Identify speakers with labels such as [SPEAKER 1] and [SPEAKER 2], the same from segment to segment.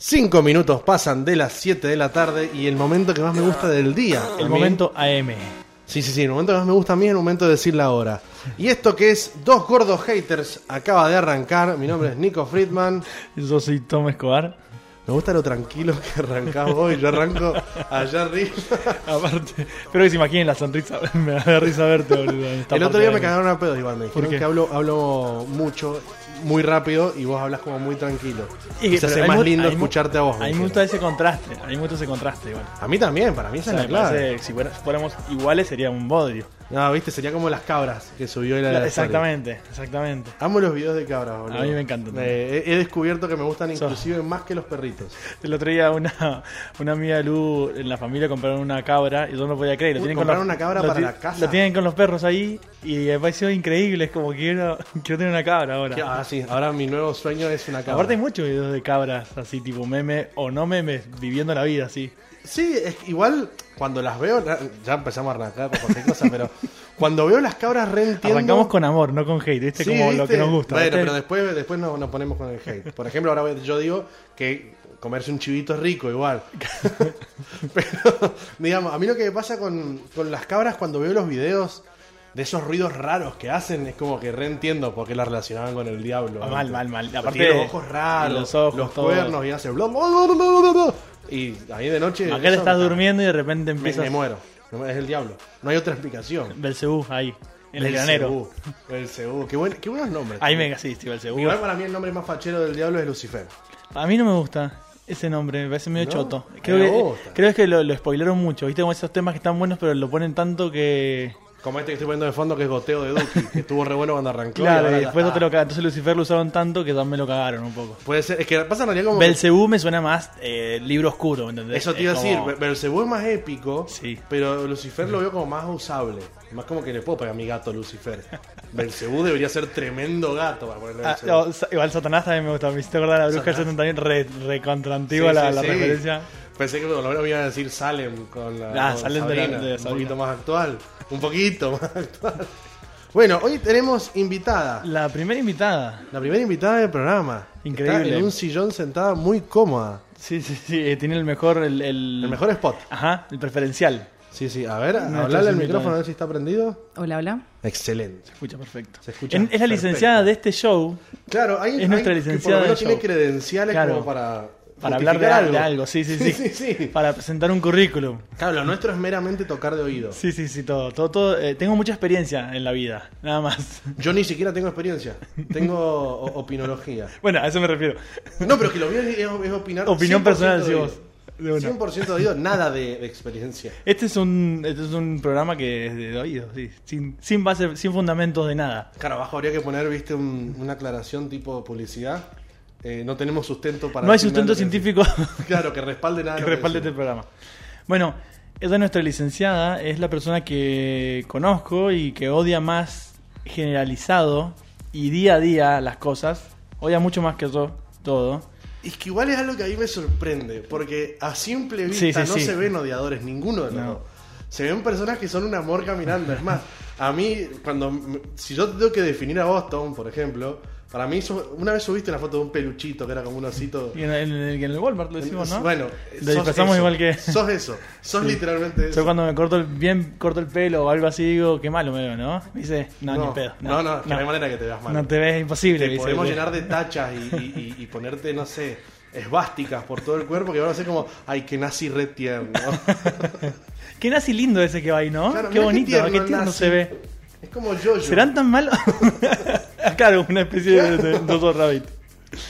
[SPEAKER 1] Cinco minutos pasan de las 7 de la tarde y el momento que más me gusta del día. a
[SPEAKER 2] El
[SPEAKER 1] mí-
[SPEAKER 2] momento AM.
[SPEAKER 1] Sí, sí, sí. El momento que más me gusta a mí es el momento de decir la hora. Y esto que es Dos Gordos Haters acaba de arrancar. Mi nombre es Nico Friedman.
[SPEAKER 2] Yo soy Tom Escobar.
[SPEAKER 1] Me gusta lo tranquilo que arrancás hoy. Yo arranco allá arriba.
[SPEAKER 2] Aparte, espero que se imaginen la sonrisa. Me da risa verte, boludo. en esta
[SPEAKER 1] el
[SPEAKER 2] parte
[SPEAKER 1] otro día
[SPEAKER 2] de
[SPEAKER 1] me
[SPEAKER 2] mí.
[SPEAKER 1] cagaron a pedos igual. Me dijeron
[SPEAKER 2] qué?
[SPEAKER 1] que hablo, hablo mucho, muy rápido y vos hablas como muy tranquilo.
[SPEAKER 2] Y-
[SPEAKER 1] Y se
[SPEAKER 2] pero
[SPEAKER 1] hace
[SPEAKER 2] hay
[SPEAKER 1] más
[SPEAKER 2] mu-
[SPEAKER 1] lindo
[SPEAKER 2] hay mu-
[SPEAKER 1] escucharte a vos.
[SPEAKER 2] A
[SPEAKER 1] me
[SPEAKER 2] mí me
[SPEAKER 1] dijeron.
[SPEAKER 2] gusta ese contraste. A mí me gusta ese contraste, igual.
[SPEAKER 1] A mí también, para mí esa
[SPEAKER 2] O sea,
[SPEAKER 1] es la
[SPEAKER 2] me
[SPEAKER 1] clave. Eh,
[SPEAKER 2] parece que si fuera- fuéramos iguales sería un bodrio.
[SPEAKER 1] No, viste, sería como las cabras que subió él a la story.
[SPEAKER 2] exactamente, exactamente.
[SPEAKER 1] Amo los videos de cabras, boludo.
[SPEAKER 2] A mí me encantan.
[SPEAKER 1] Eh, he, he descubierto que me gustan
[SPEAKER 2] So-
[SPEAKER 1] inclusive más que los perritos.
[SPEAKER 2] El otro día una, una amiga de Lu en la familia compraron una cabra y yo no podía creer. Lo
[SPEAKER 1] Uy,
[SPEAKER 2] tienen
[SPEAKER 1] ¿compraron
[SPEAKER 2] con los-
[SPEAKER 1] una cabra
[SPEAKER 2] lo
[SPEAKER 1] para
[SPEAKER 2] ti-
[SPEAKER 1] la casa?
[SPEAKER 2] Lo tienen con los perros ahí y me pareció increíble. Es como quiero, quiero tener una cabra ahora.
[SPEAKER 1] Que- Ah, sí, ahora mi nuevo sueño es una cabra.
[SPEAKER 2] Aparte hay muchos videos de cabras así, tipo meme o no memes, viviendo la vida así.
[SPEAKER 1] Sí, es que igual cuando las veo, na- ya empezamos a arrancar con cualquier cosa, pero cuando veo las cabras re entiendo-
[SPEAKER 2] Arrancamos con amor, no con hate, ¿viste?
[SPEAKER 1] Sí,
[SPEAKER 2] como lo
[SPEAKER 1] ¿viste?
[SPEAKER 2] que nos gusta.
[SPEAKER 1] Bueno,
[SPEAKER 2] ¿viste?
[SPEAKER 1] pero después, después nos, nos ponemos con el hate. Por ejemplo, ahora yo digo que comerse un chivito es rico igual. pero, digamos, a mí lo que me pasa con, con las cabras cuando veo los videos de esos ruidos raros que hacen, es como que reentiendo por qué la relacionaban con el diablo.
[SPEAKER 2] Ah, mal, mal, mal.
[SPEAKER 1] Porque
[SPEAKER 2] Aparte,
[SPEAKER 1] tiene los ojos raros,
[SPEAKER 2] los
[SPEAKER 1] los,
[SPEAKER 2] ojos, todo.
[SPEAKER 1] cuernos y hace... bla, bla, bla, bla, bla, bla. Y ahí de noche...
[SPEAKER 2] Acá le
[SPEAKER 1] eso
[SPEAKER 2] estás
[SPEAKER 1] me-
[SPEAKER 2] durmiendo y de repente
[SPEAKER 1] Me,
[SPEAKER 2] empiezas
[SPEAKER 1] me muero. Es el diablo. No hay otra explicación.
[SPEAKER 2] Belcebú ahí, en el
[SPEAKER 1] Belcebú,
[SPEAKER 2] granero.
[SPEAKER 1] Belcebú. Qué, buen- qué buenos nombres.
[SPEAKER 2] Ahí me sí, sí, Belcebú.
[SPEAKER 1] Igual para mí el nombre más fachero del diablo es Lucifer.
[SPEAKER 2] A mí no me gusta ese nombre, me parece medio
[SPEAKER 1] No,
[SPEAKER 2] choto.
[SPEAKER 1] me
[SPEAKER 2] Creo que,
[SPEAKER 1] gusta.
[SPEAKER 2] creo que lo, lo spoilaron mucho, ¿viste? Como esos temas que están buenos, pero lo ponen tanto que.
[SPEAKER 1] Como este que estoy poniendo de fondo que es Goteo de Duki, que estuvo re bueno cuando arrancó. y
[SPEAKER 2] Claro,
[SPEAKER 1] ahora
[SPEAKER 2] y
[SPEAKER 1] ya
[SPEAKER 2] después
[SPEAKER 1] está.
[SPEAKER 2] otro lo caga- Entonces Lucifer lo usaron tanto que también me lo cagaron un poco.
[SPEAKER 1] Puede ser, es que pasa en realidad como... que-
[SPEAKER 2] Belcebú me suena más eh, libro oscuro, ¿me ¿entendés?
[SPEAKER 1] Eso te iba a
[SPEAKER 2] Es
[SPEAKER 1] decir,
[SPEAKER 2] como-
[SPEAKER 1] Be- Belcebú es más épico,
[SPEAKER 2] Sí.
[SPEAKER 1] pero Lucifer lo veo como más usable. Más como que le puedo pegar a mi gato Lucifer. Belcebú debería ser tremendo gato para ponerle
[SPEAKER 2] Ah,
[SPEAKER 1] Belcebú.
[SPEAKER 2] no, sa- igual Satanás también me gusta. Me hiciste acordar a la bruja del
[SPEAKER 1] Satanás.
[SPEAKER 2] 71, re, re contra
[SPEAKER 1] Sí,
[SPEAKER 2] antigua la,
[SPEAKER 1] sí,
[SPEAKER 2] la
[SPEAKER 1] sí.
[SPEAKER 2] referencia.
[SPEAKER 1] Pensé que por lo menos me iban a decir Salem con la
[SPEAKER 2] Ah,
[SPEAKER 1] con
[SPEAKER 2] Salem de la- de
[SPEAKER 1] Un
[SPEAKER 2] Sabrina.
[SPEAKER 1] poquito más actual. Un poquito más actual. Bueno, hoy tenemos invitada.
[SPEAKER 2] La primera invitada.
[SPEAKER 1] La primera invitada del programa.
[SPEAKER 2] Increíble.
[SPEAKER 1] Está en un sillón sentada muy cómoda.
[SPEAKER 2] Sí, sí, sí. eh, Tiene el mejor. El, el-
[SPEAKER 1] El mejor spot.
[SPEAKER 2] Ajá, el preferencial.
[SPEAKER 1] Sí, sí. A ver,
[SPEAKER 2] Nuestros
[SPEAKER 1] hablale al
[SPEAKER 2] invitados.
[SPEAKER 1] micrófono a ver si está prendido.
[SPEAKER 3] Hola, hola.
[SPEAKER 1] Excelente.
[SPEAKER 2] Escucha, perfecto.
[SPEAKER 1] Se escucha
[SPEAKER 2] En- es la
[SPEAKER 1] perfecto.
[SPEAKER 2] licenciada de este show
[SPEAKER 1] Claro, hay,
[SPEAKER 2] Es
[SPEAKER 1] hay
[SPEAKER 2] nuestra
[SPEAKER 1] que por
[SPEAKER 2] licenciada
[SPEAKER 1] lo menos
[SPEAKER 2] del
[SPEAKER 1] tiene
[SPEAKER 2] show.
[SPEAKER 1] credenciales
[SPEAKER 2] Claro.
[SPEAKER 1] como para.
[SPEAKER 2] para
[SPEAKER 1] justificar
[SPEAKER 2] hablar de algo. de algo. Sí, sí, sí.
[SPEAKER 1] sí, sí.
[SPEAKER 2] Para presentar un currículum.
[SPEAKER 1] Claro, lo nuestro es meramente tocar de oído.
[SPEAKER 2] Sí, sí, sí, todo. todo, todo eh, tengo mucha experiencia en la vida, nada más.
[SPEAKER 1] Yo ni siquiera tengo experiencia. Tengo o- opinología.
[SPEAKER 2] Bueno, a eso me refiero.
[SPEAKER 1] No, pero que lo mío es, es opinar.
[SPEAKER 2] Opinión
[SPEAKER 1] 100%
[SPEAKER 2] personal, si
[SPEAKER 1] de
[SPEAKER 2] vos. De una.
[SPEAKER 1] oído. 100% de oído, nada de, de experiencia.
[SPEAKER 2] Este es un, este es un programa que es de oídos, sí. Sin, sin base, sin fundamentos de nada.
[SPEAKER 1] Claro, abajo habría que poner, viste, un- una aclaración tipo publicidad. Eh, no tenemos sustento para.
[SPEAKER 2] no hay
[SPEAKER 1] decir nada
[SPEAKER 2] sustento
[SPEAKER 1] de lo que decimos.
[SPEAKER 2] científico
[SPEAKER 1] Claro, que respalde nada.
[SPEAKER 2] que
[SPEAKER 1] lo que
[SPEAKER 2] respalde este
[SPEAKER 1] decimos.
[SPEAKER 2] programa. Bueno, esa es nuestra licenciada, es la persona que conozco y que odia más generalizado y día a día las cosas. Odia mucho más que yo todo.
[SPEAKER 1] Es que igual es algo que a mí me sorprende, porque a simple vista
[SPEAKER 2] Sí, sí,
[SPEAKER 1] no
[SPEAKER 2] sí.
[SPEAKER 1] se ven odiadores, ninguno de los
[SPEAKER 2] No.
[SPEAKER 1] dos. Se ven personas que son un amor caminando. Es más, a mí, cuando. m- Si yo tengo que definir a Boston, por ejemplo, para mí, sos- una vez subiste una foto de un peluchito que era como un osito.
[SPEAKER 2] Y en el, en el Walmart lo decimos, ¿no?
[SPEAKER 1] Bueno,
[SPEAKER 2] lo
[SPEAKER 1] sos
[SPEAKER 2] disfrazamos
[SPEAKER 1] eso.
[SPEAKER 2] igual que.
[SPEAKER 1] Sos eso. Sos
[SPEAKER 2] Sí.
[SPEAKER 1] literalmente eso.
[SPEAKER 2] Yo cuando me corto el, bien corto el pelo o algo así digo, qué malo me veo, ¿no? Me dice, no, ni en pedo.
[SPEAKER 1] No, no, es que no hay manera que te veas mal.
[SPEAKER 2] No te ves imposible.
[SPEAKER 1] te
[SPEAKER 2] dice.
[SPEAKER 1] podemos llenar de tachas y, y- y- y ponerte, no sé, esvásticas por todo el cuerpo que van a ser como, ay, que nazi re tierno.
[SPEAKER 2] Qué nazi lindo ese que va ahí, ¿no?
[SPEAKER 1] Claro,
[SPEAKER 2] Ah, qué
[SPEAKER 1] mirá
[SPEAKER 2] bonito, qué tierno,
[SPEAKER 1] el nazi.
[SPEAKER 2] se ve.
[SPEAKER 1] Es como yo,
[SPEAKER 2] ¿Serán tan malos? claro, una especie de, de Dodo Rabbit.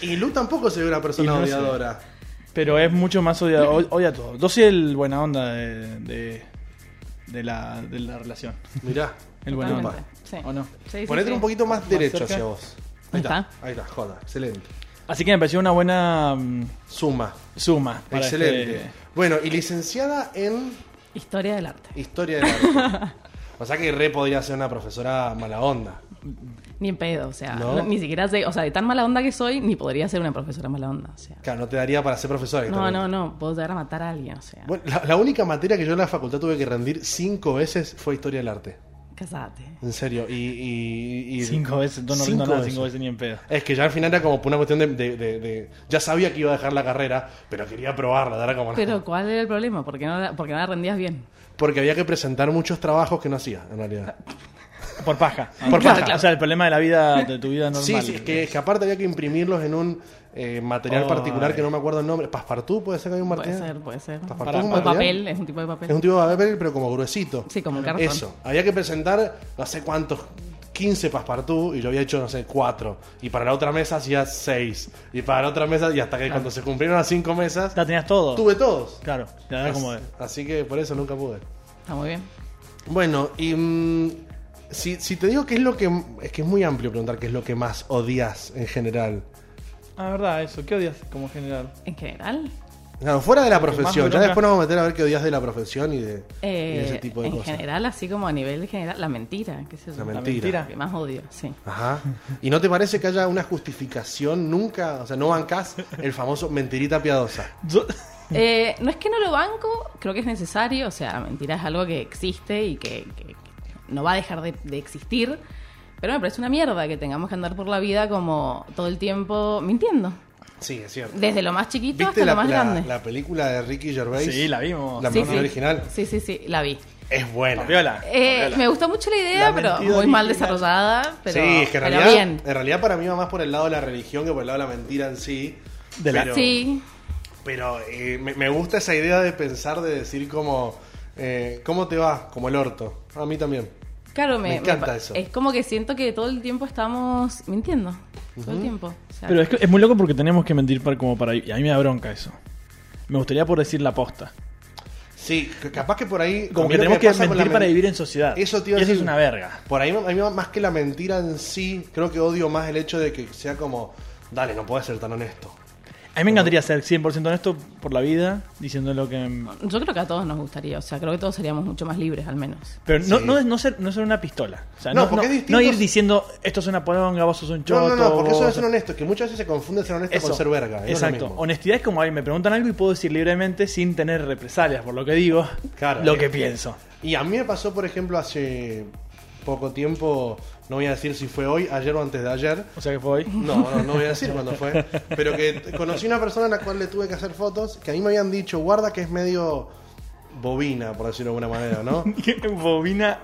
[SPEAKER 1] Y Lu tampoco se ve una persona
[SPEAKER 2] Y no sé.
[SPEAKER 1] odiadora.
[SPEAKER 2] Pero es mucho más odiado. o- Odia todo. Yo soy el buena onda de, de, de la, de la relación.
[SPEAKER 1] Mirá.
[SPEAKER 2] El buena onda.
[SPEAKER 3] Totalmente, sí.
[SPEAKER 2] ¿O no?
[SPEAKER 3] Sí, sí,
[SPEAKER 1] Ponete
[SPEAKER 3] sí.
[SPEAKER 1] un poquito más derecho
[SPEAKER 2] cerca.
[SPEAKER 1] hacia vos.
[SPEAKER 3] Ahí está.
[SPEAKER 1] Ahí está, joda, excelente.
[SPEAKER 2] Así que me pareció una buena mm,
[SPEAKER 1] Suma,
[SPEAKER 2] suma. para
[SPEAKER 1] excelente.
[SPEAKER 2] este-
[SPEAKER 1] Bueno, y licenciada en
[SPEAKER 3] Historia del arte.
[SPEAKER 1] Historia del Arte. O sea que re podría ser una profesora mala onda.
[SPEAKER 3] Ni en pedo, o sea,
[SPEAKER 1] No.
[SPEAKER 3] no- ni siquiera sé, o sea, de tan mala onda que soy, ni podría ser una profesora mala onda, o sea.
[SPEAKER 1] Claro, no te daría para ser profesora.
[SPEAKER 3] No,
[SPEAKER 1] directamente.
[SPEAKER 3] no, no, puedo llegar a matar a alguien, o sea.
[SPEAKER 1] Bueno, la, la única materia que yo en la facultad tuve que rendir cinco veces fue historia del arte.
[SPEAKER 3] Casate.
[SPEAKER 1] En serio. Y, y- y-
[SPEAKER 2] Cinco veces, yo no
[SPEAKER 1] Cinco
[SPEAKER 2] rindo nada
[SPEAKER 1] veces.
[SPEAKER 2] cinco veces ni en pedo.
[SPEAKER 1] Es que ya al final era como por una cuestión de, de- de- de- Ya sabía que iba a dejar la carrera, pero quería probarla, era como...
[SPEAKER 3] Pero ¿cuál era el problema? Porque no, la- porque no la rendías bien.
[SPEAKER 1] Porque había que presentar muchos trabajos que no hacía, en realidad.
[SPEAKER 2] Ah, Por paja.
[SPEAKER 1] Por
[SPEAKER 3] paja.
[SPEAKER 2] O sea, el problema de la vida, de tu vida normal. Oh,
[SPEAKER 1] Sí, sí, es que, es que aparte había que imprimirlos en un eh, material
[SPEAKER 2] Ay.
[SPEAKER 1] particular que no me acuerdo el nombre. Paspartú puede ser que hay un
[SPEAKER 3] Puede
[SPEAKER 1] material.
[SPEAKER 3] ser, puede ser.
[SPEAKER 1] Está
[SPEAKER 3] O
[SPEAKER 1] faltando un material.
[SPEAKER 3] papel, es un tipo de papel.
[SPEAKER 1] Es un tipo de papel, pero como gruesito.
[SPEAKER 3] Sí, como cartón.
[SPEAKER 1] Eso. Había que presentar no sé cuántos, 15 paspartú, y yo había hecho, no sé, 4. Y para la otra mesa hacía 6. Y para la otra mesa, y hasta que cuando se cumplieron las 5 mesas,
[SPEAKER 2] Ya tenías todo.
[SPEAKER 1] tuve todos.
[SPEAKER 2] Claro, ya era como de-
[SPEAKER 1] Así que por eso nunca pude.
[SPEAKER 3] Está muy bien.
[SPEAKER 1] Bueno, y mm, si, si te digo que es lo que. Es que es muy amplio preguntar qué es lo que más odias en general.
[SPEAKER 2] Ah, verdad, eso. ¿Qué odias como general?
[SPEAKER 3] En general,
[SPEAKER 1] Claro, fuera de la
[SPEAKER 2] más
[SPEAKER 1] profesión. Ya
[SPEAKER 2] bronca-
[SPEAKER 1] después nos vamos a meter a ver qué odias de la profesión y de, y de
[SPEAKER 3] eh,
[SPEAKER 1] ese tipo de
[SPEAKER 3] en
[SPEAKER 1] cosas.
[SPEAKER 3] general, así como a nivel general, la mentira, que es
[SPEAKER 1] La
[SPEAKER 3] eso?
[SPEAKER 1] mentira.
[SPEAKER 3] Lo que más odio, sí.
[SPEAKER 1] Ajá. ¿Y no te parece que haya una justificación nunca? O sea, no bancas el famoso mentirita piadosa.
[SPEAKER 2] Yo-
[SPEAKER 3] Eh, no es que no lo banco, creo que es necesario, o sea, la mentira es algo que existe y que, que- que no va a dejar de, de existir, pero me parece una mierda que tengamos que andar por la vida como todo el tiempo mintiendo,
[SPEAKER 1] Sí, es cierto.
[SPEAKER 3] desde lo más chiquito
[SPEAKER 1] ¿Viste
[SPEAKER 3] hasta
[SPEAKER 1] la,
[SPEAKER 3] lo más
[SPEAKER 1] la-
[SPEAKER 3] grande.
[SPEAKER 1] la película de Ricky Gervais?
[SPEAKER 2] Sí, la vimos.
[SPEAKER 1] La
[SPEAKER 3] Sí,
[SPEAKER 1] versión
[SPEAKER 3] sí.
[SPEAKER 1] original.
[SPEAKER 3] Sí, sí, sí, la vi.
[SPEAKER 1] Es buena.
[SPEAKER 2] Viola.
[SPEAKER 3] Eh, me gustó mucho la idea,
[SPEAKER 2] La
[SPEAKER 3] pero
[SPEAKER 2] mentira
[SPEAKER 3] muy mal
[SPEAKER 2] original.
[SPEAKER 3] desarrollada, pero,
[SPEAKER 1] sí, es que en
[SPEAKER 3] pero
[SPEAKER 1] realidad,
[SPEAKER 3] bien.
[SPEAKER 1] en realidad para mí va más por el lado de la religión que por el lado de la mentira en sí.
[SPEAKER 2] De la-
[SPEAKER 1] pero,
[SPEAKER 3] Sí,
[SPEAKER 1] Pero eh, me, me gusta esa idea de pensar, de decir como... eh, ¿Cómo te va? Como el orto. A mí también.
[SPEAKER 3] claro, me,
[SPEAKER 1] Me encanta
[SPEAKER 3] pa-
[SPEAKER 1] eso.
[SPEAKER 3] Es como que siento que todo el tiempo estamos mintiendo, todo el tiempo. o sea,
[SPEAKER 2] Pero es, que- es muy loco porque tenemos que mentir para, como para... Y a mí me da bronca eso. Me gustaría por decir la posta.
[SPEAKER 1] Sí, que- capaz que por ahí...
[SPEAKER 2] Como
[SPEAKER 1] a mí
[SPEAKER 2] que
[SPEAKER 1] lo
[SPEAKER 2] tenemos que,
[SPEAKER 1] pasa con la
[SPEAKER 2] mentir para
[SPEAKER 1] men-
[SPEAKER 2] vivir en sociedad.
[SPEAKER 1] Eso te iba a
[SPEAKER 2] Y eso
[SPEAKER 1] decir.
[SPEAKER 2] es una verga.
[SPEAKER 1] Por ahí, a mí más que la mentira en sí, creo que odio más el hecho de que sea como, dale, no puedes ser tan honesto.
[SPEAKER 2] A mí me encantaría ser 100% honesto por la vida, diciendo lo que...
[SPEAKER 3] Yo creo que a todos nos gustaría, o sea, creo que todos seríamos mucho más libres al menos.
[SPEAKER 2] Pero no,
[SPEAKER 1] Sí.
[SPEAKER 2] no, es- no, ser, no ser una pistola. O sea,
[SPEAKER 1] No,
[SPEAKER 2] no,
[SPEAKER 1] porque
[SPEAKER 2] no-
[SPEAKER 1] es distinto-
[SPEAKER 2] no ir diciendo esto es una poronga, vos sos un choto.
[SPEAKER 1] No, no, no, porque eso
[SPEAKER 2] vos
[SPEAKER 1] es ser honesto, que muchas veces se confunde ser honesto
[SPEAKER 2] Eso.
[SPEAKER 1] con ser verga. es lo
[SPEAKER 2] Exacto.
[SPEAKER 1] mismo.
[SPEAKER 2] Honestidad es como, ay, me preguntan algo y puedo decir libremente sin tener represalias por lo que digo,
[SPEAKER 1] Claro.
[SPEAKER 2] lo que pienso.
[SPEAKER 1] Y a mí me pasó, por ejemplo, hace poco tiempo, no voy a decir si fue hoy, ayer o antes de ayer.
[SPEAKER 2] O sea que fue hoy.
[SPEAKER 1] No, no, no voy a decir cuándo fue. Pero que conocí una persona a la cual le tuve que hacer fotos, que a mí me habían dicho, guarda que es medio bobina, por decirlo de alguna manera, ¿no?
[SPEAKER 2] Bobina.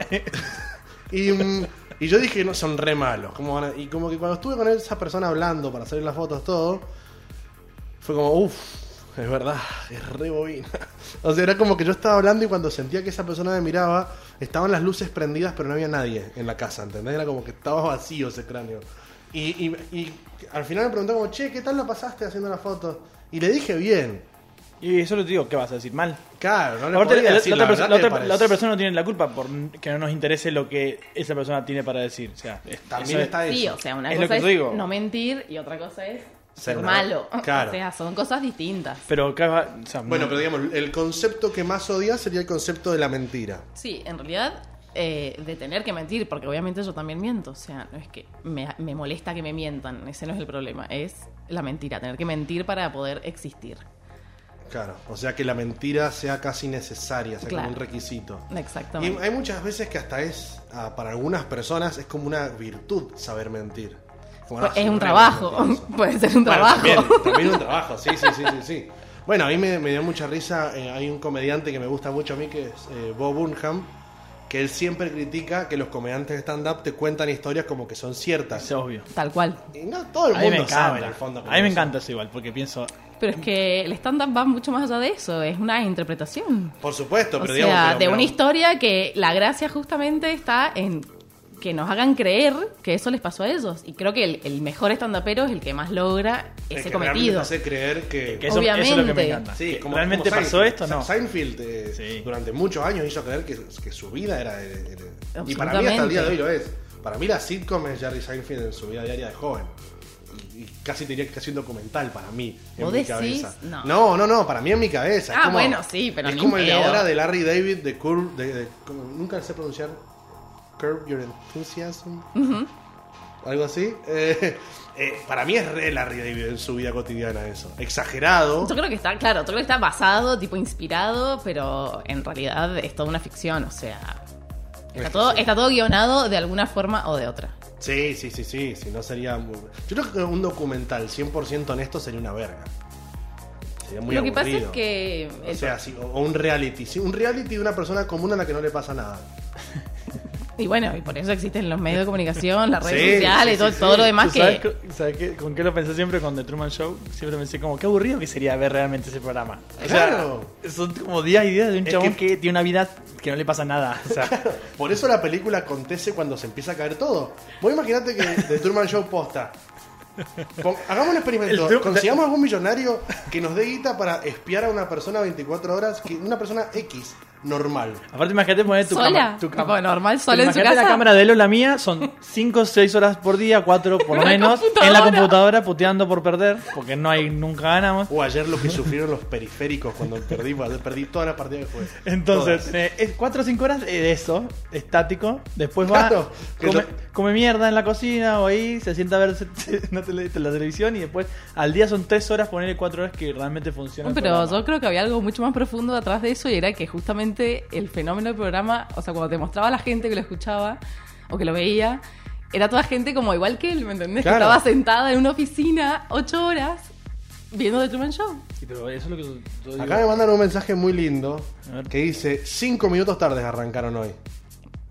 [SPEAKER 1] Y, mm, y yo dije, no, son re malos. ¿cómo van a-? Y como que cuando estuve con él, esa persona hablando para hacer las fotos, todo, fue como, uff, es verdad, es re bobina. O sea, era como que yo estaba hablando y cuando sentía que esa persona me miraba, estaban las luces prendidas, pero no había nadie en la casa, ¿entendés? Era como que estaba vacío ese cráneo. Y, y- y al final me preguntó como, che, ¿qué tal la pasaste haciendo las fotos? Y le dije bien.
[SPEAKER 2] y eso lo digo, ¿qué vas a decir? Mal.
[SPEAKER 1] Claro, no le
[SPEAKER 2] Aparte,
[SPEAKER 1] podía
[SPEAKER 2] la,
[SPEAKER 1] decir
[SPEAKER 2] la otra
[SPEAKER 1] la
[SPEAKER 2] perso-
[SPEAKER 1] verdad,
[SPEAKER 2] la
[SPEAKER 1] ¿te
[SPEAKER 2] otra, la otra
[SPEAKER 1] parece?
[SPEAKER 2] persona no tiene la culpa por que no nos interese lo que esa persona tiene para decir. O sea, es-
[SPEAKER 1] También
[SPEAKER 2] eso es-
[SPEAKER 1] está eso.
[SPEAKER 3] Sí, o sea, una
[SPEAKER 2] Es lo
[SPEAKER 3] cosa
[SPEAKER 2] que
[SPEAKER 3] es
[SPEAKER 2] yo digo.
[SPEAKER 3] no mentir y otra cosa es
[SPEAKER 1] Ser
[SPEAKER 3] ser,
[SPEAKER 1] una-
[SPEAKER 3] malo.
[SPEAKER 1] Claro.
[SPEAKER 3] O sea, son cosas distintas.
[SPEAKER 2] Pero acá va- o sea,
[SPEAKER 1] Bueno,
[SPEAKER 2] no-
[SPEAKER 1] pero digamos, el concepto que más odias sería el concepto de la mentira.
[SPEAKER 3] Sí, en realidad, eh, de tener que mentir, porque obviamente yo también miento. O sea, no es que me, me molesta que me mientan, ese no es el problema. Es la mentira, tener que mentir para poder existir.
[SPEAKER 1] Claro, o sea que la mentira sea casi necesaria, sea
[SPEAKER 3] Claro.
[SPEAKER 1] como un requisito. Y eh,
[SPEAKER 3] Exactamente.
[SPEAKER 1] hay muchas veces que hasta es, ah, para algunas personas, es como una virtud saber mentir. Como,
[SPEAKER 3] Pues
[SPEAKER 1] "Ah,
[SPEAKER 3] es
[SPEAKER 1] soy
[SPEAKER 3] un
[SPEAKER 1] re
[SPEAKER 3] trabajo,
[SPEAKER 1] mentiroso".
[SPEAKER 3] puede ser un
[SPEAKER 1] Bueno,
[SPEAKER 3] trabajo.
[SPEAKER 1] También, también un trabajo, sí, sí, sí, sí. sí. Bueno, a mí me, me dio mucha risa, eh, hay un comediante que me gusta mucho a mí, que es eh, Bob Burnham, que él siempre critica que los comediantes de stand-up te cuentan historias como que son ciertas.
[SPEAKER 2] es obvio.
[SPEAKER 3] Tal cual.
[SPEAKER 1] Y no todo el
[SPEAKER 2] A mí me
[SPEAKER 1] mundo sabe en
[SPEAKER 2] encanta.
[SPEAKER 1] el fondo.
[SPEAKER 2] a mí me
[SPEAKER 1] cómo son.
[SPEAKER 2] encanta eso igual, porque pienso,
[SPEAKER 3] Pero es que el stand-up va mucho más allá de eso, es una interpretación.
[SPEAKER 1] Por supuesto,
[SPEAKER 3] O
[SPEAKER 1] pero digamos...
[SPEAKER 3] sea,
[SPEAKER 1] pero-
[SPEAKER 3] de
[SPEAKER 1] pero-
[SPEAKER 3] una historia que la gracia justamente está en que nos hagan creer que eso les pasó a ellos. Y creo que el, el mejor estandapero es el que más logra
[SPEAKER 1] es que realmente
[SPEAKER 3] ese
[SPEAKER 1] te
[SPEAKER 3] cometido.
[SPEAKER 1] hace creer que...
[SPEAKER 2] que eso, eso es lo que me
[SPEAKER 3] Obviamente.
[SPEAKER 2] encanta.
[SPEAKER 1] Sí,
[SPEAKER 2] Que
[SPEAKER 1] como-
[SPEAKER 2] ¿Realmente
[SPEAKER 1] como
[SPEAKER 2] pasó
[SPEAKER 1] Seinfeld.
[SPEAKER 2] esto? No.
[SPEAKER 1] Seinfeld eh,
[SPEAKER 2] Sí.
[SPEAKER 1] durante muchos años hizo creer que, que su vida era. de- de- de- y para mí hasta el día de hoy lo es. Para mí la sitcom es Jerry Seinfeld en su vida diaria de joven. Y, y casi tenía que un documental para mí. En
[SPEAKER 3] ¿Vos
[SPEAKER 1] mi
[SPEAKER 3] decís?
[SPEAKER 1] cabeza.
[SPEAKER 3] No.
[SPEAKER 1] no, no, no, para mí en mi cabeza. Es
[SPEAKER 3] Ah,
[SPEAKER 1] como-
[SPEAKER 3] bueno, sí, pero
[SPEAKER 1] Es
[SPEAKER 3] ni
[SPEAKER 1] como
[SPEAKER 3] en
[SPEAKER 1] el de
[SPEAKER 3] pedo.
[SPEAKER 1] ahora de Larry David, de Curb. De, de- como- nunca sé pronunciar. Curb Your Enthusiasm. Algo así. Eh, eh, para mí es re Larry David en su vida cotidiana eso. Exagerado.
[SPEAKER 3] Yo creo que está, claro, yo creo que está basado, tipo inspirado, pero en realidad es toda una ficción, o sea, Está todo, está todo guionado de alguna forma o de otra.
[SPEAKER 1] Sí, sí, sí, sí, si no sería... muy- Yo creo que un documental 100% honesto sería una verga. Sería muy
[SPEAKER 3] Lo que pasa es
[SPEAKER 1] aburrido.
[SPEAKER 3] que.
[SPEAKER 1] O sea, sí, o o un reality. sí, un reality de una persona común a la que no le pasa nada.
[SPEAKER 3] y bueno, y por eso existen los medios de comunicación, las redes
[SPEAKER 1] Sí,
[SPEAKER 3] sociales,
[SPEAKER 1] sí,
[SPEAKER 3] todo,
[SPEAKER 1] sí,
[SPEAKER 3] todo
[SPEAKER 1] sí.
[SPEAKER 3] lo demás
[SPEAKER 2] ¿Tú sabes
[SPEAKER 3] que.
[SPEAKER 2] co- sabes qué- con qué lo pensé siempre con The Truman Show? Siempre pensé como, qué aburrido que sería ver realmente ese programa. O sea,
[SPEAKER 1] Claro.
[SPEAKER 2] son como días y días de un
[SPEAKER 1] Es
[SPEAKER 2] chabón
[SPEAKER 1] que-
[SPEAKER 2] que... tiene una vida que no le pasa nada. O sea,
[SPEAKER 1] Por eso la película acontece cuando se empieza a caer todo. Vos imaginate que de Truman Show posta. Pon- hagamos un experimento.
[SPEAKER 2] El Tru-
[SPEAKER 1] Consigamos algún millonario que nos dé guita para espiar a una persona 24 horas, que una persona X, normal.
[SPEAKER 2] aparte imagínate poner tu
[SPEAKER 3] ¿Sola?
[SPEAKER 2] cámara. Tu
[SPEAKER 3] Tipo, normal, sola en su
[SPEAKER 2] Imagínate la
[SPEAKER 3] casa.
[SPEAKER 2] cámara de él o la mía son 5 o 6 horas por día, 4 por lo
[SPEAKER 3] Una
[SPEAKER 2] menos, en la
[SPEAKER 3] computadora.
[SPEAKER 2] computadora puteando por perder, porque no hay, nunca ganamos.
[SPEAKER 1] O ayer lo que sufrieron los periféricos cuando perdí, perdí toda la partida de juego.
[SPEAKER 2] Entonces,
[SPEAKER 1] Todas.
[SPEAKER 2] eh, es 4 o 5 horas eh, de eso, estático. Después va,
[SPEAKER 1] Claro, que
[SPEAKER 2] come,
[SPEAKER 1] lo-
[SPEAKER 2] come mierda en la cocina o ahí, se sienta a ver se- una tele- la televisión y después al día son 3 horas, ponerle 4 horas que realmente funciona. el
[SPEAKER 3] Pero
[SPEAKER 2] programa.
[SPEAKER 3] yo creo que había algo mucho más profundo detrás de eso y era que justamente el fenómeno del programa, o sea, cuando te mostraba a la gente que lo escuchaba o que lo veía, era toda gente como igual que él, ¿me entendés? Que
[SPEAKER 1] Claro.
[SPEAKER 3] estaba sentada en una oficina ocho horas viendo The Truman Show.
[SPEAKER 2] Sí, pero eso es lo que yo- yo digo.
[SPEAKER 1] Acá me mandan un mensaje muy lindo
[SPEAKER 2] A ver.
[SPEAKER 1] que dice: 5 minutos tardes arrancaron hoy.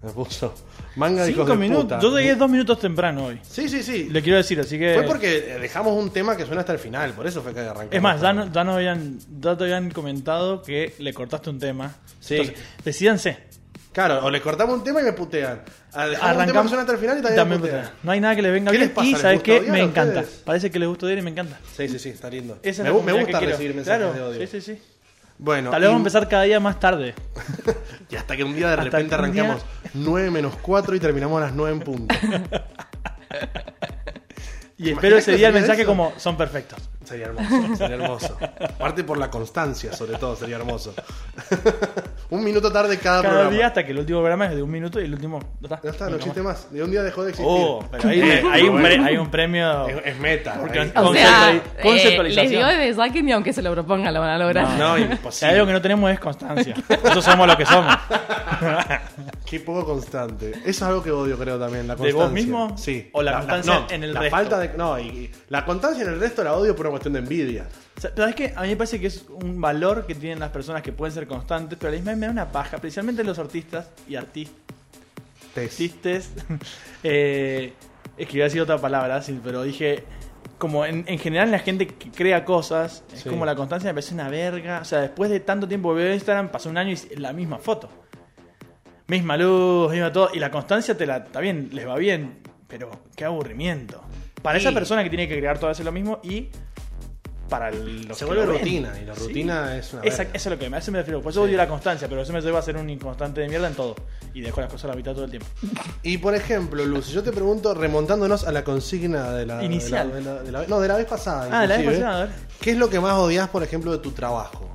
[SPEAKER 1] Me puso. Manga de hijos
[SPEAKER 2] Cinco
[SPEAKER 1] de
[SPEAKER 2] minutos.
[SPEAKER 1] puta.
[SPEAKER 2] Yo llegué 2 minutos temprano hoy.
[SPEAKER 1] Sí, sí, sí.
[SPEAKER 2] Le quiero decir, así que.
[SPEAKER 1] Fue porque eh, dejamos un tema que suena hasta el final, por eso fue que arrancamos.
[SPEAKER 2] Es más, ya, no,
[SPEAKER 1] tarde.
[SPEAKER 2] ya, no habían, ya te habían comentado que le cortaste un tema.
[SPEAKER 1] Sí.
[SPEAKER 2] Entonces, decídanse.
[SPEAKER 1] Claro, o le cortamos un tema y me putean. Ah, Dejamos un tema que
[SPEAKER 2] Arrancamos.
[SPEAKER 1] suena hasta el final y también,
[SPEAKER 2] También
[SPEAKER 1] me putean.
[SPEAKER 2] putean. No hay nada que le venga
[SPEAKER 1] ¿Qué
[SPEAKER 2] bien.
[SPEAKER 1] les pasa?
[SPEAKER 2] y
[SPEAKER 1] ¿Les
[SPEAKER 2] sabes
[SPEAKER 1] gusta
[SPEAKER 2] que
[SPEAKER 1] odiar
[SPEAKER 2] me
[SPEAKER 1] a
[SPEAKER 2] encanta.
[SPEAKER 1] ustedes?
[SPEAKER 2] Parece que le gusta odiar y me encanta.
[SPEAKER 1] Sí, sí, sí, está lindo.
[SPEAKER 2] Esa es
[SPEAKER 1] me,
[SPEAKER 2] la
[SPEAKER 1] gu- me
[SPEAKER 2] comunidad
[SPEAKER 1] gusta
[SPEAKER 2] que quiero.
[SPEAKER 1] recibir mensajes
[SPEAKER 2] Claro,
[SPEAKER 1] de odio.
[SPEAKER 2] Sí, sí, sí.
[SPEAKER 1] Bueno,
[SPEAKER 2] Tal vez
[SPEAKER 1] y-
[SPEAKER 2] vamos a empezar cada día más tarde.
[SPEAKER 1] y hasta que un día de
[SPEAKER 2] hasta
[SPEAKER 1] repente
[SPEAKER 2] que un día-
[SPEAKER 1] arrancamos 9 menos 4 y terminamos a las 9 en punto.
[SPEAKER 2] Y espero
[SPEAKER 1] imaginas
[SPEAKER 2] ese
[SPEAKER 1] que
[SPEAKER 2] día el
[SPEAKER 1] sería
[SPEAKER 2] mensaje
[SPEAKER 1] eso?
[SPEAKER 2] como son perfectos.
[SPEAKER 1] Sería hermoso, sería hermoso. Aparte por la constancia, sobre todo, sería hermoso. un minuto tarde cada,
[SPEAKER 2] Cada
[SPEAKER 1] programa.
[SPEAKER 2] día hasta que el último programa es de un minuto y el último. No está,
[SPEAKER 1] No está, no
[SPEAKER 2] nunca
[SPEAKER 1] existe
[SPEAKER 2] más.
[SPEAKER 1] más. De un día dejó de existir.
[SPEAKER 2] Oh, pero ahí-
[SPEAKER 1] Eh,
[SPEAKER 2] hay, un
[SPEAKER 1] bueno,
[SPEAKER 2] pre- hay un premio.
[SPEAKER 1] es, es meta.
[SPEAKER 2] Porque-
[SPEAKER 1] ahí.
[SPEAKER 3] O
[SPEAKER 2] Conceptuali-
[SPEAKER 3] sea, eh,
[SPEAKER 2] conceptualización.
[SPEAKER 3] les digo de saque ni aunque se lo propongan lo van a lograr.
[SPEAKER 1] No,
[SPEAKER 2] Si hay
[SPEAKER 1] imposible.
[SPEAKER 2] algo que no tenemos es constancia. Nosotros somos lo que somos.
[SPEAKER 1] Qué poco constante. Eso es algo que odio, creo, también. La
[SPEAKER 2] ¿De
[SPEAKER 1] constancia.
[SPEAKER 2] vos mismo?
[SPEAKER 1] Sí.
[SPEAKER 2] ¿O la constancia
[SPEAKER 1] no,
[SPEAKER 2] en el
[SPEAKER 1] la
[SPEAKER 2] resto?
[SPEAKER 1] Falta de, no, y, y la constancia en el resto la odio por una cuestión de envidia.
[SPEAKER 2] O sea, ¿Sabes qué? A mí me parece que es un valor que tienen las personas que pueden ser constantes, pero a la misma vez me da una paja, principalmente los artistas y artistas.
[SPEAKER 1] Te-
[SPEAKER 2] Artistas. eh, es que iba a decir otra palabra, sí, pero dije. Como en, en general la gente que crea cosas, es
[SPEAKER 1] Sí.
[SPEAKER 2] como la constancia me parece una verga. O sea, después de tanto tiempo que veo Instagram, pasó un año y es la misma foto. Misma luz, misma todo. Y la constancia te la. Está bien, les va bien, pero qué aburrimiento. Para
[SPEAKER 1] Sí.
[SPEAKER 2] esa persona que tiene que crear todo eso lo mismo y para el- los
[SPEAKER 1] Se
[SPEAKER 2] que
[SPEAKER 1] vuelve
[SPEAKER 2] lo ven.
[SPEAKER 1] rutina. Y la rutina es una.
[SPEAKER 2] Esa-
[SPEAKER 1] verga.
[SPEAKER 2] eso es lo que me, a eso me refiero. Por eso odio la constancia, pero eso me lleva a ser un inconstante de mierda en todo. Y dejo las cosas a la mitad todo el tiempo.
[SPEAKER 1] Y por ejemplo, Luz, yo te pregunto, remontándonos a la consigna de la. de la-
[SPEAKER 2] Inicial.
[SPEAKER 1] de la- de la- no, de la vez pasada.
[SPEAKER 2] Ah, de la vez
[SPEAKER 1] inclusive.
[SPEAKER 2] pasada, a ver.
[SPEAKER 1] ¿Qué es lo que más odias, por ejemplo, de tu trabajo?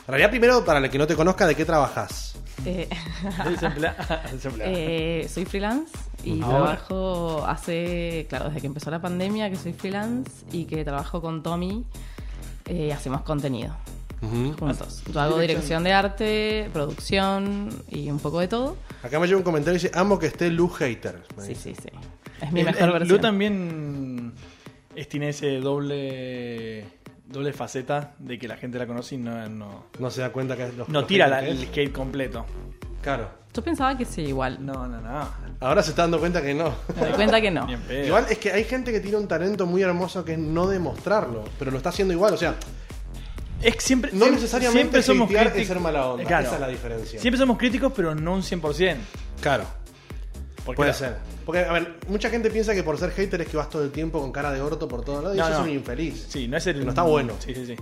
[SPEAKER 1] En realidad, primero, para el que no te conozca, ¿de qué trabajas?
[SPEAKER 3] Eh,
[SPEAKER 2] Desempleado. Desempleado.
[SPEAKER 3] eh, soy freelance y
[SPEAKER 2] Ahora.
[SPEAKER 3] trabajo hace, claro, desde que empezó la pandemia que soy freelance y que trabajo con Tommy, eh, hacemos contenido. juntos. Yo hago dirección de arte, producción y un poco de todo.
[SPEAKER 1] Acá me llega un comentario y dice: Amo que esté Luz Hater. me
[SPEAKER 3] Sí,
[SPEAKER 1] dice.
[SPEAKER 3] sí, sí. Es mi
[SPEAKER 2] El-
[SPEAKER 3] mejor
[SPEAKER 2] el-
[SPEAKER 3] versión.
[SPEAKER 2] Lu también es- tiene ese doble doble faceta de que la gente la conoce y no, no,
[SPEAKER 1] No se da cuenta que es los-
[SPEAKER 2] no
[SPEAKER 1] los
[SPEAKER 2] tira la-
[SPEAKER 1] haters
[SPEAKER 2] el
[SPEAKER 1] que
[SPEAKER 2] skate completo.
[SPEAKER 1] es. Claro.
[SPEAKER 3] Yo pensaba que sí, igual.
[SPEAKER 2] No, no, no.
[SPEAKER 1] Ahora se está dando cuenta que no.
[SPEAKER 3] Me doy cuenta que no.
[SPEAKER 2] Ni en pedo.
[SPEAKER 1] Igual es que hay gente que tiene un talento muy hermoso que es no demostrarlo, pero lo está haciendo igual. O sea,
[SPEAKER 2] Es que siempre,
[SPEAKER 1] no
[SPEAKER 2] siempre-
[SPEAKER 1] necesariamente
[SPEAKER 2] siempre somos
[SPEAKER 1] hatear es
[SPEAKER 2] críticos.
[SPEAKER 1] ser mala onda.
[SPEAKER 2] Claro.
[SPEAKER 1] Esa es la diferencia.
[SPEAKER 2] Siempre somos críticos, pero no un 100%.
[SPEAKER 1] Claro.
[SPEAKER 2] Porque
[SPEAKER 1] Puede
[SPEAKER 2] la-
[SPEAKER 1] ser. Porque, a ver, mucha gente piensa que por ser hater es que vas todo el tiempo con cara de orto por todos lados y
[SPEAKER 2] No,
[SPEAKER 1] eso es
[SPEAKER 2] no.
[SPEAKER 1] un infeliz.
[SPEAKER 2] Sí, no es el.
[SPEAKER 1] Pero está bueno.
[SPEAKER 2] Sí, sí, sí.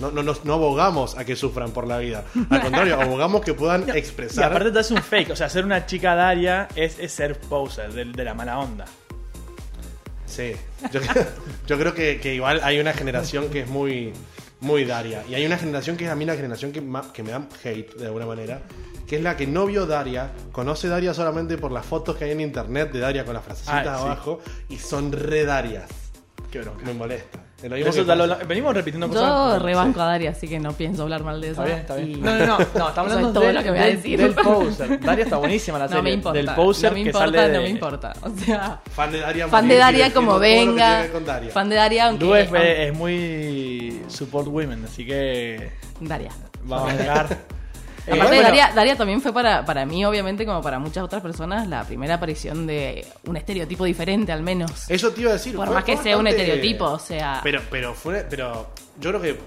[SPEAKER 1] No, no, no, no abogamos a que sufran por la vida. Al contrario, abogamos que puedan
[SPEAKER 2] Y
[SPEAKER 1] expresar.
[SPEAKER 2] aparte te hace un fake, o sea, ser una chica Daria es, es ser poser de, de la mala onda.
[SPEAKER 1] Sí. Yo, yo creo que, que igual hay una generación que es muy, muy Daria. Y hay una generación que es a mí la generación que, ma- que me da hate de alguna manera. Que es la que no vio Daria, conoce Daria solamente por las fotos que hay en internet de Daria con las frasecitas
[SPEAKER 2] Ah, sí.
[SPEAKER 1] abajo y son re Darias.
[SPEAKER 2] Ah, Qué bronca.
[SPEAKER 1] Me molesta. Te lo digo
[SPEAKER 2] Eso
[SPEAKER 1] que-
[SPEAKER 2] ya lo- venimos repitiendo cosas.
[SPEAKER 3] Yo rebanco a Dari, así que no pienso hablar mal de eso.
[SPEAKER 2] Está bien, está bien.
[SPEAKER 3] Y-
[SPEAKER 2] No, no, no, no estamos
[SPEAKER 3] Eso
[SPEAKER 2] hablando
[SPEAKER 3] es todo
[SPEAKER 2] del-
[SPEAKER 3] lo que voy a
[SPEAKER 2] del-
[SPEAKER 3] decir.
[SPEAKER 2] Del poser. Daria está buenísima la
[SPEAKER 3] No
[SPEAKER 2] serie.
[SPEAKER 3] me importa.
[SPEAKER 2] Del poser
[SPEAKER 3] no me
[SPEAKER 2] que
[SPEAKER 3] importa,
[SPEAKER 2] sale de...
[SPEAKER 3] no me importa. O sea,
[SPEAKER 1] Fan de Daria.
[SPEAKER 3] fan de
[SPEAKER 1] morir y
[SPEAKER 3] Daria
[SPEAKER 1] defiendo
[SPEAKER 3] como
[SPEAKER 1] todo lo que tiene
[SPEAKER 3] venga.
[SPEAKER 1] que ver con Daria.
[SPEAKER 3] Fan de Daria, aunque.
[SPEAKER 2] Lu es, E
[SPEAKER 3] aunque-
[SPEAKER 2] es muy support women, así que
[SPEAKER 3] Daria.
[SPEAKER 2] vamos a dejar. Eh,
[SPEAKER 3] Aparte,
[SPEAKER 2] bueno,
[SPEAKER 3] Daria, Daria también fue para, para mí, obviamente, como para muchas otras personas, la primera aparición de un estereotipo diferente, al menos.
[SPEAKER 1] Eso te iba a decir.
[SPEAKER 3] Por
[SPEAKER 1] fue-
[SPEAKER 3] más que
[SPEAKER 1] fue
[SPEAKER 3] sea un
[SPEAKER 1] bastante-
[SPEAKER 3] estereotipo, o sea.
[SPEAKER 1] Pero, pero fue. Pero yo creo que.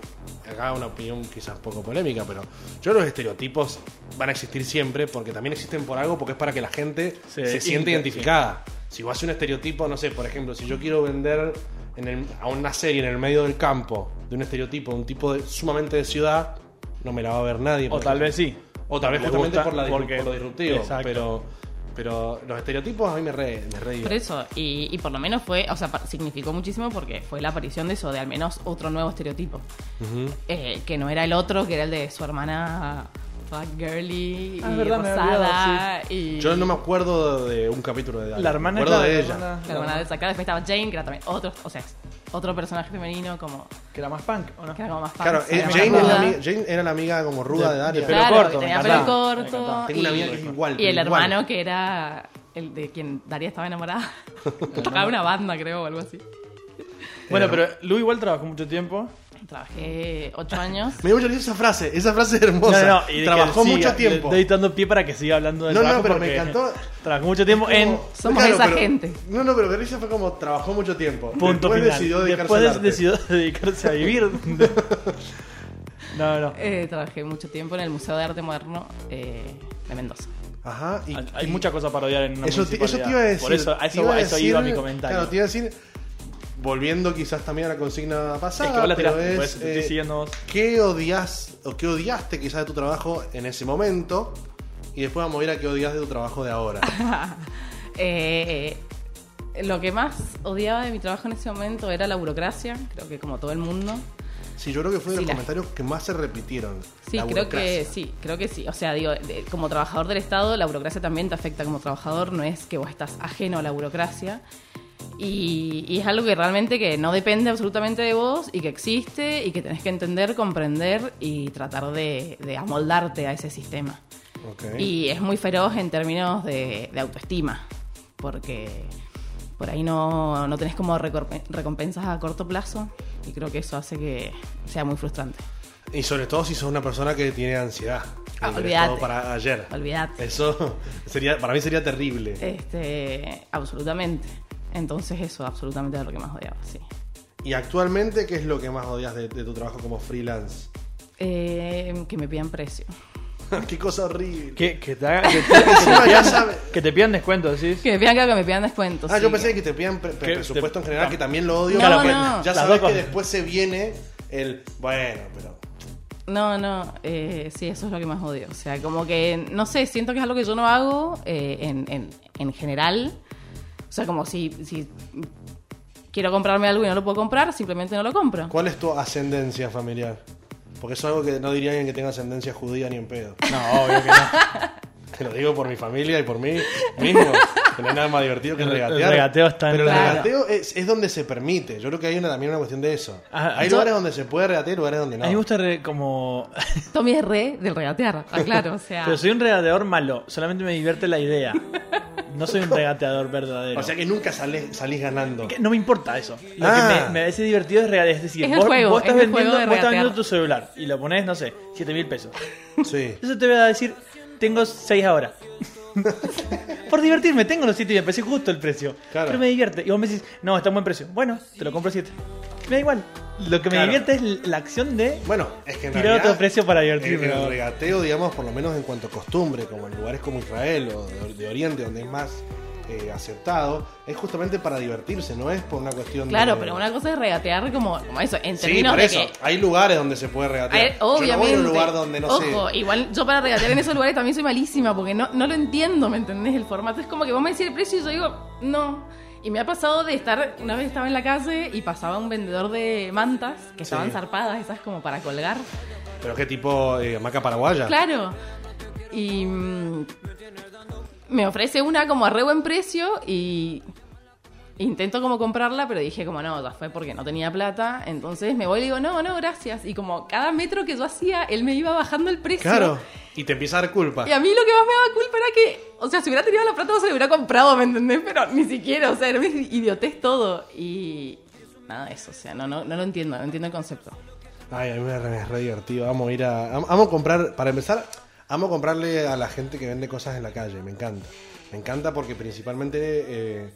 [SPEAKER 1] Acá una opinión quizás poco polémica, pero yo creo que los estereotipos van a existir siempre porque también existen por algo, porque es para que la gente
[SPEAKER 2] Se
[SPEAKER 1] se, siente
[SPEAKER 2] identifique.
[SPEAKER 1] identificada. Si vos haces un estereotipo, no sé, por ejemplo, si yo quiero vender en el- a una serie en el medio del campo de un estereotipo, de un tipo de- sumamente de ciudad, no me la va a ver nadie.
[SPEAKER 2] O
[SPEAKER 1] por
[SPEAKER 2] tal
[SPEAKER 1] ejemplo.
[SPEAKER 2] vez sí.
[SPEAKER 1] O tal vez
[SPEAKER 2] Le
[SPEAKER 1] justamente
[SPEAKER 2] gusta
[SPEAKER 1] por, la disru-
[SPEAKER 2] porque-
[SPEAKER 1] por lo disruptivo.
[SPEAKER 2] Exacto.
[SPEAKER 1] Pero, pero los estereotipos a mí me re, me re
[SPEAKER 3] Por eso, y, y por lo menos fue, o sea, pa- significó muchísimo porque fue la aparición de eso, de al menos otro nuevo estereotipo.
[SPEAKER 1] Ujú.
[SPEAKER 3] Eh, que no era el otro, que era el de su hermana toda girly
[SPEAKER 2] Ah,
[SPEAKER 3] y
[SPEAKER 2] es verdad, me había
[SPEAKER 3] rosada. y
[SPEAKER 1] Yo no me acuerdo de un capítulo de Daria.
[SPEAKER 2] La
[SPEAKER 1] me
[SPEAKER 2] hermana es
[SPEAKER 1] acuerdo
[SPEAKER 2] la
[SPEAKER 1] de
[SPEAKER 2] la
[SPEAKER 1] ella.
[SPEAKER 2] hermana-
[SPEAKER 3] La hermana de sacar, después estaba Jane, que era también otro, o sea, otro personaje femenino como
[SPEAKER 2] Que era más punk, ¿o no?
[SPEAKER 3] que era como más fan,
[SPEAKER 1] Claro,
[SPEAKER 3] o sea,
[SPEAKER 1] eh,
[SPEAKER 3] era más
[SPEAKER 1] Jane, es la
[SPEAKER 3] ruda.
[SPEAKER 1] ami- Jane era la amiga como ruda
[SPEAKER 2] Ah, De-
[SPEAKER 1] de, Daria.
[SPEAKER 2] de
[SPEAKER 3] Claro,
[SPEAKER 2] pelo corto,
[SPEAKER 3] que tenía
[SPEAKER 2] me
[SPEAKER 3] pelo
[SPEAKER 2] encantaba, me
[SPEAKER 3] corto.
[SPEAKER 2] encantaba.
[SPEAKER 1] Tengo una
[SPEAKER 3] y-
[SPEAKER 1] amiga que es igual.
[SPEAKER 3] Y el
[SPEAKER 1] igual.
[SPEAKER 3] hermano que era el de quien Daria estaba enamorada. Tocaba una banda, creo, o algo así.
[SPEAKER 2] Bueno, pero Lu igual trabajó mucho tiempo.
[SPEAKER 3] Trabajé ocho años.
[SPEAKER 1] Me dio mucha risa esa frase, esa frase es hermosa.
[SPEAKER 2] de que
[SPEAKER 1] Trabajó
[SPEAKER 2] siga-
[SPEAKER 1] mucho
[SPEAKER 2] le
[SPEAKER 1] tiempo.
[SPEAKER 2] Estoy dando pie para que siga hablando de
[SPEAKER 1] No, no,
[SPEAKER 2] trabajo
[SPEAKER 1] pero me
[SPEAKER 2] porque
[SPEAKER 1] encantó.
[SPEAKER 2] Trabajó mucho tiempo en...
[SPEAKER 1] Como-
[SPEAKER 3] Somos esa
[SPEAKER 1] pero-
[SPEAKER 3] gente.
[SPEAKER 1] No, no, pero que risa fue como trabajó mucho tiempo.
[SPEAKER 2] Punto
[SPEAKER 1] Después
[SPEAKER 2] final.
[SPEAKER 1] decidió dedicarse
[SPEAKER 2] Después
[SPEAKER 1] al arte.
[SPEAKER 2] decidió dedicarse a vivir. no, no.
[SPEAKER 3] Eh, trabajé mucho tiempo en el Museo de Arte Moderno eh, de Mendoza.
[SPEAKER 1] Ajá, y,
[SPEAKER 2] Hay- Hay
[SPEAKER 1] y-
[SPEAKER 2] mucha cosa para odiar en una
[SPEAKER 1] eso, te- eso
[SPEAKER 2] municipalidad.
[SPEAKER 1] te iba a decir.
[SPEAKER 2] Por eso, a
[SPEAKER 1] te
[SPEAKER 2] eso, a
[SPEAKER 1] a
[SPEAKER 2] eso
[SPEAKER 1] decir-
[SPEAKER 2] iba mi comentario.
[SPEAKER 1] Claro, te iba a decir, volviendo quizás también a la consigna pasada,
[SPEAKER 2] es que vos la
[SPEAKER 1] pero
[SPEAKER 2] tiraste,
[SPEAKER 1] es,
[SPEAKER 2] por eso te
[SPEAKER 1] eh,
[SPEAKER 2] estoy siguiendo vos.
[SPEAKER 1] ¿Qué odias o qué odiaste quizás de tu trabajo en ese momento? Y después vamos a ir a qué odias de tu trabajo de ahora.
[SPEAKER 3] Eh, lo que más odiaba de mi trabajo en ese momento era la burocracia, creo que como todo el mundo.
[SPEAKER 1] Sí, yo creo que fue de
[SPEAKER 3] Sí,
[SPEAKER 1] los
[SPEAKER 3] la-
[SPEAKER 1] comentarios que más se repitieron.
[SPEAKER 3] Sí,
[SPEAKER 1] la
[SPEAKER 3] creo que
[SPEAKER 1] burocracia.
[SPEAKER 3] sí, creo que sí. O sea, digo, de- como trabajador del Estado, la burocracia también te afecta como trabajador, no es que vos estás ajeno a la burocracia. Y, y es algo que realmente que no depende absolutamente de vos y que existe y que tenés que entender, comprender y tratar de- de amoldarte a ese sistema.
[SPEAKER 1] Ok.
[SPEAKER 3] Y es muy feroz en términos de, de autoestima, porque por ahí no, no tenés como recorpe- recompensas a corto plazo y creo que eso hace que sea muy frustrante.
[SPEAKER 1] Y sobre todo si sos una persona que tiene ansiedad.
[SPEAKER 3] Ah,
[SPEAKER 1] Sobre
[SPEAKER 3] olvídate.
[SPEAKER 1] todo para ayer.
[SPEAKER 3] Olvídate.
[SPEAKER 1] Eso sería, para mí sería terrible.
[SPEAKER 3] Este, absolutamente. Entonces eso absolutamente era lo que más odiaba, sí.
[SPEAKER 1] ¿Y actualmente qué es lo que más odias de, de tu trabajo como freelance?
[SPEAKER 3] Eh, que me pidan precio.
[SPEAKER 1] qué cosa horrible.
[SPEAKER 2] Que, que te haga- que te-
[SPEAKER 1] Encima ya sabe-
[SPEAKER 2] que te pidan descuento, decís.
[SPEAKER 3] Que me pidan claro, que me pidan descuentos.
[SPEAKER 1] Ah,
[SPEAKER 3] sí.
[SPEAKER 1] yo pensé que te pidan pre- pre-
[SPEAKER 2] Que
[SPEAKER 1] presupuesto
[SPEAKER 2] te-
[SPEAKER 1] en general,
[SPEAKER 2] no.
[SPEAKER 1] que también lo odio.
[SPEAKER 3] No, Claro,
[SPEAKER 1] porque
[SPEAKER 3] no.
[SPEAKER 1] Ya
[SPEAKER 2] las
[SPEAKER 1] sabes
[SPEAKER 2] dos
[SPEAKER 1] que
[SPEAKER 2] cosas.
[SPEAKER 1] después se viene el. Bueno, pero.
[SPEAKER 3] No, no, eh, sí, eso es lo que más odio. O sea, como que, no sé, siento que es algo que yo no hago eh, en, en- en general. O sea, como si, si quiero comprarme algo y no lo puedo comprar, simplemente no lo compro.
[SPEAKER 1] ¿Cuál es tu ascendencia familiar? Porque eso es algo que no diría alguien que tenga ascendencia judía ni en pedo.
[SPEAKER 2] No, obvio que no.
[SPEAKER 1] Te lo digo por mi familia y por mí mismo. Que no hay nada más divertido que
[SPEAKER 2] El-
[SPEAKER 1] el
[SPEAKER 2] el
[SPEAKER 1] regateo.
[SPEAKER 2] regateo está en-
[SPEAKER 1] Pero el
[SPEAKER 3] Claro.
[SPEAKER 1] regateo es, es donde se permite. Yo creo que hay una, también una cuestión de eso.
[SPEAKER 2] Ah,
[SPEAKER 1] hay
[SPEAKER 2] yo-
[SPEAKER 1] lugares donde se puede regatear y lugares donde no.
[SPEAKER 2] A mí me gusta re- como...
[SPEAKER 3] Tommy es re del regatear, aclaro. O sea,
[SPEAKER 2] Pero soy un regateador malo, solamente me divierte la idea. No soy un regateador verdadero.
[SPEAKER 1] O sea que nunca sales, salís ganando.
[SPEAKER 2] Que No me importa eso. Lo
[SPEAKER 1] Ah.
[SPEAKER 2] que me, me parece divertido es regatear. Es decir,
[SPEAKER 3] Es el
[SPEAKER 2] vos,
[SPEAKER 3] juego,
[SPEAKER 2] vos estás
[SPEAKER 3] es el
[SPEAKER 2] vendiendo,
[SPEAKER 3] juego de
[SPEAKER 2] vos estás
[SPEAKER 3] regatear.
[SPEAKER 2] vendiendo tu celular y lo pones, no sé, 7 mil pesos.
[SPEAKER 1] Sí.
[SPEAKER 2] Eso te voy a decir, tengo 6 ahora. Por divertirme, tengo los 7 y me parece justo el precio.
[SPEAKER 1] Claro.
[SPEAKER 2] Pero me divierte. Y vos me decís, no, está a buen precio. Bueno, te lo compro 7. Me da igual. Lo que me
[SPEAKER 1] Claro.
[SPEAKER 2] divierte es la acción de
[SPEAKER 1] Bueno, es que en
[SPEAKER 2] Tirar
[SPEAKER 1] realidad...
[SPEAKER 2] otro precio para divertirme,
[SPEAKER 1] divertirme.
[SPEAKER 2] ¿no?
[SPEAKER 1] El regateo, digamos, por lo menos en cuanto a costumbre, como en lugares como Israel o de, de Oriente, donde es más eh, aceptado, es justamente para divertirse, no es por una cuestión de...
[SPEAKER 3] claro, pero una cosa es regatear como, como eso, en
[SPEAKER 1] Sí,
[SPEAKER 3] términos
[SPEAKER 1] por
[SPEAKER 3] de
[SPEAKER 1] eso.
[SPEAKER 3] que...
[SPEAKER 1] Hay lugares donde se puede
[SPEAKER 3] A
[SPEAKER 1] regatear.
[SPEAKER 3] ver,
[SPEAKER 1] Yo no voy a
[SPEAKER 3] obviamente.
[SPEAKER 1] un lugar donde no sé...
[SPEAKER 3] Ojo, igual yo para regatear en esos lugares también soy malísima porque no, no lo entiendo, ¿me entendés? El formato es como que vos me decís el precio y yo digo, no. Y me ha pasado de estar, una vez estaba en la calle y pasaba un vendedor de mantas que estaban
[SPEAKER 1] Sí.
[SPEAKER 3] zarpadas, esas como para colgar.
[SPEAKER 1] Pero qué tipo, eh, maca paraguaya.
[SPEAKER 3] Claro. Y mm, me ofrece una como a re buen precio y intento como comprarla, pero dije como no, ya fue porque no tenía plata. Entonces me voy y digo, no, no, gracias. Y como cada metro que yo hacía, él me iba bajando el precio.
[SPEAKER 1] Claro. Y te empieza a dar culpa.
[SPEAKER 3] Y a mí lo que más me daba culpa era que, o sea, si hubiera tenido la plata no se lo hubiera comprado, ¿me entendés? Pero ni siquiera, o sea, era una idiotez todo. Y nada de eso, o sea, no, no, no lo entiendo, no entiendo el concepto.
[SPEAKER 1] Ay, a mí me re, es re divertido. Amo ir a. am- Amo comprar. Para empezar, amo comprarle a la gente que vende cosas en la calle. Me encanta. Me encanta porque principalmente. eh,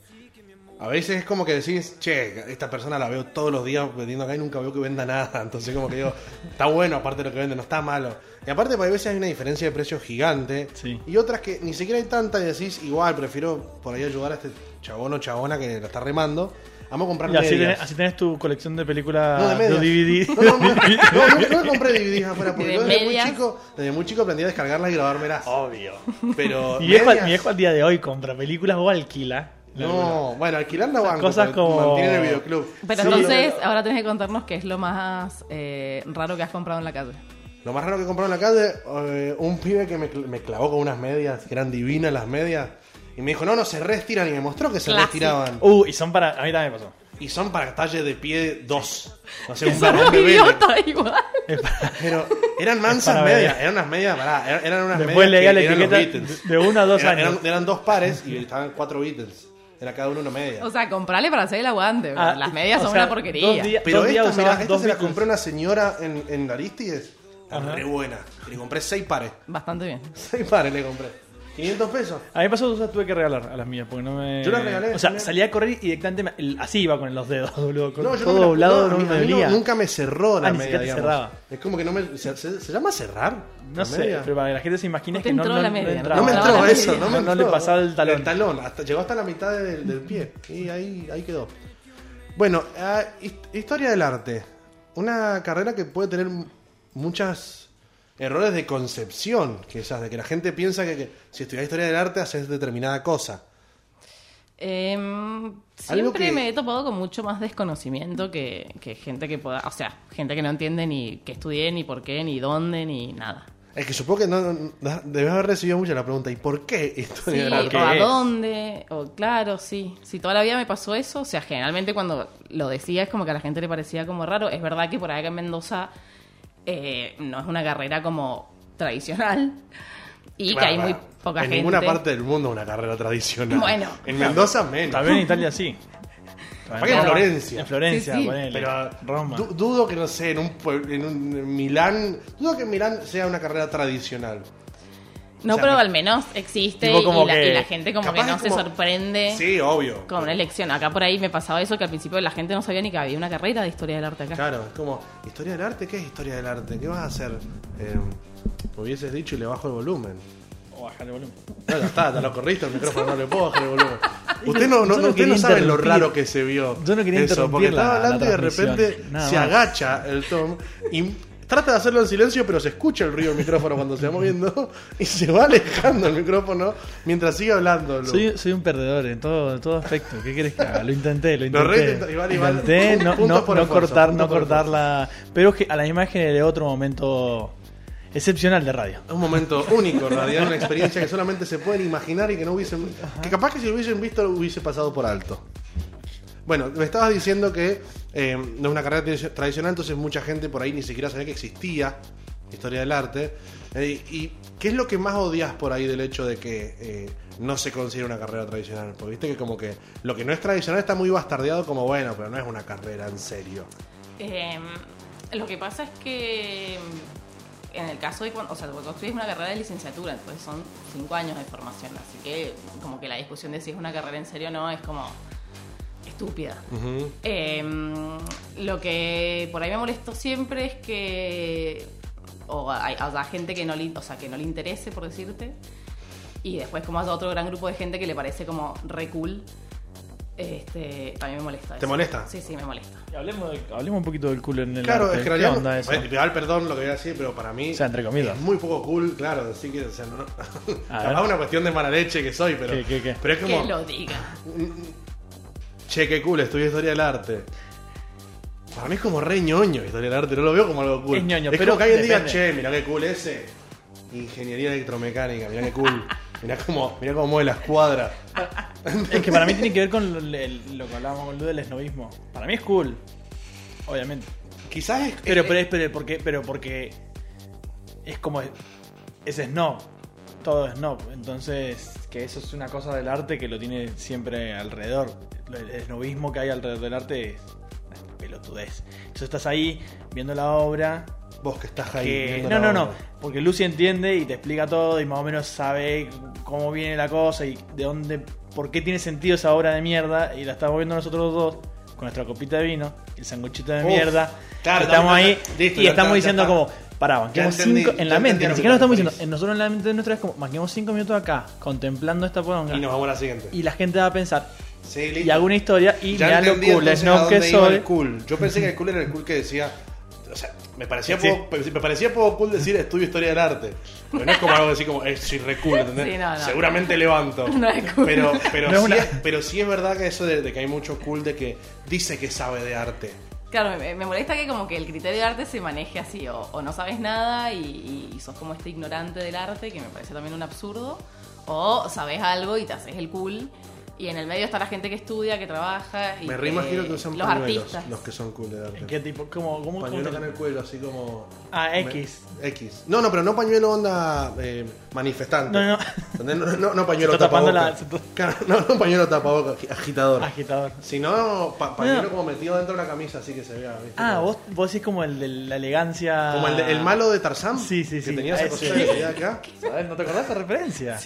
[SPEAKER 1] a veces es como que decís, che, esta persona la veo todos los días vendiendo acá y nunca veo que venda nada. Entonces, como que digo, está bueno aparte de lo que vende, no está malo. Y aparte, porque a veces hay una diferencia de precios gigante.
[SPEAKER 2] Sí.
[SPEAKER 1] Y otras que ni siquiera hay tanta y decís, igual, prefiero por ahí ayudar a este chabón o chabona que la está remando. Amo comprar
[SPEAKER 2] Y así,
[SPEAKER 1] medias.
[SPEAKER 2] tenés, así tenés tu colección de películas
[SPEAKER 1] No, de medias.
[SPEAKER 2] de DVD.
[SPEAKER 1] No, no, no, no, no, no compré DVDs afuera porque
[SPEAKER 3] De
[SPEAKER 1] yo desde muy,
[SPEAKER 3] medias.
[SPEAKER 1] chico, desde muy chico aprendí a descargarlas y grabármelas.
[SPEAKER 2] Obvio.
[SPEAKER 1] Pero.
[SPEAKER 2] Mi viejo,
[SPEAKER 1] medias,
[SPEAKER 2] mi viejo al día de hoy compra películas o alquila.
[SPEAKER 1] No, bueno, alquilar la banco.
[SPEAKER 2] cosas
[SPEAKER 1] pero
[SPEAKER 2] como-
[SPEAKER 1] Mantienen el videoclub.
[SPEAKER 3] Pero
[SPEAKER 1] Sí.
[SPEAKER 3] entonces, ahora tenés que contarnos qué es lo más eh, raro que has comprado en la calle.
[SPEAKER 1] Lo más raro que compré en la calle, eh, un pibe que me, cl- me clavó con unas medias, que eran divinas las medias. Y me dijo, no, no, se restiran. Y me mostró que se
[SPEAKER 3] Clásico.
[SPEAKER 1] restiraban.
[SPEAKER 2] Uh, y son para. A mí también me pasó.
[SPEAKER 1] Y son para talle de pie 2. No sé, un
[SPEAKER 3] Son
[SPEAKER 1] varón
[SPEAKER 3] un
[SPEAKER 1] bebé.
[SPEAKER 3] idiota igual.
[SPEAKER 1] Pero eran mansas
[SPEAKER 2] para
[SPEAKER 1] medias.
[SPEAKER 2] bebé.
[SPEAKER 1] Eran unas medias, pará. Eran, eran unas
[SPEAKER 2] Después
[SPEAKER 1] medias. que
[SPEAKER 2] leía la
[SPEAKER 1] eran los
[SPEAKER 2] etiqueta
[SPEAKER 1] Beatles.
[SPEAKER 2] de uno a dos
[SPEAKER 1] Era-
[SPEAKER 2] años.
[SPEAKER 1] Eran, eran dos pares y estaban cuatro Beatles. Era cada uno una media.
[SPEAKER 3] O sea, comprale para hacer el aguante. bro.
[SPEAKER 2] Ah,
[SPEAKER 3] Las medias
[SPEAKER 2] o
[SPEAKER 3] son
[SPEAKER 2] sea,
[SPEAKER 3] una porquería.
[SPEAKER 2] Dos días,
[SPEAKER 1] Pero
[SPEAKER 2] dos días
[SPEAKER 1] esta, mirá,
[SPEAKER 2] usabas
[SPEAKER 1] esta
[SPEAKER 2] dos
[SPEAKER 1] se la
[SPEAKER 2] Beatles.
[SPEAKER 1] compré una señora en, en Aristides. Está
[SPEAKER 2] Ajá.
[SPEAKER 1] re buena. Le compré seis pares.
[SPEAKER 3] Bastante bien.
[SPEAKER 1] Seis pares le compré. 500 pesos.
[SPEAKER 2] A mí me pasó, o sea, tuve que regalar a las mías, porque no me.
[SPEAKER 1] Yo las regalé,
[SPEAKER 2] O sea,
[SPEAKER 1] también.
[SPEAKER 2] salía a correr y directamente me- el- así iba con los dedos, boludo. Con
[SPEAKER 1] No, yo
[SPEAKER 2] todo
[SPEAKER 1] no me la-
[SPEAKER 2] doblado,
[SPEAKER 1] no,
[SPEAKER 2] no,
[SPEAKER 1] a mí-
[SPEAKER 2] me
[SPEAKER 1] a mí no-
[SPEAKER 2] dolía.
[SPEAKER 1] nunca me cerró la
[SPEAKER 2] Ah, ni
[SPEAKER 1] media,
[SPEAKER 2] siquiera te
[SPEAKER 1] digamos.
[SPEAKER 2] cerraba.
[SPEAKER 1] Es como que no me. ¿Se, se- se llama cerrar?
[SPEAKER 2] No
[SPEAKER 1] la
[SPEAKER 2] sé,
[SPEAKER 1] media?
[SPEAKER 2] pero para que la gente se imagine
[SPEAKER 3] No
[SPEAKER 2] que
[SPEAKER 3] te
[SPEAKER 2] no,
[SPEAKER 3] entró
[SPEAKER 2] no,
[SPEAKER 3] la
[SPEAKER 2] no
[SPEAKER 3] media, ¿no?
[SPEAKER 2] entraba.
[SPEAKER 1] No me
[SPEAKER 3] entraba
[SPEAKER 1] entró
[SPEAKER 3] la
[SPEAKER 1] eso,
[SPEAKER 3] media.
[SPEAKER 1] no me
[SPEAKER 2] No, no le
[SPEAKER 1] entró.
[SPEAKER 2] pasaba el talón.
[SPEAKER 1] El talón, hasta, llegó hasta la mitad del, del pie. Y ahí, ahí quedó. Bueno, ah, hist- historia del arte. Una carrera que puede tener m- muchas errores de concepción, quizás, de que la gente piensa que, que si estudias historia del arte haces determinada cosa.
[SPEAKER 3] Em, siempre
[SPEAKER 1] que-
[SPEAKER 3] me he topado con mucho más desconocimiento que, que gente que pueda. O sea, gente que no entiende ni qué estudié, ni por qué, ni dónde, ni nada.
[SPEAKER 1] Es que supongo que no, no- debes haber recibido mucho la pregunta, ¿y por qué
[SPEAKER 3] Sí,
[SPEAKER 1] historia del
[SPEAKER 3] o
[SPEAKER 1] arte?
[SPEAKER 2] ¿qué
[SPEAKER 3] a
[SPEAKER 2] es?
[SPEAKER 3] dónde, o claro, sí. Si toda la vida me pasó eso, o sea, generalmente cuando lo decía es como que a la gente le parecía como raro. Es verdad que por acá en Mendoza eh, no es una carrera como tradicional y
[SPEAKER 1] Claro,
[SPEAKER 3] que hay muy
[SPEAKER 1] claro.
[SPEAKER 3] poca
[SPEAKER 1] en
[SPEAKER 3] gente.
[SPEAKER 1] ninguna parte del mundo es una carrera tradicional.
[SPEAKER 3] Bueno.
[SPEAKER 1] En Mendoza menos.
[SPEAKER 2] También en Italia sí.
[SPEAKER 1] Capaz que en Florencia.
[SPEAKER 2] En Florencia,
[SPEAKER 3] Sí, sí.
[SPEAKER 2] ponele.
[SPEAKER 1] Pero
[SPEAKER 2] Roma.
[SPEAKER 1] du- dudo que, no sé, en un, pueblo- en un en Milán, dudo que en Milán sea una carrera tradicional. o
[SPEAKER 3] No,
[SPEAKER 1] sea,
[SPEAKER 3] pero
[SPEAKER 1] me-
[SPEAKER 3] al menos existe
[SPEAKER 2] Tipo
[SPEAKER 3] y,
[SPEAKER 2] como
[SPEAKER 3] la,
[SPEAKER 2] que-
[SPEAKER 3] y la gente como que
[SPEAKER 1] capaz
[SPEAKER 3] no
[SPEAKER 1] es
[SPEAKER 3] se
[SPEAKER 1] como-
[SPEAKER 3] sorprende
[SPEAKER 1] Sí, obvio.
[SPEAKER 3] con una elección. Acá por ahí me pasaba eso que al principio la gente no sabía ni que había una carrera de historia del arte acá.
[SPEAKER 1] Claro, es como, ¿historia del arte? ¿Qué es historia del arte? ¿Qué vas a hacer? Eh, me hubieses dicho y le bajo el volumen.
[SPEAKER 2] O bajar el volumen.
[SPEAKER 1] No, ya está, ya lo corriste el micrófono, no le puedo bajar el volumen. Usted no, no,
[SPEAKER 2] Yo no
[SPEAKER 1] usted no
[SPEAKER 2] quería
[SPEAKER 1] sabe lo
[SPEAKER 2] interrumpir.
[SPEAKER 1] raro que se vio.
[SPEAKER 2] Yo no quería
[SPEAKER 1] eso,
[SPEAKER 2] interrumpir
[SPEAKER 1] Porque estaba
[SPEAKER 2] la- la
[SPEAKER 1] hablando y de
[SPEAKER 2] transmisión,
[SPEAKER 1] repente
[SPEAKER 2] nada
[SPEAKER 1] se
[SPEAKER 2] más.
[SPEAKER 1] agacha el Tom y trata de hacerlo en silencio, pero se escucha el ruido del micrófono cuando se va moviendo y se va alejando el micrófono mientras sigue hablando. Lu.
[SPEAKER 2] Soy, soy un perdedor en todo, todo aspecto. ¿Qué querés que haga? Lo intenté, lo
[SPEAKER 1] Lo
[SPEAKER 2] intenté.
[SPEAKER 1] reintenté, igual, igual.
[SPEAKER 2] Intenté no,
[SPEAKER 1] Punto
[SPEAKER 2] no-
[SPEAKER 1] por
[SPEAKER 2] no
[SPEAKER 1] esfuerzo,
[SPEAKER 2] cortar,
[SPEAKER 1] punto
[SPEAKER 2] no
[SPEAKER 1] por
[SPEAKER 2] cortar
[SPEAKER 1] esfuerzo.
[SPEAKER 2] la. Pero es que a la imagen de otro momento excepcional de radio.
[SPEAKER 1] Es un momento único, en realidad, una experiencia que solamente se pueden imaginar y que no hubiesen. Que capaz que si lo hubiesen visto, lo hubiese pasado por alto. Bueno, me estabas diciendo que eh, no es una carrera tra- tradicional, entonces mucha gente por ahí ni siquiera sabía que existía historia del arte. Eh, ¿Y qué es lo que más odias por ahí del hecho de que eh, no se considera una carrera tradicional? Porque viste que como que lo que no es tradicional está muy bastardeado como bueno, pero no es una carrera en serio.
[SPEAKER 3] Eh, lo que pasa es que mm, en el caso de cuando, o sea, cuando estudias una carrera de licenciatura, entonces son cinco años de formación, así que como que la discusión de si es una carrera en serio o no es como estúpida. Eh, lo que por ahí me molestó siempre es que o hay, haya gente que no, le, o sea, que no le interese, por decirte, y después como haya otro gran grupo de gente que le parece como re cool. Este, también me molesta. eso.
[SPEAKER 1] molesta?
[SPEAKER 3] Sí, sí, me molesta.
[SPEAKER 2] Hablemos, un poquito del culo en el.
[SPEAKER 1] Claro, es
[SPEAKER 2] arte.
[SPEAKER 1] que en
[SPEAKER 2] ¿Qué
[SPEAKER 1] realidad.
[SPEAKER 2] onda eso?
[SPEAKER 1] bueno, igual, perdón lo que voy a decir, pero para mí.
[SPEAKER 2] O sea, entre comillas.
[SPEAKER 1] Es muy poco cool, claro. Así que. O sea, no- capaz
[SPEAKER 2] ver.
[SPEAKER 1] una cuestión de mala leche que soy, pero.
[SPEAKER 2] ¿Qué, qué, qué?
[SPEAKER 1] Pero es como.
[SPEAKER 3] Que lo diga.
[SPEAKER 1] Che, qué cool, estudio historia del arte. Para mí es como re ñoño historia del arte, no lo veo como algo cool.
[SPEAKER 2] Es ñoño,
[SPEAKER 1] como
[SPEAKER 2] pero
[SPEAKER 1] que alguien diga,
[SPEAKER 2] depende.
[SPEAKER 1] che, mira qué cool ese. Ingeniería electromecánica, mirá qué cool. Mirá cómo, mirá cómo mueve las cuadras.
[SPEAKER 2] Es que para mí tiene que ver con lo, el- lo que hablábamos con Lu del esnovismo. Para mí es cool. Obviamente.
[SPEAKER 1] Quizás es,
[SPEAKER 2] Pero,
[SPEAKER 1] es-
[SPEAKER 2] pero, es- pero, porque, pero porque es como. Es snob. Todo es snob. Entonces, que eso es una cosa del arte que lo tiene siempre alrededor. El el snobismo que hay alrededor del arte es una pelotudez. Entonces estás ahí viendo la obra.
[SPEAKER 1] vos que estás ahí.
[SPEAKER 2] que-
[SPEAKER 1] viendo
[SPEAKER 2] No,
[SPEAKER 1] la
[SPEAKER 2] no, no.
[SPEAKER 1] obra.
[SPEAKER 2] Porque Lucy entiende y te explica todo y más o menos sabe cómo viene la cosa y de dónde. por qué tiene sentido esa obra de mierda. Y la estamos viendo nosotros dos con nuestra copita de vino, el sanguchito de
[SPEAKER 1] Uf,
[SPEAKER 2] mierda.
[SPEAKER 1] claro,
[SPEAKER 2] estamos
[SPEAKER 1] estamos-
[SPEAKER 2] ahí
[SPEAKER 1] listo,
[SPEAKER 2] y
[SPEAKER 1] ya
[SPEAKER 2] estamos
[SPEAKER 1] está, ya
[SPEAKER 2] diciendo
[SPEAKER 1] está.
[SPEAKER 2] como. Pará, banquemos
[SPEAKER 1] Ya entendí,
[SPEAKER 2] cinco. En
[SPEAKER 1] ya
[SPEAKER 2] la mente,
[SPEAKER 1] entendí a
[SPEAKER 2] ni
[SPEAKER 1] lo que
[SPEAKER 2] siquiera
[SPEAKER 1] te
[SPEAKER 2] lo estamos diciendo.
[SPEAKER 1] referís.
[SPEAKER 2] En nosotros en la mente nuestra es como, banquemos cinco minutos acá, contemplando esta poronga.
[SPEAKER 1] Y
[SPEAKER 2] Y,
[SPEAKER 1] nos vamos a la siguiente.
[SPEAKER 2] la gente va a pensar,
[SPEAKER 1] Sí, listo.
[SPEAKER 2] y hago una historia y
[SPEAKER 1] Ya
[SPEAKER 2] mirá lo
[SPEAKER 1] entendí
[SPEAKER 2] cool,
[SPEAKER 1] entonces
[SPEAKER 2] es no
[SPEAKER 1] a dónde
[SPEAKER 2] que
[SPEAKER 1] iba
[SPEAKER 2] soy.
[SPEAKER 1] el cool. Yo pensé que el cool era el cool que decía. O sea, me parecía,
[SPEAKER 2] Sí.
[SPEAKER 1] poco, me parecía poco cool decir estudio historia del arte. Pero no es como algo así como, es soy re cool, ¿entendés?
[SPEAKER 3] Sí, no, no.
[SPEAKER 1] Seguramente levanto.
[SPEAKER 3] No es cool.
[SPEAKER 1] Pero, pero,
[SPEAKER 2] No es
[SPEAKER 1] sí,
[SPEAKER 2] una-
[SPEAKER 1] es, pero sí es verdad que eso de, de que hay mucho cool de que dice que sabe de arte.
[SPEAKER 3] Claro, me, me molesta que como que el criterio de arte se maneje así, o, o no sabes nada y, y sos como este ignorante del arte, que me parece también un absurdo, o sabes algo y te haces el cool, y en el medio está la gente que estudia, que trabaja, y
[SPEAKER 1] Me
[SPEAKER 3] que-
[SPEAKER 1] reimagino que usan
[SPEAKER 3] los
[SPEAKER 1] pañuelos
[SPEAKER 3] artistas.
[SPEAKER 1] los que son cool de arte.
[SPEAKER 2] ¿En ¿Qué tipo? ¿Cómo? cómo- cómo
[SPEAKER 1] Pañuelo
[SPEAKER 2] te-
[SPEAKER 1] acá en el cuello, así como.
[SPEAKER 2] Ah, X.
[SPEAKER 1] Me- X. No, no, pero no pañuelo onda eh, manifestante.
[SPEAKER 2] No, no.
[SPEAKER 1] ¿Entendés? No, no, no pañuelo
[SPEAKER 2] Se está tapando
[SPEAKER 1] tapabocas.
[SPEAKER 2] la- se
[SPEAKER 1] Claro, no, no pañuelo tapabocas, agi- agitador.
[SPEAKER 2] Agitador.
[SPEAKER 1] Si no, pa- pañuelo
[SPEAKER 2] No.
[SPEAKER 1] como metido dentro de una camisa, así que se vea. ¿viste?
[SPEAKER 2] Ah,
[SPEAKER 1] Como-
[SPEAKER 2] vos, vos decís como el de la elegancia.
[SPEAKER 1] Como el, de- el malo de Tarzán.
[SPEAKER 2] Sí, sí, sí.
[SPEAKER 1] Que tenía esa
[SPEAKER 2] Ah,
[SPEAKER 1] cosita
[SPEAKER 2] sí.
[SPEAKER 1] que tenía acá.
[SPEAKER 2] ¿Sabes? ¿No te acordás de referencia?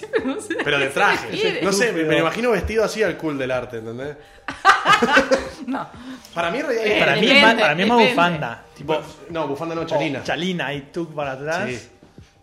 [SPEAKER 1] Pero de traje.
[SPEAKER 3] refiere?
[SPEAKER 1] No sé, me, me
[SPEAKER 2] Estúpido.
[SPEAKER 1] imagino vestido así al cool del arte, ¿entendés?
[SPEAKER 3] No,
[SPEAKER 1] Para mí, en realidad,
[SPEAKER 3] Eh,
[SPEAKER 2] para, mí es
[SPEAKER 3] depende,
[SPEAKER 2] más, para mí es más
[SPEAKER 3] depende.
[SPEAKER 2] bufanda. Tipo,
[SPEAKER 1] No, bufanda no, chalina.
[SPEAKER 2] oh, chalina y tú para atrás.
[SPEAKER 1] Sí.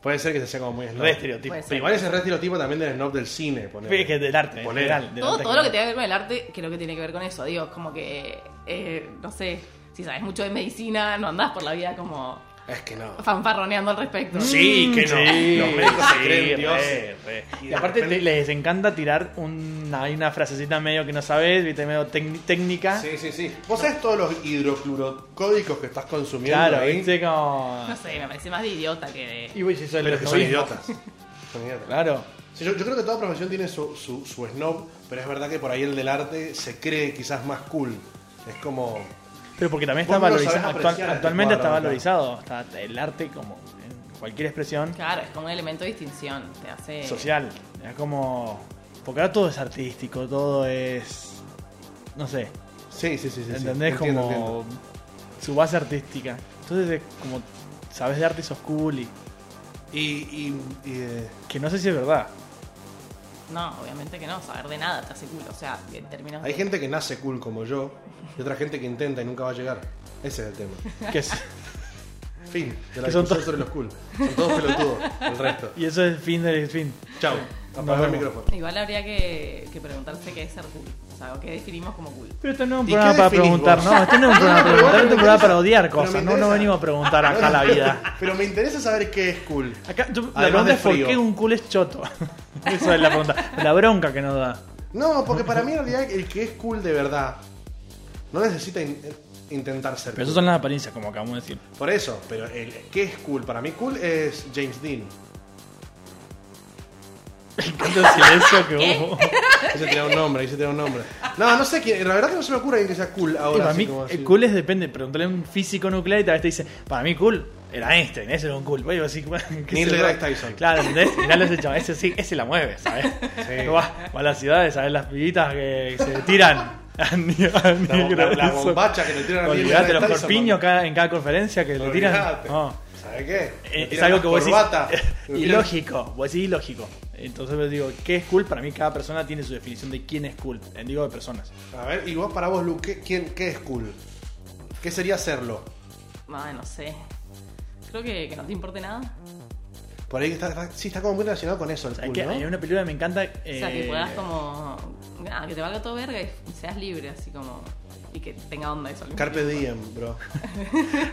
[SPEAKER 1] Puede ser que se sea como muy snob.
[SPEAKER 2] Re estereotipo.
[SPEAKER 3] Puede ser.
[SPEAKER 1] Pero igual ese re estereotipo también del snob del cine, ponele.
[SPEAKER 2] Es que del arte, en
[SPEAKER 1] Ponele.
[SPEAKER 2] general, del
[SPEAKER 3] todo,
[SPEAKER 2] arte
[SPEAKER 3] todo lo que
[SPEAKER 2] general.
[SPEAKER 3] tenga que ver con el arte, creo que tiene que ver con eso, digo, como que, eh, no sé, si sabes mucho de medicina, no andás por la vida como
[SPEAKER 1] Es que no.
[SPEAKER 3] fanfarroneando al respecto.
[SPEAKER 1] Sí, que no.
[SPEAKER 2] Sí,
[SPEAKER 1] Los médicos se
[SPEAKER 2] sí,
[SPEAKER 1] creen
[SPEAKER 2] re,
[SPEAKER 1] dioses.
[SPEAKER 2] re.
[SPEAKER 1] Y
[SPEAKER 2] Y,
[SPEAKER 1] de
[SPEAKER 2] aparte
[SPEAKER 1] repente-
[SPEAKER 2] te- les encanta tirar una, hay una frasecita medio que no sabes, viste, medio tec- técnica.
[SPEAKER 1] Sí, sí, sí. ¿Vos sabés todos los hidroclurocódicos que estás consumiendo
[SPEAKER 2] claro,
[SPEAKER 1] ahí?
[SPEAKER 2] viste como...
[SPEAKER 3] No sé, me parece más de idiota que de...
[SPEAKER 2] Y güey, si soy
[SPEAKER 1] Pero
[SPEAKER 2] el
[SPEAKER 1] que son
[SPEAKER 2] esnovismo.
[SPEAKER 1] idiotas. Son idiotas.
[SPEAKER 2] Claro.
[SPEAKER 1] Sí, yo, yo creo que toda profesión tiene su, su, su snob, pero es verdad que por ahí el del arte se cree quizás más cool. Es como...
[SPEAKER 2] Pero porque también
[SPEAKER 1] Vos
[SPEAKER 2] está
[SPEAKER 1] no lo
[SPEAKER 2] valorizado,
[SPEAKER 1] sabés
[SPEAKER 2] actual-
[SPEAKER 1] apreciar este
[SPEAKER 2] actualmente está
[SPEAKER 1] cuadro, claro.
[SPEAKER 2] valorizado, está el arte como en cualquier expresión
[SPEAKER 3] Claro, es como un elemento de distinción. Te hace.
[SPEAKER 2] social. Es como... Porque ahora todo es artístico, todo es... No sé,
[SPEAKER 1] Sí, sí, sí. sí sí.
[SPEAKER 2] ¿entendés?
[SPEAKER 1] Entiendo,
[SPEAKER 2] como
[SPEAKER 1] entiendo.
[SPEAKER 2] su base artística. Entonces es como... Sabes de arte y sos cool y...
[SPEAKER 1] Y... y, y, eh,
[SPEAKER 2] Que no sé si es verdad.
[SPEAKER 3] No, obviamente que no. Saber de nada te hace culo. O sea, en términos.
[SPEAKER 1] Hay
[SPEAKER 3] de-
[SPEAKER 1] gente que nace cool como yo y otra gente que intenta y nunca va a llegar. Ese es el tema.
[SPEAKER 2] Que es-
[SPEAKER 1] Fin. De la
[SPEAKER 2] Que son
[SPEAKER 1] discusión
[SPEAKER 2] todos-
[SPEAKER 1] sobre los cool. Son todos pelotudos. El resto.
[SPEAKER 2] Y eso es el fin del fin.
[SPEAKER 1] Chau.
[SPEAKER 2] Nos
[SPEAKER 1] Apaga
[SPEAKER 2] vemos.
[SPEAKER 1] el micrófono.
[SPEAKER 3] Igual habría que, que preguntarse qué es ser cool. O sea, o qué definimos como cool.
[SPEAKER 2] Pero esto no es un
[SPEAKER 1] ¿Y
[SPEAKER 2] programa
[SPEAKER 1] qué
[SPEAKER 2] para
[SPEAKER 1] definís
[SPEAKER 2] preguntar,
[SPEAKER 1] vos?
[SPEAKER 2] no, este no es un programa para preguntar, este es un programa para odiar
[SPEAKER 1] Pero me
[SPEAKER 2] cosas, no, no
[SPEAKER 1] interesa.
[SPEAKER 2] venimos a preguntar acá la vida.
[SPEAKER 1] Pero me interesa saber qué es cool.
[SPEAKER 2] Acá, yo- la
[SPEAKER 1] Además de
[SPEAKER 2] pregunta es por
[SPEAKER 1] frío.
[SPEAKER 2] qué un culo es choto. Esa es la pregunta, la bronca que nos da.
[SPEAKER 1] No, porque para mí en realidad el que es cool de verdad no necesita in- eh, intentar ser
[SPEAKER 2] Pero
[SPEAKER 1] cool.
[SPEAKER 2] esas son las apariencias, como acabamos de decir.
[SPEAKER 1] Por eso, pero el que es cool, para mí cool es James Dean.
[SPEAKER 2] Tanto silencio que hubo.
[SPEAKER 1] Ahí se tiene un nombre, ahí se tiene un nombre. No, no sé quién, la verdad que no se me ocurre alguien que sea cool
[SPEAKER 2] Y
[SPEAKER 1] ahora.
[SPEAKER 2] para
[SPEAKER 1] así
[SPEAKER 2] mí,
[SPEAKER 1] como así.
[SPEAKER 2] el cool es depende, preguntale a un físico nuclear y tal vez te dice, para mí cool era Einstein, ese era un cool. Bueno, así, bueno, qué
[SPEAKER 1] Neil
[SPEAKER 2] sé yo.
[SPEAKER 1] deGrasse Tyson.
[SPEAKER 2] Claro, ¿entendés? Miralo a ese chaval, ese sí, ese la mueve, ¿sabes? Va, va a las ciudades, ¿sabes? Las pibitas que se tiran. a Neil
[SPEAKER 1] La, bo- la-
[SPEAKER 2] deGrasse
[SPEAKER 1] la
[SPEAKER 2] Tyson.
[SPEAKER 1] bombacha que le tiran a mí.
[SPEAKER 2] Olvidate los corpiños cada- en cada conferencia que le tiran. No.
[SPEAKER 1] ¿Sabes qué? Le
[SPEAKER 2] Eh, Es
[SPEAKER 1] tiran
[SPEAKER 2] algo
[SPEAKER 1] la
[SPEAKER 2] que vos decís. eh,
[SPEAKER 1] corbata. Le tiran-
[SPEAKER 2] ilógico, vos decís ilógico. Entonces yo digo, ¿qué es cool? Para mí cada persona tiene su definición de quién es cool. Eh, Digo de personas.
[SPEAKER 1] A ver, y vos para vos, Lu, ¿qué, quién, ¿qué es cool? ¿Qué sería hacerlo?
[SPEAKER 3] Ah, no sé. Creo que, que no te importe nada.
[SPEAKER 1] Por ahí está, está- sí, está como muy relacionado con eso el
[SPEAKER 2] O sea,
[SPEAKER 1] cool,
[SPEAKER 2] que
[SPEAKER 1] ¿no?
[SPEAKER 2] hay una película que me encanta.
[SPEAKER 3] O sea, que
[SPEAKER 2] eh,
[SPEAKER 3] puedas como. Nada, que te valga todo verga y seas libre, así como. Y que tenga onda eso. al mismo
[SPEAKER 1] Carpe
[SPEAKER 3] tiempo.
[SPEAKER 1] diem, bro.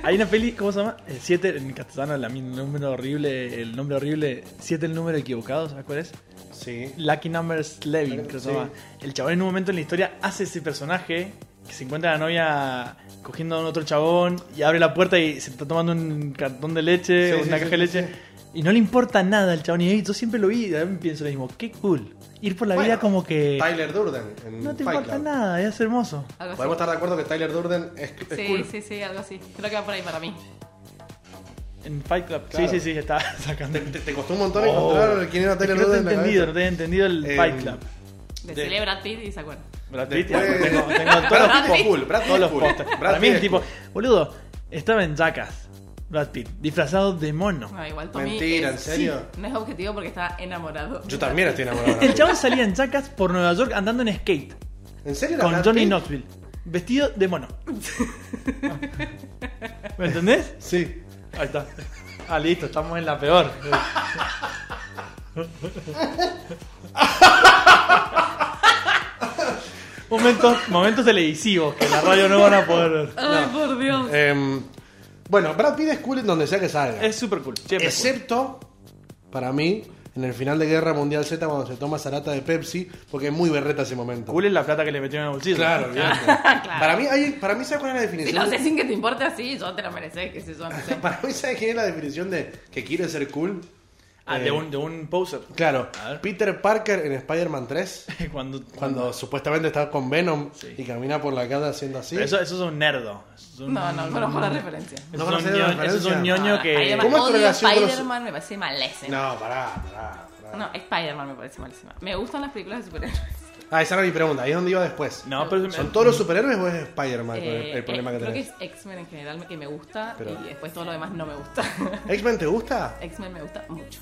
[SPEAKER 2] Hay una peli, ¿cómo se llama? El 7, en castellano, la, mi- el número horrible, el nombre horrible. 7, el número equivocado, ¿sabes cuál es?
[SPEAKER 1] Sí.
[SPEAKER 2] Lucky Numbers Levin, creo que se
[SPEAKER 1] Sí.
[SPEAKER 2] llama. El chabón en un momento en la historia hace ese personaje que se encuentra la novia cogiendo a un otro chabón y abre la puerta y se está tomando un cartón de leche,
[SPEAKER 1] Sí,
[SPEAKER 2] una
[SPEAKER 1] sí,
[SPEAKER 2] caja
[SPEAKER 1] sí,
[SPEAKER 2] de leche.
[SPEAKER 1] sí,
[SPEAKER 2] Y no le importa nada al chabón. Y yo siempre lo vi y también pienso lo mismo. Qué cool. Ir por la
[SPEAKER 1] Bueno,
[SPEAKER 2] vida como que
[SPEAKER 1] Tyler Durden en
[SPEAKER 2] Eh, no te
[SPEAKER 1] Fight
[SPEAKER 2] importa
[SPEAKER 1] Club.
[SPEAKER 2] nada. Es hermoso.
[SPEAKER 3] Algo así.
[SPEAKER 1] Podemos estar de acuerdo que Tyler Durden es, es
[SPEAKER 3] Sí,
[SPEAKER 1] cool.
[SPEAKER 3] sí, sí, algo así. Creo que va por ahí para mí.
[SPEAKER 2] En Fight Club.
[SPEAKER 1] claro.
[SPEAKER 2] Sí, sí, sí. Está sacando.
[SPEAKER 1] Te, te- te costó un montón
[SPEAKER 2] Oh.
[SPEAKER 1] encontrar quién era
[SPEAKER 2] Es que
[SPEAKER 1] Tyler
[SPEAKER 2] no te
[SPEAKER 1] Durden.
[SPEAKER 2] he
[SPEAKER 1] en la
[SPEAKER 2] entendido, no
[SPEAKER 1] cabeza.
[SPEAKER 2] te he entendido el
[SPEAKER 1] Eh,
[SPEAKER 2] Fight Club.
[SPEAKER 3] De
[SPEAKER 2] De-
[SPEAKER 3] celebra Pitt y se acuerda.
[SPEAKER 2] Brad Pitt,
[SPEAKER 1] Después-
[SPEAKER 2] ya, tengo, tengo
[SPEAKER 1] Brad
[SPEAKER 2] todos,
[SPEAKER 1] Pitt es cool, Brad Pitt
[SPEAKER 2] todos
[SPEAKER 1] es
[SPEAKER 2] los
[SPEAKER 1] cool.
[SPEAKER 2] pósters.
[SPEAKER 1] Brad
[SPEAKER 2] Para mí
[SPEAKER 1] Pitt
[SPEAKER 2] el
[SPEAKER 1] es
[SPEAKER 2] tipo,
[SPEAKER 1] cool.
[SPEAKER 2] boludo, estaba en Jackass, Brad Pitt, disfrazado de mono.
[SPEAKER 3] No, igual Tommy.
[SPEAKER 1] Mentira,
[SPEAKER 3] es-
[SPEAKER 1] ¿en serio?
[SPEAKER 3] sí, no es objetivo porque está enamorado.
[SPEAKER 1] Yo también estoy enamorado. de
[SPEAKER 2] El
[SPEAKER 1] Brad
[SPEAKER 2] chabón salía en Jackass por Nueva York andando en skate
[SPEAKER 1] Pitt. ¿En serio era
[SPEAKER 2] con
[SPEAKER 1] Brad
[SPEAKER 2] Johnny
[SPEAKER 1] Pitt?
[SPEAKER 2] Knoxville, vestido de mono. ¿Me entendés?
[SPEAKER 1] Sí.
[SPEAKER 2] Ahí está. Ah, listo, estamos en la peor. momentos, momentos televisivos que en la radio no van a poder ver.
[SPEAKER 3] Ay, por Dios.
[SPEAKER 1] Em, bueno, Brad Pitt es cool en donde sea que salga.
[SPEAKER 2] Es súper cool. siempre cool.
[SPEAKER 1] Excepto, para mí, en el final de Guerra Mundial Z cuando se toma esa lata de Pepsi, porque es muy berreta ese momento.
[SPEAKER 2] Cool es la plata que le metieron en el bolsillo.
[SPEAKER 1] Claro, olvídate.
[SPEAKER 3] Claro.
[SPEAKER 1] Para mí, hay, para mí, ¿sabes cuál es la
[SPEAKER 3] Si
[SPEAKER 1] definición?
[SPEAKER 3] lo sé sin que te importe así, yo te lo mereces, qué sé yo, no sé.
[SPEAKER 1] Para mí, ¿sabes quién es la definición de que quiere ser cool?
[SPEAKER 2] Ah,
[SPEAKER 1] Eh,
[SPEAKER 2] de, un, de un poser.
[SPEAKER 1] Claro,
[SPEAKER 2] A ver.
[SPEAKER 1] Peter Parker en Spider-Man 3,
[SPEAKER 2] Cuando,
[SPEAKER 1] cuando supuestamente está con Venom
[SPEAKER 2] Sí.
[SPEAKER 1] y camina por la calle haciendo así.
[SPEAKER 2] Pero eso, eso es un nerdo. Eso es un-
[SPEAKER 3] No, no, conozco la referencia.
[SPEAKER 1] No
[SPEAKER 2] eso es
[SPEAKER 1] conocés
[SPEAKER 2] un
[SPEAKER 1] la
[SPEAKER 2] ñoño- eso es
[SPEAKER 1] referencia.
[SPEAKER 2] un ñoño
[SPEAKER 3] No,
[SPEAKER 2] que.
[SPEAKER 3] Spider-Man,
[SPEAKER 1] ¿Cómo es tu
[SPEAKER 3] odio a
[SPEAKER 1] relación con los-
[SPEAKER 3] Spider-Man me parece malésimo.
[SPEAKER 1] No, pará, pará. pará.
[SPEAKER 3] No, Spider-Man me parece malísima. Me gustan las películas de superhéroes.
[SPEAKER 1] Ah, esa era mi pregunta, ahí es donde iba después.
[SPEAKER 2] No, pero.
[SPEAKER 1] ¿Son todos los superhéroes o es Spider-Man con el,
[SPEAKER 3] Eh,
[SPEAKER 1] el problema
[SPEAKER 3] eh,
[SPEAKER 1] que
[SPEAKER 3] creo
[SPEAKER 1] tenés?
[SPEAKER 3] que es X-Men en general que me gusta
[SPEAKER 1] Pero-
[SPEAKER 3] y después todo lo demás no me gusta.
[SPEAKER 1] ¿X-Men te gusta?
[SPEAKER 3] X-Men me gusta mucho.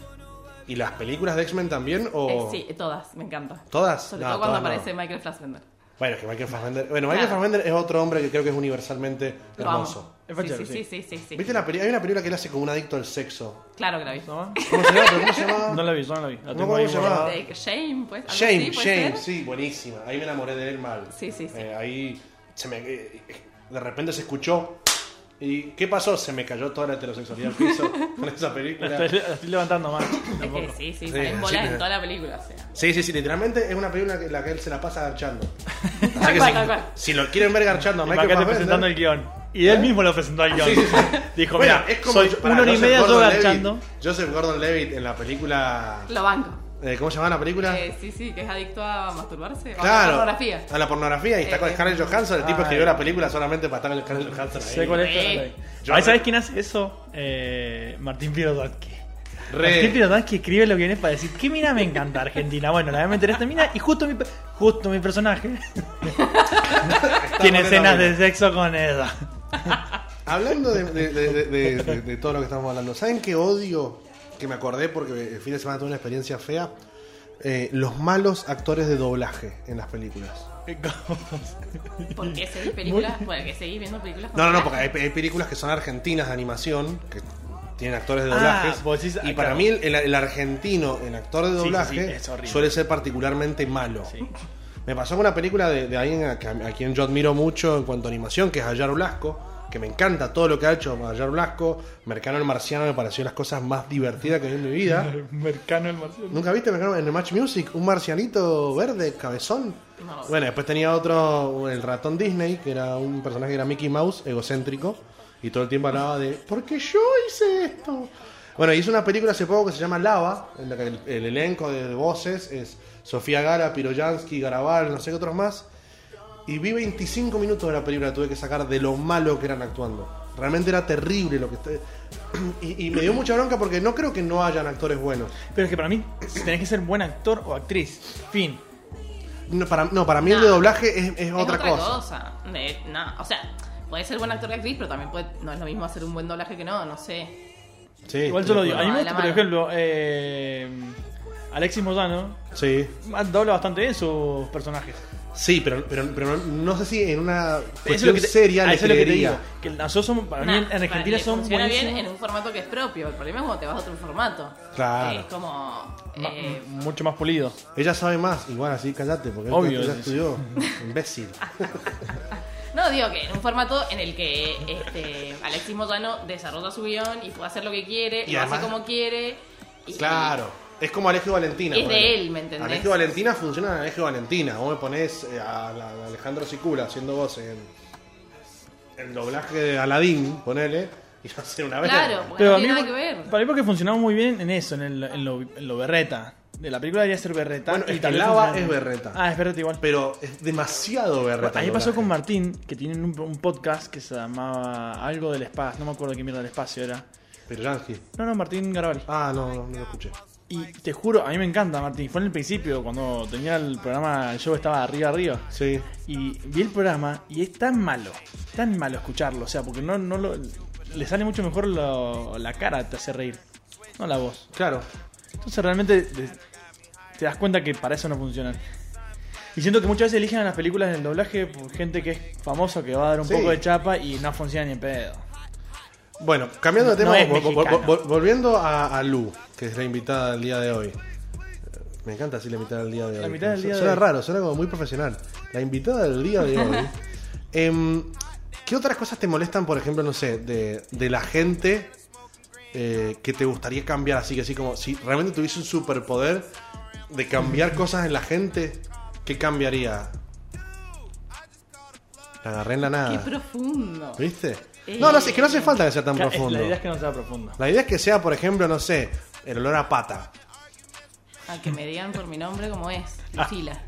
[SPEAKER 1] ¿Y las películas de X-Men también?
[SPEAKER 3] Eh,
[SPEAKER 1] O...
[SPEAKER 3] sí, todas, me encanta.
[SPEAKER 1] ¿Todas?
[SPEAKER 3] Sobre
[SPEAKER 1] Oh. No,
[SPEAKER 3] todo cuando
[SPEAKER 1] todas no.
[SPEAKER 3] aparece Michael Fassbender.
[SPEAKER 1] Bueno, es que Michael Fassbender. Bueno, Michael
[SPEAKER 3] Claro.
[SPEAKER 1] Fassbender es otro hombre que creo que es universalmente
[SPEAKER 3] Lo amo.
[SPEAKER 1] hermoso.
[SPEAKER 2] Es
[SPEAKER 3] Sí,
[SPEAKER 2] fachero,
[SPEAKER 3] sí, sí, sí, sí, sí.
[SPEAKER 1] ¿Viste la peli- Hay una película que él hace como un adicto al sexo.
[SPEAKER 3] Claro que la vi.
[SPEAKER 2] ¿No?
[SPEAKER 1] ¿Cómo se llama? ¿Pero cómo se
[SPEAKER 2] No
[SPEAKER 1] llama?
[SPEAKER 2] la vi, yo no la vi. La
[SPEAKER 1] No,
[SPEAKER 2] tengo
[SPEAKER 1] ¿cómo
[SPEAKER 2] ahí
[SPEAKER 1] se llama?
[SPEAKER 2] guardada.
[SPEAKER 3] De Shame, pues. algo
[SPEAKER 1] Shame,
[SPEAKER 3] así, ¿puede
[SPEAKER 1] Shame,
[SPEAKER 3] ser?
[SPEAKER 1] sí, buenísima. Ahí me enamoré de él mal.
[SPEAKER 3] Sí, sí, sí.
[SPEAKER 1] Eh, ahí se me. eh, eh, De repente se escuchó. ¿Y qué pasó? Se me cayó toda la heterosexualidad al piso con esa
[SPEAKER 2] La
[SPEAKER 1] película.
[SPEAKER 2] estoy, la estoy levantando más.
[SPEAKER 3] Es que sí, sí,
[SPEAKER 1] Sí,
[SPEAKER 3] salen bolas
[SPEAKER 1] sí.
[SPEAKER 3] en toda la película, o sea.
[SPEAKER 1] Sí, sí, sí, literalmente es una película en la que él se la pasa garchando. Así
[SPEAKER 3] Tal
[SPEAKER 1] que
[SPEAKER 3] cual,
[SPEAKER 1] si,
[SPEAKER 3] tal cual.
[SPEAKER 1] si lo quieren ver garchando, a
[SPEAKER 2] Acá
[SPEAKER 1] Michael
[SPEAKER 2] te
[SPEAKER 1] Fassbender-
[SPEAKER 2] presentando el guión. Y él mismo lo presentó al guión.
[SPEAKER 1] ¿eh? Sí, sí, sí.
[SPEAKER 2] Dijo,
[SPEAKER 1] Bueno,
[SPEAKER 2] mira,
[SPEAKER 1] es como
[SPEAKER 2] soy
[SPEAKER 1] yo- pará,
[SPEAKER 2] una hora y
[SPEAKER 1] Joseph
[SPEAKER 2] media yo
[SPEAKER 1] Gordon-Levitt-
[SPEAKER 2] garchando.
[SPEAKER 1] Joseph Gordon-Levitt en la película...
[SPEAKER 3] Lo banco.
[SPEAKER 1] eh, ¿Cómo se llama la película?
[SPEAKER 3] Eh, sí, sí, que es adicto a masturbarse. o A la
[SPEAKER 1] claro.
[SPEAKER 3] pornografía.
[SPEAKER 1] A la pornografía. Y está
[SPEAKER 3] Eh,
[SPEAKER 1] con
[SPEAKER 3] eh.
[SPEAKER 1] Scarlett Johansson. El tipo
[SPEAKER 2] Ay.
[SPEAKER 1] escribió la película solamente para estar en el Scarlett Johansson ahí.
[SPEAKER 2] Ah, eh. Sé cuál es, pero no la vi.
[SPEAKER 1] Yo-
[SPEAKER 2] Ahí, ¿Sabes quién hace eso? Eh, Martín Pirodansky.
[SPEAKER 1] Re.
[SPEAKER 2] Martín Pirodansky escribe lo que viene para decir, ¿qué mina me encanta Argentina? Bueno, la voy a meter a esta mina y justo mi, pe- justo mi personaje
[SPEAKER 1] Está bueno
[SPEAKER 2] tiene escenas
[SPEAKER 1] también.
[SPEAKER 2] de sexo con ella.
[SPEAKER 1] Hablando de, de- de- de- de- de todo lo que estamos hablando. ¿Saben qué odio? Que me acordé porque el fin de semana tuve una experiencia fea. Eh, los malos actores de doblaje en las películas.
[SPEAKER 3] ¿Por qué seguís películas? ¿Por qué seguís viendo películas? con
[SPEAKER 1] No, no, no,
[SPEAKER 3] doblaje?
[SPEAKER 1] porque hay, hay películas que son argentinas de animación, que tienen actores de
[SPEAKER 2] Ah,
[SPEAKER 1] doblajes.
[SPEAKER 2] vos decís-
[SPEAKER 1] y para
[SPEAKER 2] ah, claro.
[SPEAKER 1] mí el, el- el argentino, el actor de
[SPEAKER 2] Sí, sí,
[SPEAKER 1] doblaje,
[SPEAKER 2] sí, es horrible.
[SPEAKER 1] suele ser particularmente malo.
[SPEAKER 2] Sí.
[SPEAKER 1] Me pasó con una película de, de alguien a, que- a quien yo admiro mucho en cuanto a animación, que es Ayar Blasco, que me encanta todo lo que ha hecho Ayar Blasco. Mercano el Marciano me pareció las cosas más divertidas que vi en mi vida.
[SPEAKER 2] Mercano el marciano.
[SPEAKER 1] ¿Nunca viste Mercano en el Match Music? Un marcianito verde, cabezón.
[SPEAKER 3] No lo sé.
[SPEAKER 1] Bueno, después tenía otro, el ratón Disney, que era un personaje que era Mickey Mouse, egocéntrico, y todo el tiempo hablaba de, ¿por qué yo hice esto? Bueno, hizo una película hace poco que se llama Lava, en la que el, el elenco de voces es Sofía Gara, Piroyansky, Garabal, no sé qué otros más. Y vi 25 minutos de la película, tuve que sacar de lo malo que eran actuando. Realmente era terrible lo que... est- Y, y me dio mucha bronca porque no creo que no hayan actores buenos.
[SPEAKER 2] Pero es que para mí tenés que ser buen actor o actriz. Fin.
[SPEAKER 1] No, para, no, para mí el
[SPEAKER 3] No.
[SPEAKER 1] de doblaje es, es
[SPEAKER 3] Es
[SPEAKER 1] otra, cosa.
[SPEAKER 3] De- no, o sea, puede ser buen actor y actriz, pero también puede, no es lo mismo hacer un buen doblaje que no, no sé.
[SPEAKER 1] Sí,
[SPEAKER 2] Igual yo
[SPEAKER 1] estoy
[SPEAKER 2] lo
[SPEAKER 1] de
[SPEAKER 2] digo. A mí
[SPEAKER 1] acuerdo.
[SPEAKER 2] me
[SPEAKER 3] de
[SPEAKER 2] gusta,
[SPEAKER 3] la
[SPEAKER 2] por
[SPEAKER 3] mano.
[SPEAKER 2] ejemplo, eh, Alexis Moyano
[SPEAKER 1] Sí.
[SPEAKER 2] dobla bastante bien sus personajes.
[SPEAKER 1] Sí, pero, pero, pero no- no sé si en una
[SPEAKER 2] Eso es
[SPEAKER 1] cuestión seria
[SPEAKER 2] a
[SPEAKER 1] le
[SPEAKER 2] eso es lo que te
[SPEAKER 1] creería.
[SPEAKER 2] digo. Que nosotros somos, para mí
[SPEAKER 3] Nah,
[SPEAKER 2] en- en Argentina
[SPEAKER 3] le
[SPEAKER 2] son
[SPEAKER 3] funciona bien
[SPEAKER 2] buenísimos.
[SPEAKER 3] en un formato que es propio. El problema es cuando te vas a otro formato.
[SPEAKER 1] Claro.
[SPEAKER 3] Es como.
[SPEAKER 2] Ma-
[SPEAKER 3] eh,
[SPEAKER 2] mucho más pulido.
[SPEAKER 1] Ella sabe más, igual así, cállate, porque
[SPEAKER 2] Obvio,
[SPEAKER 1] ella ya
[SPEAKER 2] sí.
[SPEAKER 1] estudió. Imbécil.
[SPEAKER 3] Ah, No, digo que en un formato en el que este, Alexis Moyano desarrolla su guión y puede hacer lo que quiere,
[SPEAKER 1] Y
[SPEAKER 3] lo
[SPEAKER 1] además-
[SPEAKER 3] hace como quiere. y-
[SPEAKER 1] Claro. Es como Alejo y Valentina.
[SPEAKER 3] Es de
[SPEAKER 1] ponele.
[SPEAKER 3] él, ¿me entendés?
[SPEAKER 1] Alejo y Valentina funciona en Alejo y Valentina. Vos me ponés eh, a, la- a Alejandro Sicula haciendo voz en el doblaje de Aladdin, ponele. y va a ser una verga.
[SPEAKER 3] Claro, porque
[SPEAKER 2] Pero
[SPEAKER 3] no
[SPEAKER 2] a mí,
[SPEAKER 3] tiene nada
[SPEAKER 2] por-
[SPEAKER 3] que ver.
[SPEAKER 2] para mí porque funcionaba muy bien en eso, en, el, en, lo, en lo berreta. De la película debería ser berreta.
[SPEAKER 1] Bueno, es que
[SPEAKER 2] tal vez
[SPEAKER 1] Lava
[SPEAKER 2] funcionaba
[SPEAKER 1] es
[SPEAKER 2] bien.
[SPEAKER 1] berreta.
[SPEAKER 2] Ah, es berreta igual.
[SPEAKER 1] Pero es demasiado
[SPEAKER 2] Bueno,
[SPEAKER 1] berreta.
[SPEAKER 2] a mí
[SPEAKER 1] el
[SPEAKER 2] pasó
[SPEAKER 1] doblaje.
[SPEAKER 2] con Martín, que tienen un, un podcast que se llamaba Algo del Espacio. No me acuerdo qué mierda del espacio era.
[SPEAKER 1] Pero Yankee.
[SPEAKER 2] No, no, Martín Garabal.
[SPEAKER 1] Ah, no, no, no lo escuché.
[SPEAKER 2] Y te juro, a mí me encanta Martín. Fue en el principio, cuando tenía el programa, el show estaba arriba, arriba.
[SPEAKER 1] Sí.
[SPEAKER 2] Y vi el programa y es tan malo, tan malo escucharlo. O sea, porque no, no lo, le sale mucho mejor lo- la cara, te hace reír, no la voz.
[SPEAKER 1] Claro.
[SPEAKER 2] Entonces realmente te, te das cuenta que para eso no funcionan. Y siento que muchas veces eligen a las películas en el doblaje por gente que es famosa, que va a dar un
[SPEAKER 1] Sí.
[SPEAKER 2] poco de chapa y no funciona ni en pedo.
[SPEAKER 1] Bueno, cambiando de
[SPEAKER 2] No
[SPEAKER 1] tema,
[SPEAKER 2] es
[SPEAKER 1] vol- vol-
[SPEAKER 2] mexicano.
[SPEAKER 1] vol- volviendo a, a Lu, que es la invitada del día de hoy. Eh, Me encanta así la invitada del día de hoy.
[SPEAKER 2] La invitada del
[SPEAKER 1] Su-
[SPEAKER 2] día de
[SPEAKER 1] suena
[SPEAKER 2] hoy.
[SPEAKER 1] raro, suena como muy profesional. La invitada del día de hoy. Em, ¿Qué otras cosas te molestan, por ejemplo, no sé, de, de la gente eh, que te gustaría cambiar? Así que así como, si realmente tuviese un superpoder de cambiar cosas en la gente, ¿qué cambiaría? La agarré en la
[SPEAKER 3] Qué
[SPEAKER 1] nada.
[SPEAKER 3] profundo.
[SPEAKER 1] ¿Viste?
[SPEAKER 3] Eh.
[SPEAKER 1] No, no, es que no hace falta que sea tan
[SPEAKER 2] Ca- es-
[SPEAKER 1] profundo.
[SPEAKER 2] La idea es que no sea profundo.
[SPEAKER 1] La idea es que sea, por ejemplo, no sé, el olor a pata.
[SPEAKER 3] A que me digan por mi nombre como es.
[SPEAKER 1] Ah.
[SPEAKER 3] Lucila.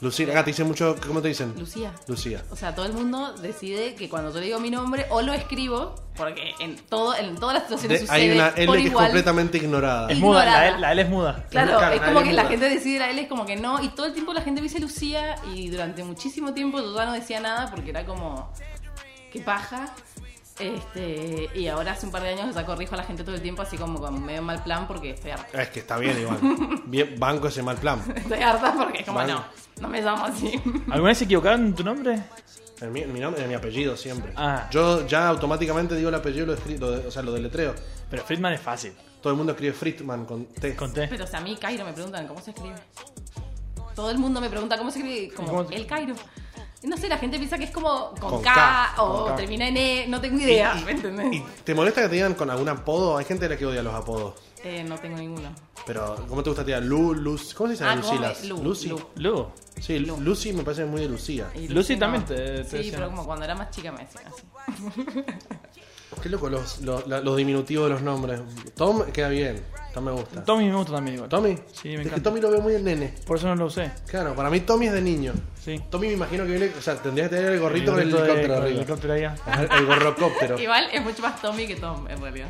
[SPEAKER 1] Lucía, acá te dicen mucho, ¿cómo te dicen?
[SPEAKER 3] Lucía.
[SPEAKER 1] Lucía.
[SPEAKER 3] O sea, todo el mundo decide que cuando yo le digo mi nombre o lo escribo, porque en todo en todas las situaciones
[SPEAKER 1] De-
[SPEAKER 3] sucede
[SPEAKER 1] hay una L
[SPEAKER 3] por
[SPEAKER 1] que es
[SPEAKER 3] igual.
[SPEAKER 1] completamente ignorada.
[SPEAKER 2] Es
[SPEAKER 3] Y-
[SPEAKER 2] muda, la
[SPEAKER 3] Ignorada.
[SPEAKER 2] L, la L es muda.
[SPEAKER 3] Claro,
[SPEAKER 1] Claro,
[SPEAKER 3] es
[SPEAKER 1] la
[SPEAKER 3] como
[SPEAKER 1] L
[SPEAKER 3] que la
[SPEAKER 1] muda.
[SPEAKER 3] gente decide la L es como que no, y todo el tiempo la gente me dice Lucía, y durante muchísimo tiempo yo ya no decía nada porque era como, qué paja. Este, y ahora hace un par de años ya corrijo a la gente todo el tiempo, así como con medio mal plan porque estoy harta.
[SPEAKER 1] Es que está bien, igual. Bien, banco ese mal plan.
[SPEAKER 3] Estoy harta porque es como,
[SPEAKER 1] Vale.
[SPEAKER 3] no, no me llamo así.
[SPEAKER 2] ¿Alguna vez se equivocaron en tu nombre?
[SPEAKER 1] En mi, en mi nombre, en mi apellido siempre.
[SPEAKER 2] Ah.
[SPEAKER 1] Yo ya automáticamente digo el apellido, lo escri- lo de- o sea, lo deletreo.
[SPEAKER 2] Pero Friedman es fácil.
[SPEAKER 1] Todo el mundo escribe Friedman con T.
[SPEAKER 2] Conté.
[SPEAKER 3] Pero o sea, a mí Cairo me preguntan cómo se escribe. Todo el mundo me pregunta cómo se escribe, como
[SPEAKER 2] ¿Cómo se-
[SPEAKER 3] el Cairo. No sé, la gente piensa que es como con,
[SPEAKER 1] Con
[SPEAKER 3] K,
[SPEAKER 1] K,
[SPEAKER 3] o
[SPEAKER 1] con K.
[SPEAKER 3] termina en E, no tengo idea,
[SPEAKER 1] Y-
[SPEAKER 3] ¿me entendés?
[SPEAKER 1] ¿Y te molesta que te digan con algún apodo? Hay gente a la que odia los apodos.
[SPEAKER 3] Eh, no tengo ninguno.
[SPEAKER 1] Pero, ¿cómo te gusta te digan? Lu, Luz. ¿Cómo se dice?
[SPEAKER 3] Ah, ¿cómo
[SPEAKER 1] Lucilas.
[SPEAKER 3] me- Lu,
[SPEAKER 1] Lucy.
[SPEAKER 3] Lu.
[SPEAKER 2] Luego.
[SPEAKER 1] Sí,
[SPEAKER 3] Lu.
[SPEAKER 1] Lucy me parece muy de Lucía.
[SPEAKER 3] Y
[SPEAKER 2] Lucy
[SPEAKER 3] no.
[SPEAKER 2] también te- te
[SPEAKER 3] Sí,
[SPEAKER 2] decían.
[SPEAKER 3] pero como cuando era más chica me decían así.
[SPEAKER 1] Qué loco los, los, la- los diminutivos de los nombres. Tom queda bien. Tom me gusta.
[SPEAKER 2] Tommy me gusta también igual.
[SPEAKER 1] ¿Tommy?
[SPEAKER 2] Sí, me
[SPEAKER 1] es que
[SPEAKER 2] encanta.
[SPEAKER 1] Tommy lo veo muy en nene.
[SPEAKER 2] Por eso no lo usé.
[SPEAKER 1] Claro, para mí Tommy es de niño.
[SPEAKER 2] Sí.
[SPEAKER 1] Tommy me imagino que viene, o sea, tendrías que tener el gorrito con el
[SPEAKER 2] de-
[SPEAKER 1] helicóptero
[SPEAKER 2] con el
[SPEAKER 1] arriba.
[SPEAKER 2] helicóptero ahí.
[SPEAKER 1] Ajá, El gorrocóptero.
[SPEAKER 3] Igual es mucho más Tommy que Tom, en realidad.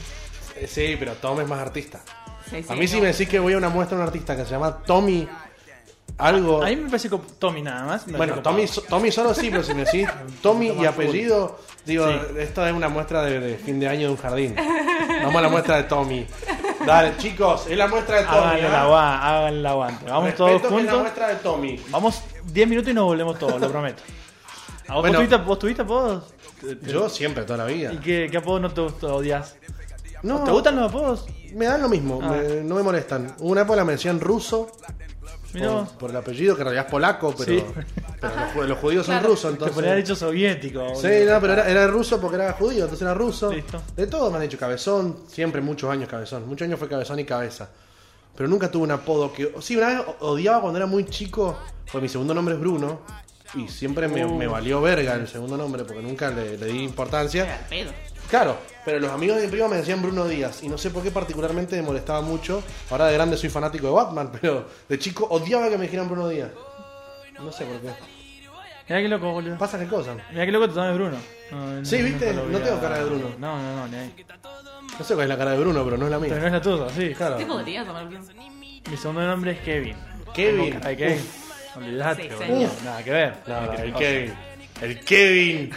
[SPEAKER 1] Eh, Sí, pero Tom es más artista.
[SPEAKER 3] Sí,
[SPEAKER 1] A mí sí
[SPEAKER 3] no.
[SPEAKER 1] me decís que voy a una muestra de un artista que se llama Tommy algo.
[SPEAKER 2] A mí me parece que Tommy nada más. me
[SPEAKER 1] Bueno,
[SPEAKER 2] parece
[SPEAKER 1] Tommy,
[SPEAKER 2] copado.
[SPEAKER 1] so- Tommy solo sí, pero si me decís Tommy y
[SPEAKER 2] Tomás
[SPEAKER 1] apellido, digo,
[SPEAKER 2] Sí.
[SPEAKER 1] esto es una muestra de, de fin de año de un jardín. Vamos a la muestra de Tommy. Dale, chicos, es la muestra de Tommy.
[SPEAKER 2] Háganle
[SPEAKER 1] ¿ah?
[SPEAKER 2] la gua- háganle la aguante. Vamos
[SPEAKER 1] Respeto
[SPEAKER 2] todos
[SPEAKER 1] que es la
[SPEAKER 2] juntos.
[SPEAKER 1] muestra de Tommy.
[SPEAKER 2] Vamos 10 minutos y nos volvemos todos, lo prometo. ¿A vos,
[SPEAKER 1] Bueno.
[SPEAKER 2] tuviste, vos tuviste apodos?
[SPEAKER 1] Yo siempre, toda la vida.
[SPEAKER 2] ¿Y qué, qué apodo no te gustó, odias?
[SPEAKER 1] No,
[SPEAKER 2] ¿Te gustan los apodos?
[SPEAKER 1] Me dan lo mismo,
[SPEAKER 2] Ah.
[SPEAKER 1] me- no me molestan. Hubo Una época me decían ruso
[SPEAKER 2] Mirá
[SPEAKER 1] por,
[SPEAKER 2] vos.
[SPEAKER 1] por el apellido, que en realidad es polaco, pero,
[SPEAKER 2] Sí.
[SPEAKER 1] pero los, ju- los judíos son
[SPEAKER 3] Claro.
[SPEAKER 1] rusos,
[SPEAKER 2] Te
[SPEAKER 1] entonces.
[SPEAKER 2] podría haber dicho soviético. boludo.
[SPEAKER 1] Sí, no, pero era, era ruso porque era judío, entonces era ruso.
[SPEAKER 2] Listo.
[SPEAKER 1] De todo me han dicho cabezón, siempre muchos años cabezón. Muchos años fue cabezón y cabeza. Pero nunca tuve un apodo que. Sí, una vez o- odiaba cuando era muy chico, pues mi segundo nombre es Bruno. Y siempre me,
[SPEAKER 2] Uh.
[SPEAKER 1] me valió verga el segundo nombre porque nunca le, le di importancia.
[SPEAKER 3] Al pedo.
[SPEAKER 1] Claro, pero los amigos de mi primo me decían Bruno Díaz y no sé por qué particularmente me molestaba mucho. Ahora de grande soy fanático de Batman, pero de chico odiaba que me dijeran Bruno Díaz. No sé por qué.
[SPEAKER 2] Mirá qué loco, boludo.
[SPEAKER 1] Pasa qué cosa.
[SPEAKER 2] Mirá qué loco te llamas Bruno. No, no,
[SPEAKER 1] Sí, ¿viste?
[SPEAKER 2] nunca lo
[SPEAKER 1] No
[SPEAKER 2] vi
[SPEAKER 1] tengo
[SPEAKER 2] a-
[SPEAKER 1] cara de Bruno.
[SPEAKER 2] No, no, no, ni ahí.
[SPEAKER 1] No sé cuál es la cara de Bruno, pero no es la
[SPEAKER 2] Pero
[SPEAKER 1] mía.
[SPEAKER 2] no es la tuya, sí.
[SPEAKER 1] Claro.
[SPEAKER 3] ¿Te podría tomar bien?
[SPEAKER 2] Mi segundo nombre es Kevin.
[SPEAKER 1] Kevin.
[SPEAKER 2] Tengo cara de Kevin. Olvidate,
[SPEAKER 3] Sí,
[SPEAKER 2] boludo.
[SPEAKER 3] señor.
[SPEAKER 2] Nada que ver.
[SPEAKER 1] No, el
[SPEAKER 2] Otra.
[SPEAKER 1] Kevin. El Kevin.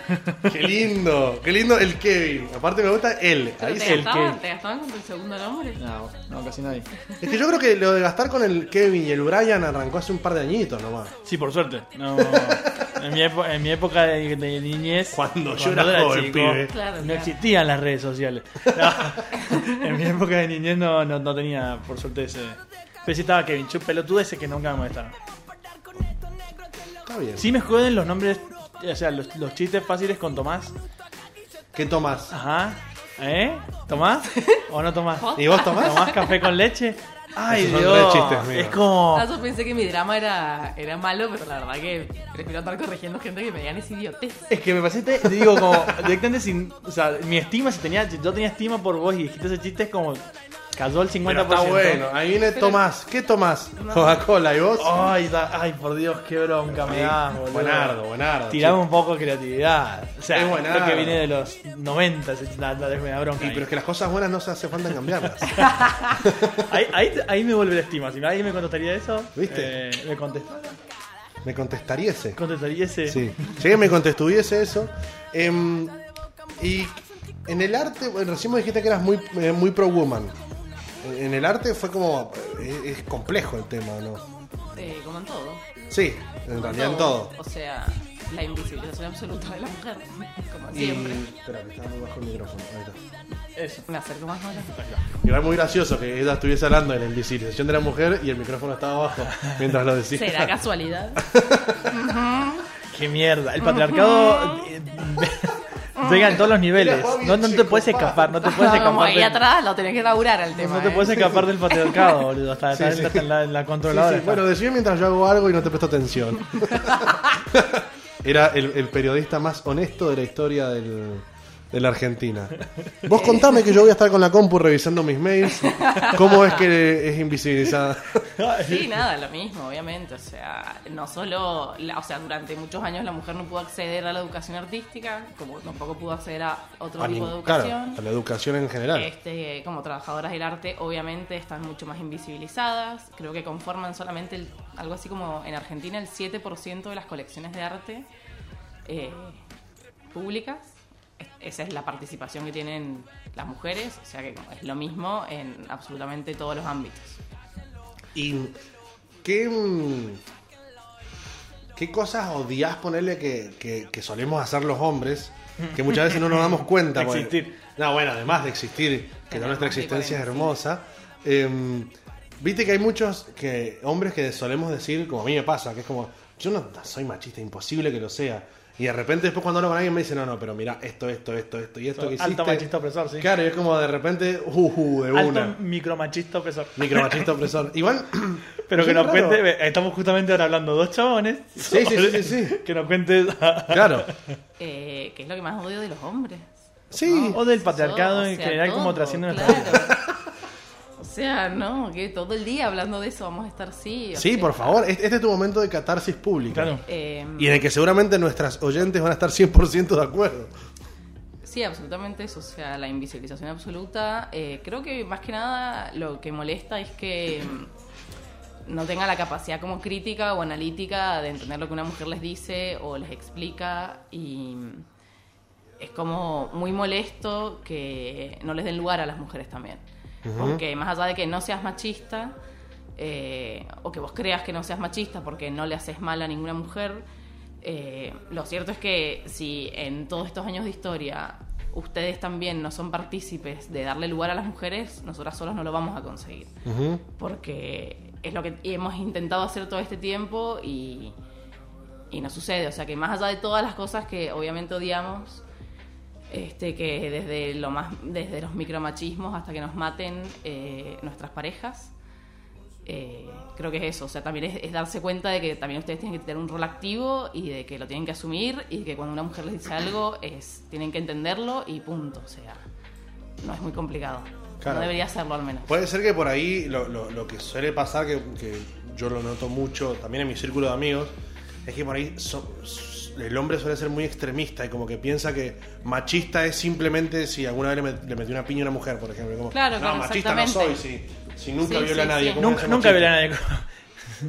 [SPEAKER 1] Qué lindo. Qué lindo el Kevin. Aparte me gusta él.
[SPEAKER 3] ¿Pero
[SPEAKER 1] Ahí
[SPEAKER 3] te,
[SPEAKER 1] sí.
[SPEAKER 3] gastaban,
[SPEAKER 2] que-
[SPEAKER 3] ¿Te gastaban con tu segundo nombre?
[SPEAKER 2] No, no, casi nadie.
[SPEAKER 1] Es que yo creo que lo de gastar con el Kevin y el Brian arrancó hace un par de añitos nomás.
[SPEAKER 2] Sí, por suerte. No, en, mi epo- en mi época de, de niñez.
[SPEAKER 1] Cuando yo era joven, pibe.
[SPEAKER 3] Claro,
[SPEAKER 2] no
[SPEAKER 3] claro.
[SPEAKER 2] existían las redes sociales. No, en mi época de niñez no, no, no tenía, por suerte, ese. Pero sí estaba Kevin, yo pelotudo ese que nunca me molestaron.
[SPEAKER 1] Está bien.
[SPEAKER 2] Sí me joden los nombres, o sea, los, los chistes fáciles con Tomás.
[SPEAKER 1] ¿Qué tomas?
[SPEAKER 2] Ajá. ¿Eh? ¿Tomás? ¿O no tomás?
[SPEAKER 1] ¿Y vos tomás?
[SPEAKER 2] ¿Tomás café con leche? Ay,
[SPEAKER 1] Esos son
[SPEAKER 2] Dios.
[SPEAKER 1] re chistes míos.
[SPEAKER 2] es como.
[SPEAKER 3] Ah, yo pensé que mi drama era, era malo, pero la verdad que prefiero estar corrigiendo gente que me digan es idiotez.
[SPEAKER 2] Es que me pasaste, te digo, como directamente sin. O sea, mi estima, si tenía, yo tenía estima por vos y dijiste ese chiste, es como. Cayó el 50%.
[SPEAKER 1] Pero está bueno. Ahí viene Tomás. ¿Qué Tomás? Coca-Cola y vos.
[SPEAKER 2] Ay, da- ay, por Dios, qué bronca me da, boludo.
[SPEAKER 1] buenardo, buenardo.
[SPEAKER 2] Tirame un poco de creatividad. O sea,
[SPEAKER 1] Es buenardo.
[SPEAKER 2] lo que viene de los 90, ese chiste, da- da- me da bronca.
[SPEAKER 1] Sí, pero es que las cosas buenas no se hace falta en cambiarlas.
[SPEAKER 2] ahí, ahí, ahí me vuelve la estima. Si alguien me contestaría eso,
[SPEAKER 1] ¿Viste?
[SPEAKER 2] eh, me contesta-
[SPEAKER 1] Me contestariese.
[SPEAKER 2] contestaría ese.
[SPEAKER 1] Sí. Si alguien me contestuviese eso. Em, y en el arte, bueno, recién me dijiste que eras muy, eh, muy pro woman. En en el arte fue como. eh, Es, es complejo el tema, ¿no?
[SPEAKER 3] Eh, como en todo.
[SPEAKER 1] Sí, en realidad en todo.
[SPEAKER 3] O sea, la invisibilización absoluta de la mujer. Como
[SPEAKER 1] Y-
[SPEAKER 3] siempre.
[SPEAKER 1] Espera, que estaba muy bajo el micrófono. Ahí está.
[SPEAKER 2] Eso.
[SPEAKER 3] Me acerco más ahora.
[SPEAKER 1] Igual muy gracioso que ella estuviese hablando de la invisibilización de la mujer y el micrófono estaba abajo mientras lo decía.
[SPEAKER 3] ¿Será casualidad?
[SPEAKER 2] Qué mierda. El patriarcado eh, llega en todos los niveles.
[SPEAKER 1] Mira, Bobby,
[SPEAKER 2] No, no te
[SPEAKER 1] chico,
[SPEAKER 2] puedes
[SPEAKER 1] pa.
[SPEAKER 2] escapar, no te puedes
[SPEAKER 3] como
[SPEAKER 2] escapar.
[SPEAKER 3] ahí
[SPEAKER 2] del-
[SPEAKER 3] atrás lo tenés que laburar el
[SPEAKER 2] No,
[SPEAKER 3] tema.
[SPEAKER 2] te
[SPEAKER 3] ¿eh?
[SPEAKER 2] puedes escapar del patriarcado, boludo. Hasta,
[SPEAKER 1] Sí,
[SPEAKER 2] hasta-
[SPEAKER 1] sí.
[SPEAKER 2] hasta en la, en la
[SPEAKER 1] Sí, sí,
[SPEAKER 2] controladora. está.
[SPEAKER 1] Bueno, decime mientras yo hago algo y no te presto atención. Era el, el periodista más honesto de la historia del- de la Argentina. Vos contame que yo voy a estar con la compu revisando mis mails. ¿Cómo es que es invisibilizada?
[SPEAKER 3] Sí, nada, lo mismo, obviamente. O sea, no solo, la- o sea, durante muchos años la mujer no pudo acceder a la educación artística, como tampoco pudo acceder a otro
[SPEAKER 1] A
[SPEAKER 3] tipo
[SPEAKER 1] nin-
[SPEAKER 3] de
[SPEAKER 1] claro,
[SPEAKER 3] educación.
[SPEAKER 1] a la educación en general.
[SPEAKER 3] Este, como trabajadoras del arte, obviamente están mucho más invisibilizadas. Creo que conforman solamente el- algo así como en Argentina el 7% de las colecciones de arte eh, públicas. Es- Esa es la participación que tienen las mujeres, o sea que es lo mismo en absolutamente todos los ámbitos.
[SPEAKER 1] ¿Y qué, mm, qué cosas odias ponerle que, que- que solemos hacer los hombres que muchas veces no nos damos cuenta?
[SPEAKER 2] De
[SPEAKER 1] porque-
[SPEAKER 2] existir.
[SPEAKER 1] no, bueno, además de existir, que
[SPEAKER 3] Tenemos
[SPEAKER 1] nuestra
[SPEAKER 3] que
[SPEAKER 1] existencia es
[SPEAKER 3] poder
[SPEAKER 1] hermosa. em, Viste que hay muchos que hombres que solemos decir, como a mí me pasa, que es como, yo no soy machista, imposible que lo sea. Y de repente después cuando hablo con alguien me dice, no, no, pero mira, esto, esto, esto, esto y esto que hiciste.
[SPEAKER 2] Alto machista opresor, sí.
[SPEAKER 1] Claro, y es como de repente, uh, uh, de una.
[SPEAKER 2] Alto micromachista opresor.
[SPEAKER 1] Micromachista opresor. Igual,
[SPEAKER 2] Pero que
[SPEAKER 1] es
[SPEAKER 2] nos
[SPEAKER 1] raro.
[SPEAKER 2] cuente, ve, estamos justamente ahora hablando dos chabones.
[SPEAKER 1] Sí, sí, sí, sí, sí.
[SPEAKER 2] Que nos ah, cuentes.
[SPEAKER 1] Claro.
[SPEAKER 3] Eh, que es lo que más odio de los hombres.
[SPEAKER 1] Sí.
[SPEAKER 2] O del patriarcado
[SPEAKER 3] Todo, o
[SPEAKER 2] en
[SPEAKER 3] sea,
[SPEAKER 2] general, como
[SPEAKER 3] todo,
[SPEAKER 2] trasciende nuestra vida.
[SPEAKER 3] claro. O sea, no, que todo el día hablando de eso vamos a estar sí. o
[SPEAKER 1] Sí,
[SPEAKER 3] sea,
[SPEAKER 1] por favor. Este este es tu momento de catarsis pública.
[SPEAKER 2] Claro.
[SPEAKER 3] eh,
[SPEAKER 1] Y en el que seguramente nuestras oyentes van a estar 100% de acuerdo.
[SPEAKER 3] Sí, absolutamente eso. O sea, la invisibilización absoluta. Eh, creo que más que nada lo que molesta es que mm, no tenga la capacidad como crítica o analítica de entender lo que una mujer les dice o les explica y mm, es como muy molesto que no les den lugar a las mujeres también. Porque más allá de que no seas machista, eh, o que vos creas que no seas machista porque no le haces mal a ninguna mujer, eh, lo cierto es que si en todos estos años de historia ustedes también no son partícipes de darle lugar a las mujeres, nosotras solos no lo vamos a conseguir. Porque es lo que hemos intentado hacer todo este tiempo y, y no sucede. O sea que más allá de todas las cosas que obviamente odiamos, este, que desde lo más, desde los micromachismos hasta que nos maten eh, nuestras parejas. eh, creo que es eso, o sea, también es, es darse cuenta de que también ustedes tienen que tener un rol activo y de que lo tienen que asumir y que cuando una mujer les dice algo es tienen que entenderlo y punto, o sea, no es muy complicado,
[SPEAKER 1] Claro.
[SPEAKER 3] no debería serlo al menos.
[SPEAKER 1] Puede ser que por ahí lo, lo- lo que suele pasar, que, que yo lo noto mucho también en mi círculo de amigos, es que por ahí so- s- el hombre suele ser muy extremista y como que piensa que machista es simplemente si alguna vez le, met- le metí una piña a una mujer, por ejemplo. Como,
[SPEAKER 3] Claro,
[SPEAKER 1] no,
[SPEAKER 3] claro,
[SPEAKER 1] machista no soy,
[SPEAKER 3] exactamente.
[SPEAKER 1] si, si nunca
[SPEAKER 3] Sí,
[SPEAKER 1] viola a
[SPEAKER 3] sí,
[SPEAKER 1] nadie.
[SPEAKER 3] sí.
[SPEAKER 1] ¿cómo voy a
[SPEAKER 2] Nunca,
[SPEAKER 1] ser
[SPEAKER 2] nunca verán
[SPEAKER 1] machista?
[SPEAKER 2] a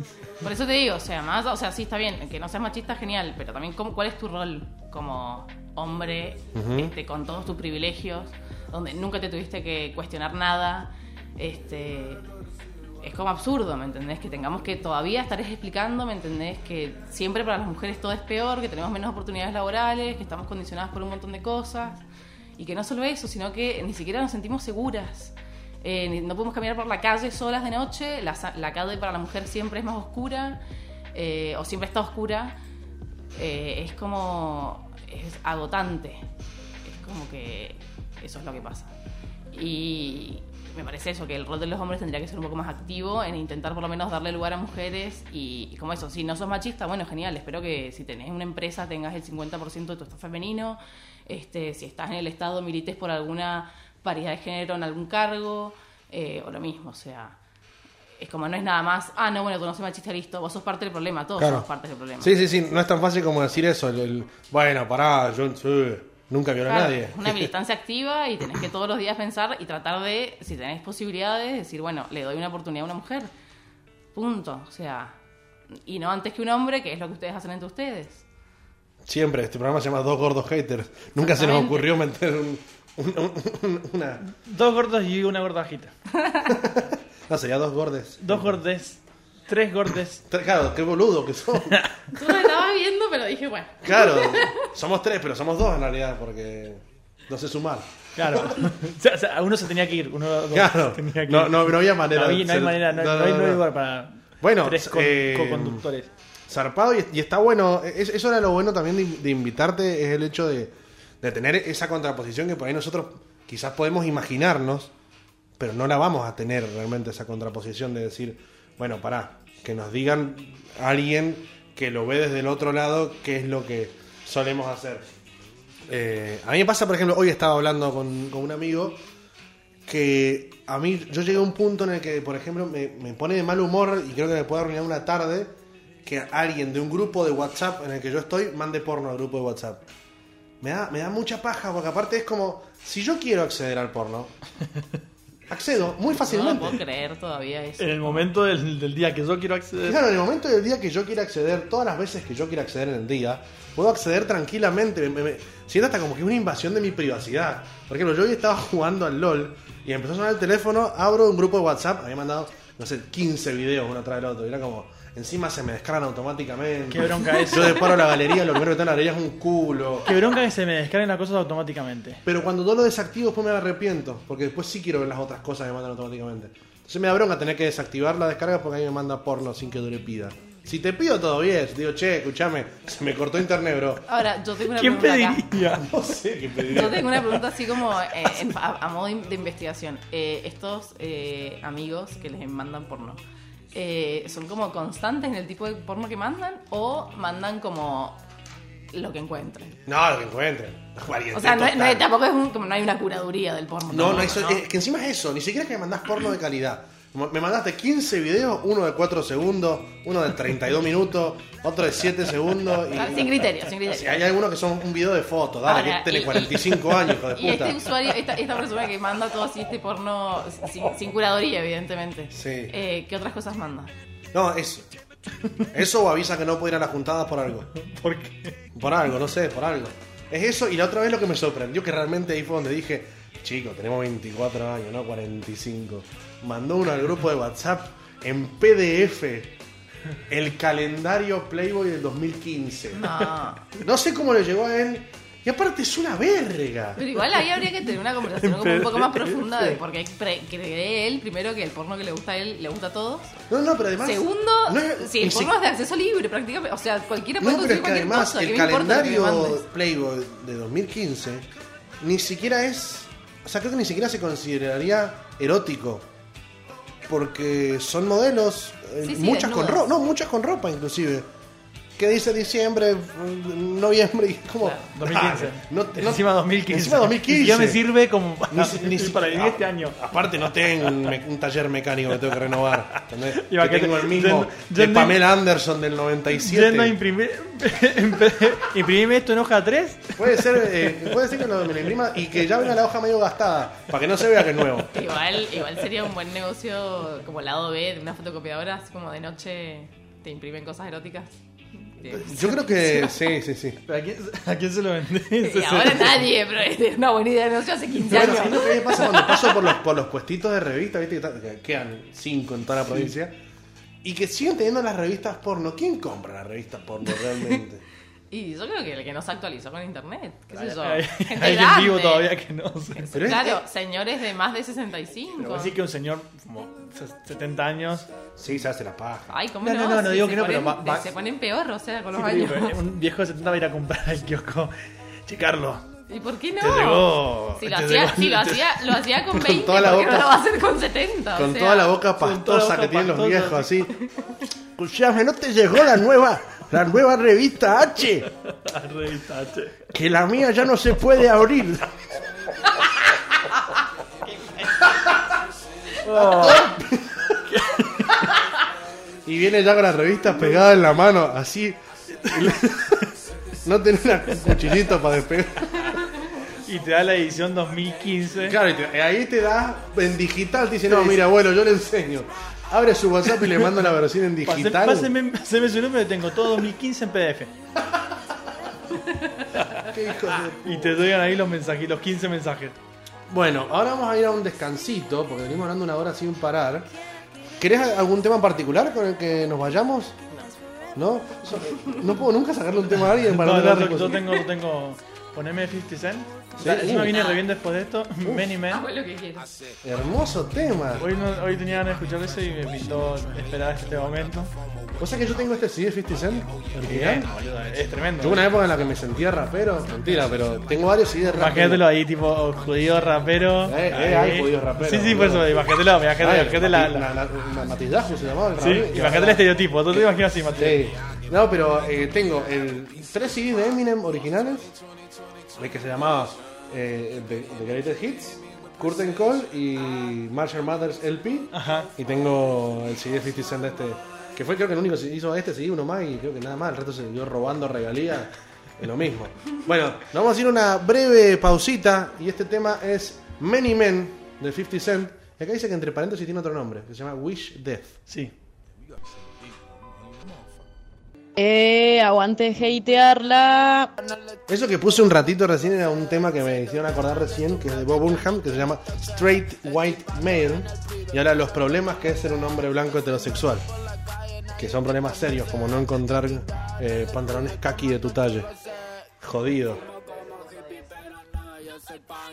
[SPEAKER 2] nadie.
[SPEAKER 3] Por eso te digo, o sea, más, o sea, sí está bien, que no seas machista, genial, pero también ¿cómo- cuál es tu rol como hombre, este, con todos tus privilegios, donde nunca te tuviste que cuestionar nada, este es como absurdo, ¿me entendés? Que tengamos que todavía estar explicando, ¿me entendés? Que siempre para las mujeres todo es peor, que tenemos menos oportunidades laborales, que estamos condicionadas por un montón de cosas. Y que no solo eso, sino que ni siquiera nos sentimos seguras. Eh, ni- no podemos caminar por la calle solas de noche, la, sa- la calle para la mujer siempre es más oscura, eh, o siempre está oscura. Eh, es como. es agotante. Es como que Eso es lo que pasa. Y me parece eso, que el rol de los hombres tendría que ser un poco más activo en intentar por lo menos darle lugar a mujeres y, y como eso, si no sos machista, bueno, genial, espero que si tenés una empresa tengas el 50% de tu estado femenino, este, si estás en el Estado milites por alguna paridad de género en algún cargo, eh, o lo mismo, o sea, es como no es nada más, ah, no, bueno, tú no soy machista, listo, vos sos parte del problema, todos
[SPEAKER 1] Claro.
[SPEAKER 3] somos parte del problema.
[SPEAKER 1] Sí, sí, sí, no es tan fácil como decir eso. el- el, bueno, pará, yo sí, nunca violó a
[SPEAKER 3] Claro,
[SPEAKER 1] nadie.
[SPEAKER 3] Una militancia activa y tenés que todos los días pensar y tratar de, si tenés posibilidades, decir, bueno, le doy una oportunidad a una mujer. Punto. O sea, y no antes que un hombre, que es lo que ustedes hacen entre ustedes.
[SPEAKER 1] Siempre, este programa se llama Dos Gordos Haters. Nunca se nos
[SPEAKER 3] Exactamente.
[SPEAKER 1] ocurrió meter un- un- un- una...
[SPEAKER 2] Dos gordos y una gordajita.
[SPEAKER 1] No, sería Dos Gordes.
[SPEAKER 2] Dos gordes, tres gordes.
[SPEAKER 1] Claro, qué boludo que somos.
[SPEAKER 3] Tú lo estabas viendo, pero dije, bueno.
[SPEAKER 1] Claro, somos tres, pero somos dos en realidad porque no sé sumar.
[SPEAKER 2] Claro. O sea, o sea, uno se tenía que ir. Uno, dos,
[SPEAKER 1] Claro,
[SPEAKER 2] se tenía que
[SPEAKER 1] no,
[SPEAKER 2] ir.
[SPEAKER 1] no, no había manera.
[SPEAKER 2] No,
[SPEAKER 1] de
[SPEAKER 2] hay- no hay
[SPEAKER 1] ser-
[SPEAKER 2] manera, no,
[SPEAKER 1] no,
[SPEAKER 2] no hay,
[SPEAKER 1] no,
[SPEAKER 2] no hay
[SPEAKER 1] no.
[SPEAKER 2] lugar para
[SPEAKER 1] Bueno,
[SPEAKER 2] tres con-
[SPEAKER 1] eh,
[SPEAKER 2] co-conductores.
[SPEAKER 1] Zarpado y, y está bueno. Es- eso era lo bueno también de, de invitarte, es el hecho de, de tener esa contraposición que por ahí nosotros quizás podemos imaginarnos, pero no la vamos a tener realmente esa contraposición de decir, bueno, pará, que nos digan alguien que lo ve desde el otro lado qué es lo que solemos hacer. Eh, a mí me pasa, por ejemplo, hoy estaba hablando con, con un amigo que a mí yo llegué a un punto en el que, por ejemplo, me, me pone de mal humor y creo que me puede arruinar una tarde que alguien de un grupo de WhatsApp en el que yo estoy mande porno al grupo de WhatsApp. Me da, me da mucha paja porque aparte es como, si yo quiero acceder al porno, accedo muy
[SPEAKER 3] No lo
[SPEAKER 1] fácilmente.
[SPEAKER 3] puedo creer todavía eso.
[SPEAKER 2] En el momento del, del día que yo quiero acceder.
[SPEAKER 1] Claro, en el momento del día que yo quiera acceder, todas las veces que yo quiera acceder en el día, puedo acceder tranquilamente. Me, me- me- siento hasta como que una invasión de mi privacidad. Por ejemplo, yo hoy estaba jugando al LOL y empezó a sonar el teléfono, abro un grupo de WhatsApp, había mandado, no sé, 15 videos uno tras el otro. Y era como, encima se me descargan automáticamente.
[SPEAKER 2] Qué bronca eso.
[SPEAKER 1] Yo deparo la galería, lo primero que tengo en la galería es un culo.
[SPEAKER 2] Que bronca que se me descarguen las cosas automáticamente.
[SPEAKER 1] Pero cuando todo lo desactivo después me arrepiento, porque después sí quiero ver las otras cosas que me mandan automáticamente. Entonces me da bronca tener que desactivar la descarga porque ahí me manda porno sin que yo le pida. Si te pido todo bien, si te digo, che, escúchame, se me cortó internet, bro.
[SPEAKER 3] Ahora, yo tengo una
[SPEAKER 2] ¿Quién
[SPEAKER 3] pregunta acá.
[SPEAKER 2] pediría?
[SPEAKER 1] No sé qué pedir.
[SPEAKER 3] Yo tengo una pregunta así como eh, en- a, a modo in- de investigación. Eh, estos eh, amigos que les mandan porno, eh, ¿son como constantes en el tipo de porno que mandan o mandan como lo que encuentren?
[SPEAKER 1] No, lo que encuentren. Variedad
[SPEAKER 3] O sea, no, es-
[SPEAKER 1] total.
[SPEAKER 3] no es- tampoco es un- como no hay una curaduría del porno.
[SPEAKER 1] No, no,
[SPEAKER 3] tampoco,
[SPEAKER 1] eso- es que encima es eso, ni siquiera es que me mandás porno de calidad. Como Me mandaste 15 videos, uno de 4 segundos, uno de 32 minutos, otro de 7 segundos.
[SPEAKER 3] Ah,
[SPEAKER 1] Y,
[SPEAKER 3] Sin criterio, sin criterio.
[SPEAKER 1] Si eh, hay algunos que son un video de foto, dale,
[SPEAKER 3] Ahora,
[SPEAKER 1] que
[SPEAKER 3] y-
[SPEAKER 1] tiene 45 años, hijo de
[SPEAKER 3] Y
[SPEAKER 1] puta.
[SPEAKER 3] este usuario, esta, esta persona que manda todo así este porno sin, sin curaduría, evidentemente.
[SPEAKER 1] Sí.
[SPEAKER 3] Eh, ¿Qué otras cosas manda?
[SPEAKER 1] No, eso. Eso o avisa que no puedo ir a las juntadas por algo.
[SPEAKER 2] ¿Por qué?
[SPEAKER 1] Por algo, no sé, por algo. Es eso, y la otra vez lo que me sorprendió, que realmente ahí fue donde dije, chico, tenemos 24 años, no 45. Mandó uno al grupo de WhatsApp en PDF el calendario Playboy del 2015.
[SPEAKER 3] No.
[SPEAKER 1] No sé cómo le llegó a él. Y aparte es una verga.
[SPEAKER 3] Pero igual ahí habría que tener una conversación como un poco más profunda de por qué pre- cree él, primero, que el porno que le gusta a él le gusta a todos.
[SPEAKER 1] No, no, pero además...
[SPEAKER 3] Segundo,
[SPEAKER 1] no es-
[SPEAKER 3] si el
[SPEAKER 1] ni si-
[SPEAKER 3] porno es de acceso libre prácticamente, o sea, cualquiera puede
[SPEAKER 1] No, pero es
[SPEAKER 3] conseguir
[SPEAKER 1] que
[SPEAKER 3] cualquier
[SPEAKER 1] además
[SPEAKER 3] cosa, ¿qué
[SPEAKER 1] el
[SPEAKER 3] me importa lo que me
[SPEAKER 1] calendario
[SPEAKER 3] mandes?
[SPEAKER 1] Playboy de 2015 ni siquiera es. O sea, creo que ni siquiera se consideraría erótico. Porque son modelos, eh,
[SPEAKER 3] Sí, sí,
[SPEAKER 1] muchas con
[SPEAKER 3] desnudas.
[SPEAKER 1] ropa, no, muchas con ropa inclusive. Que dice diciembre, mm, noviembre, y es como.
[SPEAKER 3] Claro.
[SPEAKER 2] 2015.
[SPEAKER 1] dale, no te- no-
[SPEAKER 2] encima 2015.
[SPEAKER 1] Encima 2015.
[SPEAKER 2] Ya me sirve como para,
[SPEAKER 1] Ni si- ni si-
[SPEAKER 2] para vivir
[SPEAKER 1] ah,
[SPEAKER 2] este año.
[SPEAKER 1] Aparte, no tengo un, me- un taller mecánico que tengo que renovar. ¿entendés?
[SPEAKER 2] Y va
[SPEAKER 1] Que
[SPEAKER 2] que
[SPEAKER 1] tengo
[SPEAKER 2] te-
[SPEAKER 1] el mismo
[SPEAKER 2] ya- ya
[SPEAKER 1] de
[SPEAKER 2] no-
[SPEAKER 1] Pamela Anderson del 97.
[SPEAKER 2] Yendo a imprimir. imprimirme esto en hoja 3.
[SPEAKER 1] Puede ser, eh, puede ser que lo- me lo imprima y que ya venga la hoja medio gastada, para que no se vea que es nuevo.
[SPEAKER 3] Igual, igual sería un buen negocio como lado B de una fotocopiadora, así como de noche te imprimen cosas eróticas.
[SPEAKER 1] Yo creo que sí, sí, sí.
[SPEAKER 2] ¿A quién, a quién se lo vendés?
[SPEAKER 3] Y ahora nadie, pero es una buena idea de negocio hace 15
[SPEAKER 1] Bueno,
[SPEAKER 3] años.
[SPEAKER 1] ¿sabes lo que me pasa cuando paso por los, por los puestitos de revistas? ¿viste? Que ta- que quedan cinco en toda la provincia. Y que siguen teniendo las revistas porno. ¿Quién compra las revistas porno realmente?
[SPEAKER 3] Y yo creo que el que no se actualizó con internet, qué sé yo.
[SPEAKER 2] Hay,
[SPEAKER 3] gente
[SPEAKER 2] hay en vivo
[SPEAKER 3] grande.
[SPEAKER 2] todavía que no sé.
[SPEAKER 1] Pero es-
[SPEAKER 3] claro, señores de más de 65.
[SPEAKER 2] Pero así que un señor como 70 años,
[SPEAKER 1] Sí, se hace la paja.
[SPEAKER 3] Ay, ¿cómo
[SPEAKER 2] No,
[SPEAKER 3] no?
[SPEAKER 2] no, no, no
[SPEAKER 3] Sí,
[SPEAKER 2] digo
[SPEAKER 3] se
[SPEAKER 2] que no, pero
[SPEAKER 3] ponen-
[SPEAKER 2] va- va-
[SPEAKER 3] Se ponen peor, o sea, con los
[SPEAKER 2] Sí,
[SPEAKER 3] años.
[SPEAKER 2] pero Un viejo de 70 va a ir a comprar al kiosco. Che, Carlos,
[SPEAKER 3] ¿Y por qué no?
[SPEAKER 1] Te llegó.
[SPEAKER 3] Si lo
[SPEAKER 1] te
[SPEAKER 3] hacía,
[SPEAKER 1] llegó-
[SPEAKER 3] si lo
[SPEAKER 1] te-
[SPEAKER 3] hacía, lo hacía con 20,
[SPEAKER 1] toda la
[SPEAKER 3] ¿por qué
[SPEAKER 1] boca-
[SPEAKER 3] no lo va a hacer con 70? O
[SPEAKER 1] Con
[SPEAKER 3] sea,
[SPEAKER 1] toda la boca
[SPEAKER 2] con toda la
[SPEAKER 1] pastosa
[SPEAKER 2] boca
[SPEAKER 1] que tienen los
[SPEAKER 2] pastosa,
[SPEAKER 1] viejos, así. Escuchame, ¿no te llegó la nueva, la nueva revista H? Que la mía ya no se puede abrir. Y viene ya con la revista pegada en la mano, así. No tiene un cuchillito para despegar.
[SPEAKER 2] Y te da la edición 2015.
[SPEAKER 1] Claro, y te- eh, ahí te da en digital, te dice, no, mira, abuelo, yo le enseño. Abre su WhatsApp y le mando la versión en
[SPEAKER 2] Pase-
[SPEAKER 1] digital.
[SPEAKER 2] Páseme, páseme su número, tengo todo 2015 en PDF.
[SPEAKER 1] Qué hijo de-
[SPEAKER 2] Y te llegan ahí los mensajes, los 15 mensajes.
[SPEAKER 1] Bueno, ahora vamos a ir a un descansito, porque venimos hablando una hora sin parar. ¿Querés algún tema en particular con el que nos vayamos? No. ¿No? So- No puedo nunca sacarle un tema a alguien para
[SPEAKER 2] No,
[SPEAKER 1] no,
[SPEAKER 2] no,
[SPEAKER 1] darle
[SPEAKER 2] yo, yo
[SPEAKER 1] cosas.
[SPEAKER 2] tengo, yo tengo. Poneme 50 Cent.
[SPEAKER 1] Sí,
[SPEAKER 2] Encima
[SPEAKER 1] uh.
[SPEAKER 2] vine re bien después de esto. Many Men.
[SPEAKER 3] Hago lo que
[SPEAKER 2] Ah,
[SPEAKER 3] quieras.
[SPEAKER 1] Hermoso tema.
[SPEAKER 2] Hoy, no- hoy tenía ganas de escuchar eso y me pintó esperar este momento.
[SPEAKER 1] ¿Vos sabés que yo tengo este CD de 50 Cent? original?
[SPEAKER 2] Bien, boludo, es tremendo.
[SPEAKER 1] Tuve una época en la que me sentía rapero. Mentira, pero tengo varios CD de rap.
[SPEAKER 2] Imagínatelo ahí, tipo judío rapero.
[SPEAKER 1] Eh, eh, hay judíos raperos,
[SPEAKER 2] Sí, sí, por
[SPEAKER 1] boludo.
[SPEAKER 2] eso, imagínatelo, imagínate,
[SPEAKER 1] Ah,
[SPEAKER 2] imagínate la. la-
[SPEAKER 1] Una, una Matillajo se llamaba el
[SPEAKER 2] sí,
[SPEAKER 1] rapero.
[SPEAKER 2] imagínate el estereotipo. Tú te imaginas así, Mateo.
[SPEAKER 1] Sí. No, pero eh, tengo el tres CDs de Eminem originales, el que se llamaba eh, The, The Greatest Hits, Curtain Call y Marshall Mathers LP.
[SPEAKER 2] Ajá.
[SPEAKER 1] Y tengo el CD de 50 Cent de este, que fue creo que el único que hizo este CD, uno más y creo que nada más, el resto se siguió robando regalías. y Lo mismo. Bueno, nos vamos a ir a una breve pausita y este tema es Many Men de 50 Cent. Y acá dice que entre paréntesis tiene otro nombre, que se llama Wish Death.
[SPEAKER 2] Sí.
[SPEAKER 4] Eh, aguante hatearla.
[SPEAKER 1] Eso que puse un ratito recién era un tema que me hicieron acordar recién, que es de Bob Burnham, que se llama Straight White Male, y habla de los problemas que es ser un hombre blanco heterosexual, que son problemas serios, como no encontrar eh, pantalones kaki de tu talle. Jodido.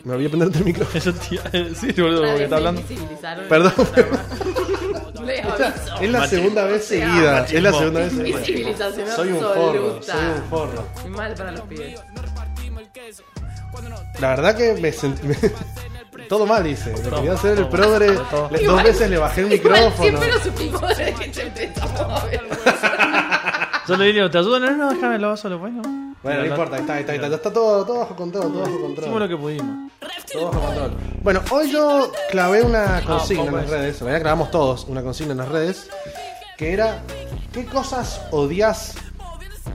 [SPEAKER 1] Me olvidé prenderte el micrófono.
[SPEAKER 2] Eso, tío. Sí, boludo,
[SPEAKER 3] Una
[SPEAKER 2] porque
[SPEAKER 3] vez
[SPEAKER 2] está
[SPEAKER 3] me
[SPEAKER 2] hablando.
[SPEAKER 3] invisibilizaron.
[SPEAKER 1] Perdón,
[SPEAKER 3] Les aviso.
[SPEAKER 1] es la segunda vez seguida. Es la segunda vez seguida.
[SPEAKER 3] Invisibilización
[SPEAKER 1] Soy un forro,
[SPEAKER 3] absoluta.
[SPEAKER 1] soy un forro.
[SPEAKER 3] Muy Mal para los pibes.
[SPEAKER 1] La verdad que me sentí. todo mal hice. Lo quería hacer el
[SPEAKER 2] todo,
[SPEAKER 1] progre.
[SPEAKER 2] todo.
[SPEAKER 1] le- dos
[SPEAKER 3] Igual-
[SPEAKER 1] veces le bajé el
[SPEAKER 3] igual
[SPEAKER 1] micrófono.
[SPEAKER 3] Siempre lo supimos desde que se empezó a mover.
[SPEAKER 2] Yo le digo, ¿te ayudo? No, no, déjame lo solo, bueno.
[SPEAKER 1] Bueno, no importa, ahí está, ahí está, ahí está, está todo, todo bajo control, todo bajo
[SPEAKER 2] Hicimos lo
[SPEAKER 1] control.
[SPEAKER 2] que pudimos.
[SPEAKER 1] Todo bajo control. Bueno, hoy yo clavé una consigna en
[SPEAKER 2] poco
[SPEAKER 1] las
[SPEAKER 2] eso.
[SPEAKER 1] redes, en realidad grabamos todos una consigna en las redes, que era ¿qué cosas odias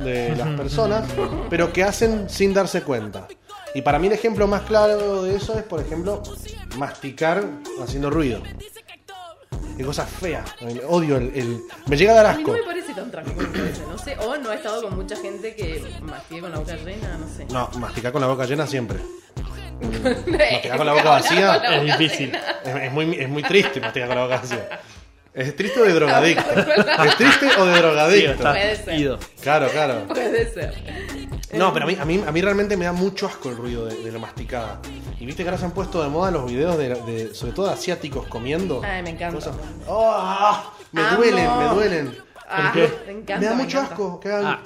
[SPEAKER 1] de las personas, pero que hacen sin darse cuenta? Y para mí el ejemplo más claro de eso es, por ejemplo, masticar haciendo ruido. Qué cosas feas. Odio el, el- Me llega a dar
[SPEAKER 3] A mí no
[SPEAKER 1] asco.
[SPEAKER 3] me parece tan trágico, me parece, no sé. O no he estado con mucha gente que mastique con la boca llena, no sé.
[SPEAKER 1] No, masticar con la boca llena siempre.
[SPEAKER 3] Masticar
[SPEAKER 1] con la boca vacía
[SPEAKER 2] Es difícil.
[SPEAKER 1] Es, es muy, es muy triste masticar con la boca vacía. Es triste o de drogadicto. Es triste o de
[SPEAKER 2] Sí,
[SPEAKER 1] drogadicto.
[SPEAKER 2] está
[SPEAKER 3] Puede ser.
[SPEAKER 2] ido.
[SPEAKER 1] Claro, claro.
[SPEAKER 3] Puede ser.
[SPEAKER 1] No, pero a mí, a, mí, a mí realmente me da mucho asco el ruido de, de la masticada. Y viste que ahora se han puesto de moda los videos de, de- sobre todo de asiáticos comiendo.
[SPEAKER 3] Ay, me encanta.
[SPEAKER 1] Cosas- ¡Ah! me
[SPEAKER 3] Amo.
[SPEAKER 1] duelen, me duelen.
[SPEAKER 3] Ah,
[SPEAKER 2] qué?
[SPEAKER 3] me encanta.
[SPEAKER 1] me da
[SPEAKER 3] me
[SPEAKER 1] mucho
[SPEAKER 3] encanta.
[SPEAKER 1] asco. que hagan-
[SPEAKER 2] Ah.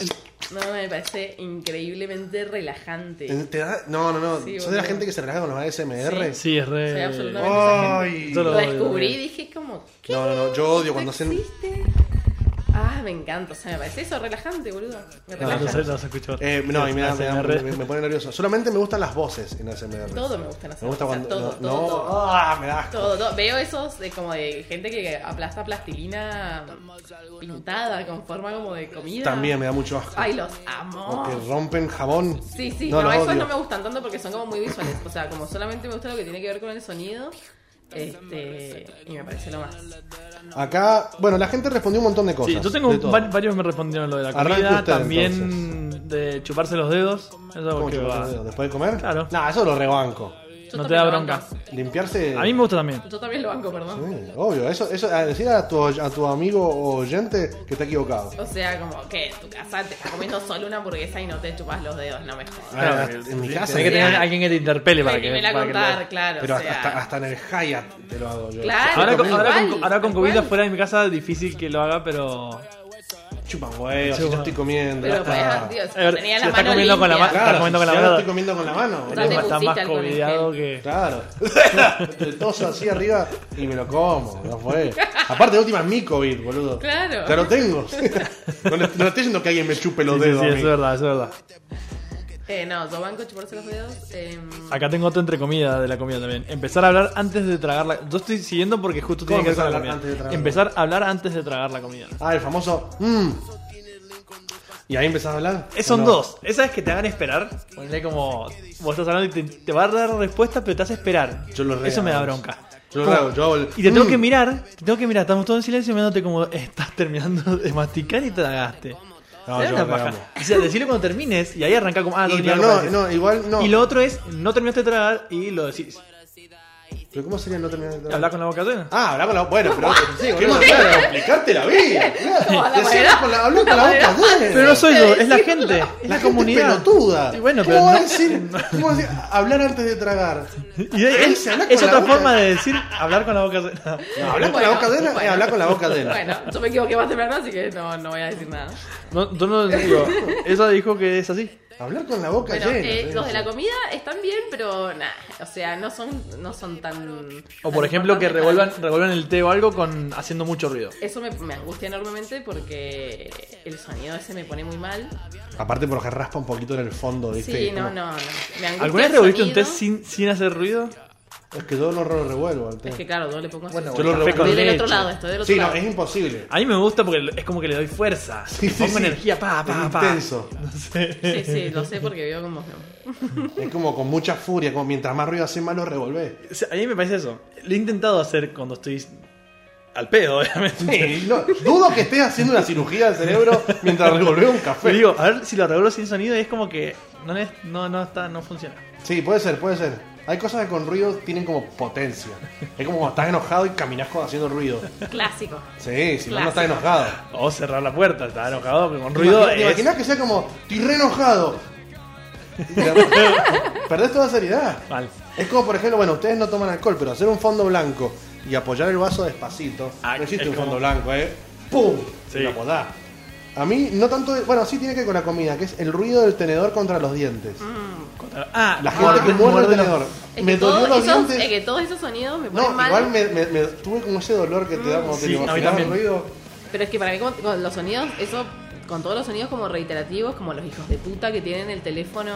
[SPEAKER 3] No, me parece increíblemente relajante.
[SPEAKER 1] Te da- no, no, no.
[SPEAKER 3] Sí,
[SPEAKER 1] Soy de la
[SPEAKER 3] boludo.
[SPEAKER 1] gente que se relaja con los ASMR.
[SPEAKER 2] Sí, es re.
[SPEAKER 3] Soy absolutamente esa gente.
[SPEAKER 1] Ay.
[SPEAKER 2] Yo odio,
[SPEAKER 3] Lo descubrí y
[SPEAKER 2] odio.
[SPEAKER 3] dije como, ¿qué
[SPEAKER 1] No, no, no. Yo odio cuando hacen.
[SPEAKER 3] existe? Ah, me encanta. O sea, me parece eso relajante, boludo.
[SPEAKER 1] Ah,
[SPEAKER 3] Me
[SPEAKER 2] No, no
[SPEAKER 3] relaja.
[SPEAKER 2] sé, no se escuchó.
[SPEAKER 1] Eh, no, y me, da- me da-
[SPEAKER 2] ASMR.
[SPEAKER 1] me- me pone nervioso. Solamente me gustan las voces en ASMR.
[SPEAKER 3] Todo me gusta en
[SPEAKER 1] Me gusta
[SPEAKER 3] o sea,
[SPEAKER 1] cuando.
[SPEAKER 3] todo,
[SPEAKER 1] no,
[SPEAKER 3] todo,
[SPEAKER 1] no.
[SPEAKER 3] todo.
[SPEAKER 1] Ah, me da asco.
[SPEAKER 3] Todo, todo. Veo esos de como de gente que aplasta plastilina pintada con forma como de comida.
[SPEAKER 1] También me da mucho asco.
[SPEAKER 3] Ay, los
[SPEAKER 1] O
[SPEAKER 3] amo.
[SPEAKER 1] que rompen jabón.
[SPEAKER 3] Sí, sí,
[SPEAKER 1] No,
[SPEAKER 3] no,
[SPEAKER 1] los
[SPEAKER 3] esos
[SPEAKER 1] odio.
[SPEAKER 3] no me gustan tanto porque son como muy visuales. O sea, como solamente me gusta lo que tiene que ver con el sonido. Este, y me parece lo más.
[SPEAKER 1] Acá, bueno, la gente respondió un montón de cosas.
[SPEAKER 2] Sí, yo tengo
[SPEAKER 1] de todo.
[SPEAKER 2] va- varios me respondieron lo de la
[SPEAKER 1] Arranque
[SPEAKER 2] comida,
[SPEAKER 1] usted,
[SPEAKER 2] también de chuparse los dedos. Eso
[SPEAKER 1] ¿Cómo
[SPEAKER 2] porque
[SPEAKER 1] chupar
[SPEAKER 2] va-
[SPEAKER 1] los dedos? ¿Después de comer?
[SPEAKER 2] Claro.
[SPEAKER 1] Nah, eso lo rebanco.
[SPEAKER 3] Yo
[SPEAKER 2] No te
[SPEAKER 3] también
[SPEAKER 2] da
[SPEAKER 3] lo
[SPEAKER 2] bronca.
[SPEAKER 3] banco.
[SPEAKER 1] Limpiarse.
[SPEAKER 2] A mí me gusta también.
[SPEAKER 3] Yo también lo banco, perdón.
[SPEAKER 1] Sí, obvio, eso, eso, a decir a tu, a tu amigo oyente que está equivocado.
[SPEAKER 3] O sea, como que en tu casa te estás comiendo solo una hamburguesa y no te chupas los dedos, no me jodas.
[SPEAKER 1] Claro,
[SPEAKER 2] Claro,
[SPEAKER 1] Ah, en mi casa.
[SPEAKER 2] Tenés que tener a alguien que te interpele para que.
[SPEAKER 3] Venime a
[SPEAKER 2] para que lo-
[SPEAKER 3] contar, claro.
[SPEAKER 1] Pero
[SPEAKER 3] o sea,
[SPEAKER 1] hasta, hasta en el Hyatt te lo hago yo.
[SPEAKER 3] Claro.
[SPEAKER 2] Ahora, con,
[SPEAKER 3] Tal
[SPEAKER 2] ahora, con,
[SPEAKER 3] cual,
[SPEAKER 2] ahora con
[SPEAKER 3] tal
[SPEAKER 2] COVID
[SPEAKER 3] cual.
[SPEAKER 2] afuera de mi casa difícil que lo haga, pero.
[SPEAKER 1] Chupa un huevo, si
[SPEAKER 2] Chupa.
[SPEAKER 1] yo estoy comiendo. ya
[SPEAKER 3] Pero pues,
[SPEAKER 1] está.
[SPEAKER 3] ah, Dios,
[SPEAKER 2] Eh,
[SPEAKER 3] tenía
[SPEAKER 2] se
[SPEAKER 3] la
[SPEAKER 2] está
[SPEAKER 3] mano
[SPEAKER 2] comiendo con la
[SPEAKER 3] limpia.
[SPEAKER 2] mano. Está comiendo con la
[SPEAKER 1] si
[SPEAKER 2] mano.
[SPEAKER 1] ahora estoy comiendo con la mano.
[SPEAKER 3] Ya te
[SPEAKER 1] boludo.
[SPEAKER 2] Está más
[SPEAKER 3] pusiste alcohol en
[SPEAKER 2] cobideado que.
[SPEAKER 1] Claro. Te toso así arriba y me lo como. No fue. Aparte, de última es mi COVID, boludo.
[SPEAKER 3] Claro.
[SPEAKER 1] Ya lo tengo. No, le- no estoy diciendo que alguien me chupe los
[SPEAKER 2] Sí, sí,
[SPEAKER 1] dedos.
[SPEAKER 2] sí,
[SPEAKER 1] a
[SPEAKER 2] es
[SPEAKER 1] mí.
[SPEAKER 2] verdad, es verdad.
[SPEAKER 3] Eh, no, yo banco chuparse los dedos. eh,
[SPEAKER 2] Acá tengo otro entre comida de la comida también. Empezar a hablar antes de tragar la. Yo estoy siguiendo porque justo
[SPEAKER 1] ¿Cómo
[SPEAKER 2] tiene que ver
[SPEAKER 1] empezar a
[SPEAKER 2] con la
[SPEAKER 1] hablar
[SPEAKER 2] comida.
[SPEAKER 1] antes de tragar?
[SPEAKER 2] Empezar a hablar antes de tragar la comida.
[SPEAKER 1] Ah, el famoso. "Mm". Y ahí empezás a hablar.
[SPEAKER 2] Es, son
[SPEAKER 1] ¿O no?
[SPEAKER 2] dos. Esa es que te hagan esperar. Ponle como. Vos estás hablando y te, te va a dar respuesta, pero te hace esperar.
[SPEAKER 1] Yo lo re
[SPEAKER 2] Eso me da
[SPEAKER 1] hago.
[SPEAKER 2] bronca.
[SPEAKER 1] Yo lo hago, yo hago el,
[SPEAKER 2] Y te tengo
[SPEAKER 1] "Mm".
[SPEAKER 2] que mirar, te tengo que mirar, estamos todos en silencio mirándote como estás terminando de masticar y tragaste.
[SPEAKER 1] No,
[SPEAKER 2] Te da
[SPEAKER 1] yo
[SPEAKER 2] una
[SPEAKER 1] lo
[SPEAKER 2] paja.
[SPEAKER 1] amo.
[SPEAKER 2] O sea, decirlo cuando termines y ahí arranca como, ah, no
[SPEAKER 1] Y,
[SPEAKER 2] tenía
[SPEAKER 1] pero
[SPEAKER 2] algo para
[SPEAKER 1] no,
[SPEAKER 2] decir.
[SPEAKER 1] no, igual no.
[SPEAKER 2] Y lo otro es, no terminaste de tragar y lo decís.
[SPEAKER 1] ¿Pero cómo sería no terminar de tragar?
[SPEAKER 2] Hablar con la boca llena.
[SPEAKER 1] Ah, hablá con la Bueno, pero. Sí, ¿Qué más claro? Complicarte la vida.
[SPEAKER 3] No,
[SPEAKER 1] Claro.
[SPEAKER 3] la
[SPEAKER 1] Decirle
[SPEAKER 3] manera.
[SPEAKER 1] con la- Hablá con la boca duele.
[SPEAKER 2] Pero no soy yo, es la
[SPEAKER 3] decirlo.
[SPEAKER 2] gente, es
[SPEAKER 1] eh, La
[SPEAKER 2] la,
[SPEAKER 1] gente
[SPEAKER 2] comunidad.
[SPEAKER 1] es pelotuda.
[SPEAKER 2] Y bueno,
[SPEAKER 1] ¿Cómo
[SPEAKER 2] pero
[SPEAKER 1] va a
[SPEAKER 2] no-
[SPEAKER 1] decir, cómo va a decir hablar antes de tragar?
[SPEAKER 2] Y de- es,
[SPEAKER 1] habla con
[SPEAKER 2] es
[SPEAKER 1] la
[SPEAKER 2] otra
[SPEAKER 1] boca.
[SPEAKER 2] forma de decir hablar con la boca llena.
[SPEAKER 1] No, hablar con la
[SPEAKER 3] bueno,
[SPEAKER 1] boca llena
[SPEAKER 3] bueno.
[SPEAKER 1] es hablar con la boca llena.
[SPEAKER 3] Bueno, yo me equivoqué más temprano, así que no, no voy a decir nada.
[SPEAKER 2] No, yo no digo, ella dijo que es así.
[SPEAKER 1] Hablar con la boca
[SPEAKER 3] Bueno,
[SPEAKER 1] llena.
[SPEAKER 3] eh,
[SPEAKER 1] sí,
[SPEAKER 3] los
[SPEAKER 1] sí.
[SPEAKER 3] de la comida están bien, pero nada, o sea, no son, no son tan...
[SPEAKER 2] O
[SPEAKER 3] tan
[SPEAKER 2] por ejemplo que
[SPEAKER 3] importantes para
[SPEAKER 2] revuelvan, revuelvan el té o algo con haciendo mucho ruido.
[SPEAKER 3] mí. Eso me, me angustia enormemente porque el sonido ese me pone muy mal.
[SPEAKER 1] Aparte porque raspa un poquito en el fondo, ¿viste?
[SPEAKER 3] Sí,
[SPEAKER 1] Es
[SPEAKER 3] no,
[SPEAKER 1] como-
[SPEAKER 3] no, no. Me angustia
[SPEAKER 2] ¿Alguna vez
[SPEAKER 3] el
[SPEAKER 2] revolviste un té
[SPEAKER 3] sonido.
[SPEAKER 2] sin, sin hacer ruido?
[SPEAKER 1] Es que yo no lo revuelvo al té.
[SPEAKER 3] Es que claro, yo le pongo así.
[SPEAKER 2] Bueno,
[SPEAKER 1] Yo lo
[SPEAKER 2] café
[SPEAKER 1] revuelvo.
[SPEAKER 3] Estoy del otro
[SPEAKER 2] leche.
[SPEAKER 3] lado, estoy del otro
[SPEAKER 1] Sí,
[SPEAKER 3] lado.
[SPEAKER 1] no, es imposible.
[SPEAKER 2] A mí me gusta porque es como que le doy fuerza.
[SPEAKER 1] Sí,
[SPEAKER 2] Le
[SPEAKER 1] sí,
[SPEAKER 2] pongo
[SPEAKER 1] sí.
[SPEAKER 2] energía, pa, Ah, pa,
[SPEAKER 1] Es
[SPEAKER 2] pa.
[SPEAKER 1] intenso.
[SPEAKER 2] No sé.
[SPEAKER 3] Sí, sí, lo sé porque veo como...
[SPEAKER 1] Es como con mucha furia, como mientras más ruido hace, más lo revolvés.
[SPEAKER 2] O sea, a mí me parece eso. Lo he intentado hacer cuando estoy al pedo, obviamente.
[SPEAKER 1] Sí, no, dudo que estés haciendo una cirugía del cerebro mientras revolvés un
[SPEAKER 2] Pero
[SPEAKER 1] café.
[SPEAKER 2] digo, a ver si lo arreglo sin sonido y es como que no, es, no, no, está, no funciona.
[SPEAKER 1] Sí, puede ser, puede ser. Hay cosas que con ruido tienen como potencia. Es como cuando estás enojado y caminas haciendo ruido.
[SPEAKER 3] Clásico.
[SPEAKER 1] Sí, si no, no estás
[SPEAKER 3] Clásico.
[SPEAKER 1] enojado.
[SPEAKER 2] O cerrar la puerta, está enojado, pero con ruido
[SPEAKER 1] ¿Te
[SPEAKER 2] es...
[SPEAKER 1] imaginas que sea como, estoy re enojado? Perdés toda seriedad.
[SPEAKER 2] Mal.
[SPEAKER 1] Es como, por ejemplo, bueno, ustedes no toman alcohol, pero hacer un fondo blanco y apoyar el vaso despacito.
[SPEAKER 2] Ah,
[SPEAKER 1] no existe
[SPEAKER 2] es
[SPEAKER 1] un
[SPEAKER 2] como-
[SPEAKER 1] fondo blanco, ¿eh? ¡Pum!
[SPEAKER 2] Sí.
[SPEAKER 1] Lo podás. A mí, no tanto. de- Bueno, sí tiene que ver con la comida, que es el ruido del tenedor contra los dientes.
[SPEAKER 2] Ah,
[SPEAKER 1] La gente que muerde
[SPEAKER 2] muerde-
[SPEAKER 1] el
[SPEAKER 2] muerde
[SPEAKER 1] tenedor.
[SPEAKER 3] Mm. Es
[SPEAKER 1] Me
[SPEAKER 3] que
[SPEAKER 1] dolió
[SPEAKER 3] todos
[SPEAKER 1] los
[SPEAKER 3] esos-
[SPEAKER 1] dientes.
[SPEAKER 3] Es que todos esos sonidos me
[SPEAKER 1] No,
[SPEAKER 3] ponen mal.
[SPEAKER 1] igual me, me- me- tuve como ese dolor que te
[SPEAKER 3] Mm,
[SPEAKER 1] da cuando
[SPEAKER 2] Sí,
[SPEAKER 1] te
[SPEAKER 2] a mí
[SPEAKER 1] imaginas el
[SPEAKER 2] también.
[SPEAKER 1] ruido.
[SPEAKER 3] Pero es que para mí con, con los sonidos, eso, con todos los sonidos como reiterativos, como los hijos de puta que tienen el teléfono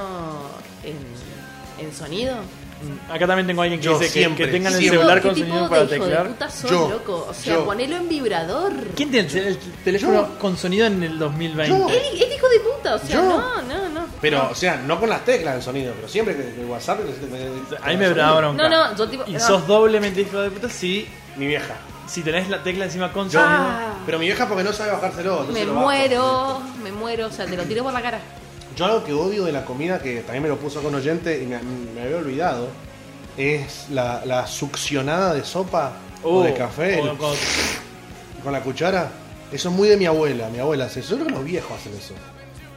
[SPEAKER 3] en, en sonido.
[SPEAKER 2] los- Mm, Acá también tengo a alguien que
[SPEAKER 1] Yo
[SPEAKER 2] dice que-
[SPEAKER 1] siempre,
[SPEAKER 2] que, tengan el
[SPEAKER 1] siempre.
[SPEAKER 2] celular
[SPEAKER 3] ¿Qué
[SPEAKER 2] con
[SPEAKER 3] tipo
[SPEAKER 2] sonido
[SPEAKER 3] de
[SPEAKER 2] para
[SPEAKER 3] hijo de
[SPEAKER 2] teclear.
[SPEAKER 3] puta sos,
[SPEAKER 1] Yo,
[SPEAKER 3] loco? O sea,
[SPEAKER 1] yo.
[SPEAKER 3] ponelo en vibrador.
[SPEAKER 2] ¿Quién tiene el tel- el teléfono con sonido en el 2020?
[SPEAKER 1] Yo.
[SPEAKER 3] Él, él hijo de puta, o sea,
[SPEAKER 1] Yo.
[SPEAKER 3] no, no, no.
[SPEAKER 1] Pero, o sea, no con las teclas el sonido, pero siempre que el WhatsApp.
[SPEAKER 2] A mí me da bronca.
[SPEAKER 3] No, no, yo tipo-
[SPEAKER 2] Y
[SPEAKER 3] no.
[SPEAKER 2] sos doblemente hijo de puta si,
[SPEAKER 1] Mi vieja.
[SPEAKER 2] si tenés la tecla encima con
[SPEAKER 1] Yo-
[SPEAKER 2] sonido.
[SPEAKER 1] Pero mi vieja porque no sabe bajárselo. no
[SPEAKER 3] Ah. Me
[SPEAKER 1] se lo bajo.
[SPEAKER 3] muero, me muero, o sea, te lo tiro por la cara.
[SPEAKER 1] Yo algo que odio de la comida, que también me lo puso con oyente y me, me había olvidado, es la, la succionada de sopa o
[SPEAKER 3] Uh,
[SPEAKER 1] de
[SPEAKER 3] oh,
[SPEAKER 1] café
[SPEAKER 2] Oh, o
[SPEAKER 1] el-
[SPEAKER 2] con-
[SPEAKER 1] con la cuchara. Eso es muy de mi abuela. Mi abuela hace eso. Yo creo que los viejos hacen eso.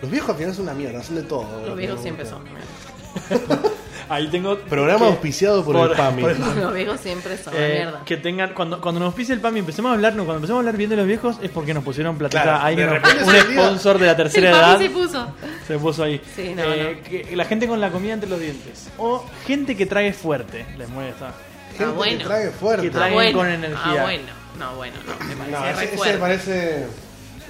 [SPEAKER 1] Los viejos al final son una mierda, hacen de todo.
[SPEAKER 3] Los viejos siempre son.
[SPEAKER 2] ahí tengo.
[SPEAKER 1] Programa
[SPEAKER 2] que-
[SPEAKER 1] auspiciado por, el PAMI.
[SPEAKER 2] por el PAMI.
[SPEAKER 3] Los viejos siempre son una
[SPEAKER 2] Eh,
[SPEAKER 3] Ah, mierda.
[SPEAKER 2] que tengan cuando, cuando nos pise el PAMI empecemos a hablar no, cuando empecemos a hablar bien de los viejos es porque nos pusieron platita
[SPEAKER 1] Claro,
[SPEAKER 2] ahí
[SPEAKER 1] de
[SPEAKER 2] nos-
[SPEAKER 1] repente
[SPEAKER 2] un
[SPEAKER 1] se olvida.
[SPEAKER 2] sponsor de la tercera
[SPEAKER 3] El papi
[SPEAKER 2] edad
[SPEAKER 3] se puso.
[SPEAKER 2] se puso ahí Eh,
[SPEAKER 3] Sí, no, no.
[SPEAKER 2] que- la gente con la comida entre los dientes o gente que trae fuerte les mueve esta
[SPEAKER 1] Gente
[SPEAKER 3] Ah, bueno.
[SPEAKER 1] que trae fuerte.
[SPEAKER 2] Que trae-
[SPEAKER 3] Ah, bueno.
[SPEAKER 2] con energía.
[SPEAKER 3] Ah, bueno. No, bueno, no. Me parece
[SPEAKER 1] No,
[SPEAKER 3] re
[SPEAKER 1] ese, ese
[SPEAKER 3] fuerte.
[SPEAKER 1] parece.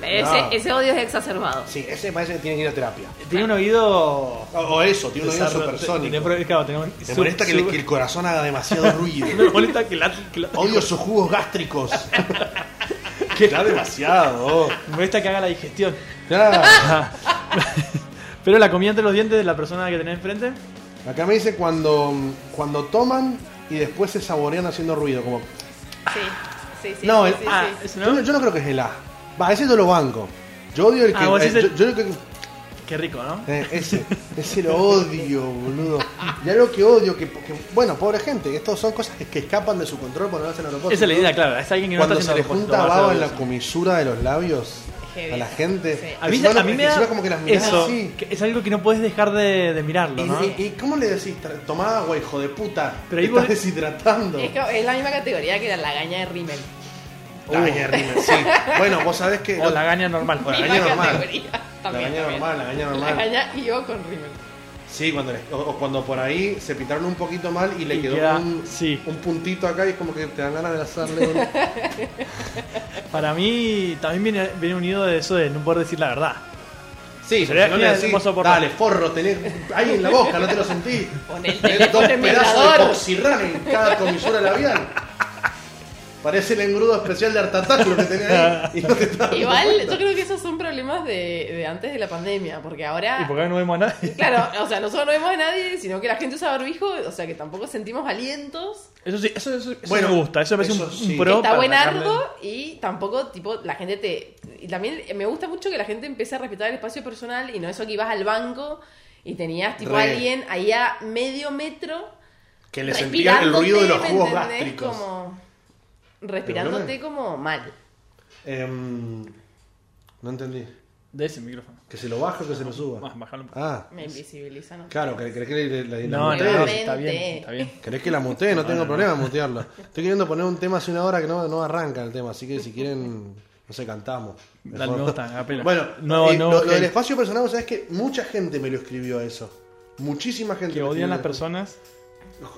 [SPEAKER 3] Ese,
[SPEAKER 1] No.
[SPEAKER 3] ese odio es exacerbado.
[SPEAKER 1] Sí, ese parece que tiene que ir a terapia.
[SPEAKER 2] tiene un oído
[SPEAKER 1] O, o eso, tiene un oído
[SPEAKER 2] Desarro-
[SPEAKER 1] supersónico.
[SPEAKER 2] te- te- te- claro, tenemos-
[SPEAKER 1] Me
[SPEAKER 2] sub-
[SPEAKER 1] molesta que, le-
[SPEAKER 2] sub-
[SPEAKER 1] que el corazón haga demasiado ruido.
[SPEAKER 2] me molesta que la- que la-
[SPEAKER 1] Odio sus jugos gástricos. que da demasiado.
[SPEAKER 2] me molesta que haga la digestión
[SPEAKER 1] Claro.
[SPEAKER 2] pero la comida entre los dientes de la persona que tenés enfrente
[SPEAKER 1] Acá me dice cuando, cuando toman y después se saborean haciendo ruido. Como,
[SPEAKER 3] Sí, sí, sí.
[SPEAKER 1] No,
[SPEAKER 3] sí,
[SPEAKER 1] el-
[SPEAKER 3] sí,
[SPEAKER 2] ah,
[SPEAKER 3] sí.
[SPEAKER 2] eso
[SPEAKER 1] yo, no-
[SPEAKER 2] no
[SPEAKER 1] yo no creo que es el A. Va, ese yo lo banco. Yo odio el que.
[SPEAKER 2] Ah, vos
[SPEAKER 1] eh,
[SPEAKER 2] ese-
[SPEAKER 1] yo- yo el que-
[SPEAKER 2] qué rico ¿no?
[SPEAKER 1] eh, ese, ese lo odio, boludo. Y algo que odio, que, que- bueno, pobre gente, estas son cosas que, que escapan de su control por no hacen a propósito.
[SPEAKER 2] Esa es la idea, claro. Es alguien que no
[SPEAKER 1] Cuando
[SPEAKER 2] está
[SPEAKER 1] se le
[SPEAKER 2] haciendo
[SPEAKER 1] junta
[SPEAKER 2] propósito,
[SPEAKER 1] baba
[SPEAKER 2] va a
[SPEAKER 1] en
[SPEAKER 2] ser
[SPEAKER 1] la comisura de los labios
[SPEAKER 3] Heavy.
[SPEAKER 1] a la gente.
[SPEAKER 3] Sí.
[SPEAKER 2] A mí,
[SPEAKER 1] Encima no-
[SPEAKER 2] a mí me
[SPEAKER 1] encima
[SPEAKER 2] da
[SPEAKER 1] como que las mirás
[SPEAKER 2] eso,
[SPEAKER 1] así.
[SPEAKER 2] que es algo que no puedes dejar de, de mirarlo, ¿no?
[SPEAKER 1] ¿Y, y- y cómo le decís? Tra- Tomá agua, hijo de puta.
[SPEAKER 2] Pero
[SPEAKER 1] Te
[SPEAKER 2] ahí
[SPEAKER 1] estás
[SPEAKER 2] vos-
[SPEAKER 1] deshidratando.
[SPEAKER 3] Es, que es la misma categoría que la lagaña de Rimmel.
[SPEAKER 1] La gaña de Rimmel, sí. Bueno, vos sabés que.
[SPEAKER 2] O la gaña normal. pues.
[SPEAKER 1] Bueno, la
[SPEAKER 3] Misma
[SPEAKER 1] gaña normal.
[SPEAKER 3] categoría. También,
[SPEAKER 1] la gaña
[SPEAKER 3] también.
[SPEAKER 1] normal, la gaña
[SPEAKER 3] La
[SPEAKER 1] normal.
[SPEAKER 3] caña y yo con Rimmel.
[SPEAKER 1] Sí, cuando, les- o, o cuando por ahí se pintaron un poquito mal y le
[SPEAKER 2] Y
[SPEAKER 1] quedó
[SPEAKER 2] queda-
[SPEAKER 1] un,
[SPEAKER 2] sí.
[SPEAKER 1] un puntito acá y es como que te dan ganas de hacerle un...
[SPEAKER 2] Para mí también viene, viene unido de eso de no poder decir la verdad.
[SPEAKER 1] Sí,
[SPEAKER 2] Sería
[SPEAKER 1] pero si no le
[SPEAKER 2] genial,
[SPEAKER 1] decís,
[SPEAKER 2] vos soportás.
[SPEAKER 1] dale, forro, tenés ahí en la boca, no te lo sentí.
[SPEAKER 3] Con el
[SPEAKER 1] Tenés dos
[SPEAKER 3] teléfono en
[SPEAKER 1] pedazos de
[SPEAKER 3] vibrador.
[SPEAKER 1] poxirrán en cada comisura labial. Parece el engrudo especial de Artatac lo que tenés ahí. Y no te está dando
[SPEAKER 3] Igual,
[SPEAKER 1] cuenta.
[SPEAKER 3] yo creo que esos son problemas de, de antes de la pandemia, porque ahora...
[SPEAKER 2] Y por qué no vemos a nadie.
[SPEAKER 3] Claro, o sea, nosotros no vemos a nadie, sino que la gente usa barbijo, o sea, que tampoco sentimos alientos.
[SPEAKER 2] Eso sí, eso, eso, eso
[SPEAKER 1] Bueno,
[SPEAKER 2] me gusta. Eso me parece
[SPEAKER 1] eso
[SPEAKER 2] un,
[SPEAKER 1] sí.
[SPEAKER 2] un pro.
[SPEAKER 3] Está
[SPEAKER 2] para
[SPEAKER 3] buenardo
[SPEAKER 2] sacarle-
[SPEAKER 3] y tampoco, tipo, la gente te... Y también me gusta mucho que la gente empiece a respetar el espacio personal y no eso que ibas al banco y tenías, tipo,
[SPEAKER 1] Re.
[SPEAKER 3] a alguien ahí a medio metro
[SPEAKER 1] Que le sentían el
[SPEAKER 3] respirándote,
[SPEAKER 1] ruido de los
[SPEAKER 3] ¿me
[SPEAKER 1] jugos
[SPEAKER 3] entendés?
[SPEAKER 1] gástricos.
[SPEAKER 3] Como... Respirándote
[SPEAKER 1] ¿Perdóname?
[SPEAKER 3] como mal.
[SPEAKER 1] Em, no entendí.
[SPEAKER 2] De ese micrófono.
[SPEAKER 1] Que se lo baje o que se lo suba.
[SPEAKER 2] Más, bájalo un poco.
[SPEAKER 1] Ah,
[SPEAKER 3] Me invisibilizan. ¿no?
[SPEAKER 1] claro, ¿querés que le- le- le- la
[SPEAKER 2] No, no,
[SPEAKER 1] mutee?
[SPEAKER 2] no,
[SPEAKER 3] Nuevamente.
[SPEAKER 2] está bien, está bien.
[SPEAKER 1] ¿Querés que la mutee? No tengo problema en mutearla. Estoy queriendo poner un tema hace una hora que no, no arranca el tema, así que si quieren, no sé, cantamos.
[SPEAKER 2] Dale, me gusta, apenas.
[SPEAKER 1] Bueno,
[SPEAKER 2] Nuevo,
[SPEAKER 1] eh,
[SPEAKER 2] nuevo
[SPEAKER 1] lo, lo del
[SPEAKER 2] hate.
[SPEAKER 1] espacio personal, ¿sabes que Mucha gente me lo escribió a eso. Muchísima gente.
[SPEAKER 2] Que
[SPEAKER 1] me
[SPEAKER 2] odian las
[SPEAKER 1] escribió.
[SPEAKER 2] personas.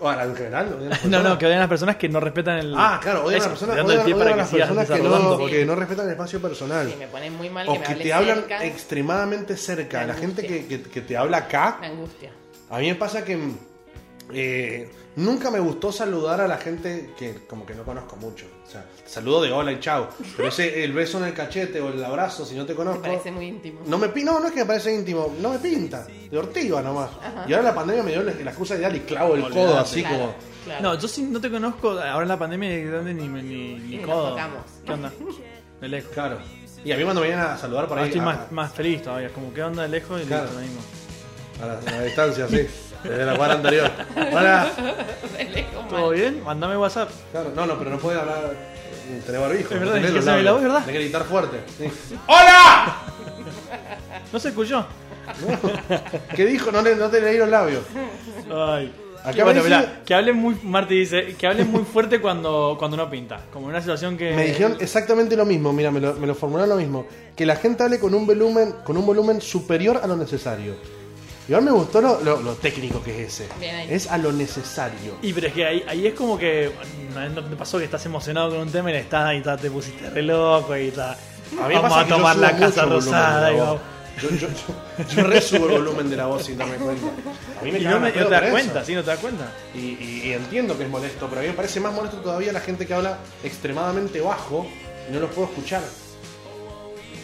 [SPEAKER 1] Ahora, en general, odian las
[SPEAKER 2] No,
[SPEAKER 1] personas.
[SPEAKER 2] no, que odian las personas que no respetan el.
[SPEAKER 1] Ah, claro, odian a las
[SPEAKER 2] Eso,
[SPEAKER 1] personas,
[SPEAKER 2] dando el
[SPEAKER 1] odian,
[SPEAKER 2] pie
[SPEAKER 1] odian
[SPEAKER 2] para
[SPEAKER 1] a
[SPEAKER 2] que
[SPEAKER 1] las
[SPEAKER 2] sigas
[SPEAKER 1] personas que
[SPEAKER 2] desarrollando.
[SPEAKER 1] no, que no respetan el espacio personal.
[SPEAKER 3] Sí, me ponen muy mal que
[SPEAKER 1] O
[SPEAKER 3] me
[SPEAKER 1] que
[SPEAKER 3] hablen
[SPEAKER 1] te hablan
[SPEAKER 3] cerca.
[SPEAKER 1] extremadamente cerca.
[SPEAKER 3] Me
[SPEAKER 1] La gente que,
[SPEAKER 3] angustia.
[SPEAKER 1] que- que te habla acá.
[SPEAKER 3] Me angustia.
[SPEAKER 1] A mí me pasa que mm, eh, nunca me gustó saludar a la gente que como que no conozco mucho. O sea, saludo de hola y chao. Pero ese el beso en el cachete o el abrazo, si no te
[SPEAKER 3] Me
[SPEAKER 1] conozco.
[SPEAKER 3] parece muy íntimo.
[SPEAKER 1] No me pi- no, no es que me parece íntimo, no me pinta. De ortiva nomás. Y ahora la pandemia me dio la, la excusa de dar y clavo el
[SPEAKER 2] Olvidate.
[SPEAKER 1] codo así
[SPEAKER 3] Claro,
[SPEAKER 1] como.
[SPEAKER 3] claro.
[SPEAKER 2] No, yo sí no te conozco. Ahora en la pandemia de grande ni, ni, ni
[SPEAKER 3] nos
[SPEAKER 2] codo.
[SPEAKER 3] tocamos.
[SPEAKER 2] ¿Qué onda? De lejos.
[SPEAKER 1] Claro. Y a mí cuando me vienen a saludar por
[SPEAKER 2] Ahora
[SPEAKER 1] ahí.
[SPEAKER 2] Ah, estoy
[SPEAKER 1] a-
[SPEAKER 2] más, más feliz todavía. es Como que onda de lejos y
[SPEAKER 1] Claro.
[SPEAKER 2] listo, lo mismo.
[SPEAKER 1] a, la, a la distancia, sí. Desde la cuadra anterior. Hola.
[SPEAKER 3] De lejos, mal.
[SPEAKER 2] ¿Todo bien? Mándame WhatsApp.
[SPEAKER 1] Claro, no, no, pero no puede hablar. eh, Tener barbijo.
[SPEAKER 2] Es verdad,
[SPEAKER 1] tener
[SPEAKER 2] es que
[SPEAKER 1] los
[SPEAKER 2] se ve la
[SPEAKER 1] labios.
[SPEAKER 2] voz, ¿verdad?
[SPEAKER 1] Hay que gritar fuerte. sí.
[SPEAKER 2] ¿No se escuchó?
[SPEAKER 1] ¿Qué dijo? No, le- no te leí los labios.
[SPEAKER 2] Ay.
[SPEAKER 1] Acá
[SPEAKER 2] Y bueno,
[SPEAKER 1] parece-
[SPEAKER 2] mirá, que hablen muy, Marti dice, que hablen muy fuerte cuando, cuando no pinta. Como en una situación que.
[SPEAKER 1] Me dijeron exactamente lo mismo, mira, me lo, me lo formularon lo mismo. Que la gente hable con un volumen, con un volumen superior a lo necesario. Igual me gustó lo, lo- lo técnico que es ese.
[SPEAKER 3] Bien ahí.
[SPEAKER 1] Es a lo necesario.
[SPEAKER 2] Y pero es que ahí, ahí es como que. ¿No no te pasó que estás emocionado con un tema y le estás ahí, ta- te pusiste re loco y está.
[SPEAKER 1] A mí me
[SPEAKER 2] Vamos
[SPEAKER 1] pasa
[SPEAKER 2] a
[SPEAKER 1] que yo
[SPEAKER 2] tomar
[SPEAKER 1] subo
[SPEAKER 2] la
[SPEAKER 1] mucho
[SPEAKER 2] casa
[SPEAKER 1] el volumen de la
[SPEAKER 2] rosada y
[SPEAKER 1] voz.
[SPEAKER 2] vamos.
[SPEAKER 1] Yo, yo, yo, yo re subo el volumen de la voz sin darme cuenta. A mí me
[SPEAKER 2] Y
[SPEAKER 1] cagan
[SPEAKER 2] no,
[SPEAKER 1] a
[SPEAKER 2] me- no
[SPEAKER 1] pedo
[SPEAKER 2] te das
[SPEAKER 1] por eso.
[SPEAKER 2] cuenta, sí, no te das cuenta.
[SPEAKER 1] Y, y- y entiendo que es molesto, pero a mí me parece más molesto todavía la gente que habla extremadamente bajo y no los puedo escuchar.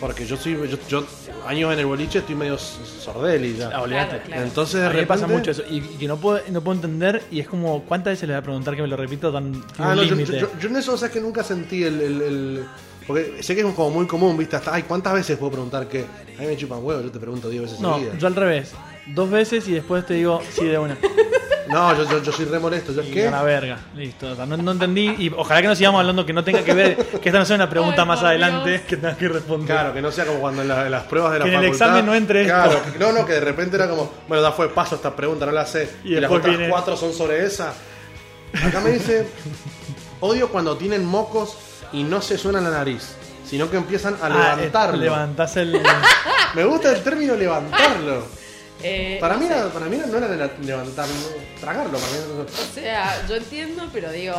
[SPEAKER 1] Porque yo soy, yo, yo años en el boliche estoy medio s- sordeli ya.
[SPEAKER 2] Ah, olvídate.
[SPEAKER 3] Claro.
[SPEAKER 1] Entonces de
[SPEAKER 2] A mí me
[SPEAKER 1] repente
[SPEAKER 2] pasa mucho eso. Y, y que no puedo, no puedo entender, y es como, ¿cuántas veces le voy a preguntar que me lo repita tan tiene
[SPEAKER 1] Ah,
[SPEAKER 2] un
[SPEAKER 1] no, yo,
[SPEAKER 2] límite?
[SPEAKER 1] yo- yo- yo en eso, o sea, que nunca sentí el, el- el- Porque sé que es como muy común, ¿viste? Hasta, ay, ¿cuántas veces puedo preguntar qué? A mí me chupan huevo, yo te pregunto 10 veces
[SPEAKER 2] No,
[SPEAKER 1] seguidas.
[SPEAKER 2] yo al revés. Dos veces y después te digo, sí, de una.
[SPEAKER 1] No, yo, yo, yo soy re molesto, ¿yo
[SPEAKER 2] Y
[SPEAKER 1] qué?
[SPEAKER 2] una verga. Listo. O sea, no, no entendí. Y ojalá que no sigamos hablando que no tenga que ver, que esta no sea una pregunta
[SPEAKER 3] Ay,
[SPEAKER 2] más
[SPEAKER 3] por
[SPEAKER 2] adelante
[SPEAKER 3] Dios.
[SPEAKER 2] que tenga que responder.
[SPEAKER 1] Claro, que no sea como cuando en, la- en las pruebas de la
[SPEAKER 2] Que en el
[SPEAKER 1] facultad.
[SPEAKER 2] examen no entre esto.
[SPEAKER 1] Claro, que- no, no, que de repente era como, bueno, da fue paso esta pregunta, no la sé.
[SPEAKER 2] Y
[SPEAKER 1] Y, las
[SPEAKER 2] después
[SPEAKER 1] otras
[SPEAKER 2] viene-
[SPEAKER 1] cuatro son sobre esa. Acá me dice, odio cuando tienen mocos y no se suena la nariz, sino que empiezan a
[SPEAKER 2] Ah, eh,
[SPEAKER 1] levantarlo.
[SPEAKER 2] levantás el.
[SPEAKER 1] Me gusta el término levantarlo.
[SPEAKER 3] Eh,
[SPEAKER 1] Para mí, era- para mí no era de levantarlo, tragarlo. Para mí
[SPEAKER 3] O sea, yo entiendo, pero digo,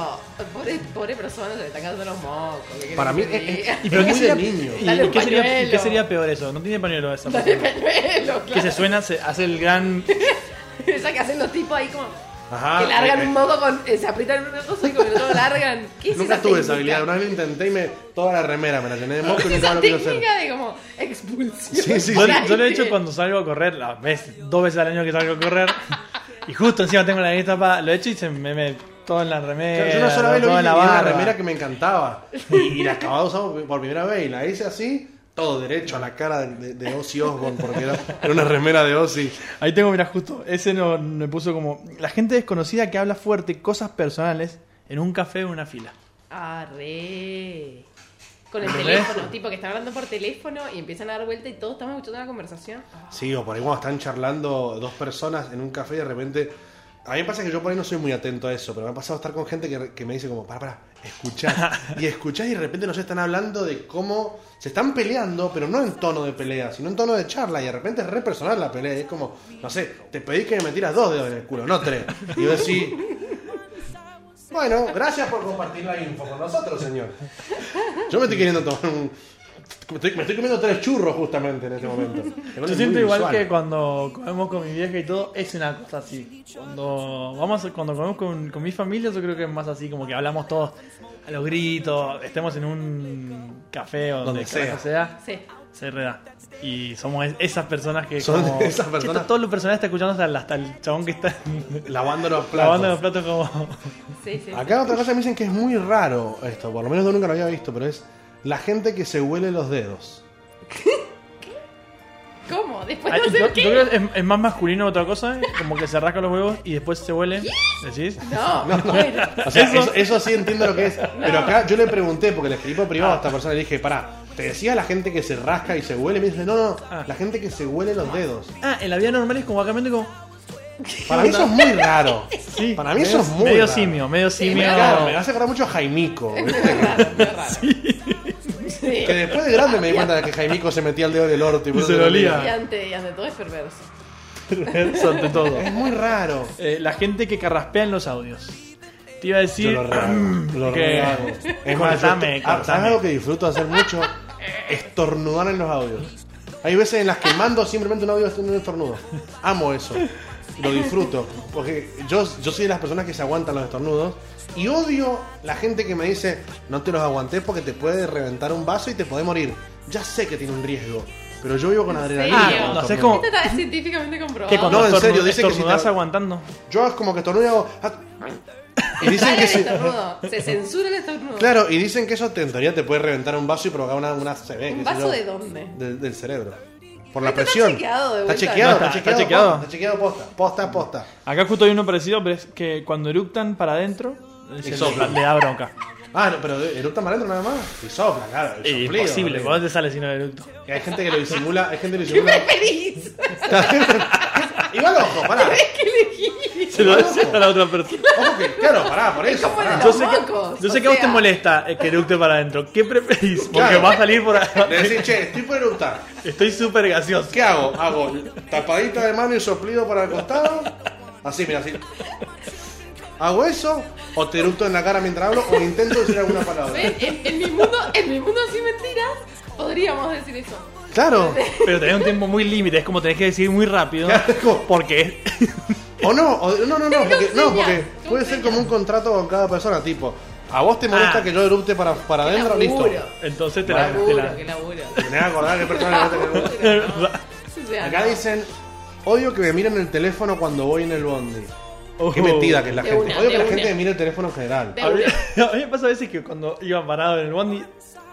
[SPEAKER 3] pobre, pobre persona se le están cayendo los mocos. ¿qué querés
[SPEAKER 1] Para mí eh,
[SPEAKER 3] que te
[SPEAKER 1] es-
[SPEAKER 3] diga?
[SPEAKER 1] es-
[SPEAKER 2] ¿Y pero
[SPEAKER 1] muy
[SPEAKER 2] qué sería,
[SPEAKER 1] de niño.
[SPEAKER 2] y-
[SPEAKER 3] Dale
[SPEAKER 2] y
[SPEAKER 3] un
[SPEAKER 2] qué sería,
[SPEAKER 3] pañuelo.
[SPEAKER 2] y qué sería peor eso? No tiene pañuelo esa
[SPEAKER 3] Dale
[SPEAKER 2] persona.
[SPEAKER 3] pañuelo,
[SPEAKER 2] Que se
[SPEAKER 3] claro.
[SPEAKER 2] suena, se hace el gran.
[SPEAKER 3] Esa que hacen los tipos ahí como.
[SPEAKER 1] Ajá,
[SPEAKER 3] que largan
[SPEAKER 1] eh,
[SPEAKER 3] un moco con. eh, se aprietan en una cosa y con el otro largan. ¿Qué es
[SPEAKER 1] Nunca
[SPEAKER 3] esa
[SPEAKER 1] tuve esa
[SPEAKER 3] técnica?
[SPEAKER 1] habilidad. Una vez lo intenté y me toda la remera me la llené de moco y
[SPEAKER 3] ¿Qué es
[SPEAKER 1] nunca
[SPEAKER 3] esa
[SPEAKER 1] lo quiero hacer.
[SPEAKER 3] técnica de como expulsión?
[SPEAKER 1] Sí, sí,
[SPEAKER 2] Yo,
[SPEAKER 1] sí.
[SPEAKER 2] yo lo he hecho cuando salgo a correr, las veces, dos veces al año que salgo a correr. Y justo encima tengo la nariz tapada. Lo he hecho y se me. me todo en la remera.
[SPEAKER 1] Yo una sola vez lo
[SPEAKER 2] todo
[SPEAKER 1] hice y
[SPEAKER 2] Eh, en la
[SPEAKER 1] tenía una
[SPEAKER 2] barra.
[SPEAKER 1] remera que me encantaba. Y, y la acababa de usar por primera vez y la hice así, todo derecho a la cara de, de- de Ozzy Osbourne, porque era, era una remera de Ozzy.
[SPEAKER 2] Ahí tengo, mira, justo. Ese no, me puso como. La gente desconocida que habla fuerte cosas personales en un café o en una fila.
[SPEAKER 3] Arre. Con el
[SPEAKER 2] ¿Entendés?
[SPEAKER 3] teléfono, tipo que están hablando por teléfono y empiezan a dar vuelta y todos estamos escuchando la conversación.
[SPEAKER 1] Sí, o por ahí cuando están charlando dos personas en un café y de repente. A mí me pasa que yo por ahí no soy muy atento a eso, pero me ha pasado estar con gente que, que me dice como, para, para, escuchás. y escuchás y de repente nos están hablando de cómo se están peleando, pero no en tono de pelea, sino en tono de charla. Y de repente es re personal la pelea. y es como, no sé, te pedí que me metieras dos dedos en el culo, no tres. Y yo decís. Bueno, gracias por compartir la info con nosotros, señor. Yo me estoy queriendo tomar un. Me estoy, me estoy comiendo tres churros justamente en este momento.
[SPEAKER 2] Yo siento igual que cuando comemos con mi vieja y todo, es una cosa así. Cuando vamos a- cuando comemos con, con mi familia, yo creo que es más así, como que hablamos todos a los gritos, estemos en un café o donde,
[SPEAKER 1] Donde sea.
[SPEAKER 2] carajo sea,
[SPEAKER 3] Sí.
[SPEAKER 2] se reda. Y somos es- esas personas que
[SPEAKER 1] Son
[SPEAKER 2] como,
[SPEAKER 1] esas
[SPEAKER 2] "Che,
[SPEAKER 1] personas".
[SPEAKER 2] Todo lo personal está escuchando hasta el, hasta el chabón que está
[SPEAKER 1] Lavando los platos.
[SPEAKER 2] lavando los platos como...
[SPEAKER 3] Sí, sí.
[SPEAKER 1] Acá otra cosa me dicen que es muy raro esto, por lo menos yo nunca lo había visto, pero es la gente que se huele los dedos.
[SPEAKER 3] ¿Cómo? Después
[SPEAKER 2] Ay,
[SPEAKER 3] de
[SPEAKER 2] yo,
[SPEAKER 3] hacer
[SPEAKER 2] yo
[SPEAKER 3] qué?
[SPEAKER 2] creo que es, es más masculino que otra cosa, ¿eh? como que se rasca los huevos y después se huele. ¿Decís?
[SPEAKER 3] No, bueno.
[SPEAKER 1] O sea, eso, eso sí entiendo lo que es. Pero acá yo le pregunté, porque le escribí por privado a esta persona, le dije, pará, ¿te decía la gente que se rasca y se huele? Me dice, no, no,
[SPEAKER 2] Ah.
[SPEAKER 1] la gente que se huele los dedos.
[SPEAKER 2] Ah, en la vida normal es como acá medio como.
[SPEAKER 1] Para mí eso es muy raro.
[SPEAKER 2] Sí,
[SPEAKER 1] Para mí eso
[SPEAKER 2] medio-
[SPEAKER 1] es muy
[SPEAKER 2] Medio
[SPEAKER 1] raro.
[SPEAKER 2] simio, medio simio.
[SPEAKER 1] Claro, me hace acordar mucho a Jaimico. ¿viste?
[SPEAKER 3] Sí.
[SPEAKER 1] Que después de grande me di cuenta de que Jaimico se metía el dedo en el orto y, por
[SPEAKER 2] Y
[SPEAKER 1] eso
[SPEAKER 2] se
[SPEAKER 1] le
[SPEAKER 2] dolía.
[SPEAKER 3] Y ante, y ante todo es perverso.
[SPEAKER 2] Eso ante todo.
[SPEAKER 1] Es muy raro.
[SPEAKER 2] Eh, la gente que carraspea en los audios. Te iba a decir.
[SPEAKER 1] Yo lo rehago. Lo
[SPEAKER 2] que-
[SPEAKER 1] rehago. Es más, yo-
[SPEAKER 2] Cortame,
[SPEAKER 1] ah, ¿sabes
[SPEAKER 2] cortame.
[SPEAKER 1] algo que disfruto de hacer mucho? Estornudar en los audios. Hay veces en las que mando simplemente un audio haciendo un estornudo. Amo eso. Lo disfruto. Porque yo, yo soy de las personas que se aguantan los estornudos. Y odio la gente que me dice, no te los aguantes porque te puede reventar un vaso y te puede morir. Ya sé que tiene un riesgo. Pero yo vivo con adrenalina. con
[SPEAKER 3] serio? Ah,
[SPEAKER 2] no,
[SPEAKER 1] estornudos.
[SPEAKER 2] sé cómo-
[SPEAKER 3] Esto está científicamente comprobado.
[SPEAKER 2] Que cuando
[SPEAKER 1] No, en
[SPEAKER 2] estornu-
[SPEAKER 1] serio, dice que si te-
[SPEAKER 2] estornudás aguantando.
[SPEAKER 1] Yo es como que estornudo y hago... "Ah". Y dicen
[SPEAKER 3] Dale
[SPEAKER 1] que
[SPEAKER 3] el
[SPEAKER 1] si-
[SPEAKER 3] estornudo. Se censura el estornudo.
[SPEAKER 1] Claro, y dicen que eso te- en teoría te puede reventar un vaso y provocar una, una CB.
[SPEAKER 3] ¿Un
[SPEAKER 1] qué sé
[SPEAKER 3] vaso
[SPEAKER 1] yo,
[SPEAKER 3] de dónde?
[SPEAKER 1] de- del cerebro. Por la
[SPEAKER 3] Esto está
[SPEAKER 1] presión.
[SPEAKER 3] chequeado de
[SPEAKER 1] Está
[SPEAKER 3] vuelta,
[SPEAKER 1] chequeado,
[SPEAKER 2] ¿no?
[SPEAKER 1] está
[SPEAKER 2] Está-
[SPEAKER 1] chequeado,
[SPEAKER 2] está
[SPEAKER 1] posta, está chequeado posta. Posta, posta.
[SPEAKER 2] Acá justo hay uno parecido, pero es que cuando eructan para adentro, se
[SPEAKER 1] soplan.
[SPEAKER 2] le da bronca.
[SPEAKER 1] Ah, no, pero eructan para adentro nada más. Y sopla, claro. el
[SPEAKER 2] Eh,
[SPEAKER 1] soplido,
[SPEAKER 2] Imposible, ¿por
[SPEAKER 1] boludo.
[SPEAKER 2] dónde sale si no eructo?
[SPEAKER 1] Y Hay gente que lo disimula. Hay gente que lo
[SPEAKER 3] ¿Qué
[SPEAKER 1] disimula.
[SPEAKER 3] preferís?
[SPEAKER 1] Igual ojo, pará.
[SPEAKER 3] ¿Qué elegís?
[SPEAKER 2] Se lo hace a la otra persona.
[SPEAKER 1] Ojo que, claro, pará, por eso.
[SPEAKER 3] como el
[SPEAKER 1] pará.
[SPEAKER 3] de
[SPEAKER 2] Yo
[SPEAKER 3] los
[SPEAKER 2] sé que,
[SPEAKER 3] mocos,
[SPEAKER 2] yo
[SPEAKER 3] o
[SPEAKER 2] sé que a vos te
[SPEAKER 3] sea.
[SPEAKER 2] molesta eh, que eructe para adentro. ¿Qué preferís? Porque
[SPEAKER 1] Claro.
[SPEAKER 2] va a salir por
[SPEAKER 1] Le
[SPEAKER 2] ahí.
[SPEAKER 1] decís, che, estoy por eructar.
[SPEAKER 2] Estoy súper gaseoso.
[SPEAKER 1] ¿Qué hago? Hago tapadita de mano y soplido para el costado. Así, mira, así. Hago eso, o te eructo en la cara mientras hablo, o intento decir alguna palabra.
[SPEAKER 3] ¿Ves? En, en mi mundo, en mi mundo sin mentiras, podríamos decir eso.
[SPEAKER 1] Claro.
[SPEAKER 2] Pero tenés un tiempo muy límite, es como tenés que decir muy rápido.
[SPEAKER 1] Claro.
[SPEAKER 2] Porque es-
[SPEAKER 1] O no, o- no, no, no, porque, no, porque
[SPEAKER 3] Conseña,
[SPEAKER 1] puede ser como un contrato con cada persona, tipo, a vos te molesta
[SPEAKER 2] Ah.
[SPEAKER 1] que yo erupte para, para
[SPEAKER 3] Qué
[SPEAKER 1] adentro, listo.
[SPEAKER 3] laburo,
[SPEAKER 2] entonces te
[SPEAKER 3] Qué
[SPEAKER 2] la. te
[SPEAKER 3] laburo,
[SPEAKER 2] la-
[SPEAKER 3] qué laburo.
[SPEAKER 1] Tenés que acordar qué persona le molesta que eructe.
[SPEAKER 3] O sea,
[SPEAKER 1] Acá dicen, odio que me miren el teléfono cuando voy en el bondi.
[SPEAKER 2] Ojo.
[SPEAKER 1] Qué metida que es la
[SPEAKER 3] De
[SPEAKER 1] gente.
[SPEAKER 3] una,
[SPEAKER 1] odio que
[SPEAKER 3] de
[SPEAKER 1] la
[SPEAKER 3] una.
[SPEAKER 1] gente me mire el teléfono en general.
[SPEAKER 3] De
[SPEAKER 2] A mí,
[SPEAKER 3] una.
[SPEAKER 2] a mí me pasa a veces que cuando iba parado en el bondi,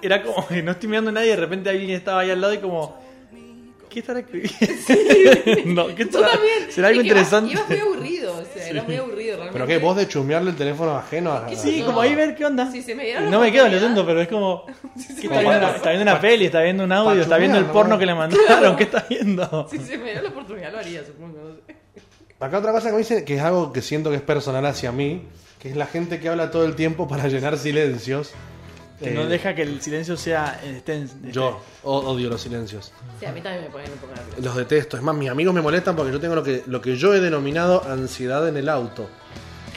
[SPEAKER 2] era como que no estoy mirando a nadie y de repente alguien estaba ahí al lado y como. ¿Qué estará escribiendo? no, ¿qué
[SPEAKER 3] Yo
[SPEAKER 2] estará-
[SPEAKER 3] también.
[SPEAKER 2] ¿Será algo
[SPEAKER 3] Es que ibas-
[SPEAKER 2] interesante?
[SPEAKER 3] Ibas muy aburrido, o sea, era muy aburrido realmente.
[SPEAKER 1] Pero qué, vos de chusmearle el teléfono ajeno a...
[SPEAKER 3] que
[SPEAKER 2] Sí,
[SPEAKER 3] No.
[SPEAKER 2] como ahí ver qué onda.
[SPEAKER 3] Si se me dieron la
[SPEAKER 2] no me quedo
[SPEAKER 3] oportunidad.
[SPEAKER 2] leyendo, pero es como. ¿qué está,
[SPEAKER 1] Como
[SPEAKER 2] viendo,
[SPEAKER 1] para-
[SPEAKER 2] está viendo una peli, está viendo un audio, está viendo el
[SPEAKER 1] chumear,
[SPEAKER 2] porno
[SPEAKER 1] ¿no?
[SPEAKER 2] que le mandaron. ¿Qué está viendo?
[SPEAKER 3] Si se me diera la oportunidad lo haría, supongo. no sé.
[SPEAKER 1] Acá otra cosa que me dicen, que es algo que siento que es personal hacia mí, que es la gente que habla todo el tiempo para llenar silencios.
[SPEAKER 2] Que no
[SPEAKER 1] Eh,
[SPEAKER 2] deja que el silencio sea. este, Estén, estén-
[SPEAKER 1] Yo o- odio los silencios.
[SPEAKER 3] Sí, a mí también me ponen un poco nervioso.
[SPEAKER 1] Los detesto. Es más, mis amigos me molestan porque yo tengo lo que, lo que yo he denominado ansiedad en el auto.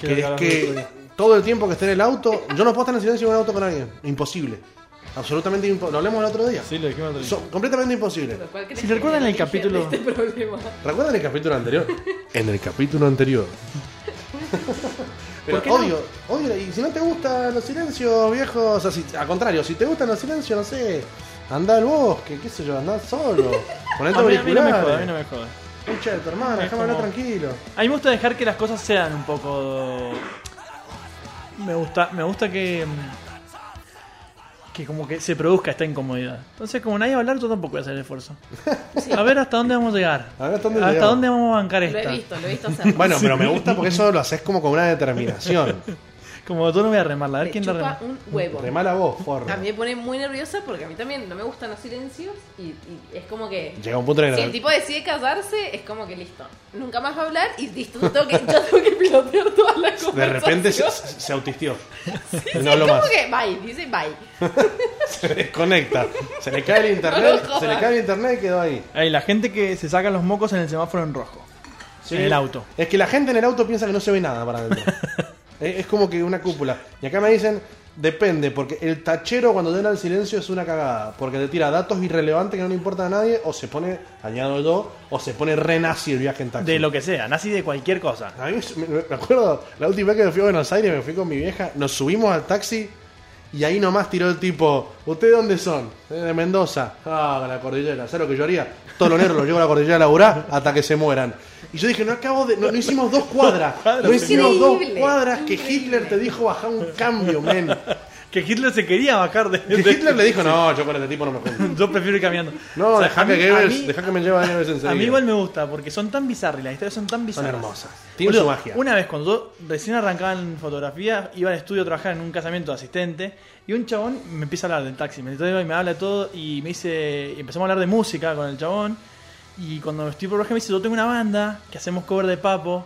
[SPEAKER 2] Qué
[SPEAKER 1] que es
[SPEAKER 2] bárbaro.
[SPEAKER 1] que todo el tiempo que esté en el auto, yo no puedo estar en silencio en un auto con alguien. Imposible. Absolutamente imposible. Lo hablamos el otro día.
[SPEAKER 2] Sí, lo dijimos otro día.
[SPEAKER 1] So- completamente imposible.
[SPEAKER 3] Lo cual creo
[SPEAKER 2] Si
[SPEAKER 3] que
[SPEAKER 2] recuerdan
[SPEAKER 3] es
[SPEAKER 2] el capítulo-
[SPEAKER 3] origen de Este problema.
[SPEAKER 1] ¿Recuerdan el capítulo anterior? en el capítulo anterior. Pero
[SPEAKER 2] ¿Por qué no?
[SPEAKER 1] odio, odio. Y si no te gustan los silencios, viejo, o sea, si, al contrario, si te gustan los silencios, no sé, anda al bosque, qué sé yo, anda solo. Ponete
[SPEAKER 2] A mí, a mí no me joda, a
[SPEAKER 1] auriculares.
[SPEAKER 2] mí no me joda.
[SPEAKER 1] Escucha de tu hermana,
[SPEAKER 2] Es
[SPEAKER 1] déjame hablar
[SPEAKER 2] como-
[SPEAKER 1] tranquilo.
[SPEAKER 2] A mí me gusta dejar que las cosas sean un poco. Me gusta, me gusta que. mm, Que como que se produzca esta incomodidad. Entonces, como nadie va a hablar, yo tampoco voy a hacer el esfuerzo. A ver hasta dónde vamos a llegar.
[SPEAKER 1] A ver hasta dónde llegamos.
[SPEAKER 2] dónde vamos a bancar
[SPEAKER 3] Lo he
[SPEAKER 2] esta.
[SPEAKER 3] visto, lo he visto hacer.
[SPEAKER 1] Bueno, pero me gusta porque eso lo haces como con una determinación.
[SPEAKER 2] Como yo no voy a remarla, a ver
[SPEAKER 3] Le
[SPEAKER 2] quién la
[SPEAKER 3] chupa
[SPEAKER 2] rema.
[SPEAKER 3] un huevo.
[SPEAKER 1] Remala vos, forro.
[SPEAKER 3] A mí me pone muy nerviosa porque a mí también no me gustan los silencios y, y es como que...
[SPEAKER 1] Llega un punto en
[SPEAKER 3] Si
[SPEAKER 1] el
[SPEAKER 3] el tipo decide casarse, es como que listo. Nunca más va a hablar y listo. Yo tengo que, yo tengo que pilotear todas las cosas.
[SPEAKER 1] De repente se, se se autistió. no hablo más.
[SPEAKER 3] que bye, dice bye.
[SPEAKER 1] Se desconecta. Se le cae el internet.
[SPEAKER 3] No lo
[SPEAKER 1] se le
[SPEAKER 3] jodas.
[SPEAKER 1] cae el internet y quedó ahí.
[SPEAKER 2] Ay, la gente que se saca los mocos en el semáforo en rojo. En el auto.
[SPEAKER 1] Es que la gente en el auto piensa que no se ve nada para adentro. es, es como que una cúpula. Y acá me dicen, depende, porque el tachero cuando llena el silencio es una cagada. Porque te tira datos irrelevantes que no le importan a nadie, o se pone, añado yo, o se pone renazi el viaje en taxi.
[SPEAKER 2] De lo que sea, nazi de cualquier cosa.
[SPEAKER 1] A mí me, me- me acuerdo, la última vez que me fui a Buenos Aires, me fui con mi vieja, nos subimos al taxi y ahí nomás tiró el tipo, ¿ustedes dónde son? "Eh, De Mendoza. Ah, de la cordillera, ¿sabes lo que yo haría? Tolonero lo llevo a la cordillera a laburar hasta que se mueran. Y yo dije, no acabo de, no, no hicimos dos cuadras,
[SPEAKER 2] cuadras,
[SPEAKER 1] no hicimos dos
[SPEAKER 3] Increíble,
[SPEAKER 1] cuadras que
[SPEAKER 3] increíble.
[SPEAKER 1] Hitler te dijo bajar un cambio, men.
[SPEAKER 2] Que Hitler se quería bajar de.
[SPEAKER 1] Que
[SPEAKER 2] de-
[SPEAKER 1] Hitler le dijo, no, yo con este tipo no me junto.
[SPEAKER 2] Yo prefiero ir caminando.
[SPEAKER 1] No,
[SPEAKER 2] O sea,
[SPEAKER 1] dejá
[SPEAKER 2] a mí-
[SPEAKER 1] que Goebbels,
[SPEAKER 2] a mí-
[SPEAKER 1] dejá que me lleve a Goebbels enseguida.
[SPEAKER 2] A mí igual me gusta porque son tan bizarras y las historias son tan bizarras.
[SPEAKER 1] hermosas. Tienen su magia.
[SPEAKER 2] Una vez cuando yo recién arrancaba en fotografía, iba al estudio a trabajar en un casamiento de asistente y un chabón me empieza a hablar del taxi. Me, y me habla de todo y me dice. y empezamos a hablar de música con el chabón. Y cuando estoy por bajar me dice: Yo tengo una banda que hacemos cover de papo.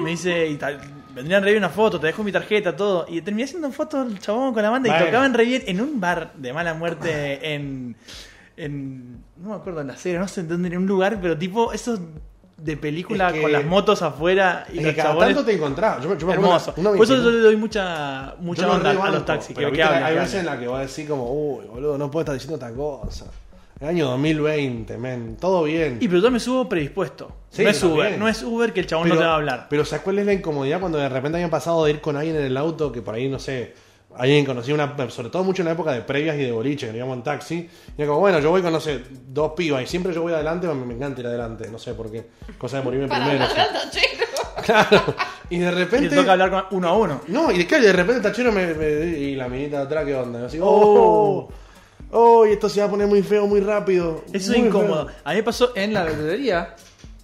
[SPEAKER 2] Me dice: y tal- Vendrían re bien una foto, te dejo mi tarjeta, todo. Y terminé haciendo fotos del chabón con la banda
[SPEAKER 1] Bueno.
[SPEAKER 2] y tocaban re bien en un bar de mala muerte en en no me acuerdo en la serie, no sé en dónde, en un lugar, pero tipo esos de película
[SPEAKER 1] Es que-
[SPEAKER 2] con las motos afuera y
[SPEAKER 1] Es
[SPEAKER 2] los
[SPEAKER 1] que cada
[SPEAKER 2] chabones
[SPEAKER 1] tanto te encontrás. Yo, me- yo me acuerdo
[SPEAKER 2] hermoso.
[SPEAKER 1] una- una
[SPEAKER 2] Por eso yo
[SPEAKER 1] visita-
[SPEAKER 2] le doy mucha mucha
[SPEAKER 1] Yo no
[SPEAKER 2] onda a
[SPEAKER 1] rebanco,
[SPEAKER 2] los taxis que,
[SPEAKER 1] pero
[SPEAKER 2] que
[SPEAKER 1] viste,
[SPEAKER 2] hablan,
[SPEAKER 1] Hay
[SPEAKER 2] que
[SPEAKER 1] veces en
[SPEAKER 2] hablan.
[SPEAKER 1] las que vos decís como, uy, boludo, no puedo estar diciendo tal cosa. El año 2020, men, todo bien.
[SPEAKER 2] Y pero yo me subo predispuesto.
[SPEAKER 1] Sí,
[SPEAKER 2] no es
[SPEAKER 1] yo
[SPEAKER 2] Uber,
[SPEAKER 1] también.
[SPEAKER 2] no es Uber que el chabón no te va a hablar.
[SPEAKER 1] Pero ¿sabes cuál es la incomodidad cuando de repente hayan pasado de ir con alguien en el auto que por ahí, no sé, alguien conocía una, sobre todo mucho en la época de previas y de boliche, que nos íbamos en taxi, y era como, bueno, yo voy con, no sé, dos pibas y siempre yo voy adelante, me, me encanta ir adelante, no sé por qué, cosa de morirme
[SPEAKER 3] Para
[SPEAKER 1] primero.
[SPEAKER 3] hablar al tachero.
[SPEAKER 1] Claro. Y de
[SPEAKER 2] Y
[SPEAKER 1] repente...
[SPEAKER 2] te toca hablar con uno a uno.
[SPEAKER 1] No, y de, claro, y de repente el tachero me, me- Y la minita de atrás, ¿qué onda? Y así,
[SPEAKER 2] Oh.
[SPEAKER 1] oh, oh, y esto se va a poner muy feo, muy rápido.
[SPEAKER 2] Eso
[SPEAKER 1] muy
[SPEAKER 2] es incómodo.
[SPEAKER 1] feo.
[SPEAKER 2] A mí me pasó en la verdulería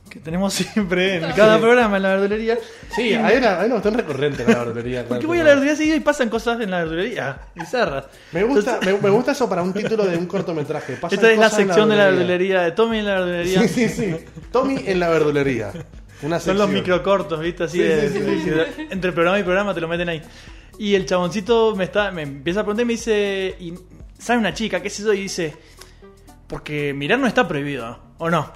[SPEAKER 2] que tenemos siempre en cada programa en la verdulería.
[SPEAKER 1] Sí, ahí era, ahí no, tan recurrente la verdulería.
[SPEAKER 2] ¿Por
[SPEAKER 1] claro,
[SPEAKER 2] qué voy a la
[SPEAKER 1] pero-
[SPEAKER 2] verdulería seguido y pasan cosas en la verdulería? Bizarras.
[SPEAKER 1] Me gusta,
[SPEAKER 2] Entonces-
[SPEAKER 1] me, me gusta eso para un título de un cortometraje. Pasan
[SPEAKER 2] Esta es la
[SPEAKER 1] cosas en
[SPEAKER 2] sección de la verdulería, de Tommy en la verdulería.
[SPEAKER 1] Sí, sí, sí. Tommy en la verdulería. Una
[SPEAKER 2] Son
[SPEAKER 1] sección.
[SPEAKER 2] los microcortos, ¿viste? Así
[SPEAKER 1] Sí,
[SPEAKER 2] de-
[SPEAKER 1] sí, sí,
[SPEAKER 2] de-
[SPEAKER 1] sí.
[SPEAKER 2] de- entre programa y programa te lo meten ahí. Y el chaboncito me está me empieza a preguntar y me dice, y sale una chica, qué sé yo, y dice, porque mirar no está prohibido, ¿o no?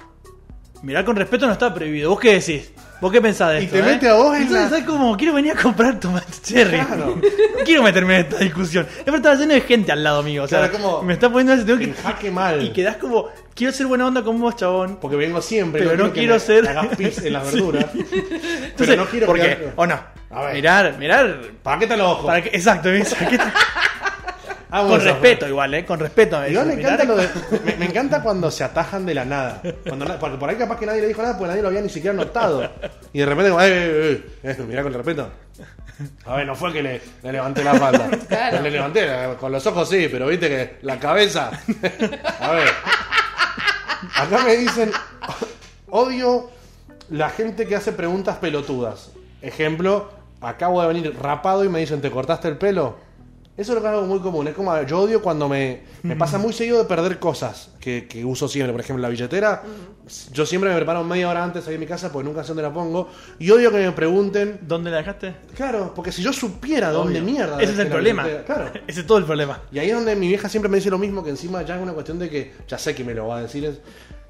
[SPEAKER 2] Mirar con respeto no está prohibido. ¿Vos qué decís? ¿Vos qué pensás de
[SPEAKER 1] Y
[SPEAKER 2] esto?
[SPEAKER 1] te
[SPEAKER 2] eh?
[SPEAKER 1] mete a vos en
[SPEAKER 2] Entonces,
[SPEAKER 1] la-
[SPEAKER 2] ¿sabes cómo? Quiero venir a comprar tomate cherry.
[SPEAKER 1] Claro.
[SPEAKER 2] No quiero meterme en esta discusión. Además, estaba lleno de gente al lado mío. O sea,
[SPEAKER 1] Claro, como-
[SPEAKER 2] me está poniendo ese tengo que...
[SPEAKER 1] En jaque mal.
[SPEAKER 2] Y quedás como, quiero ser buena onda con vos, chabón.
[SPEAKER 1] Porque vengo siempre.
[SPEAKER 2] Pero no
[SPEAKER 1] que
[SPEAKER 2] quiero
[SPEAKER 1] me
[SPEAKER 2] ser-
[SPEAKER 1] hagas pis en las
[SPEAKER 2] Sí.
[SPEAKER 1] verduras.
[SPEAKER 2] Entonces,
[SPEAKER 1] Pero no quiero
[SPEAKER 2] ¿por qué?
[SPEAKER 1] quedar-
[SPEAKER 2] ¿O no?
[SPEAKER 1] A ver.
[SPEAKER 2] Mirar, mirar
[SPEAKER 1] ¿Para qué te lo ojo?
[SPEAKER 2] ¿Para qué? Exacto, bien, ¿para qué te-
[SPEAKER 1] Hago
[SPEAKER 2] con
[SPEAKER 1] eso.
[SPEAKER 2] respeto igual, ¿eh? Con respeto. me
[SPEAKER 1] pues. Igual me
[SPEAKER 2] dice,
[SPEAKER 1] encanta,
[SPEAKER 2] mirá,
[SPEAKER 1] lo de- me, me encanta cuando se atajan de la nada. Cuando na- porque por ahí capaz que nadie le dijo nada porque nadie lo había ni siquiera notado. Y de repente, como, eh, eh, eh, eh, mirá con respeto. A ver, no fue que le, le levanté la falda.
[SPEAKER 3] Claro.
[SPEAKER 1] Le levanté, eh, con los ojos sí, pero viste que la cabeza. A ver. Acá me dicen, odio la gente que hace preguntas pelotudas. Ejemplo, acabo de venir rapado y me dicen, ¿te cortaste el pelo? Eso es lo que hago muy común. Es como, yo odio cuando me, me pasa muy seguido de perder cosas que, que uso siempre. Por ejemplo, la billetera, yo siempre me preparo media hora antes ahí en mi casa porque nunca sé dónde la pongo. Y odio que me pregunten,
[SPEAKER 2] ¿Dónde la dejaste?
[SPEAKER 1] claro, porque si yo supiera dónde
[SPEAKER 2] Obvio.
[SPEAKER 1] mierda.
[SPEAKER 2] Ese es
[SPEAKER 1] dejé
[SPEAKER 2] el
[SPEAKER 1] la
[SPEAKER 2] problema.
[SPEAKER 1] billetera, Claro.
[SPEAKER 2] Ese es todo el problema.
[SPEAKER 1] Y ahí es donde mi vieja siempre me dice lo mismo, que encima ya es una cuestión de que, ya sé que me lo va a decir, es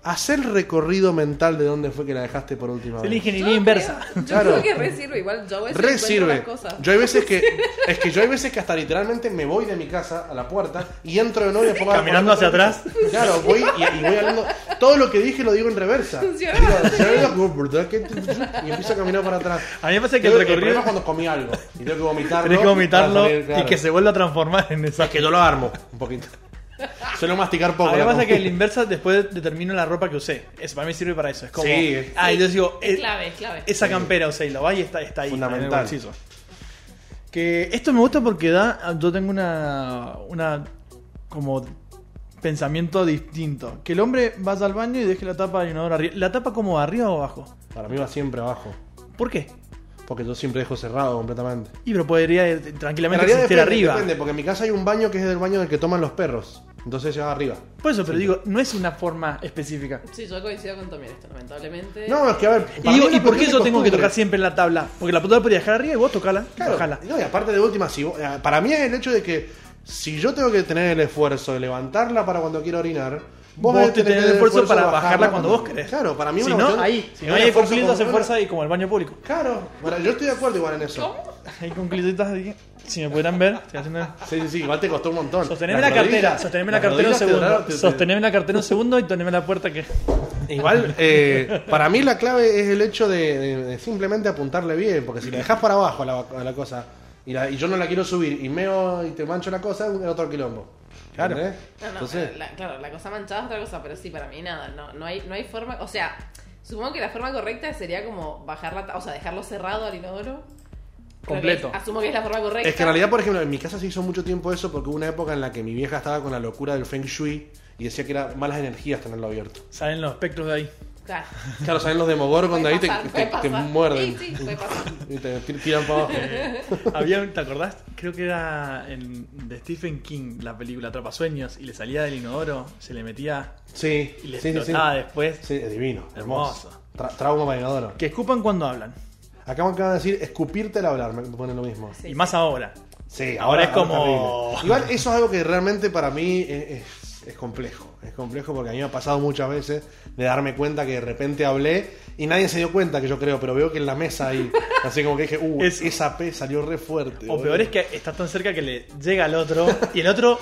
[SPEAKER 1] hacer el recorrido mental de dónde fue que la dejaste por última
[SPEAKER 2] Es la
[SPEAKER 1] vez.
[SPEAKER 2] ingeniería inversa.
[SPEAKER 3] Yo
[SPEAKER 1] Claro.
[SPEAKER 3] creo que re sirve. Igual yo voy a hacer
[SPEAKER 1] Re sirve.
[SPEAKER 3] las cosas.
[SPEAKER 1] Yo hay veces que, es que yo hay veces que hasta literalmente me voy de mi casa a la puerta y entro de nuevo y pongo la
[SPEAKER 2] Caminando
[SPEAKER 1] puerta.
[SPEAKER 2] hacia atrás.
[SPEAKER 1] Claro, voy y, y voy hablando. Todo lo que dije lo digo en reversa.
[SPEAKER 3] Funciona
[SPEAKER 1] Digo, "Yo digo, ¿verdad que tú- tú- tú?" Y empiezo a caminar para atrás.
[SPEAKER 2] A mí me parece que
[SPEAKER 1] Yo
[SPEAKER 2] el
[SPEAKER 1] creo problema
[SPEAKER 2] recorrido
[SPEAKER 1] es cuando comí algo y tengo que vomitarlo.
[SPEAKER 2] tenés que vomitarlo
[SPEAKER 1] para salir, claro.
[SPEAKER 2] y que se vuelva a transformar en esa.
[SPEAKER 1] Es que yo lo armo un poquito. Suelo masticar poco.
[SPEAKER 2] A mí me
[SPEAKER 1] la
[SPEAKER 2] pasa que
[SPEAKER 1] comida.
[SPEAKER 2] el inversa después determino la ropa que usé. Eso para mí sirve para eso. Es como.
[SPEAKER 1] Sí, es-
[SPEAKER 2] Ah, y yo digo,
[SPEAKER 3] Es
[SPEAKER 2] eh,
[SPEAKER 3] clave, es clave.
[SPEAKER 2] esa campera usé y la va y está, está ahí.
[SPEAKER 1] Fundamental.
[SPEAKER 2] en el bolsillo. Que esto me gusta porque da. Yo tengo una. Una. Como. Pensamiento distinto. Que el hombre vaya al baño y deje la tapa de inodoro arriba. ¿La tapa como arriba o abajo?
[SPEAKER 1] Para mí va siempre abajo.
[SPEAKER 2] ¿Por qué?
[SPEAKER 1] porque yo siempre dejo cerrado completamente.
[SPEAKER 2] Y pero podría eh, tranquilamente
[SPEAKER 1] En realidad
[SPEAKER 2] existir
[SPEAKER 1] depende,
[SPEAKER 2] arriba.
[SPEAKER 1] depende, porque en mi casa hay un baño que es del baño del que toman los perros. Entonces se va arriba.
[SPEAKER 2] Por eso, pero digo, no es una forma específica.
[SPEAKER 5] Sí, yo coincido con Tommy en esto, lamentablemente.
[SPEAKER 1] No, es que a ver.
[SPEAKER 2] Eh, Y
[SPEAKER 1] para mí
[SPEAKER 2] digo,
[SPEAKER 1] es
[SPEAKER 2] ¿y
[SPEAKER 1] una
[SPEAKER 2] por qué
[SPEAKER 1] cuestión
[SPEAKER 2] yo
[SPEAKER 1] de
[SPEAKER 2] tengo que
[SPEAKER 1] costumbre.
[SPEAKER 2] tocar siempre en la tabla? Porque la pelota podría dejar arriba y vos tocala,
[SPEAKER 1] Claro,
[SPEAKER 2] bajala.
[SPEAKER 1] no, y aparte de última, si vos- eh, para mí es el hecho de que si yo tengo que tener el esfuerzo de levantarla para cuando quiero orinar,
[SPEAKER 2] Vos
[SPEAKER 1] debes
[SPEAKER 2] tenés el esfuerzo para bajarla cuando vos querés.
[SPEAKER 1] Claro, para mí es
[SPEAKER 2] Si
[SPEAKER 1] una
[SPEAKER 2] no,
[SPEAKER 1] cuestión-
[SPEAKER 2] ahí, si
[SPEAKER 1] es
[SPEAKER 2] no
[SPEAKER 1] un
[SPEAKER 2] hay
[SPEAKER 1] esfuerzo
[SPEAKER 2] conflicto, se
[SPEAKER 1] como-
[SPEAKER 2] fuerza y como el baño público.
[SPEAKER 1] Claro, bueno, yo estoy de acuerdo igual en eso.
[SPEAKER 2] Hay conflictitas aquí. Si me pudieran ver, estoy haciendo.
[SPEAKER 1] Sí, sí, sí, igual te costó un montón.
[SPEAKER 2] Sosteneme
[SPEAKER 1] Las
[SPEAKER 2] la cartera,
[SPEAKER 1] rodillas-
[SPEAKER 2] sosteneme la
[SPEAKER 1] las
[SPEAKER 2] cartera un
[SPEAKER 1] rodillas te
[SPEAKER 2] segundo.
[SPEAKER 1] doraron, te- te-
[SPEAKER 2] Sosteneme la cartera un segundo y toneme la puerta que.
[SPEAKER 1] Igual, eh, para mí la clave es el hecho de, de- de simplemente apuntarle bien, porque si le dejas para abajo a la, a la cosa y, la- y yo no la quiero subir y meo y te mancho la cosa, es otro quilombo.
[SPEAKER 2] Claro.
[SPEAKER 1] ¿Entendés?
[SPEAKER 5] No, no,
[SPEAKER 1] Entonces,
[SPEAKER 5] la- claro, la cosa manchada es otra cosa, pero sí, para mí nada, no, no, hay, no hay forma, o sea, supongo que la forma correcta sería como bajar la, ta- o sea, dejarlo cerrado al inodoro. Creo que
[SPEAKER 2] Completo.
[SPEAKER 5] es- asumo que es la forma correcta.
[SPEAKER 1] Es que en realidad, por ejemplo, en mi casa se hizo mucho tiempo eso porque hubo una época en la que mi vieja estaba con la locura del Feng Shui y decía que era malas energías tenerlo abierto.
[SPEAKER 2] Salen los espectros de ahí.
[SPEAKER 5] Claro,
[SPEAKER 1] Claro, salen los Demogorgon de ahí te,
[SPEAKER 5] puede pasar,
[SPEAKER 1] te-
[SPEAKER 5] puede
[SPEAKER 1] te
[SPEAKER 5] pasar.
[SPEAKER 1] muerden.
[SPEAKER 5] Sí, sí, puede pasar.
[SPEAKER 1] Y te tir- tiran para abajo.
[SPEAKER 2] Había, un- ¿te acordás? Creo que era en- de Stephen King la película Atrapasueños y le salía del inodoro, se le metía
[SPEAKER 1] Sí,
[SPEAKER 2] y le
[SPEAKER 1] sí, sí, sí.
[SPEAKER 2] explotaba después.
[SPEAKER 1] Sí, es divino, hermoso.
[SPEAKER 2] Hermoso.
[SPEAKER 1] Tra- trauma vainador.
[SPEAKER 2] Que escupan cuando hablan.
[SPEAKER 1] Acá me acaban de decir escupirte al hablar, me pone lo mismo.
[SPEAKER 5] Sí.
[SPEAKER 2] Y más ahora.
[SPEAKER 1] Sí,
[SPEAKER 2] Ahora
[SPEAKER 1] ahora,
[SPEAKER 2] es como-
[SPEAKER 1] terrible. Igual eso es algo que realmente para mí es, es- es complejo. Es complejo porque a mí me ha pasado muchas veces de darme cuenta que de repente hablé y nadie se dio cuenta que yo creo, pero veo que en la mesa ahí, así como que dije, uh,
[SPEAKER 2] Eso.
[SPEAKER 1] esa P salió re fuerte.
[SPEAKER 2] O
[SPEAKER 1] boludo".
[SPEAKER 2] peor es que estás tan cerca que le llega al otro y el otro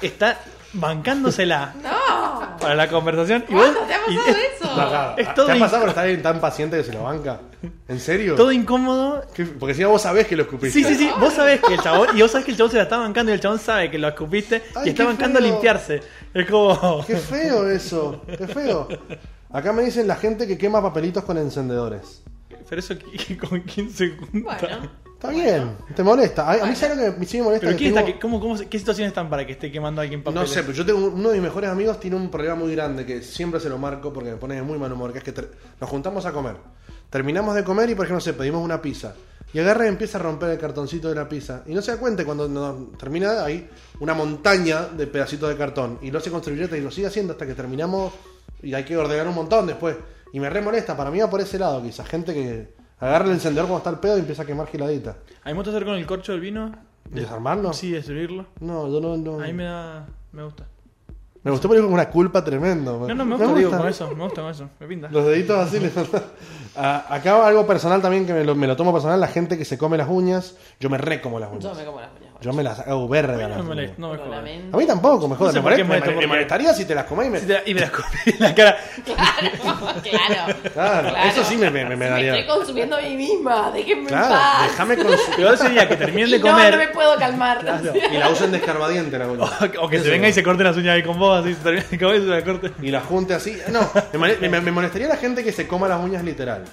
[SPEAKER 2] está bancándosela
[SPEAKER 5] ¡No!
[SPEAKER 2] para la conversación. Y vos,
[SPEAKER 5] ¿Cuándo te ha
[SPEAKER 2] y
[SPEAKER 5] pasado
[SPEAKER 2] es
[SPEAKER 5] eso?
[SPEAKER 1] No, claro.
[SPEAKER 2] es todo
[SPEAKER 1] ¿Te ha
[SPEAKER 2] in-
[SPEAKER 1] pasado por estar alguien tan paciente que se lo banca? ¿En serio?
[SPEAKER 2] todo incómodo.
[SPEAKER 1] ¿Qué- Porque si no, vos sabés que lo escupiste.
[SPEAKER 2] Sí, sí, sí. Vos sabés que el chabón, y vos sabés que el chabón se la está bancando y el chabón sabe que lo escupiste
[SPEAKER 1] Ay,
[SPEAKER 2] y está
[SPEAKER 1] qué
[SPEAKER 2] bancando a
[SPEAKER 1] feo.
[SPEAKER 2] limpiarse. Es como.
[SPEAKER 1] Qué feo eso, qué feo. Acá me dicen la gente que quema papelitos con encendedores.
[SPEAKER 2] Pero eso ¿qué- con quién se junta.
[SPEAKER 5] Bueno,
[SPEAKER 1] Está bien, te molesta. A, a mí ¿sabes lo que sí me molesta.
[SPEAKER 2] Pero
[SPEAKER 1] Que
[SPEAKER 2] quién
[SPEAKER 1] tengo-
[SPEAKER 2] está, que- cómo, cómo se- ¿qué situaciones están para que esté quemando a alguien papeles?
[SPEAKER 1] No sé, pero yo tengo uno de mis mejores amigos tiene un problema muy grande que siempre se lo marco porque me pone de muy mal humor, que es que ter- nos juntamos a comer. Terminamos de comer y por ejemplo, no sé, pedimos una pizza. Y agarra y empieza a romper el cartoncito de la pizza. Y no se da cuenta cuando no- termina hay una montaña de pedacitos de cartón. Y lo hace con servilleta y lo sigue haciendo hasta que terminamos y hay que ordenar un montón después. Y me re molesta, para mí va por ese lado, quizás gente que agarra el encendedor cuando está el pedo y empieza a quemar giladita.
[SPEAKER 2] ¿Hay mucho que hacer con el corcho del vino?
[SPEAKER 1] ¿Desarmarlo?
[SPEAKER 2] Sí, destruirlo.
[SPEAKER 1] No, yo no... no-
[SPEAKER 2] A mí me da. Me gusta.
[SPEAKER 1] Me gustó porque es como una culpa tremendo.
[SPEAKER 2] No, no, me gusta, digo, con eso. Me gusta con eso. Me pinta.
[SPEAKER 1] Los deditos así. le- A- Acá algo personal también que me lo, me lo tomo personal. La gente que se come las uñas. Yo me re como las uñas.
[SPEAKER 5] yo me como las uñas.
[SPEAKER 1] Yo me las hago verde.
[SPEAKER 2] No me molesta, no me
[SPEAKER 5] Pero
[SPEAKER 2] jodas.
[SPEAKER 5] lamento.
[SPEAKER 1] A mí tampoco, me jodas.
[SPEAKER 2] sé
[SPEAKER 1] me,
[SPEAKER 2] por qué
[SPEAKER 1] molest-
[SPEAKER 2] molesto,
[SPEAKER 1] me- me
[SPEAKER 2] porque-
[SPEAKER 1] molestaría si te las comés y me...
[SPEAKER 2] Y te la- Y me la escupí en la cara.
[SPEAKER 5] claro,
[SPEAKER 1] Claro, eso sí me- me- me
[SPEAKER 5] Si
[SPEAKER 1] daría-
[SPEAKER 5] estoy consumiendo a mí misma, déjenme en
[SPEAKER 1] Claro,
[SPEAKER 5] paz.
[SPEAKER 1] déjame con su-
[SPEAKER 2] Peor sería que terminen
[SPEAKER 5] Y
[SPEAKER 2] de
[SPEAKER 5] no,
[SPEAKER 2] comer.
[SPEAKER 5] no me puedo calmar.
[SPEAKER 1] Y la usen de escarbadiente la uña.
[SPEAKER 2] O que- O que se venga y se corte las uñas ahí con vos, así se termina de comer y se la corte.
[SPEAKER 1] Y la junte así. No, me, mole- me- me molestaría la gente que se coma las uñas literal.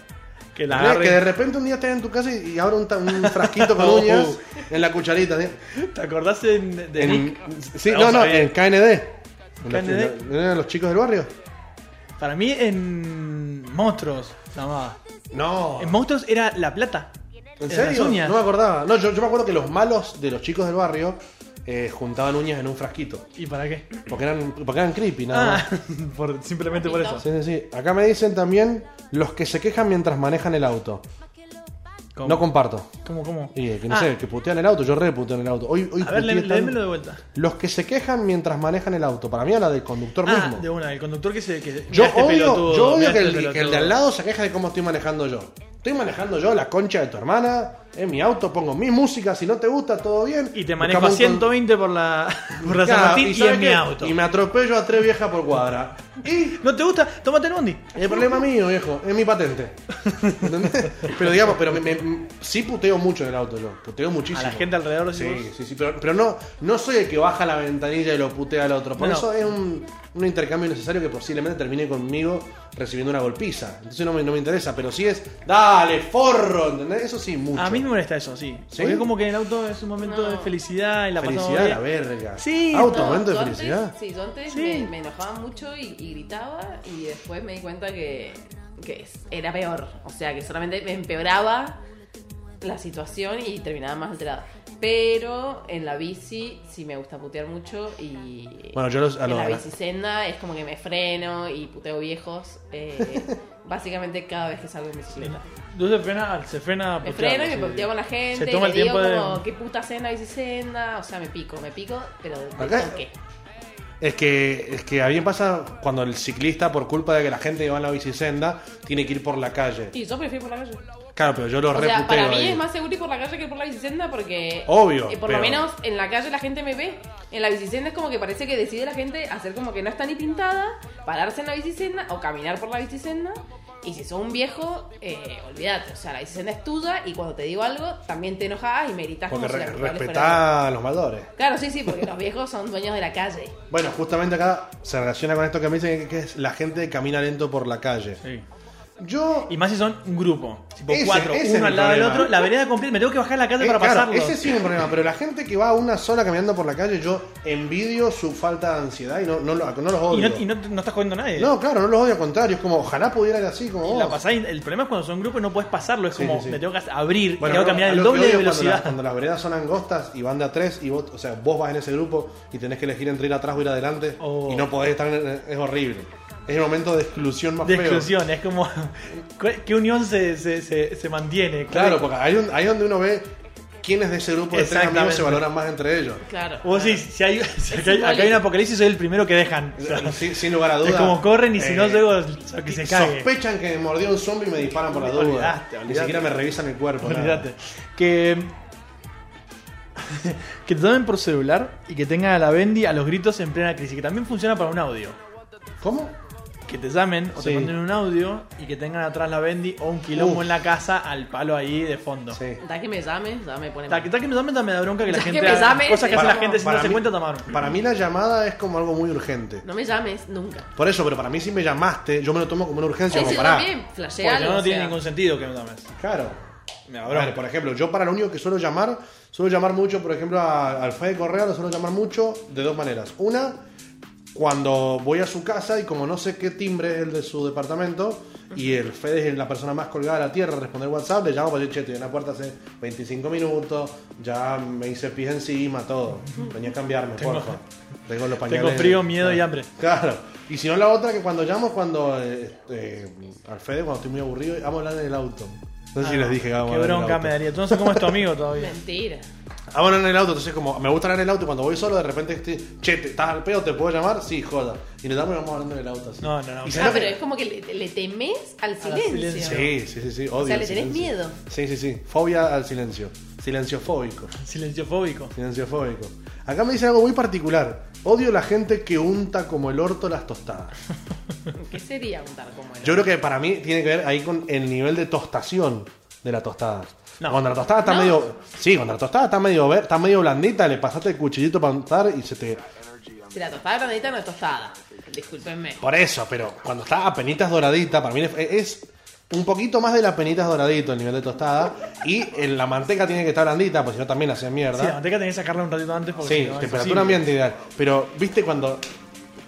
[SPEAKER 2] Que la
[SPEAKER 1] Mira, que de
[SPEAKER 2] agarre. Oh,
[SPEAKER 1] repente un día estés en tu casa y, y abra un, ta- un frasquito con uñas en la cucharita. ¿sí?
[SPEAKER 2] ¿Te acordás en- de, de
[SPEAKER 1] En-
[SPEAKER 2] Nick?
[SPEAKER 1] sí,
[SPEAKER 2] Vamos
[SPEAKER 1] no, no,
[SPEAKER 2] a ver.
[SPEAKER 1] en KND. En los-
[SPEAKER 2] KND.
[SPEAKER 1] en los- en los chicos del barrio?
[SPEAKER 2] Para mí en Monstruos se llamaba.
[SPEAKER 1] No.
[SPEAKER 2] En Monstruos era la plata.
[SPEAKER 1] ¿En
[SPEAKER 2] en
[SPEAKER 1] serio?
[SPEAKER 2] las uñas.
[SPEAKER 1] No me acordaba. No, yo, yo me acuerdo que los malos de los chicos del barrio eh, juntaban uñas en un frasquito.
[SPEAKER 2] ¿Y para qué?
[SPEAKER 1] Porque eran, porque eran creepy, nada
[SPEAKER 2] Ah,
[SPEAKER 1] más.
[SPEAKER 2] por- simplemente por eso.
[SPEAKER 1] Sí, sí, sí. Acá me dicen también los que se quejan mientras manejan el auto.
[SPEAKER 2] ¿Cómo?
[SPEAKER 1] No comparto.
[SPEAKER 2] ¿Cómo, cómo?
[SPEAKER 1] Y eh, que no
[SPEAKER 2] Ah,
[SPEAKER 1] sé, que putean el auto, yo re puteo en el auto. Hoy, hoy
[SPEAKER 2] A ver,
[SPEAKER 1] puteé
[SPEAKER 2] lé-
[SPEAKER 1] tan-
[SPEAKER 2] léemelo de vuelta.
[SPEAKER 1] Los que se quejan mientras manejan el auto. Para mí habla del conductor
[SPEAKER 2] Ah,
[SPEAKER 1] mismo.
[SPEAKER 2] de una, el conductor que se. Que,
[SPEAKER 1] Yo
[SPEAKER 2] mirá este
[SPEAKER 1] odio,
[SPEAKER 2] pelotudo,
[SPEAKER 1] yo
[SPEAKER 2] mirá
[SPEAKER 1] odio que,
[SPEAKER 2] este
[SPEAKER 1] el, que el
[SPEAKER 2] pelotudo.
[SPEAKER 1] de al lado se queja de cómo estoy manejando yo. Estoy manejando yo la concha de tu hermana, en mi auto pongo mi música, si no te gusta, todo bien.
[SPEAKER 2] Y te manejo
[SPEAKER 1] Buscamos
[SPEAKER 2] a
[SPEAKER 1] un con-
[SPEAKER 2] 120 por la, por la San
[SPEAKER 1] Claro,
[SPEAKER 2] Martín y,
[SPEAKER 1] ¿sabes
[SPEAKER 2] en mi
[SPEAKER 1] qué?
[SPEAKER 2] auto.
[SPEAKER 1] Y me atropello a tres viejas por cuadra. Y
[SPEAKER 2] ¿No te gusta? Tómate el bondi.
[SPEAKER 1] el problema mío, viejo, es mi patente. ¿Entendés? Pero digamos, pero me- me- sí puteo mucho en el auto yo. Puteo muchísimo.
[SPEAKER 2] A la gente alrededor decís
[SPEAKER 1] Sí,
[SPEAKER 2] vos.
[SPEAKER 1] sí, sí, pero, pero no, no soy el que baja la ventanilla y lo putea al otro. Por
[SPEAKER 2] No, no.
[SPEAKER 1] eso es un, un intercambio necesario que posiblemente termine conmigo recibiendo una golpiza. Entonces no me, no me interesa, pero sí es, dale, forro, ¿entendés? Eso sí, mucho.
[SPEAKER 2] A mí me molesta eso, sí.
[SPEAKER 1] ¿Sí?
[SPEAKER 2] Porque como que en el auto es un momento
[SPEAKER 5] No.
[SPEAKER 2] de felicidad y la pasamos
[SPEAKER 1] Felicidad, la
[SPEAKER 2] bien.
[SPEAKER 1] verga.
[SPEAKER 2] Sí,
[SPEAKER 1] Auto,
[SPEAKER 5] No,
[SPEAKER 1] momento de
[SPEAKER 5] yo antes-
[SPEAKER 1] felicidad.
[SPEAKER 5] sí, yo antes
[SPEAKER 2] Sí.
[SPEAKER 5] Me, me enojaba mucho y, y gritaba y después me di cuenta que, que es- era peor. O sea, que solamente me empeoraba
[SPEAKER 3] la situación y terminaba más alterada. Pero en la bici sí me gusta putear mucho y
[SPEAKER 1] Bueno, yo los- a
[SPEAKER 3] en
[SPEAKER 1] los-
[SPEAKER 3] la bicicenda es como que me freno y puteo viejos. eh, básicamente cada vez que salgo en bicicleta.
[SPEAKER 2] Entonces se frena, se frena a
[SPEAKER 3] Me
[SPEAKER 2] putear,
[SPEAKER 3] freno y me
[SPEAKER 2] sí.
[SPEAKER 3] puteo con la gente.
[SPEAKER 2] Se toma
[SPEAKER 3] y
[SPEAKER 2] el
[SPEAKER 3] le digo
[SPEAKER 2] tiempo de...
[SPEAKER 3] como, qué puta cena bicicenda. O sea, me pico, me pico, pero de
[SPEAKER 1] Acá-
[SPEAKER 3] toque.
[SPEAKER 1] Es que, es que a mí me pasa cuando el ciclista, por culpa de que la gente que va en la bicisenda, tiene que ir por la calle.
[SPEAKER 3] Y yo prefiero ir por la calle.
[SPEAKER 1] Claro, pero yo los
[SPEAKER 3] O sea, para
[SPEAKER 1] reputeo.
[SPEAKER 3] mí
[SPEAKER 1] ahí.
[SPEAKER 3] es más seguro ir por la calle que por la bicicenda porque...
[SPEAKER 1] Obvio,
[SPEAKER 3] eh, por
[SPEAKER 1] pero-
[SPEAKER 3] lo menos en la calle la gente me ve. En la bicicenda es como que parece que decide la gente hacer como que no está ni pintada, pararse en la bicicenda o caminar por la bicicenda. Y si sos un viejo, eh, olvídate. O sea, la bicicenda es tuya y cuando te digo algo también te enojas y me gritas
[SPEAKER 1] Porque
[SPEAKER 3] como si la
[SPEAKER 1] re-
[SPEAKER 3] culpable fuera yo.
[SPEAKER 1] respetá a los mayores.
[SPEAKER 3] Claro, sí, sí, porque los viejos son dueños de la calle.
[SPEAKER 1] Bueno, justamente acá se relaciona con esto que me dicen que es la gente que camina lento por la calle.
[SPEAKER 2] Sí.
[SPEAKER 1] Yo.
[SPEAKER 2] Y más si son un grupo, tipo
[SPEAKER 1] Ese-
[SPEAKER 2] cuatro,
[SPEAKER 1] ese es
[SPEAKER 2] uno
[SPEAKER 1] mi
[SPEAKER 2] al lado del
[SPEAKER 1] problema.
[SPEAKER 2] otro, la vereda completa, me tengo que bajar a la calle
[SPEAKER 1] eh,
[SPEAKER 2] para
[SPEAKER 1] claro,
[SPEAKER 2] pasarlo.
[SPEAKER 1] ese sí es un problema, pero la gente que va una sola caminando por la calle, yo envidio su falta de ansiedad y no, no, lo- no los
[SPEAKER 2] y
[SPEAKER 1] odio.
[SPEAKER 2] no, y no, no estás jodiendo a nadie.
[SPEAKER 1] No, claro, no los odio, al contrario, es como ojalá pudiera ir así como
[SPEAKER 2] Y
[SPEAKER 1] vos.
[SPEAKER 2] la pasás y el problema es cuando son grupos y no puedes pasarlo, es
[SPEAKER 1] Sí,
[SPEAKER 2] como
[SPEAKER 1] sí, sí.
[SPEAKER 2] me tengo que abrir,
[SPEAKER 1] Bueno,
[SPEAKER 2] tengo que
[SPEAKER 1] no,
[SPEAKER 2] caminar
[SPEAKER 1] a
[SPEAKER 2] el
[SPEAKER 1] lo que
[SPEAKER 2] doble de
[SPEAKER 1] odio cuando
[SPEAKER 2] velocidad.
[SPEAKER 1] las- Cuando, las veredas son angostas y van de a tres, y vos, o sea, vos vas en ese grupo y tenés que elegir entre ir atrás o ir adelante
[SPEAKER 2] Oh.
[SPEAKER 1] y no podés estar. en- es horrible. Es el momento de exclusión más
[SPEAKER 2] de
[SPEAKER 1] feo.
[SPEAKER 2] exclusión, es como ¿cuál- qué unión se, se, se, se mantiene.
[SPEAKER 1] Claro, pues. porque ahí, un- ahí donde uno ve quiénes de ese grupo de tres amigos
[SPEAKER 2] Exactamente.
[SPEAKER 1] se valoran más entre ellos.
[SPEAKER 3] Claro.
[SPEAKER 2] Vos decís, si hay, si acá, hay- acá hay un
[SPEAKER 3] simbólico.
[SPEAKER 2] apocalipsis, soy el primero que dejan. O sea,
[SPEAKER 1] Sin, sin lugar a dudas.
[SPEAKER 2] es como corren y si no,
[SPEAKER 1] eh,
[SPEAKER 2] luego a que se cague.
[SPEAKER 1] Sospechan que me mordió un zombie y me disparan por la duda.
[SPEAKER 2] Olvidate,
[SPEAKER 1] Ni
[SPEAKER 2] olvidate.
[SPEAKER 1] siquiera me revisan el cuerpo. nada.
[SPEAKER 2] Olvídate. Que. que te tomen por celular y que tengan a la Bendy a los gritos en plena crisis. Que también funciona para un audio.
[SPEAKER 1] ¿Cómo?
[SPEAKER 2] Que te llamen o
[SPEAKER 1] Sí.
[SPEAKER 2] te manden un audio y que tengan atrás la Bendy o un quilombo
[SPEAKER 1] Uf.
[SPEAKER 2] en la casa al palo ahí de fondo.
[SPEAKER 1] Sí.
[SPEAKER 3] Da que me llames, da me pone
[SPEAKER 2] Ta- que tal que me llamen, también me da bronca que la
[SPEAKER 3] Ya que
[SPEAKER 2] gente.
[SPEAKER 3] me
[SPEAKER 2] haga-
[SPEAKER 3] llamen,
[SPEAKER 2] cosas que hace
[SPEAKER 3] Para-
[SPEAKER 2] la gente sin
[SPEAKER 1] para
[SPEAKER 2] darse
[SPEAKER 1] mí-
[SPEAKER 2] cuenta tomaron.
[SPEAKER 1] Para mí la llamada es como algo muy urgente.
[SPEAKER 3] No me llames nunca.
[SPEAKER 1] Por eso, pero para mí si me llamaste, yo me lo tomo como una urgencia.
[SPEAKER 3] Sí,
[SPEAKER 1] como
[SPEAKER 3] sí, yo
[SPEAKER 1] pará.
[SPEAKER 3] también. Flashea
[SPEAKER 2] Porque
[SPEAKER 3] algo,
[SPEAKER 2] no, no
[SPEAKER 3] o
[SPEAKER 2] tiene
[SPEAKER 3] sea.
[SPEAKER 2] ningún sentido que me llames.
[SPEAKER 1] Claro.
[SPEAKER 2] Me
[SPEAKER 1] A ver, por ejemplo, yo para lo único que suelo llamar, suelo llamar mucho, por ejemplo, a- al Fede Correa lo suelo llamar mucho de dos maneras. Una, cuando voy a su casa y como no sé qué timbre es el de su departamento, y el Fede es la persona más colgada de la tierra, a responder WhatsApp, le llamo para decir, che, estoy en la puerta hace 25 minutos, ya me hice pis encima, todo. Venía a cambiarme, porfa. Tengo los pañales.
[SPEAKER 2] Tengo frío, miedo y hambre.
[SPEAKER 1] Claro. Y si no, la otra que cuando llamo, es cuando eh, eh, al Fede, cuando estoy muy aburrido, vamos a hablar en el auto. No sé si les dije que vamos a
[SPEAKER 2] Ah, Qué
[SPEAKER 1] hablar en el
[SPEAKER 2] bronca
[SPEAKER 1] auto.
[SPEAKER 2] me daría. Entonces, ¿cómo es tu amigo todavía?
[SPEAKER 3] Mentira.
[SPEAKER 1] Ah, bueno, en el auto, entonces como me gusta hablar en el auto y cuando voy solo de repente estoy, che, ¿te- ¿estás al pedo? ¿Te puedo llamar? Sí, joda. Y nos damos y vamos hablando en el auto así.
[SPEAKER 2] No, no, no.
[SPEAKER 1] Y
[SPEAKER 3] Ah,
[SPEAKER 1] sabes
[SPEAKER 3] pero
[SPEAKER 1] lo
[SPEAKER 3] es como que le, le temes al silencio.
[SPEAKER 2] silencio.
[SPEAKER 1] que- Sí, sí, sí, sí, odio.
[SPEAKER 3] sea,
[SPEAKER 1] el
[SPEAKER 3] le tenés
[SPEAKER 1] silencio.
[SPEAKER 3] miedo.
[SPEAKER 1] Sí, sí, sí. Fobia al silencio. Silenciofóbico.
[SPEAKER 2] Silenciofóbico.
[SPEAKER 1] Silenciofóbico. Acá me dice algo muy particular. Odio la gente que unta como el orto las tostadas.
[SPEAKER 3] ¿Qué sería untar como era?
[SPEAKER 1] Yo creo que para mí tiene que ver ahí con el nivel de tostación de la tostada.
[SPEAKER 2] No.
[SPEAKER 1] Cuando la tostada está
[SPEAKER 3] No.
[SPEAKER 1] medio. Sí, cuando la tostada está medio, ver- está medio blandita, le pasaste el cuchillito para untar y se te.
[SPEAKER 3] Si la tostada granadita no es tostada. Discúlpenme.
[SPEAKER 1] Por eso, pero cuando está a penitas doradita, para mí es, es un poquito más de la penitas doradito el nivel de tostada. y en la manteca tiene que estar blandita, porque si no también hacía mierda.
[SPEAKER 2] Sí, la manteca tenés que sacarla un ratito antes porque
[SPEAKER 1] Sí,
[SPEAKER 2] si no, es
[SPEAKER 1] temperatura
[SPEAKER 2] imposible.
[SPEAKER 1] ambiente ideal. Pero, viste, cuando.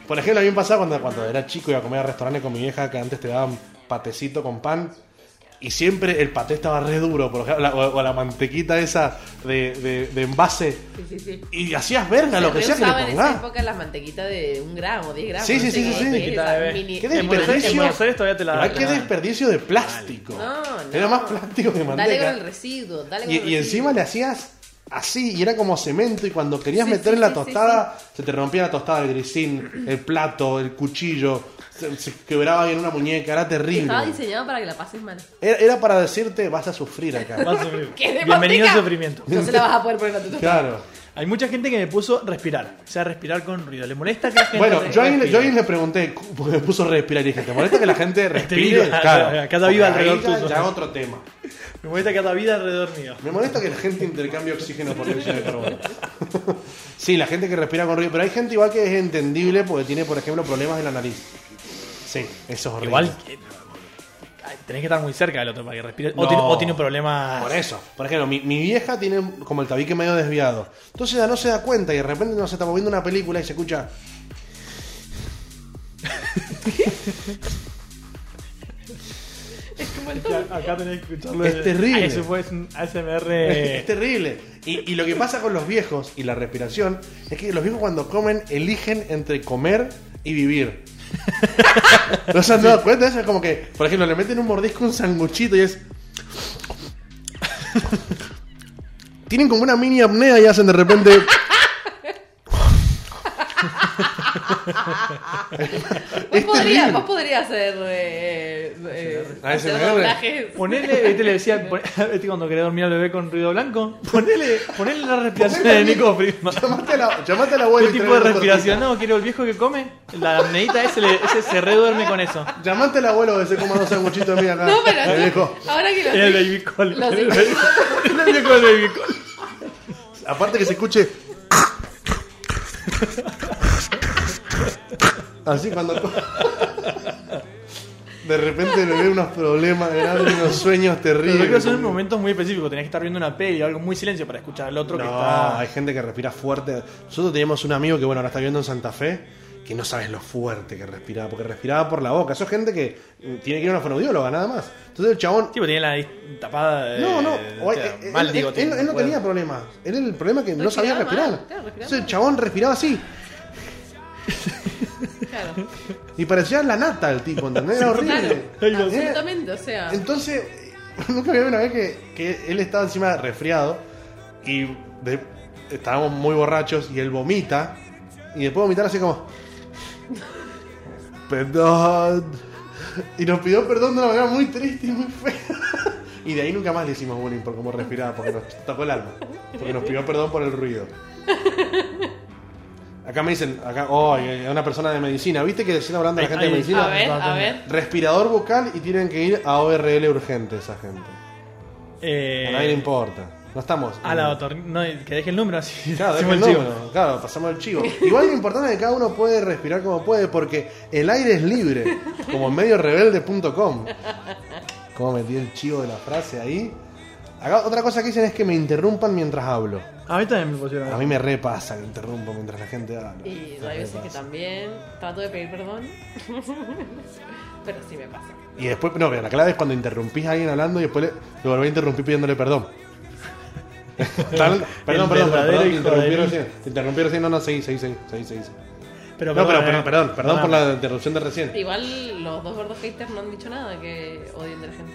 [SPEAKER 1] Por ejemplo, a mí me pasaba cuando, cuando era chico iba a comer a restaurantes con mi vieja que antes te daban patecito con pan. Y siempre el paté estaba re duro, por ejemplo, la- o, o la mantequita esa de, de- de envase.
[SPEAKER 3] Sí, sí, sí.
[SPEAKER 1] Y hacías verga lo que sea que le
[SPEAKER 3] Reusaba en esa
[SPEAKER 1] pongas.
[SPEAKER 3] época las mantequitas de un gramo, 10 gramos.
[SPEAKER 1] Sí,
[SPEAKER 3] no
[SPEAKER 1] sí,
[SPEAKER 3] sé
[SPEAKER 1] sí,
[SPEAKER 3] cómo
[SPEAKER 1] sí, sí.
[SPEAKER 3] se dice,
[SPEAKER 2] Chiquita de bebé.
[SPEAKER 3] mini-
[SPEAKER 1] Qué
[SPEAKER 3] Dale
[SPEAKER 2] En Buenos-
[SPEAKER 1] desperdicio.
[SPEAKER 2] en Buenos Aires todavía te la-
[SPEAKER 1] Pero hay
[SPEAKER 2] te
[SPEAKER 1] que
[SPEAKER 2] la dan.
[SPEAKER 1] desperdicio de plástico.
[SPEAKER 3] No, no.
[SPEAKER 1] Era más plástico que manteca.
[SPEAKER 3] con el residuo, dale con
[SPEAKER 1] Y,
[SPEAKER 3] el
[SPEAKER 1] y
[SPEAKER 3] residuo.
[SPEAKER 1] encima le hacías así, y era como cemento, y cuando querías
[SPEAKER 3] Sí,
[SPEAKER 1] meter
[SPEAKER 3] sí,
[SPEAKER 1] la
[SPEAKER 3] sí, sí,
[SPEAKER 1] tostada, se te rompía la tostada, el grisín, el plato, el cuchillo, se, se quebraba ahí en una muñeca, era terrible.
[SPEAKER 3] Estaba diseñado para que la pases mal.
[SPEAKER 1] Era, era para decirte, vas a sufrir acá.
[SPEAKER 2] Vas a sufrir.
[SPEAKER 3] ¿Qué de
[SPEAKER 2] Bienvenido al
[SPEAKER 3] manteca?
[SPEAKER 2] sufrimiento.
[SPEAKER 3] No se la vas a poder poner a tu tostada.
[SPEAKER 1] claro.
[SPEAKER 2] Hay mucha gente que me puso respirar. O sea, respirar con ruido. ¿Le molesta que la gente
[SPEAKER 1] Bueno,
[SPEAKER 2] re-
[SPEAKER 1] yo ahí,
[SPEAKER 2] respire?
[SPEAKER 1] yo ahí le pregunté, porque me puso a respirar y dije, ¿te molesta que la gente respire?
[SPEAKER 2] virus,
[SPEAKER 1] claro.
[SPEAKER 2] acá está viva
[SPEAKER 1] Porque ahí
[SPEAKER 2] alrededor
[SPEAKER 1] ya-
[SPEAKER 2] tuyo.
[SPEAKER 1] ya otro tema.
[SPEAKER 2] Me molesta cada vida alrededor mío.
[SPEAKER 1] Me molesta que la gente intercambie oxígeno por dióxido de carbono. sí, la gente que respira con ruido. Pero hay gente igual que es entendible porque tiene, por ejemplo, problemas en la nariz. Sí, eso es horrible.
[SPEAKER 2] Igual que- ay, tenés que estar muy cerca del otro para que respire. O,
[SPEAKER 1] No.
[SPEAKER 2] tiene, o tiene problemas.
[SPEAKER 1] Por eso. Por ejemplo, mi, mi vieja tiene como el tabique medio desviado. Entonces ella no se da cuenta y de repente no se está moviendo una película y se escucha.
[SPEAKER 3] Es
[SPEAKER 5] un montón.
[SPEAKER 2] Ya, Acá tenés que escucharlo.
[SPEAKER 1] Es
[SPEAKER 2] de-
[SPEAKER 1] terrible.
[SPEAKER 2] Eso fue un ASMR.
[SPEAKER 1] Es terrible. Y, y lo que pasa con los viejos y la respiración es que los viejos cuando comen eligen entre comer y vivir. ¿No se han dado cuenta de eso? Es como que, por ejemplo, le meten un mordisco a un sanguchito y es... Tienen como una mini apnea y hacen de repente...
[SPEAKER 5] Vos podrías,
[SPEAKER 1] terrible.
[SPEAKER 5] vos podrías hacer, eh, eh,
[SPEAKER 1] ASMR.
[SPEAKER 5] hacer doblajes.
[SPEAKER 2] Ponele, viste, le decía, pon- viste cuando quería dormir al bebé con ruido blanco, ponele, ponele la respiración de Nico Friedman.
[SPEAKER 1] Llamate a la, llamate a la abuela.
[SPEAKER 2] ¿Qué
[SPEAKER 1] y
[SPEAKER 2] tipo de
[SPEAKER 1] traele una
[SPEAKER 2] respiración?
[SPEAKER 1] tortita.
[SPEAKER 2] No, quiero el viejo que come. La apneita ese, le- ese se reduerme con eso.
[SPEAKER 1] Llamate al abuelo que se coma dos sanguchitos de mí acá.
[SPEAKER 5] No, pero
[SPEAKER 1] Le dijo.
[SPEAKER 5] tú, ahora que lo
[SPEAKER 2] El
[SPEAKER 5] sé-
[SPEAKER 2] baby call.
[SPEAKER 5] Los-
[SPEAKER 2] El baby el baby call, el baby call.
[SPEAKER 1] Aparte que se escuche. Así cuando. De repente le ve unos problemas grandes, unos sueños
[SPEAKER 2] Pero creo que
[SPEAKER 1] terribles.
[SPEAKER 2] son momentos muy específicos. Tenés que estar viendo una peli o algo muy silencio para escuchar al otro que
[SPEAKER 1] No,
[SPEAKER 2] está.
[SPEAKER 1] hay gente que respira fuerte. Nosotros teníamos un amigo que, bueno, ahora está viviendo en Santa Fe. Que no sabes lo fuerte que respiraba, porque respiraba por la boca. Eso es gente que mm, tiene que ir a una fonoaudióloga, nada más. Entonces el chabón
[SPEAKER 2] Tipo, tiene la nariz tapada. de-
[SPEAKER 1] No, no,
[SPEAKER 2] Eh, o sea,
[SPEAKER 1] él,
[SPEAKER 2] mal
[SPEAKER 1] él-
[SPEAKER 2] digo.
[SPEAKER 1] él-
[SPEAKER 2] tipo,
[SPEAKER 1] eh, él no
[SPEAKER 2] puede-
[SPEAKER 1] tenía problema. Él era el problema que no
[SPEAKER 5] Respiraba
[SPEAKER 1] sabía
[SPEAKER 5] mal,
[SPEAKER 1] respirar.
[SPEAKER 5] claro, respiraba
[SPEAKER 1] Entonces el
[SPEAKER 5] mal.
[SPEAKER 1] chabón respiraba así.
[SPEAKER 5] Claro,
[SPEAKER 1] Y parecía la nata el tipo, ¿entendés? Era horrible.
[SPEAKER 2] Claro.
[SPEAKER 1] Era-
[SPEAKER 5] absolutamente, o sea.
[SPEAKER 1] entonces, nunca había una vez que, que él estaba encima resfriado y de- estábamos muy borrachos y él vomita. Y después de vomitar así como... Perdón. Y nos pidió perdón de una manera muy triste y muy fea. Y de ahí nunca más le hicimos bullying por cómo respiraba, porque nos tocó el alma. Porque nos pidió perdón por el ruido. Acá me dicen, acá, oh, hay una persona de medicina. ¿Viste que están hablando de la gente de
[SPEAKER 2] Ahí-
[SPEAKER 1] medicina?
[SPEAKER 5] A ver, a ver.
[SPEAKER 1] Respirador bucal y tienen que ir a ORL urgente esa gente. A nadie le
[SPEAKER 2] Eh,
[SPEAKER 1] importa. No estamos.
[SPEAKER 2] a la otorrin- no, que deje el número así.
[SPEAKER 1] Claro,
[SPEAKER 2] hacemos
[SPEAKER 1] es
[SPEAKER 2] el
[SPEAKER 1] el
[SPEAKER 2] chivo.
[SPEAKER 1] número. Claro, pasamos el chivo. Igual lo importante es que cada uno puede respirar como puede, porque el aire es libre, como medio rebelde.com. ¿Cómo metí el chivo de la frase ahí? Acá, otra cosa que dicen es que me interrumpan mientras hablo.
[SPEAKER 2] A mí también me pusieron.
[SPEAKER 1] A mí me repasa que interrumpo mientras la gente habla.
[SPEAKER 5] Y
[SPEAKER 1] Me
[SPEAKER 5] hay veces que
[SPEAKER 1] repasa.
[SPEAKER 5] también trato de pedir perdón, pero sí me pasa.
[SPEAKER 1] Y después, no, pero la clave es cuando interrumpís a alguien hablando y después le, lo volvés a interrumpir pidiéndole perdón. Tal- perdón, perdón, perdón,
[SPEAKER 2] verdadero
[SPEAKER 1] perdón, te
[SPEAKER 2] hijo
[SPEAKER 1] interrumpí
[SPEAKER 2] de mil.
[SPEAKER 1] recién. Te interrumpí recién, no, no, seguí, seguí, seguí, seguí, seguí.
[SPEAKER 2] Pero,
[SPEAKER 1] No, pero
[SPEAKER 2] eh,
[SPEAKER 1] perdón, perdón, perdón por
[SPEAKER 2] perdóname.
[SPEAKER 1] la interrupción de recién.
[SPEAKER 5] Igual los dos gordos haters no han dicho nada que odien de la gente.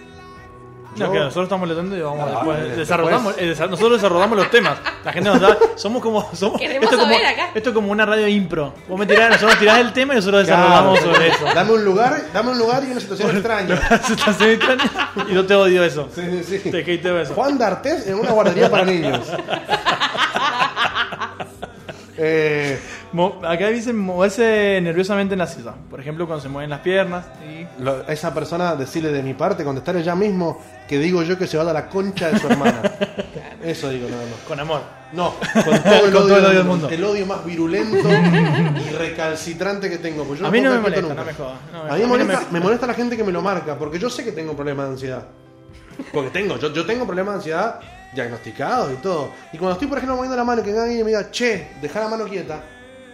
[SPEAKER 2] No,
[SPEAKER 1] Yo-
[SPEAKER 2] que nosotros estamos leyendo y vamos
[SPEAKER 1] Ah,
[SPEAKER 2] después.
[SPEAKER 1] vale,
[SPEAKER 2] desarrollamos, eh, desa- nosotros desarrollamos los temas. La gente nos da. Somos como. Somos,
[SPEAKER 5] Queremos
[SPEAKER 2] esto, como
[SPEAKER 5] saber acá.
[SPEAKER 2] esto es como una radio impro. Vos me tirás, nosotros tirás el tema y nosotros desarrollamos
[SPEAKER 1] Claro.
[SPEAKER 2] sobre eso.
[SPEAKER 1] Dame un lugar, dame un lugar y una situación extraña.
[SPEAKER 2] Se está haciendo extraño y yo te odio eso.
[SPEAKER 1] Sí, sí, sí.
[SPEAKER 2] Te hateo eso.
[SPEAKER 1] Juan D'Artés en una guardería para niños. Eh,
[SPEAKER 2] Mo- acá dicen moverse nerviosamente en la silla. Por ejemplo, cuando se mueven las piernas. Y...
[SPEAKER 1] lo- esa persona decirle de mi parte, contestarle ya mismo que digo yo que se va a dar la concha de su hermana. Eso digo nada más.
[SPEAKER 2] Con amor.
[SPEAKER 1] No, con todo el, odio,
[SPEAKER 2] Con todo el odio
[SPEAKER 1] del
[SPEAKER 2] del
[SPEAKER 1] mundo.
[SPEAKER 2] mundo.
[SPEAKER 1] El odio más virulento y recalcitrante que tengo. porque yo
[SPEAKER 2] A mí no me
[SPEAKER 1] puedo
[SPEAKER 2] molesta,
[SPEAKER 1] estar quieto
[SPEAKER 2] no me
[SPEAKER 1] nunca.
[SPEAKER 2] joda. No me-
[SPEAKER 1] a mí,
[SPEAKER 2] a mí no
[SPEAKER 1] me, molesta,
[SPEAKER 2] me-
[SPEAKER 1] me molesta la gente que me lo marca, porque yo sé que tengo un problema de ansiedad. Porque tengo, yo, yo tengo problemas de ansiedad diagnosticados y todo. Y cuando estoy, por ejemplo, moviendo la mano y que alguien me diga, che, deja la mano quieta,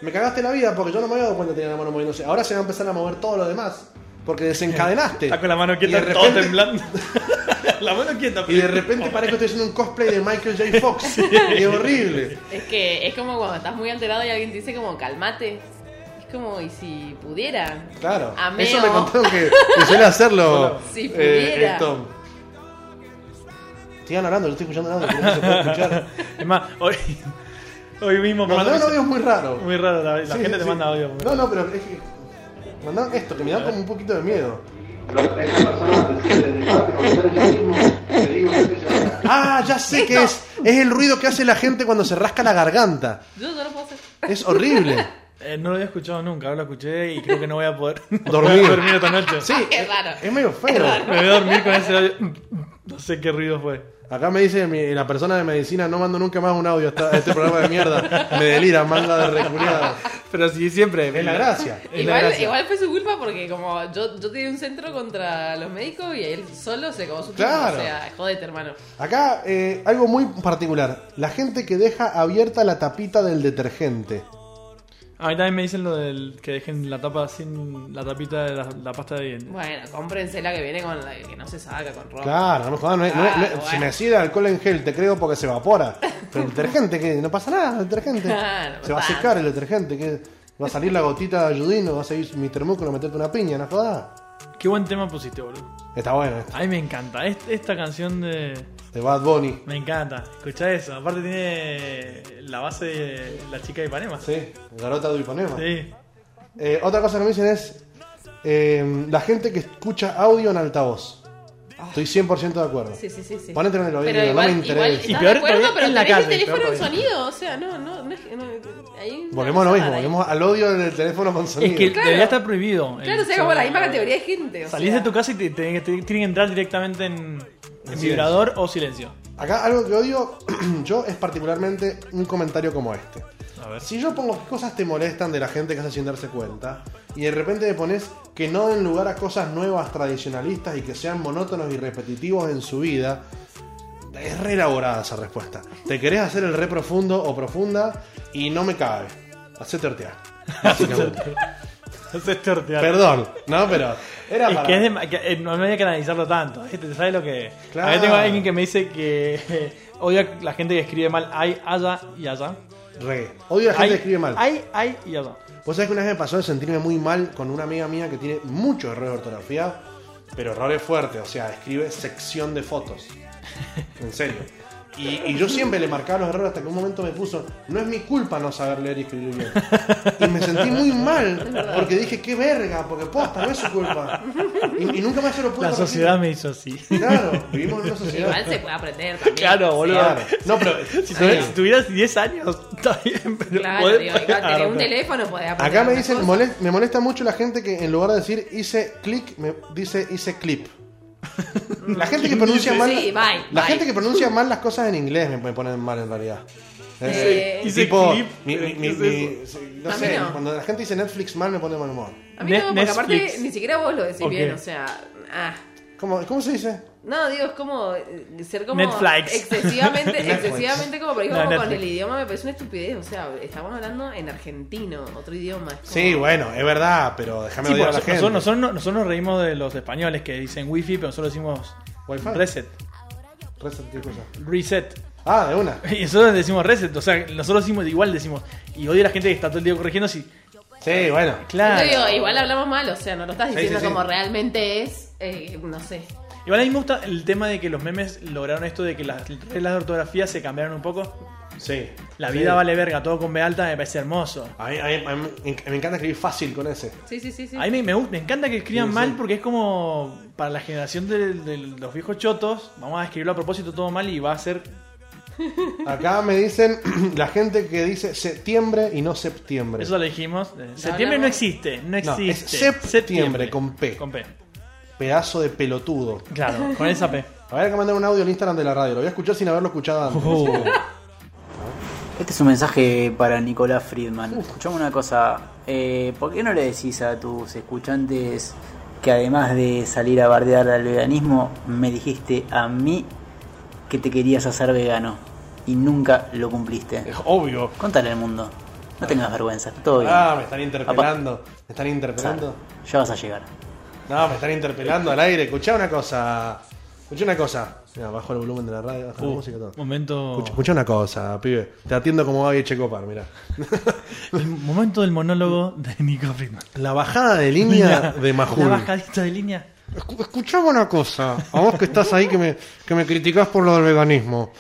[SPEAKER 1] me cagaste la vida porque yo no me había dado cuenta de tener la mano moviéndose. Ahora se va a empezar a mover todo lo demás. Porque desencadenaste.
[SPEAKER 2] Está con la mano
[SPEAKER 1] Y
[SPEAKER 2] quieta,
[SPEAKER 1] de
[SPEAKER 2] todo
[SPEAKER 1] repente-
[SPEAKER 2] temblando. la mano quieta.
[SPEAKER 1] Y de repente parece que estoy haciendo un cosplay de Michael J. Fox. Es horrible.
[SPEAKER 5] Es que es como cuando estás muy alterado y alguien te dice como calmate. Es como, y si pudiera.
[SPEAKER 1] Claro.
[SPEAKER 5] Ameo.
[SPEAKER 1] Eso me contaron que, que suele hacerlo.
[SPEAKER 5] Si
[SPEAKER 1] eh,
[SPEAKER 5] pudiera.
[SPEAKER 1] el Tom. Sigan hablando, yo estoy escuchando nada, pero no se puede escuchar.
[SPEAKER 2] Es más, hoy, hoy mismo me
[SPEAKER 1] Mandaron
[SPEAKER 2] mandaron-
[SPEAKER 1] audios muy raros.
[SPEAKER 2] Muy raro, la, la
[SPEAKER 1] Sí,
[SPEAKER 2] gente
[SPEAKER 1] sí,
[SPEAKER 2] te
[SPEAKER 1] sí.
[SPEAKER 2] manda audio. muy
[SPEAKER 1] No, no, pero es que. Mandaron esto, que me da como un poquito de miedo. Ah, ya sé que es. Es el ruido que hace la gente cuando se rasca la garganta.
[SPEAKER 5] Yo no lo puedo hacer.
[SPEAKER 1] Es horrible.
[SPEAKER 2] Eh, no lo había escuchado nunca, ahora lo escuché y creo que no voy a poder
[SPEAKER 1] Dormir.
[SPEAKER 2] voy a dormir esta noche.
[SPEAKER 1] Sí,
[SPEAKER 5] Ah, Qué
[SPEAKER 1] es-
[SPEAKER 5] raro.
[SPEAKER 1] Es, medio feo.
[SPEAKER 2] Me voy a dormir con ese audio. No sé qué ruido fue.
[SPEAKER 1] Acá me dice mi- la persona de medicina, no mando nunca más un audio a esta- a este programa de mierda. Me delira, manga de reculiado.
[SPEAKER 2] Pero sí, siempre.
[SPEAKER 1] Es la gracia.
[SPEAKER 2] Es la
[SPEAKER 5] Igual,
[SPEAKER 2] gracia.
[SPEAKER 5] igual fue su culpa porque como yo, yo tenía un centro contra los médicos y él solo se acabó su turno.
[SPEAKER 1] Claro.
[SPEAKER 5] O sea, jodete, hermano.
[SPEAKER 1] Acá eh, algo muy particular. La gente que deja abierta la tapita del detergente.
[SPEAKER 2] A mí también me dicen lo del que dejen la tapa sin la tapita de la, la pasta de dientes.
[SPEAKER 5] Bueno, cómprense la que viene con la que no se saca, con ropa.
[SPEAKER 1] Claro, no me jodas, no es- no es- no es-
[SPEAKER 5] Claro,
[SPEAKER 1] si
[SPEAKER 5] Ah, bueno.
[SPEAKER 1] me decís alcohol en gel, te creo porque se evapora. Pero el detergente, que no pasa nada, el detergente.
[SPEAKER 5] Claro,
[SPEAKER 1] se va a
[SPEAKER 5] Ah, pasa.
[SPEAKER 1] secar el detergente, que va a salir la gotita de ayudino, va a salir mi termúculo a meterte una piña, no jodas.
[SPEAKER 2] Qué buen tema pusiste, boludo.
[SPEAKER 1] Está bueno esto,
[SPEAKER 2] A mí me encanta. Est- esta canción de.
[SPEAKER 1] de Bad Bunny.
[SPEAKER 2] Me encanta. Escuchá eso. Aparte tiene la base de la chica de Ipanema.
[SPEAKER 1] Sí, Garota de Ipanema.
[SPEAKER 2] Sí.
[SPEAKER 1] Eh, otra cosa que me dicen es eh, la gente que escucha audio en altavoz. Estoy 100% de acuerdo.
[SPEAKER 5] Sí, sí, sí, sí.
[SPEAKER 1] Ponete en el oído, no me interesa.
[SPEAKER 5] Igual,
[SPEAKER 2] Y
[SPEAKER 5] y
[SPEAKER 2] peor
[SPEAKER 5] peor de acuerdo,
[SPEAKER 2] todavía
[SPEAKER 5] pero
[SPEAKER 2] en la
[SPEAKER 5] tenés
[SPEAKER 2] calle,
[SPEAKER 5] el teléfono
[SPEAKER 2] peor
[SPEAKER 5] en
[SPEAKER 2] todavía.
[SPEAKER 5] sonido, o sea, no, no, no es que... No, ahí no
[SPEAKER 1] Volvemos a
[SPEAKER 5] pasa
[SPEAKER 1] lo mismo,
[SPEAKER 5] nada ahí.
[SPEAKER 1] volvemos al odio del teléfono con sonido.
[SPEAKER 2] Es que
[SPEAKER 5] Claro.
[SPEAKER 2] debería estar prohibido.
[SPEAKER 5] Claro,
[SPEAKER 2] El-
[SPEAKER 5] o sea, como la misma categoría de gente. o
[SPEAKER 2] Salís
[SPEAKER 5] sea.
[SPEAKER 2] de tu casa y te, te- te- tienen que entrar directamente en, en
[SPEAKER 1] Así
[SPEAKER 2] vibrador o silencio.
[SPEAKER 1] Acá algo que odio yo es particularmente un comentario como este.
[SPEAKER 2] A ver.
[SPEAKER 1] Si yo pongo qué cosas te molestan de la gente que hace sin darse cuenta, y de repente me pones que no den lugar a cosas nuevas, tradicionalistas y que sean monótonos y repetitivos en su vida, es re elaborada esa respuesta. Te querés hacer el re profundo o profunda y no me cabe. Hacete ortear. básicamente.
[SPEAKER 2] Entonces, tortear.
[SPEAKER 1] Perdón, no, pero era
[SPEAKER 2] Es
[SPEAKER 1] para-
[SPEAKER 2] que, es de- que, eh, no no había que analizarlo tanto. ¿eh? ¿Te sabes lo que.?
[SPEAKER 1] Claro.
[SPEAKER 2] A ver, tengo alguien que me dice que eh, odia la gente que escribe mal. Hay, allá y allá.
[SPEAKER 1] Re. Odio a la gente
[SPEAKER 2] Ay,
[SPEAKER 1] que escribe mal.
[SPEAKER 2] Hay, hay y allá.
[SPEAKER 1] Vos sabés que una vez me pasó de sentirme muy mal con una amiga mía que tiene muchos errores de ortografía, pero errores fuertes, o sea, escribe sección de fotos. En serio. Y, y yo siempre le marcaba los errores hasta que un momento me puso, no es mi culpa no saber leer y escribir bien. Y me sentí muy mal, porque dije, qué verga, porque posta, no es su culpa. Y, y nunca más se lo pude
[SPEAKER 2] La
[SPEAKER 1] corregir.
[SPEAKER 2] sociedad me hizo así.
[SPEAKER 1] Claro, vivimos en una
[SPEAKER 5] Igual
[SPEAKER 1] sociedad.
[SPEAKER 5] se puede aprender también.
[SPEAKER 2] Claro, boludo.
[SPEAKER 1] Claro. No, pero
[SPEAKER 2] Si, tuvi- si tuvieras 10 años, está bien, pero
[SPEAKER 5] Claro,
[SPEAKER 2] podés-
[SPEAKER 5] digo, igual tener un teléfono podés aprender.
[SPEAKER 1] Acá me
[SPEAKER 5] otras
[SPEAKER 1] dicen,
[SPEAKER 5] cosas.
[SPEAKER 1] "Molest- me molesta mucho la gente que en lugar de decir hice clic, me dice hice clip. La gente que pronuncia mal.
[SPEAKER 5] Sí, bye,
[SPEAKER 1] la
[SPEAKER 5] bye.
[SPEAKER 1] gente que pronuncia mal las cosas en inglés me, me ponen mal en realidad. Es,
[SPEAKER 5] Eh,
[SPEAKER 2] Hice
[SPEAKER 1] tipo,
[SPEAKER 2] clip,
[SPEAKER 1] mi- mi-
[SPEAKER 2] ¿qué
[SPEAKER 1] mi-
[SPEAKER 2] es
[SPEAKER 1] mi- sí, no
[SPEAKER 5] A mí
[SPEAKER 1] sé,
[SPEAKER 5] no.
[SPEAKER 1] cuando la gente dice Netflix mal me pone mal humor.
[SPEAKER 5] A mí no, porque
[SPEAKER 2] Netflix.
[SPEAKER 5] aparte ni siquiera vos lo decís
[SPEAKER 2] Ok.
[SPEAKER 5] bien, o sea... Ah.
[SPEAKER 1] ¿Cómo, cómo se dice?
[SPEAKER 5] No, digo, es como eh, ser como
[SPEAKER 2] Netflix.
[SPEAKER 5] excesivamente,
[SPEAKER 1] Netflix.
[SPEAKER 5] excesivamente como, por
[SPEAKER 2] No,
[SPEAKER 5] ejemplo, con
[SPEAKER 2] Netflix.
[SPEAKER 5] el idioma me parece una estupidez, o sea, estamos hablando en argentino, otro idioma. es como-
[SPEAKER 1] Sí, bueno, es verdad, pero déjame
[SPEAKER 2] Sí,
[SPEAKER 1] odiar a
[SPEAKER 2] pues,
[SPEAKER 1] la gente.
[SPEAKER 2] nosotros, nosotros no- nosotros nos reímos de los españoles que dicen wifi, pero nosotros decimos
[SPEAKER 1] Wi-Fi.
[SPEAKER 2] reset.
[SPEAKER 1] Reset, ¿qué cosa?
[SPEAKER 2] Reset.
[SPEAKER 1] Ah, de una.
[SPEAKER 2] Y nosotros decimos reset. O sea, nosotros decimos igual decimos. Y odio a la gente que está todo el día corrigiendo si.
[SPEAKER 1] Sí, bueno.
[SPEAKER 2] Claro.
[SPEAKER 5] Yo digo, igual hablamos mal, o sea, no lo estás
[SPEAKER 1] Sí,
[SPEAKER 5] diciendo
[SPEAKER 1] sí, sí.
[SPEAKER 5] como realmente es, eh, no sé.
[SPEAKER 2] Igual a mí me gusta el tema de que los memes lograron esto de que las reglas de ortografía se cambiaron un poco.
[SPEAKER 1] Sí.
[SPEAKER 2] La
[SPEAKER 1] Sí.
[SPEAKER 2] vida vale verga, todo con B alta me parece hermoso.
[SPEAKER 1] A mí- a mí- a mí- me encanta escribir fácil con ese.
[SPEAKER 5] Sí, sí, sí, sí.
[SPEAKER 2] A mí me, me gusta- me encanta que escriban
[SPEAKER 1] Sí, sí.
[SPEAKER 2] mal porque es como para la generación de, de los viejos chotos. Vamos a escribirlo a propósito todo mal y va a ser.
[SPEAKER 1] Acá me dicen la gente que dice septiembre y no septiembre.
[SPEAKER 2] Eso lo dijimos. Eh, Septiembre no
[SPEAKER 5] hablamos.
[SPEAKER 2] existe, no
[SPEAKER 1] No,
[SPEAKER 2] existe.
[SPEAKER 1] es septiembre, con P.
[SPEAKER 2] Con P.
[SPEAKER 1] Pedazo de pelotudo.
[SPEAKER 2] Claro, con esa P.
[SPEAKER 1] A ver, acá mandar un audio en Instagram de la radio. Lo voy a escuchar sin haberlo escuchado antes.
[SPEAKER 2] Uh.
[SPEAKER 6] Este es un mensaje para Nicolás Friedman. Escuchame una cosa. eh, ¿Por qué no le decís a tus escuchantes que además de salir a bardear al veganismo, me dijiste a mí que te querías hacer vegano y nunca lo cumpliste?
[SPEAKER 1] Es obvio.
[SPEAKER 6] Contale al mundo. No tengas vergüenza, está todo bien.
[SPEAKER 1] Ah, me están interpelando. Me están interpelando.
[SPEAKER 6] Ya vas a llegar.
[SPEAKER 1] No, me están interpelando al aire. Escuchá una cosa. Escuchá una cosa. Mira, bajo el volumen de la radio, bajo
[SPEAKER 2] Uh.
[SPEAKER 1] la música y todo.
[SPEAKER 2] Momento.
[SPEAKER 1] Escuchá, escuchá una cosa, pibe. Te atiendo como Gaby Checopar, mira.
[SPEAKER 2] El momento del monólogo de Nico Friedman.
[SPEAKER 1] La bajada de línea de Majul.
[SPEAKER 2] La bajadita de línea.
[SPEAKER 1] Escu- Escuchame una cosa, a vos que estás ahí que me, que me criticás por lo del veganismo.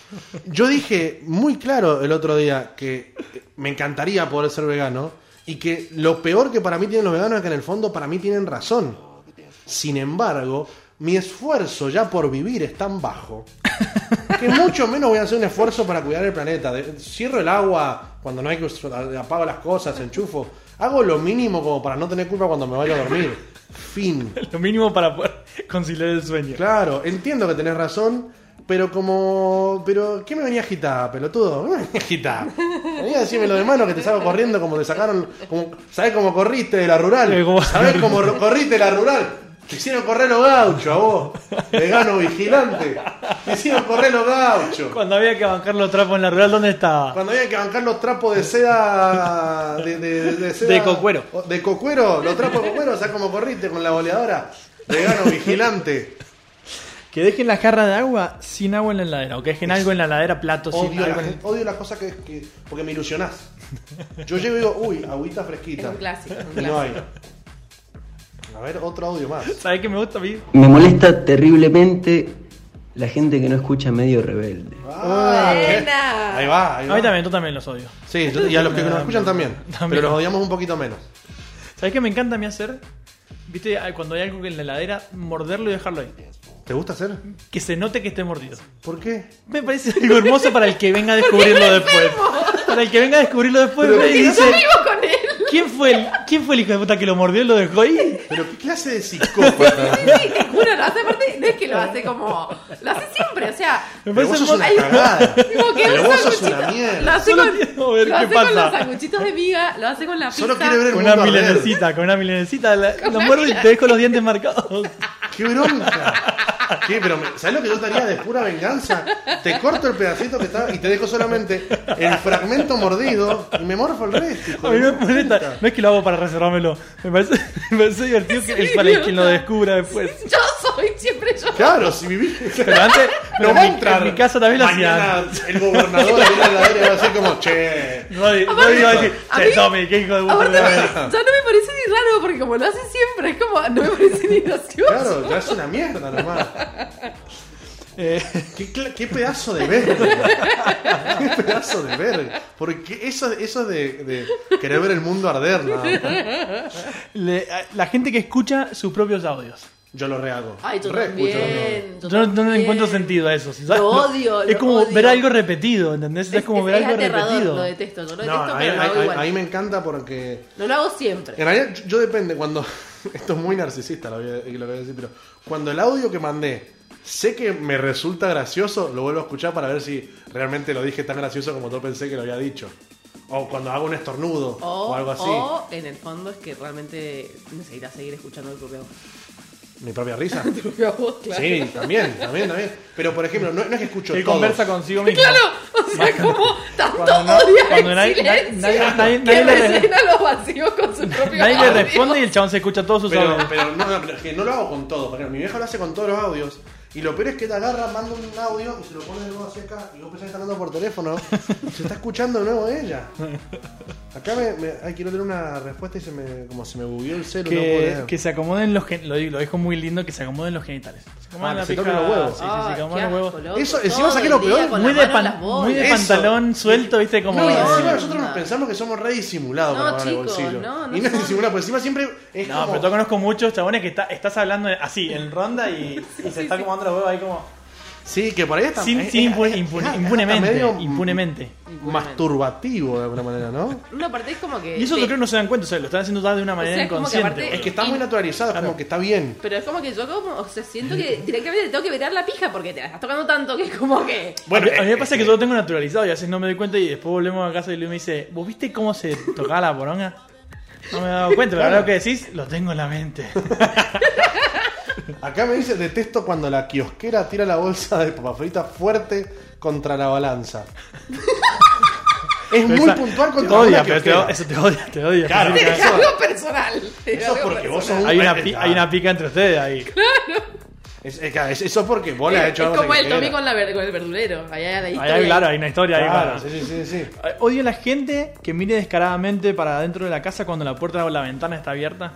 [SPEAKER 1] Yo dije muy claro el otro día que eh, me encantaría poder ser vegano y que lo peor que para mí tienen los veganos es que en el fondo para mí tienen razón. Sin embargo, mi esfuerzo ya por vivir es tan bajo que mucho menos voy a hacer un esfuerzo para cuidar el planeta. De- Cierro el agua cuando no hay que usar- apago las cosas, enchufo. Hago lo mínimo como para no tener culpa cuando me vaya a dormir. Fin.
[SPEAKER 2] Lo mínimo para poder conciliar el sueño.
[SPEAKER 1] Claro, entiendo que tenés razón, pero como. Pero, ¿qué me venía agitada, pelotudo? ¿Qué me venía agitada? Venía a decirme lo de mano que te salgo corriendo como te sacaron. Como, ¿Sabés cómo corriste de la
[SPEAKER 2] Eh,
[SPEAKER 1] rural?
[SPEAKER 2] como-
[SPEAKER 1] ¿Sabés cómo ro- corriste de la rural? Te hicieron correr los gauchos a vos, vegano vigilante. Te hicieron correr los gauchos.
[SPEAKER 2] Cuando había que bancar los trapos en la rural, ¿dónde estaba?
[SPEAKER 1] Cuando había que bancar los trapos de seda de, de, de, de, de seda-
[SPEAKER 2] De cocuero.
[SPEAKER 1] o- De cocuero, lo trapo cocuero, o sea, como corriste con la boleadora. Vegano, vigilante.
[SPEAKER 2] Que dejen la jarra de agua sin agua en la heladera. O que dejen algo en la heladera, platos sin
[SPEAKER 1] Odio, la
[SPEAKER 2] algo en-
[SPEAKER 1] gente- odio las cosas que, que- Porque me ilusionás. Yo llego y digo, uy, agüita
[SPEAKER 3] Es
[SPEAKER 1] fresquita.
[SPEAKER 3] un clásico, es un
[SPEAKER 1] Y no
[SPEAKER 3] clásico.
[SPEAKER 1] hay. A ver, otro audio más.
[SPEAKER 2] ¿Sabes qué me gusta a mí?
[SPEAKER 7] Me molesta terriblemente la gente que no escucha medio rebelde.
[SPEAKER 1] Ah,
[SPEAKER 3] Buena.
[SPEAKER 1] ¿qué? Ahí va, ahí
[SPEAKER 2] A mí
[SPEAKER 1] va.
[SPEAKER 2] también, tú también los odio.
[SPEAKER 1] Sí, yo- y a los que nos escuchan también.
[SPEAKER 2] También.
[SPEAKER 1] Pero los odiamos un poquito menos.
[SPEAKER 2] ¿Sabes qué me encanta a mí hacer? Viste, ah, cuando hay algo que en la heladera, morderlo y dejarlo ahí.
[SPEAKER 1] ¿Te gusta hacer?
[SPEAKER 2] Que se note que esté mordido.
[SPEAKER 1] ¿Por qué?
[SPEAKER 2] Me parece algo hermoso para el que venga a descubrirlo después. Para el que venga a descubrirlo después
[SPEAKER 1] Pero
[SPEAKER 2] ve y
[SPEAKER 1] porque
[SPEAKER 2] dice,
[SPEAKER 3] con él.
[SPEAKER 2] ¿quién fue, el, ¿quién fue el hijo de puta que lo mordió y lo dejó ahí?
[SPEAKER 1] ¿Pero qué clase de psicópata?
[SPEAKER 3] Sí, te juro, lo hace aparte, no es que lo hace como. Lo hace siempre, o sea.
[SPEAKER 2] Me
[SPEAKER 1] Pero
[SPEAKER 2] parece
[SPEAKER 1] vos sos una
[SPEAKER 2] hermoso.
[SPEAKER 1] cagada.
[SPEAKER 3] Como que
[SPEAKER 1] Pero
[SPEAKER 3] un
[SPEAKER 1] vos sos
[SPEAKER 3] sanguchito-
[SPEAKER 1] una
[SPEAKER 3] Lo
[SPEAKER 1] mierda.
[SPEAKER 3] hace,
[SPEAKER 2] Solo
[SPEAKER 3] con,
[SPEAKER 2] quiero ver
[SPEAKER 3] lo
[SPEAKER 2] qué
[SPEAKER 3] hace con
[SPEAKER 2] pasa.
[SPEAKER 3] los sanguchitos de miga, lo hace con la pizza.
[SPEAKER 1] Solo quiere ver el
[SPEAKER 2] Con una
[SPEAKER 1] mundo arder.
[SPEAKER 2] milanesita, con una milanesita. la-
[SPEAKER 3] Con
[SPEAKER 2] lo
[SPEAKER 3] una
[SPEAKER 2] muerdo y te
[SPEAKER 3] milanesa.
[SPEAKER 2] dejo los dientes marcados.
[SPEAKER 1] ¡Qué bronca! ¿Qué? Pero me- ¿Sabes lo que yo estaría de pura venganza? Te corto el pedacito que estaba y te dejo solamente el fragmento mordido y me morfo el resto. hijo
[SPEAKER 2] A mí
[SPEAKER 1] de
[SPEAKER 2] no me molesta.
[SPEAKER 1] puta.
[SPEAKER 2] No es que lo hago para reservármelo. Me parece, me parece divertido que,
[SPEAKER 3] Sí,
[SPEAKER 2] para el quien
[SPEAKER 3] idiota.
[SPEAKER 2] lo descubra después.
[SPEAKER 3] Yo soy, siempre yo.
[SPEAKER 1] Claro, si vivís.
[SPEAKER 2] Pero antes,
[SPEAKER 1] Lo
[SPEAKER 2] en,
[SPEAKER 1] va a
[SPEAKER 2] mi,
[SPEAKER 1] entrar.
[SPEAKER 2] en mi casa también lo hacían.
[SPEAKER 1] Mañana el gobernador viene a la aire y va a decir como, che.
[SPEAKER 2] Rodri,
[SPEAKER 3] Aparte,
[SPEAKER 2] Rodri iba a decir,
[SPEAKER 3] a
[SPEAKER 2] che,
[SPEAKER 3] mí-
[SPEAKER 2] Tommy, qué hijo de puta.
[SPEAKER 3] Aparte,
[SPEAKER 2] que eres".
[SPEAKER 3] ya no me parece ni raro porque como lo hace siempre, es como. No me parece ni gracioso.
[SPEAKER 1] Claro, ya es una mierda nomás.
[SPEAKER 2] Eh,
[SPEAKER 1] ¿Qué, cla- qué pedazo de verga? ¿Qué pedazo de verga? Porque eso, eso de, de querer ver el mundo arder, nada más.
[SPEAKER 2] le- la gente que escucha sus propios audios.
[SPEAKER 1] Yo lo rehago.
[SPEAKER 3] Ay, yo
[SPEAKER 1] Re escucho los audios.
[SPEAKER 3] también.
[SPEAKER 2] Yo no, no le
[SPEAKER 3] también.
[SPEAKER 2] encuentro sentido a eso. si sabes,
[SPEAKER 3] Lo
[SPEAKER 2] no-
[SPEAKER 3] odio,
[SPEAKER 2] Es
[SPEAKER 3] lo
[SPEAKER 2] como
[SPEAKER 3] odio.
[SPEAKER 2] ver algo repetido, ¿entendés? Es, como ver algo
[SPEAKER 3] aterrador,
[SPEAKER 2] repetido.
[SPEAKER 3] Lo detesto, yo lo detesto,
[SPEAKER 1] No, ahí,
[SPEAKER 3] pero lo hago
[SPEAKER 1] ahí-
[SPEAKER 3] igual.
[SPEAKER 1] ahí me encanta porque.
[SPEAKER 3] No lo hago siempre.
[SPEAKER 1] En realidad, yo, yo depende cuando. Esto es muy narcisista lo, voy a- lo que voy a decir, pero cuando el audio que mandé sé que me resulta gracioso, lo vuelvo a escuchar para ver si realmente lo dije tan gracioso como yo pensé que lo había dicho. O cuando hago un estornudo
[SPEAKER 3] O,
[SPEAKER 1] o, algo así.
[SPEAKER 3] o, en el fondo es que realmente necesitas seguir escuchando el propio voz.
[SPEAKER 1] Mi propia risa.
[SPEAKER 3] Tu propia voz, claro.
[SPEAKER 1] Sí, también, también, también. Pero por ejemplo, no, no es que escucho
[SPEAKER 2] Que
[SPEAKER 1] todo.
[SPEAKER 2] conversa consigo mismo.
[SPEAKER 3] Claro, o sea, como tanto
[SPEAKER 2] Cuando no-
[SPEAKER 3] odia
[SPEAKER 2] cuando
[SPEAKER 3] el
[SPEAKER 2] nadie-
[SPEAKER 3] silencio
[SPEAKER 2] nadie- nadie-
[SPEAKER 3] que
[SPEAKER 2] nadie le re-
[SPEAKER 3] rellena los vacíos con su propio
[SPEAKER 2] Nadie le
[SPEAKER 3] audio.
[SPEAKER 2] responde y el chabón se escucha todos sus
[SPEAKER 1] Pero,
[SPEAKER 2] audios.
[SPEAKER 1] pero no, no, pero es que no lo hago con todo. Por ejemplo, mi vieja lo hace con todos los audios. Y lo peor es que te agarra, manda un audio y se lo pone de nuevo hacia acá. Y vos pensás que está hablando por teléfono. Se está escuchando de nuevo ella. Acá me, me- ay, quiero tener una respuesta y se me, como se me bugueó el celo. no puedo
[SPEAKER 2] Que,
[SPEAKER 1] leer.
[SPEAKER 2] que se acomoden los gen- lo, digo- lo dijo muy lindo que se acomoden los genitales. Se acomoden
[SPEAKER 1] Ah,
[SPEAKER 2] la
[SPEAKER 1] que se
[SPEAKER 2] pija-
[SPEAKER 1] toquen los huevos.
[SPEAKER 2] Sí, sí, se acomoden los huevos.
[SPEAKER 1] Eso, encima, ¿sabes qué es lo peor?
[SPEAKER 2] Muy de, pan- muy de
[SPEAKER 1] Eso.
[SPEAKER 2] pantalón suelto, viste, como.
[SPEAKER 1] No, y
[SPEAKER 2] de-
[SPEAKER 1] encima
[SPEAKER 3] no,
[SPEAKER 1] nosotros nos
[SPEAKER 3] no.
[SPEAKER 1] pensamos que somos re disimulados
[SPEAKER 3] No,
[SPEAKER 1] con la mano en el
[SPEAKER 3] chicos,
[SPEAKER 1] bolsillo.
[SPEAKER 3] no, no
[SPEAKER 1] y no es
[SPEAKER 3] son.
[SPEAKER 1] disimulado, porque encima siempre es
[SPEAKER 2] No,
[SPEAKER 1] como-
[SPEAKER 2] pero yo conozco muchos chabones que está, estás hablando así, en ronda y, y se está acomodando los huevos ahí como. Eh,
[SPEAKER 1] Sí, que por ahí está...
[SPEAKER 2] Sin,
[SPEAKER 1] es-
[SPEAKER 2] sin
[SPEAKER 1] es-
[SPEAKER 2] impu-
[SPEAKER 1] es-
[SPEAKER 2] impu-
[SPEAKER 1] es hasta
[SPEAKER 2] impunemente.
[SPEAKER 1] medio
[SPEAKER 2] Impunemente.
[SPEAKER 1] Masturbativo de alguna manera, ¿no?
[SPEAKER 3] Una parte es como que.
[SPEAKER 2] Y eso
[SPEAKER 3] te-
[SPEAKER 2] yo creo que no se dan cuenta, o sea, lo están haciendo ya de una manera
[SPEAKER 3] Eh, sea, es como que
[SPEAKER 2] inconsciente.
[SPEAKER 3] aparte-
[SPEAKER 1] Es
[SPEAKER 2] boludo.
[SPEAKER 1] que está muy naturalizado, es como que está bien.
[SPEAKER 3] Pero es como que yo como, o sea, siento que directamente le tengo que vetar la pija porque te la estás tocando tanto que es como que.
[SPEAKER 2] Bueno, a mí, a mí me
[SPEAKER 1] eh,
[SPEAKER 2] pasa
[SPEAKER 1] eh,
[SPEAKER 2] que yo lo tengo naturalizado y a veces no me doy cuenta y después volvemos a casa y Luis me dice, ¿vos viste cómo se tocaba la poronga? No me he dado cuenta, pero ahora lo que decís, lo tengo en la mente.
[SPEAKER 1] Acá me dice, detesto cuando la kiosquera tira la bolsa de papas fritas fuerte contra la balanza. es muy
[SPEAKER 2] Esa-
[SPEAKER 1] puntual
[SPEAKER 2] te
[SPEAKER 1] contra
[SPEAKER 2] odia,
[SPEAKER 1] la
[SPEAKER 2] pero te,
[SPEAKER 1] kiosquera.
[SPEAKER 2] eso te odia, te odia.
[SPEAKER 1] Claro,
[SPEAKER 3] Es
[SPEAKER 1] eso-
[SPEAKER 3] algo personal. es
[SPEAKER 1] Eso
[SPEAKER 3] algo
[SPEAKER 1] porque vos sos
[SPEAKER 3] personal.
[SPEAKER 1] un...
[SPEAKER 2] Hay una,
[SPEAKER 1] eh,
[SPEAKER 2] pi-
[SPEAKER 1] eh,
[SPEAKER 2] hay una pica entre ustedes ahí.
[SPEAKER 1] es- es- claro, es- eso porque vos le has
[SPEAKER 3] Es,
[SPEAKER 1] hecho
[SPEAKER 3] es
[SPEAKER 1] algo a
[SPEAKER 3] como
[SPEAKER 1] la
[SPEAKER 3] el Tommy
[SPEAKER 1] kiosquera.
[SPEAKER 3] con, la ver- con el verdulero. Allá la historia.
[SPEAKER 2] Ahí, claro, hay una historia ahí.
[SPEAKER 1] Claro,
[SPEAKER 2] para-
[SPEAKER 1] sí, sí, sí, sí.
[SPEAKER 2] Eh, Odio a la gente que mire descaradamente para adentro de la casa cuando la puerta o la ventana está abierta.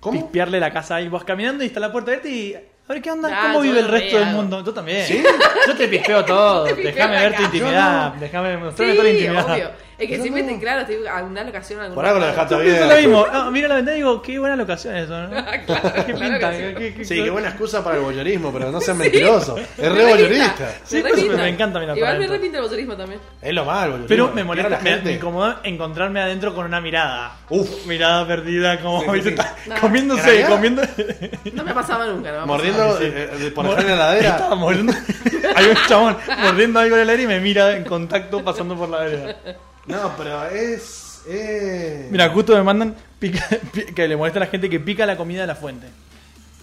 [SPEAKER 1] ¿Cómo?
[SPEAKER 2] Pispearle la casa ahí. Vas caminando y está la puerta abierta y. A ver qué onda,
[SPEAKER 3] Ah,
[SPEAKER 2] cómo
[SPEAKER 3] yo
[SPEAKER 2] vive el
[SPEAKER 3] lo
[SPEAKER 2] resto
[SPEAKER 3] re
[SPEAKER 2] del
[SPEAKER 3] hago.
[SPEAKER 2] mundo. Tú también.
[SPEAKER 1] ¿Sí?
[SPEAKER 2] Yo te pispeo todo.
[SPEAKER 3] Te pispeo
[SPEAKER 2] Déjame
[SPEAKER 3] la
[SPEAKER 2] ver tu
[SPEAKER 3] cara.
[SPEAKER 2] intimidad.
[SPEAKER 1] Yo no.
[SPEAKER 2] Déjame mostrarme toda la
[SPEAKER 3] Sí,
[SPEAKER 2] intimidad.
[SPEAKER 3] obvio. Es que
[SPEAKER 1] Yo
[SPEAKER 3] siempre
[SPEAKER 1] no.
[SPEAKER 3] te, claro, te digo, alguna locación, alguna.
[SPEAKER 1] Por algo lo dejaste
[SPEAKER 2] Eso es lo
[SPEAKER 1] bien.
[SPEAKER 2] mismo. Ah, miro la ventana y digo, qué buena locación eso, ¿no?
[SPEAKER 3] claro,
[SPEAKER 2] qué
[SPEAKER 3] claro
[SPEAKER 2] pinta.
[SPEAKER 3] que sí.
[SPEAKER 2] qué- qué-
[SPEAKER 1] Sí, qué buena excusa para el boyerismo, pero no seas mentiroso. Es re boyerista.
[SPEAKER 2] Sí, pues, pero me encanta mirar
[SPEAKER 3] Igual
[SPEAKER 2] para
[SPEAKER 3] me
[SPEAKER 2] adentro.
[SPEAKER 3] repinta el botulismo también.
[SPEAKER 1] Es lo malo, boyerismo.
[SPEAKER 2] Pero me
[SPEAKER 1] Mira
[SPEAKER 2] molesta,
[SPEAKER 1] la
[SPEAKER 2] me,
[SPEAKER 1] gente.
[SPEAKER 2] me incomoda encontrarme adentro con una mirada.
[SPEAKER 1] Uf.
[SPEAKER 2] Mirada perdida, como
[SPEAKER 1] Sí, sí, sí.
[SPEAKER 2] está
[SPEAKER 3] Nada.
[SPEAKER 1] ¿En
[SPEAKER 2] comiéndose,
[SPEAKER 1] realidad?
[SPEAKER 2] comiendo.
[SPEAKER 3] No me pasaba nunca, no me pasaba.
[SPEAKER 1] Mordiendo eh, eh, por acá en la heladera.
[SPEAKER 2] Estaba mordiendo. Hay un chabón mordiendo algo en el aire y me mira en contacto pasando por la vereda.
[SPEAKER 1] No, pero es. Eh...
[SPEAKER 2] Mira, justo me mandan pica- pi- que le molesta a la gente que pica la comida de la fuente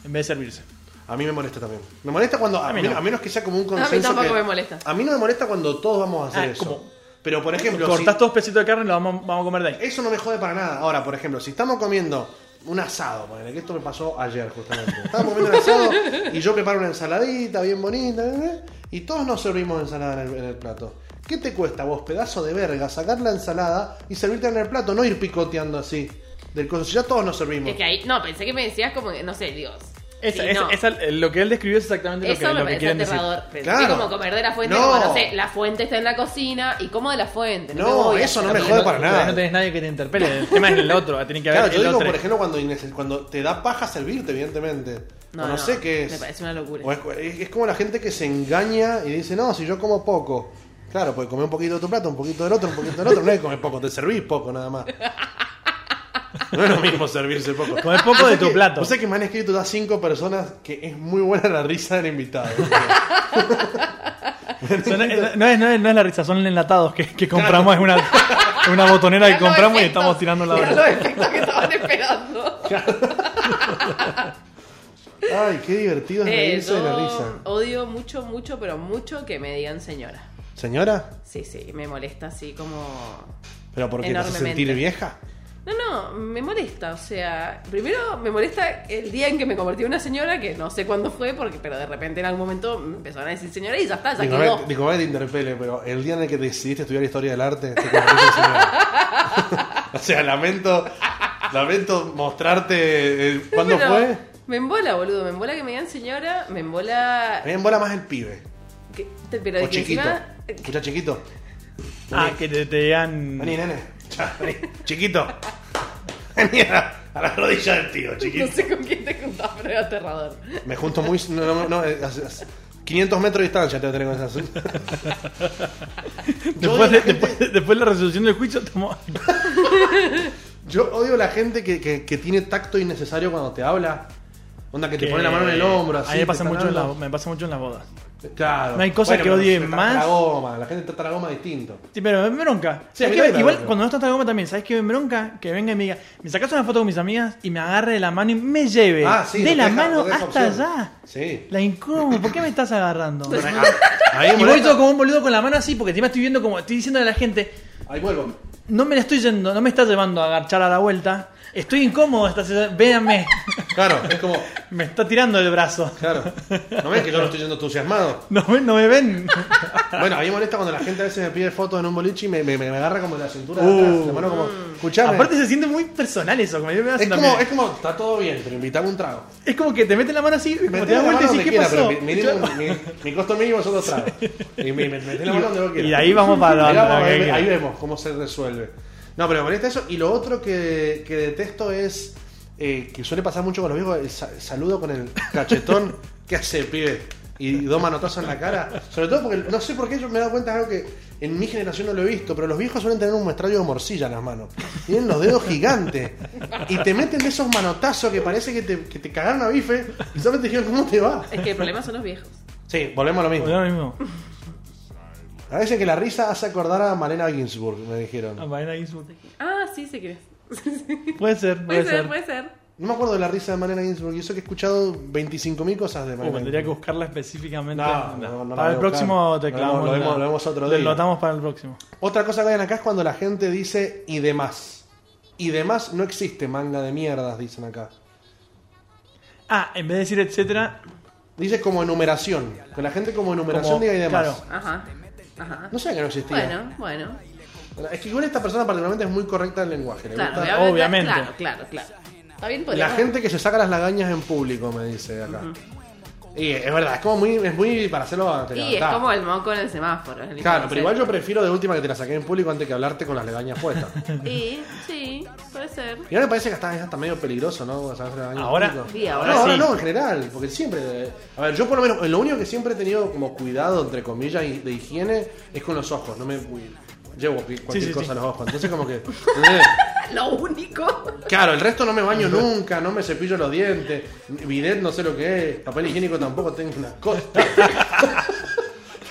[SPEAKER 2] en vez de servirse.
[SPEAKER 1] A mí me molesta también. Me molesta cuando. A,
[SPEAKER 2] A mí
[SPEAKER 1] me-
[SPEAKER 2] no.
[SPEAKER 1] a menos que sea como un
[SPEAKER 3] mí
[SPEAKER 1] consenso.
[SPEAKER 3] tampoco
[SPEAKER 1] que-
[SPEAKER 3] me molesta.
[SPEAKER 1] A mí no me molesta cuando todos vamos a hacer
[SPEAKER 2] Ah,
[SPEAKER 1] eso.
[SPEAKER 2] como-
[SPEAKER 1] Pero por ejemplo, si-
[SPEAKER 2] Cortás dos pesitos de carne y lo vamos, vamos a comer de ahí.
[SPEAKER 1] eso no me jode para nada. Ahora, por ejemplo, si estamos comiendo un asado, ponele, que esto me pasó ayer justamente. Estábamos comiendo un asado y yo preparo una ensaladita bien bonita ¿eh? y todos nos servimos ensalada en el, en el plato. ¿Qué te cuesta vos, pedazo de verga, sacar la ensalada y servirte en el plato, no ir picoteando así? Del coso, si ya todos nos servimos.
[SPEAKER 5] Es que ahí, no, pensé que me decías como, que, no sé, Dios.
[SPEAKER 2] Esa-
[SPEAKER 5] Sí,
[SPEAKER 2] esa-
[SPEAKER 5] no.
[SPEAKER 2] esa- lo que él describió es exactamente lo
[SPEAKER 5] Eso
[SPEAKER 2] que,
[SPEAKER 5] me
[SPEAKER 2] lo que
[SPEAKER 5] parece
[SPEAKER 2] quieren decir.
[SPEAKER 5] aterradador. Pensé
[SPEAKER 1] Claro.
[SPEAKER 5] como comer de la fuente,
[SPEAKER 1] No.
[SPEAKER 5] como no sé, la fuente está en la cocina y como de la fuente.
[SPEAKER 1] No,
[SPEAKER 5] me voy a
[SPEAKER 1] eso no
[SPEAKER 5] hacer
[SPEAKER 1] me
[SPEAKER 5] lo
[SPEAKER 1] jode
[SPEAKER 5] mismo.
[SPEAKER 1] para nada.
[SPEAKER 2] No tenés nadie que te interpele. El tema es el otro. Tiene que haber
[SPEAKER 1] Claro, yo
[SPEAKER 2] el
[SPEAKER 1] digo,
[SPEAKER 2] otro.
[SPEAKER 1] por ejemplo, cuando, innece- cuando te da paja servirte, evidentemente. No, no, sé qué es.
[SPEAKER 5] Me parece una locura.
[SPEAKER 1] O es, es- es como la gente que se engaña y dice, no, si yo como poco. Claro, porque comí un poquito de tu plato, un poquito del otro, un poquito del otro. No es que comes poco, te servís poco nada más. No es lo mismo servirse poco. Ah,
[SPEAKER 2] Comés poco
[SPEAKER 1] Vos
[SPEAKER 2] de
[SPEAKER 1] sabés
[SPEAKER 2] tu
[SPEAKER 1] que-
[SPEAKER 2] plato.
[SPEAKER 1] Vos sabés que me han escrito a cinco personas que es muy buena la risa del invitado.
[SPEAKER 2] Son- eh, no, es, no, es, no es la risa, son enlatados que, que compramos. Es una, es una botonera que
[SPEAKER 5] Mirá los
[SPEAKER 2] compramos y
[SPEAKER 5] efectos,
[SPEAKER 2] estamos tirando la
[SPEAKER 5] mirá
[SPEAKER 2] bola.
[SPEAKER 5] los efectos que estaban esperando.
[SPEAKER 1] Ay, qué divertido es
[SPEAKER 5] Eh,
[SPEAKER 1] reírse de la
[SPEAKER 5] yo
[SPEAKER 1] risa.
[SPEAKER 5] Odio mucho, mucho, pero mucho que me digan señora.
[SPEAKER 1] Señora,
[SPEAKER 5] Sí, sí, me molesta así como...
[SPEAKER 1] ¿pero por qué te hace
[SPEAKER 5] Enormemente.
[SPEAKER 1] sentir vieja?
[SPEAKER 5] No, no, me molesta, o sea, primero me molesta el día en que me convertí en una señora, que no sé cuándo fue, porque pero de repente en algún momento me empezaron a decir señora y ya está, ya
[SPEAKER 1] Digo,
[SPEAKER 5] quedó.
[SPEAKER 1] eh, digo, eh, te interpele, pero el día en el que decidiste estudiar historia del arte, este te convertiste en señora. o sea, lamento, lamento mostrarte eh, cuándo
[SPEAKER 5] Pero
[SPEAKER 1] fue.
[SPEAKER 5] Me embola, boludo, me embola que me digan señora, me embola...
[SPEAKER 1] A mí me embola más el pibe.
[SPEAKER 5] que- te- pero
[SPEAKER 1] ¿Eh? O
[SPEAKER 5] de que
[SPEAKER 1] chiquito.
[SPEAKER 5] encima- eh,
[SPEAKER 1] Escucha, chiquito.
[SPEAKER 2] Ah, que te, te digan.
[SPEAKER 1] Vení, nene. Ya, vení. Chiquito. Vení a, a la rodilla del tío, chiquito.
[SPEAKER 5] No sé con quién te juntás, pero es aterrador.
[SPEAKER 1] Me junto muy. No, no, no, eh, hace- hace 500 metros de distancia te voy a tener con esas. Yo odio
[SPEAKER 2] Después de,
[SPEAKER 1] la gente-
[SPEAKER 2] después de- después de la resolución del juicio, estamos-
[SPEAKER 1] Yo odio la gente que, que- que tiene tacto innecesario cuando te habla. Onda que te pone la mano en el hombro, así.
[SPEAKER 2] A mí me pasa,
[SPEAKER 1] te están
[SPEAKER 2] mucho en la-
[SPEAKER 1] hablando.
[SPEAKER 2] me pasa mucho en las bodas.
[SPEAKER 1] Claro.
[SPEAKER 2] No hay cosa que
[SPEAKER 1] pero
[SPEAKER 2] odie
[SPEAKER 1] se trata
[SPEAKER 2] más.
[SPEAKER 1] La goma, la gente trata la goma distinto.
[SPEAKER 2] Sí, pero me bronca.
[SPEAKER 1] Sí, a mí
[SPEAKER 2] ¿Sabes qué?
[SPEAKER 1] también me
[SPEAKER 2] igual
[SPEAKER 1] bronca.
[SPEAKER 2] cuando no estás tan goma también, ¿sabes qué me bronca? Que venga y me diga, me sacas una foto con mis amigas y me agarre de la mano y me lleve
[SPEAKER 1] Ah, sí,
[SPEAKER 2] Eh, de
[SPEAKER 1] no
[SPEAKER 2] la
[SPEAKER 1] deja-
[SPEAKER 2] mano
[SPEAKER 1] no deja
[SPEAKER 2] hasta
[SPEAKER 1] opción.
[SPEAKER 2] allá.
[SPEAKER 1] Sí.
[SPEAKER 2] La incómoda, ¿por qué me estás agarrando?
[SPEAKER 1] Bueno, a- ahí
[SPEAKER 2] y voy
[SPEAKER 1] vuelvo.
[SPEAKER 2] todo como un boludo con la mano así, porque encima estoy viendo como, estoy diciendo a la gente,
[SPEAKER 1] Ahí vuelvo.
[SPEAKER 2] no me la estoy yendo, no me estás llevando a agarchar a la vuelta, estoy incómodo, estás, véanme,
[SPEAKER 1] Claro, es como.
[SPEAKER 2] me está tirando el brazo.
[SPEAKER 1] Claro. ¿No ves que yo no estoy yendo entusiasmado?
[SPEAKER 2] No, me- no me ven.
[SPEAKER 1] Bueno, a mí me molesta cuando la gente a veces me pide fotos en un boliche y me, me- me agarra como de la cintura de
[SPEAKER 2] Uh.
[SPEAKER 1] atrás. La mano como. Escuchame.
[SPEAKER 2] Aparte se siente muy personal eso, como yo me
[SPEAKER 1] es
[SPEAKER 2] hacen
[SPEAKER 1] como,
[SPEAKER 2] también.
[SPEAKER 1] es como, está todo bien, pero invitame un trago.
[SPEAKER 2] Es como que te meten la mano así, y como te
[SPEAKER 1] Meteme
[SPEAKER 2] das
[SPEAKER 1] la mano
[SPEAKER 2] vuelta y
[SPEAKER 1] donde
[SPEAKER 2] decís, ¿qué
[SPEAKER 1] quiera,
[SPEAKER 2] pasó?
[SPEAKER 1] pero mi, mi- mi- mi- mi costo mínimo son dos tragos. Y me, me- metí la mano donde vos quieras.
[SPEAKER 2] Y de ahí vamos para
[SPEAKER 1] Ahí,
[SPEAKER 2] donde
[SPEAKER 1] vamos, ahí-
[SPEAKER 2] quiera.
[SPEAKER 1] ahí vemos cómo se resuelve. No, pero me molesta eso. Y lo otro que, que detesto es eh, que suele pasar mucho con los viejos: el sa- saludo con el cachetón. ¿Qué hace, pibe? Y dos manotazos en la cara. Sobre todo porque no sé por qué yo me he dado cuenta de algo que en mi generación no lo he visto, pero los viejos suelen tener un muestrario de morcilla en las manos. Tienen los dedos gigantes. Y te meten de esos manotazos que parece que te, que te cagaron a bife y solo te dijeron, ¿cómo te va?
[SPEAKER 5] Es que el problema son los viejos.
[SPEAKER 1] Sí, volvemos a lo mismo.
[SPEAKER 2] Lo mismo.
[SPEAKER 1] A veces que la risa hace acordar a Malena Ginsburg, me dijeron.
[SPEAKER 2] Ah, Marina Ginsburg.
[SPEAKER 5] Ah, sí, se cree.
[SPEAKER 2] Puede ser,
[SPEAKER 5] Puede
[SPEAKER 2] puede
[SPEAKER 5] ser,
[SPEAKER 2] ser.
[SPEAKER 5] puede ser.
[SPEAKER 1] No me acuerdo de la risa de Malena Ginsburg. Yo sé que he escuchado 25.000 cosas de
[SPEAKER 2] Uh,
[SPEAKER 1] Malena
[SPEAKER 2] tendría que
[SPEAKER 1] Ginsburg.
[SPEAKER 2] buscarla específicamente.
[SPEAKER 1] No, no, no la
[SPEAKER 2] para
[SPEAKER 1] voy
[SPEAKER 2] el
[SPEAKER 1] a
[SPEAKER 2] próximo
[SPEAKER 1] buscar.
[SPEAKER 2] te
[SPEAKER 1] Lo
[SPEAKER 2] clavamos
[SPEAKER 1] vemos- lo
[SPEAKER 2] la-
[SPEAKER 1] vemos- lo vemos otro
[SPEAKER 2] lo
[SPEAKER 1] día.
[SPEAKER 2] notamos para el próximo.
[SPEAKER 1] Otra cosa que ven acá es cuando la gente dice y demás. Y demás no existe manga de mierdas, dicen acá.
[SPEAKER 2] Ah, en vez de decir etcétera,
[SPEAKER 1] Dice como enumeración. Que la gente como enumeración
[SPEAKER 2] como,
[SPEAKER 1] diga y demás.
[SPEAKER 2] claro,
[SPEAKER 5] Ajá. Ajá.
[SPEAKER 1] No sé que no existía.
[SPEAKER 5] Bueno, bueno.
[SPEAKER 1] Es que igual esta persona particularmente es muy correcta en lenguaje. le
[SPEAKER 5] Claro,
[SPEAKER 1] gusta-
[SPEAKER 2] obviamente.
[SPEAKER 5] Claro, claro, claro. Está bien,
[SPEAKER 1] La
[SPEAKER 5] podríamos-
[SPEAKER 1] gente que se saca las lagañas en público, me dice acá. Y es verdad, es como muy, es muy para hacerlo ante la
[SPEAKER 5] Y es
[SPEAKER 1] verdad.
[SPEAKER 5] como el moco en el semáforo. es el
[SPEAKER 1] Claro, pero igual yo
[SPEAKER 5] inocente.
[SPEAKER 1] prefiero de última que te la saqué en público antes que hablarte con las legañas puestas.
[SPEAKER 5] Sí, sí, puede ser.
[SPEAKER 1] Y ahora me parece que hasta es hasta medio peligroso, ¿no? Sacar la legaña en
[SPEAKER 2] Ahora-
[SPEAKER 1] público.
[SPEAKER 5] Sí, ahora
[SPEAKER 1] no, ahora
[SPEAKER 2] sí.
[SPEAKER 1] no, en general. Porque siempre. A ver, yo por lo menos, lo único que siempre he tenido como cuidado, entre comillas, y- de higiene, es con los ojos. No me. Llevo cualquier
[SPEAKER 2] sí,
[SPEAKER 1] cosa
[SPEAKER 2] sí.
[SPEAKER 1] a los ojos. Entonces, como que.
[SPEAKER 5] Lo único.
[SPEAKER 1] Claro, el resto no me baño nunca, no me cepillo los dientes, bidet no sé lo que es, papel higiénico tampoco tengo una cosa. pero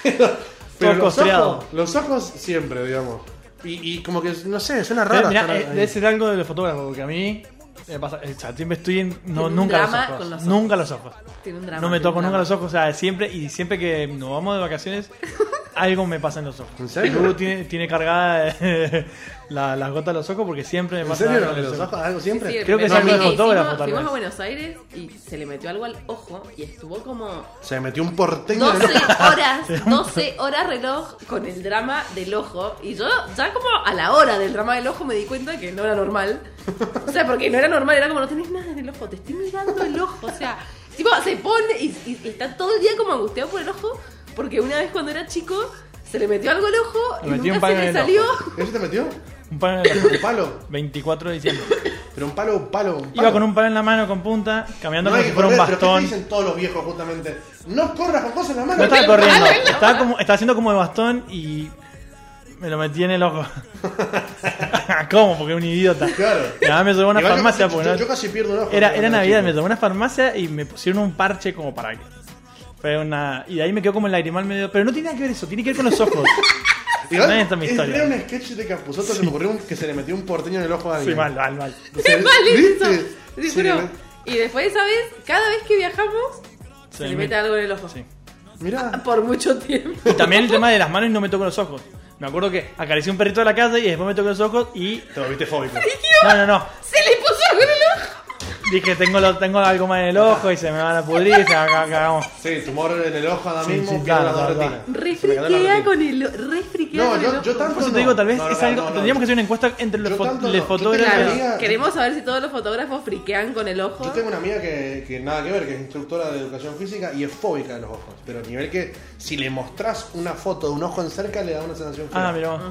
[SPEAKER 1] pero
[SPEAKER 2] Todo
[SPEAKER 1] los,
[SPEAKER 2] costreado.
[SPEAKER 1] ojos, los ojos siempre, digamos. Y, y como que, no sé, suena
[SPEAKER 2] Pero,
[SPEAKER 1] raro.
[SPEAKER 2] Mirá,
[SPEAKER 1] estar
[SPEAKER 2] eh,
[SPEAKER 1] ahí.
[SPEAKER 2] debe ser algo de los fotógrafos, porque a mí me pasa, o sea, siempre estoy en, no,
[SPEAKER 5] un
[SPEAKER 2] nunca, los
[SPEAKER 5] drama
[SPEAKER 2] ojos,
[SPEAKER 5] con los ojos.
[SPEAKER 2] nunca los ojos.
[SPEAKER 5] Tiene un drama.
[SPEAKER 2] No me toco nunca los
[SPEAKER 5] ojos.
[SPEAKER 2] ojos, o sea, siempre y siempre que nos vamos de vacaciones algo me pasa en los ojos.
[SPEAKER 1] ¿En serio?
[SPEAKER 2] Lu tiene, tiene cargada eh, la- las gotas de los ojos porque siempre me
[SPEAKER 1] ¿En
[SPEAKER 2] pasa
[SPEAKER 1] serio
[SPEAKER 2] algo
[SPEAKER 1] los, los ojos? ¿Algo siempre?
[SPEAKER 5] Sí, el
[SPEAKER 2] Creo que
[SPEAKER 5] primer
[SPEAKER 2] son
[SPEAKER 5] viaje
[SPEAKER 2] los
[SPEAKER 5] que
[SPEAKER 2] fotógrafos,
[SPEAKER 5] hicimos,
[SPEAKER 2] tal
[SPEAKER 5] Fuimos
[SPEAKER 2] vez.
[SPEAKER 5] a Buenos Aires y se le metió algo al ojo y estuvo como
[SPEAKER 1] Se metió un porteño. en el
[SPEAKER 5] 12
[SPEAKER 1] ojo.
[SPEAKER 5] horas, 12 horas reloj con el drama del ojo. Y yo ya como a la hora del drama del ojo me di cuenta que no era normal. O sea, porque no era normal, era como no tenés nada en el ojo, te estoy mirando el ojo. O sea, tipo, se pone y, y- y está todo el día como angustiado por el ojo, porque una vez cuando era chico se le metió algo al ojo
[SPEAKER 2] Le
[SPEAKER 5] y
[SPEAKER 2] metió un
[SPEAKER 5] nunca se
[SPEAKER 2] palo en
[SPEAKER 5] le
[SPEAKER 2] el
[SPEAKER 5] salió.
[SPEAKER 1] ¿Ese te metió?
[SPEAKER 2] Un palo en el ojo.
[SPEAKER 1] ¿Un palo?
[SPEAKER 2] 24 de diciembre.
[SPEAKER 1] Pero un palo, un palo, un palo.
[SPEAKER 2] Iba con un palo en la mano con punta, caminando
[SPEAKER 1] No hay
[SPEAKER 2] como
[SPEAKER 1] que
[SPEAKER 2] si fuera un
[SPEAKER 1] correr, pero ¿qué te
[SPEAKER 2] bastón.
[SPEAKER 1] dicen todos los viejos justamente? No corras con cosas en la mano.
[SPEAKER 2] No estaba
[SPEAKER 1] Pero-
[SPEAKER 2] corriendo, estaba, como, estaba haciendo como de bastón y me lo metí en el ojo. ¿Cómo? Porque era un idiota.
[SPEAKER 1] Claro.
[SPEAKER 2] Mi mamá me llevó a una
[SPEAKER 1] Igual yo
[SPEAKER 2] farmacia
[SPEAKER 1] casi-
[SPEAKER 2] porque no-
[SPEAKER 1] yo, yo casi pierdo un ojo.
[SPEAKER 2] Era,
[SPEAKER 1] cuando
[SPEAKER 2] era Navidad, me
[SPEAKER 1] chico.
[SPEAKER 2] tomé una farmacia y me pusieron un parche como para que. Fue una. Y de ahí me quedó como el lagrimal medio. Pero no tiene nada que ver eso, tiene que ver con los ojos.
[SPEAKER 1] Igual,
[SPEAKER 2] Ahí está mi
[SPEAKER 1] es-
[SPEAKER 2] historia.
[SPEAKER 1] Era un sketch de Capuzoto se me ocurrió un- que se le metió un porteño en el ojo a
[SPEAKER 2] sí,
[SPEAKER 1] alguien.
[SPEAKER 2] mal, mal, mal.
[SPEAKER 1] O sea,
[SPEAKER 5] Qué mal es
[SPEAKER 1] ¿viste?
[SPEAKER 5] eso. Te
[SPEAKER 1] Se le
[SPEAKER 5] juro.
[SPEAKER 1] met-
[SPEAKER 5] Y después de esa vez, cada vez que viajamos, se,
[SPEAKER 2] me
[SPEAKER 5] le mete
[SPEAKER 2] mete-
[SPEAKER 5] algo en el ojo.
[SPEAKER 2] Sí.
[SPEAKER 1] Mirá.
[SPEAKER 5] Por mucho tiempo.
[SPEAKER 2] Y también el tema de las manos y no me toco los ojos. Me acuerdo que acaricié un perrito de la calle y después me toqué los ojos y.
[SPEAKER 1] Te volviste fóbico.
[SPEAKER 2] No, no, no.
[SPEAKER 5] Se le puso algo en el ojo.
[SPEAKER 2] Dije, tengo, lo, tengo algo más en el ojo y se me van a pudrir y se acá cagamos.
[SPEAKER 1] Sí, tumor en el ojo ahora
[SPEAKER 2] Sí,
[SPEAKER 1] mismo.
[SPEAKER 2] sí,
[SPEAKER 1] pierdo
[SPEAKER 2] claro,
[SPEAKER 1] las dos
[SPEAKER 2] claro,
[SPEAKER 1] retinas. Se me quedó la
[SPEAKER 5] Refriquea
[SPEAKER 1] retina.
[SPEAKER 5] con el refriquea
[SPEAKER 1] No,
[SPEAKER 5] con el
[SPEAKER 1] yo,
[SPEAKER 5] ojo.
[SPEAKER 1] yo tanto.
[SPEAKER 2] Por eso
[SPEAKER 1] no.
[SPEAKER 2] te digo, tal vez
[SPEAKER 1] No, no,
[SPEAKER 2] es
[SPEAKER 1] no,
[SPEAKER 2] algo.
[SPEAKER 1] no, no.
[SPEAKER 2] tendríamos que hacer una encuesta entre los,
[SPEAKER 1] Yo
[SPEAKER 2] fo-
[SPEAKER 1] tanto no.
[SPEAKER 2] les
[SPEAKER 1] Yo tengo
[SPEAKER 2] fotógrafos.
[SPEAKER 1] una
[SPEAKER 5] Claro,
[SPEAKER 1] amiga-
[SPEAKER 5] queremos saber si todos los fotógrafos friquean con el ojo.
[SPEAKER 1] Yo tengo una amiga que, que nada que ver, que es instructora de educación física y es fóbica de los ojos. Pero a nivel que si le mostrás una foto de un ojo en cerca le da una sensación fea.
[SPEAKER 2] Ah, mira. vos.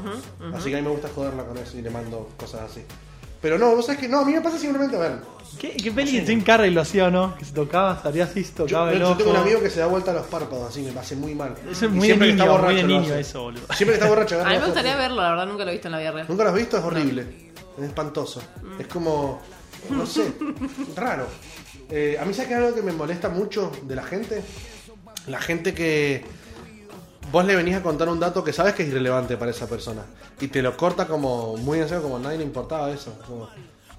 [SPEAKER 1] Así que a mí me gusta joderla con eso y le mando cosas así. Pero no, vos sabés que no, a mí me pasa simplemente, a ver,
[SPEAKER 2] ¿Qué, qué peli de Jim Carrey lo hacía o no? Que se tocaba, salía así, se
[SPEAKER 1] yo,
[SPEAKER 2] tocaba
[SPEAKER 1] yo
[SPEAKER 2] el ojo.
[SPEAKER 1] tengo un amigo que se da vuelta a los párpados, así me hace muy mal.
[SPEAKER 2] Eso es
[SPEAKER 1] Y
[SPEAKER 2] muy de
[SPEAKER 1] siempre que está
[SPEAKER 2] niño, muy de
[SPEAKER 1] borracho lo
[SPEAKER 2] niño
[SPEAKER 1] hace.
[SPEAKER 2] eso, boludo.
[SPEAKER 1] Siempre que está borracho,
[SPEAKER 5] A
[SPEAKER 1] agarra
[SPEAKER 5] mí
[SPEAKER 1] la
[SPEAKER 5] me
[SPEAKER 1] foto.
[SPEAKER 5] gustaría verlo, la verdad nunca lo he visto en la vida real.
[SPEAKER 1] ¿Nunca lo has visto? Es horrible. Es espantoso. Es como. No sé. raro. Eh, a mí, ¿sabes qué es algo que me molesta mucho de la gente? La gente que. Vos le venís a contar un dato que sabes que es irrelevante para esa persona. Y te lo corta como muy en serio, como nadie le importaba eso. Como,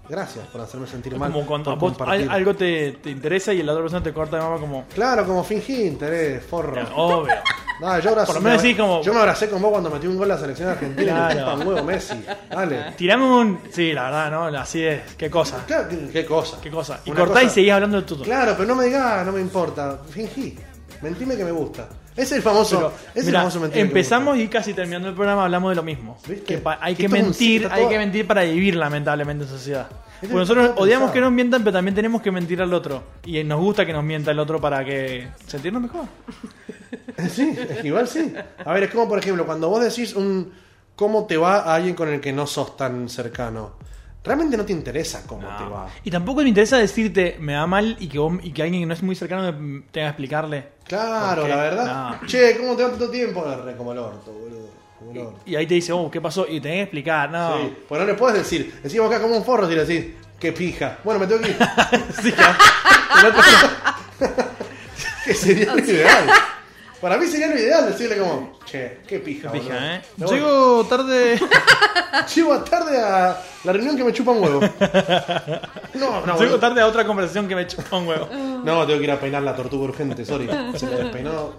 [SPEAKER 1] gracias por hacerme sentir mal.
[SPEAKER 2] Como cuando
[SPEAKER 1] por
[SPEAKER 2] a vos
[SPEAKER 1] compartir".
[SPEAKER 2] al- algo te, te interesa y la otra persona te corta de mama como.
[SPEAKER 1] Claro, como fingí interés, forro.
[SPEAKER 2] Obvio.
[SPEAKER 1] No, yo abracé-
[SPEAKER 2] Por lo menos
[SPEAKER 1] me-
[SPEAKER 2] decís como-
[SPEAKER 1] Yo me abracé con vos cuando metí un gol a la selección argentina.
[SPEAKER 2] Claro.
[SPEAKER 1] Y me un huevo Messi. Dale.
[SPEAKER 2] Tirame un. Sí, la verdad, ¿no? Así es. Qué cosa.
[SPEAKER 1] Claro, qué, qué cosa.
[SPEAKER 2] Qué cosa. Y
[SPEAKER 1] Una
[SPEAKER 2] cortás y
[SPEAKER 1] cosa-
[SPEAKER 2] seguís hablando de todo.
[SPEAKER 1] Claro, pero no me digas, no me importa. Fingí. Mentime que me gusta. Es el famoso.
[SPEAKER 2] Pero,
[SPEAKER 1] es
[SPEAKER 2] mirá,
[SPEAKER 1] el famoso mentir.
[SPEAKER 2] empezamos y casi terminando el programa hablamos de lo mismo.
[SPEAKER 1] ¿Viste?
[SPEAKER 2] Que pa- hay
[SPEAKER 1] Que
[SPEAKER 2] que
[SPEAKER 1] esto es un
[SPEAKER 2] mentir,
[SPEAKER 1] ciclo,
[SPEAKER 2] hay
[SPEAKER 1] todo-
[SPEAKER 2] que mentir para vivir lamentablemente en sociedad. Porque
[SPEAKER 1] lo
[SPEAKER 2] nosotros
[SPEAKER 1] que yo
[SPEAKER 2] odiamos
[SPEAKER 1] pensaba.
[SPEAKER 2] que nos mientan, pero también tenemos que mentir al otro. Y nos gusta que nos mienta el otro para que sentirnos mejor.
[SPEAKER 1] Sí, es que igual sí. A ver, es como por ejemplo, cuando vos decís un cómo te va a alguien con el que no sos tan cercano. Realmente no te interesa cómo te va.
[SPEAKER 2] Y tampoco me interesa decirte me da mal y que, vos- y que alguien que no es muy cercano me tenga que explicarle.
[SPEAKER 1] Claro,
[SPEAKER 2] ¿Por qué?
[SPEAKER 1] la verdad.
[SPEAKER 2] No.
[SPEAKER 1] Che, ¿cómo te va tanto tiempo? Re Como el orto, boludo. Como el orto.
[SPEAKER 2] Y ahí te dice, oh, ¿qué pasó? Y tenés que explicar, no.
[SPEAKER 1] Sí, pues no le puedes decir. Decimos acá como un forro si le decís, qué pija. Bueno, me tengo que ir.
[SPEAKER 2] Sí, ¿no? El otro-
[SPEAKER 1] Que sería lo ideal. Para mí sería lo ideal decirle como, che, qué pija.
[SPEAKER 2] Fija,
[SPEAKER 1] boludo.
[SPEAKER 2] ¿eh?
[SPEAKER 1] Me voy.
[SPEAKER 2] Llego tarde.
[SPEAKER 1] Llego a tarde a la reunión que me chupa un huevo. No, no,
[SPEAKER 2] Llego
[SPEAKER 1] boludo.
[SPEAKER 2] tarde a otra conversación que me chupa un huevo.
[SPEAKER 1] no, tengo que ir a peinar la tortuga urgente, sorry. Se la despeinó.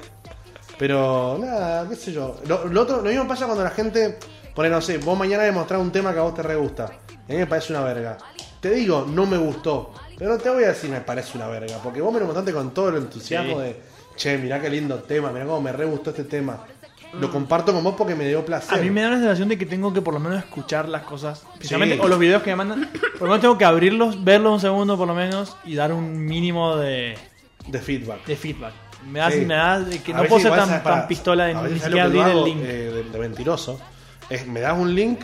[SPEAKER 1] Pero nada, qué sé yo. Lo, lo otro, lo mismo pasa cuando la gente, pone, no sé, vos mañana demostrás un tema que a vos te re gusta. Y a mí me parece una verga. Te digo, no me gustó. Pero no te voy a decir me parece una verga. Porque vos me lo mostraste con todo el entusiasmo
[SPEAKER 2] Sí.
[SPEAKER 1] de, che, mirá qué lindo tema, mirá cómo me re gustó este tema. Lo comparto con vos porque me dio
[SPEAKER 2] A
[SPEAKER 1] placer.
[SPEAKER 2] mí me da la sensación de que tengo que por lo menos escuchar las cosas, precisamente,
[SPEAKER 1] Sí.
[SPEAKER 2] o los videos que me mandan. Por lo menos tengo que abrirlos, verlos un segundo por lo menos y dar un mínimo de,
[SPEAKER 1] De feedback.
[SPEAKER 2] de feedback. Me da,
[SPEAKER 1] Sí.
[SPEAKER 2] me da de que
[SPEAKER 1] A
[SPEAKER 2] no
[SPEAKER 1] veces
[SPEAKER 2] puedo ser
[SPEAKER 1] igual,
[SPEAKER 2] tan,
[SPEAKER 1] ¿sabes?
[SPEAKER 2] tan
[SPEAKER 1] Para-
[SPEAKER 2] pistola de
[SPEAKER 1] a
[SPEAKER 2] ni
[SPEAKER 1] veces
[SPEAKER 2] siquiera
[SPEAKER 1] lo que yo
[SPEAKER 2] abrir el
[SPEAKER 1] hago,
[SPEAKER 2] link.
[SPEAKER 1] eh, de, de mentiroso. Es, me das un link,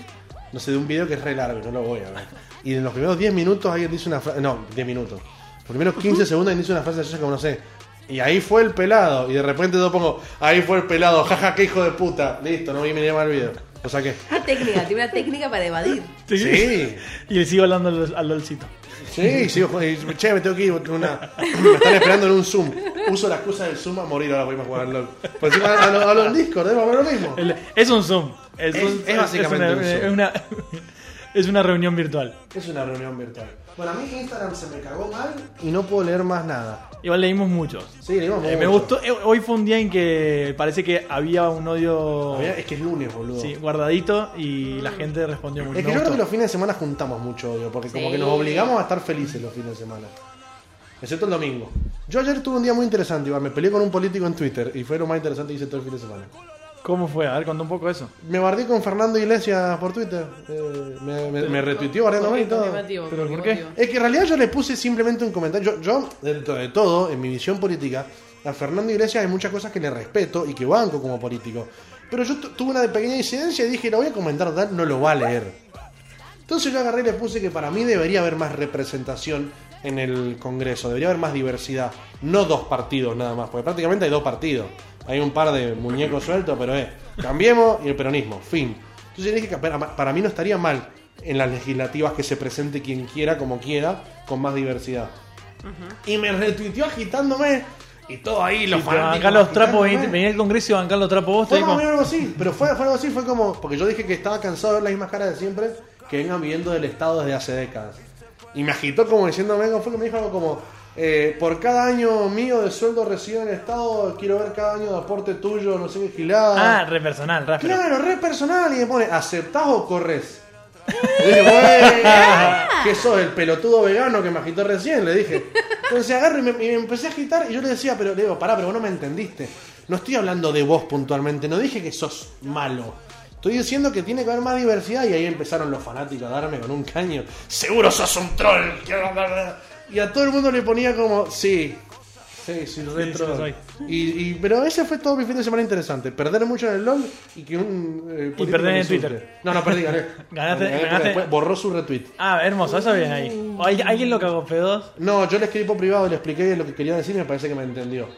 [SPEAKER 1] no sé, de un video que es re largo, no lo voy a ver. Y en los primeros 10 minutos alguien dice una frase. No, 10 minutos. Los primeros 15 segundos alguien dice una frase yo como no sé. Y ahí fue el pelado. Y de repente yo pongo, ahí fue el pelado, jaja, qué hijo de puta. Listo, no voy a mirar más el video. O sea que.
[SPEAKER 5] Una técnica, tiene una técnica para evadir.
[SPEAKER 2] Sí.
[SPEAKER 1] Sí.
[SPEAKER 2] Y le sigo hablando al, al lolcito.
[SPEAKER 1] Sí, sigo jugando. Che, me tengo que ir. Una, me están esperando en un Zoom. Uso la excusa del Zoom a morir ahora voy a jugar al LOL. Por encima hablo hablo en Discord, debo hacer lo mismo.
[SPEAKER 2] El- es un zoom. Es,
[SPEAKER 1] Es-
[SPEAKER 2] un-
[SPEAKER 1] es básicamente
[SPEAKER 2] una-
[SPEAKER 1] un zoom.
[SPEAKER 2] una- Es una reunión virtual.
[SPEAKER 1] Es una reunión virtual. Bueno, a mí Instagram se me cagó mal y no puedo leer más nada.
[SPEAKER 2] Igual leímos muchos.
[SPEAKER 1] Sí, le íbamos
[SPEAKER 2] Eh, me
[SPEAKER 1] mucho.
[SPEAKER 2] gustó. eh, Hoy fue un día en que parece que había un odio
[SPEAKER 1] Había- Es que es lunes, boludo.
[SPEAKER 2] sí, guardadito y la gente respondió mucho.
[SPEAKER 1] Es que
[SPEAKER 2] Me
[SPEAKER 1] yo creo que
[SPEAKER 2] gustó.
[SPEAKER 1] los fines de semana juntamos mucho odio, porque como
[SPEAKER 5] Sí.
[SPEAKER 1] que nos obligamos a estar felices los fines de semana. Excepto el domingo. Yo ayer tuve un día muy interesante, Iván. Me peleé con un político en Twitter y fue lo más interesante que hice todo el fin de semana.
[SPEAKER 2] ¿Cómo fue? A ver, contó un poco eso.
[SPEAKER 1] Me bardé con Fernando Iglesias por Twitter. Eh, me, me- me retuiteó bardeándome y todo.
[SPEAKER 2] ¿Pero por qué?
[SPEAKER 1] Es que en realidad yo le puse simplemente un comentario. Yo, yo, dentro de todo, en mi visión política, a Fernando Iglesias hay muchas cosas que le respeto y que banco como político. Pero yo tu- tuve una pequeña incidencia y dije, lo voy a comentar tal, no lo va a leer. Entonces yo agarré y le puse que para mí debería haber más representación en el Congreso, debería haber más diversidad. No dos partidos nada más, porque prácticamente hay dos partidos. Hay un par de muñecos sueltos, pero es cambiemos y el peronismo, fin. Entonces yo dije que para, para mí no estaría mal en las legislativas que se presente quien quiera, como quiera, con más diversidad. Y me retuiteó agitándome y todo ahí, los
[SPEAKER 2] Y te
[SPEAKER 1] fanáticos
[SPEAKER 2] bancar los trapos,
[SPEAKER 1] agitándome.
[SPEAKER 2] vení- venir al Congreso y bancar los trapos vos, te
[SPEAKER 1] Fue más o
[SPEAKER 2] digo.
[SPEAKER 1] menos algo así, pero fue, fue algo así, fue como. Porque yo dije que estaba cansado de ver las mismas caras de siempre que vengan viviendo del Estado desde hace décadas. Y me agitó como diciéndome, como fue que me dijo algo como. eh, por cada año mío de sueldo recibido en el Estado, quiero ver cada año de aporte tuyo, no sé qué gilada.
[SPEAKER 2] Ah, re personal, Rafa.
[SPEAKER 1] Claro, re personal. Y me pone, ¿aceptás o corres? Le dije, "Bueno, ¿Qué sos? El pelotudo vegano que me agitó recién, le dije. Entonces agarro y me, y me empecé a agitar y yo le decía, pero le digo, pará, pero vos no me entendiste. No estoy hablando de vos puntualmente, no dije que sos malo. Estoy diciendo que tiene que haber más diversidad y ahí empezaron los fanáticos a darme con un caño. Seguro sos un troll. Y a todo el mundo le ponía como, sí, Sí, sí, retro.
[SPEAKER 2] sí lo soy.
[SPEAKER 1] y, y- pero ese fue todo mi fin de semana interesante. Perder mucho en el LOL y que un. eh, político
[SPEAKER 2] perder en
[SPEAKER 1] me insulte.
[SPEAKER 2] Twitter.
[SPEAKER 1] No, no, perdí, gané.
[SPEAKER 2] Ganaste-
[SPEAKER 1] Gané, pero
[SPEAKER 2] ganaste.
[SPEAKER 1] después borró su retweet.
[SPEAKER 2] Ah, hermoso, eso bien
[SPEAKER 1] Mm.
[SPEAKER 2] ahí. ¿O hay- ¿Alguien lo cagó pedos?
[SPEAKER 1] No, yo le escribí por privado y le expliqué lo que quería decir y me parece que me entendió.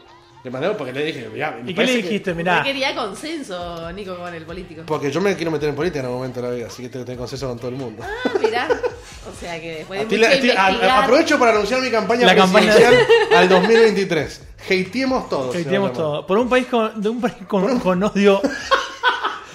[SPEAKER 1] Le mandé algo porque le dije, mirá, me
[SPEAKER 2] ¿Y qué le
[SPEAKER 1] parece que-
[SPEAKER 2] dijiste?
[SPEAKER 5] Porque
[SPEAKER 2] Mirá,
[SPEAKER 5] quería consenso, Nico, con el político.
[SPEAKER 1] Porque yo me quiero meter en política en algún momento de la vida, así que tengo que tener consenso con todo el mundo.
[SPEAKER 5] Ah, mirá. O sea que después de
[SPEAKER 1] Estoy-
[SPEAKER 5] mucho
[SPEAKER 1] estoy- a- a-
[SPEAKER 5] investigar-
[SPEAKER 1] aprovecho para anunciar mi campaña
[SPEAKER 2] La campaña.
[SPEAKER 1] presidencial al 2023. Hateemos todos. se va a
[SPEAKER 2] hateamos
[SPEAKER 1] llamar.
[SPEAKER 2] todo. Por un país con, de un país con, con odio.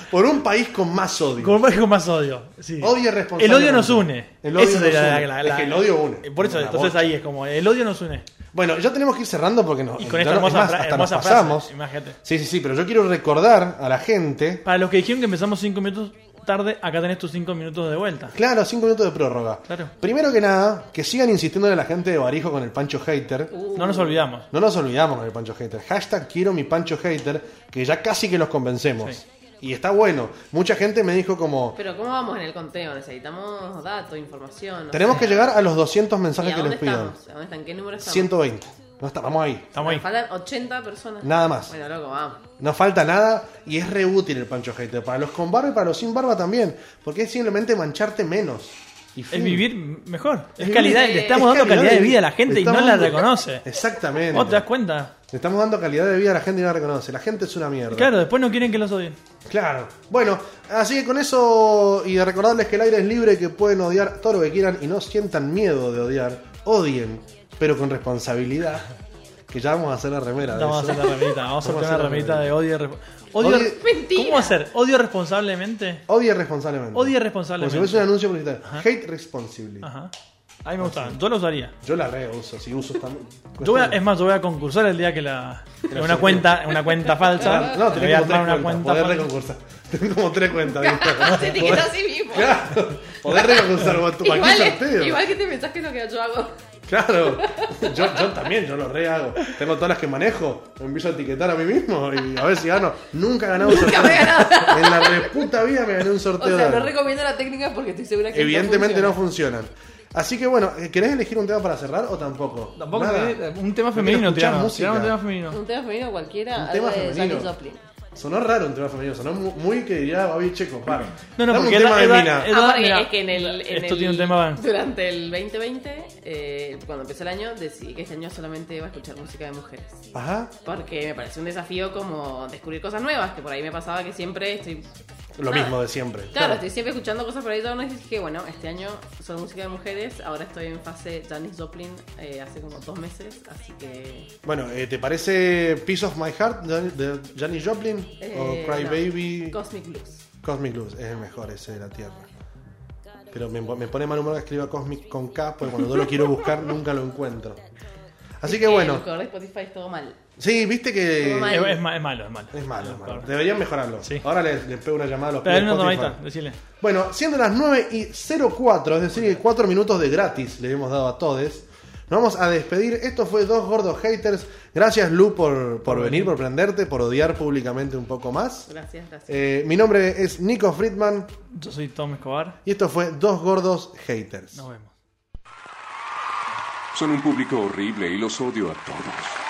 [SPEAKER 1] Por un país con más odio.
[SPEAKER 2] Con un país con más odio. Sí.
[SPEAKER 1] Odio responsable.
[SPEAKER 2] El odio nos une.
[SPEAKER 1] El odio
[SPEAKER 2] Eso
[SPEAKER 1] nos
[SPEAKER 2] sería
[SPEAKER 1] une. Es que el odio une.
[SPEAKER 2] Por eso,
[SPEAKER 1] Una
[SPEAKER 2] entonces
[SPEAKER 1] bosta.
[SPEAKER 2] ahí es como, el odio nos une.
[SPEAKER 1] Bueno, ya tenemos que ir cerrando porque nos,
[SPEAKER 2] Y con
[SPEAKER 1] ya
[SPEAKER 2] esta
[SPEAKER 1] no-
[SPEAKER 2] hermosa,
[SPEAKER 1] es más,
[SPEAKER 2] fra-
[SPEAKER 1] hasta nos
[SPEAKER 2] hermosa frase,
[SPEAKER 1] pasamos.
[SPEAKER 2] imagínate.
[SPEAKER 1] Sí, sí, sí, pero yo quiero recordar a la gente.
[SPEAKER 2] Para los que dijeron que empezamos 5 minutos tarde, acá tenés tus 5 minutos de vuelta.
[SPEAKER 1] Claro, cinco minutos de prórroga.
[SPEAKER 2] Claro.
[SPEAKER 1] Primero que nada, que sigan insistiendo a la gente de Barijo con el Pancho Hater.
[SPEAKER 2] No nos olvidamos.
[SPEAKER 1] No nos olvidamos con el Pancho Hater. Hashtag quiero mi Pancho Hater, que ya casi que los convencemos.
[SPEAKER 2] Sí.
[SPEAKER 1] Y está bueno. Mucha gente me dijo como,
[SPEAKER 5] Pero ¿cómo vamos en el conteo? Necesitamos datos, información. no
[SPEAKER 1] tenemos
[SPEAKER 5] sé.
[SPEAKER 1] que llegar a los 200
[SPEAKER 5] ¿Y
[SPEAKER 1] mensajes
[SPEAKER 5] a
[SPEAKER 1] que
[SPEAKER 5] dónde
[SPEAKER 1] les pidan.
[SPEAKER 5] estamos? ¿A dónde están? ¿En qué número estamos?
[SPEAKER 1] 120. No está, vamos ahí.
[SPEAKER 2] Estamos ahí.
[SPEAKER 5] Faltan 80 personas.
[SPEAKER 1] Nada más.
[SPEAKER 5] Bueno, loco, vamos.
[SPEAKER 1] No falta nada y es re útil el Pancho Hater. Para los con barba y para los sin barba también. Porque es simplemente mancharte menos. Y
[SPEAKER 2] Es
[SPEAKER 1] fin.
[SPEAKER 2] vivir mejor.
[SPEAKER 1] Es
[SPEAKER 2] Es calidad.
[SPEAKER 5] vivir-
[SPEAKER 2] Le estamos
[SPEAKER 1] Es
[SPEAKER 2] dando calidad de vida a la
[SPEAKER 1] vi-
[SPEAKER 2] gente y no
[SPEAKER 1] estamos
[SPEAKER 2] la
[SPEAKER 1] dando-
[SPEAKER 2] reconoce.
[SPEAKER 1] Exactamente.
[SPEAKER 2] ¿Vos te das cuenta?
[SPEAKER 1] Le estamos dando calidad de vida a la gente y no la reconoce. La gente es una mierda.
[SPEAKER 2] Claro, después no quieren que los odien.
[SPEAKER 1] Ah, Claro. Bueno, así que con eso y de recordarles que el aire es libre, que pueden odiar todo lo que quieran y no sientan miedo de odiar. Odien, pero con responsabilidad. Que ya vamos a hacer la remera. de
[SPEAKER 2] Vamos a
[SPEAKER 1] eso.
[SPEAKER 2] hacer la remita. Vamos a hacer
[SPEAKER 1] Vamos
[SPEAKER 2] una remita de odio. re-
[SPEAKER 1] Odio-
[SPEAKER 2] odio
[SPEAKER 5] Mentira.
[SPEAKER 2] ¿Cómo hacer? ¿Odio responsablemente?
[SPEAKER 1] Odie responsablemente.
[SPEAKER 2] Odie responsablemente.
[SPEAKER 1] Como si fuese un anuncio publicitario. Hate responsibly.
[SPEAKER 2] Ajá. A mí me gusta. Yo lo usaría.
[SPEAKER 1] Yo la re uso, si uso esta.
[SPEAKER 2] Yo voy a- es más, yo voy a concursar el día que la.
[SPEAKER 1] lo
[SPEAKER 2] Una
[SPEAKER 1] sorteo.
[SPEAKER 2] cuenta, una cuenta falsa.
[SPEAKER 1] No,
[SPEAKER 2] Le voy
[SPEAKER 1] tenés
[SPEAKER 2] a
[SPEAKER 1] como tres
[SPEAKER 2] armar
[SPEAKER 1] cuentas.
[SPEAKER 2] una cuenta
[SPEAKER 1] Podés
[SPEAKER 2] falsa.
[SPEAKER 1] reconcursar. Tenés como tres cuentas. ¿viste?
[SPEAKER 5] Se etiquetó a sí mismo.
[SPEAKER 1] Claro. Podés reconcursar con tu
[SPEAKER 5] Igual,
[SPEAKER 1] cualquier sorteo.
[SPEAKER 5] igual que te pensás que es lo que yo hago.
[SPEAKER 1] Claro. Yo, yo también, yo lo re hago. Tengo todas las que manejo. Me empiezo a etiquetar a mí mismo y a ver si gano. Nunca he ganado un sorteo.
[SPEAKER 5] me he ganado.
[SPEAKER 1] En la reputa vida me gané un
[SPEAKER 5] O
[SPEAKER 1] sorteo.
[SPEAKER 5] sea,
[SPEAKER 1] de
[SPEAKER 5] no
[SPEAKER 1] algo.
[SPEAKER 5] recomiendo la técnica porque estoy segura que
[SPEAKER 1] Evidentemente
[SPEAKER 5] no
[SPEAKER 1] no
[SPEAKER 5] funciona.
[SPEAKER 1] funcionan. Así que bueno, ¿querés elegir un tema para cerrar o tampoco?
[SPEAKER 2] Tampoco
[SPEAKER 1] Nada.
[SPEAKER 2] tenés- un tema
[SPEAKER 1] Quiero
[SPEAKER 2] femenino,
[SPEAKER 1] escuchar
[SPEAKER 2] tiraron.
[SPEAKER 1] música.
[SPEAKER 2] Tiraron un tema femenino.
[SPEAKER 5] Un tema femenino cualquiera.
[SPEAKER 1] Un
[SPEAKER 5] algo
[SPEAKER 1] tema
[SPEAKER 5] de
[SPEAKER 1] femenino.
[SPEAKER 5] Janis Joplin.
[SPEAKER 1] Sonó raro un tema femenino, sonó mu- muy que diría Babi Checo, para.
[SPEAKER 2] No, no,
[SPEAKER 1] Dame
[SPEAKER 2] porque
[SPEAKER 1] un tema
[SPEAKER 2] era-
[SPEAKER 1] de
[SPEAKER 2] era-
[SPEAKER 1] mina.
[SPEAKER 2] era-
[SPEAKER 5] Ah, porque
[SPEAKER 2] mira,
[SPEAKER 5] es que en el. en
[SPEAKER 2] esto
[SPEAKER 5] el-
[SPEAKER 2] tiene un tema.
[SPEAKER 5] Durante el 2020, eh, cuando empezó el año, decidí que este año solamente iba a escuchar música de mujeres.
[SPEAKER 1] Ajá.
[SPEAKER 5] Porque me pareció un desafío como descubrir cosas nuevas, que por ahí me pasaba que siempre estoy.
[SPEAKER 1] Lo
[SPEAKER 5] Nada.
[SPEAKER 1] mismo de siempre.
[SPEAKER 5] Ah, Claro, estoy siempre escuchando cosas por ahí todas y dije, bueno, este año son música de mujeres, ahora estoy en fase Janis Joplin eh, hace como dos meses, así que
[SPEAKER 1] Bueno, eh, ¿te parece Piece of My Heart de, de Janis Joplin?
[SPEAKER 5] Eh,
[SPEAKER 1] ¿O Cry
[SPEAKER 5] no.
[SPEAKER 1] Baby?
[SPEAKER 5] Cosmic Blues.
[SPEAKER 1] Cosmic Blues, es el mejor ese de la Tierra. Pero me, me pone mal humor que escriba Cosmic con K, porque cuando yo lo quiero buscar nunca lo encuentro. Así que
[SPEAKER 5] El
[SPEAKER 1] bueno.
[SPEAKER 5] color Eh, de Spotify es todo mal.
[SPEAKER 1] Sí, viste que.
[SPEAKER 5] Todo mal.
[SPEAKER 2] Es, es ma- es malo, es malo.
[SPEAKER 1] Es malo, es malo.
[SPEAKER 2] Pero-
[SPEAKER 1] Deberían mejorarlo.
[SPEAKER 2] Sí.
[SPEAKER 1] Ahora les, les pego una llamada a los
[SPEAKER 2] Pero
[SPEAKER 1] pibes
[SPEAKER 2] hay una
[SPEAKER 1] Spotify.
[SPEAKER 2] tomadita, decirle.
[SPEAKER 1] Bueno, siendo las 9 y 04, es decir, 4 minutos de gratis le hemos dado a todos. Nos vamos a despedir. Esto fue Dos Gordos Haters. Gracias, Lu, por, por venir, por prenderte, por odiar públicamente un poco más.
[SPEAKER 5] Gracias, gracias.
[SPEAKER 1] Eh, mi nombre es Nico Friedman
[SPEAKER 2] Yo soy Tom Escobar.
[SPEAKER 1] y esto fue Dos Gordos Haters.
[SPEAKER 2] Nos vemos.
[SPEAKER 8] Son un público horrible y los odio a todos.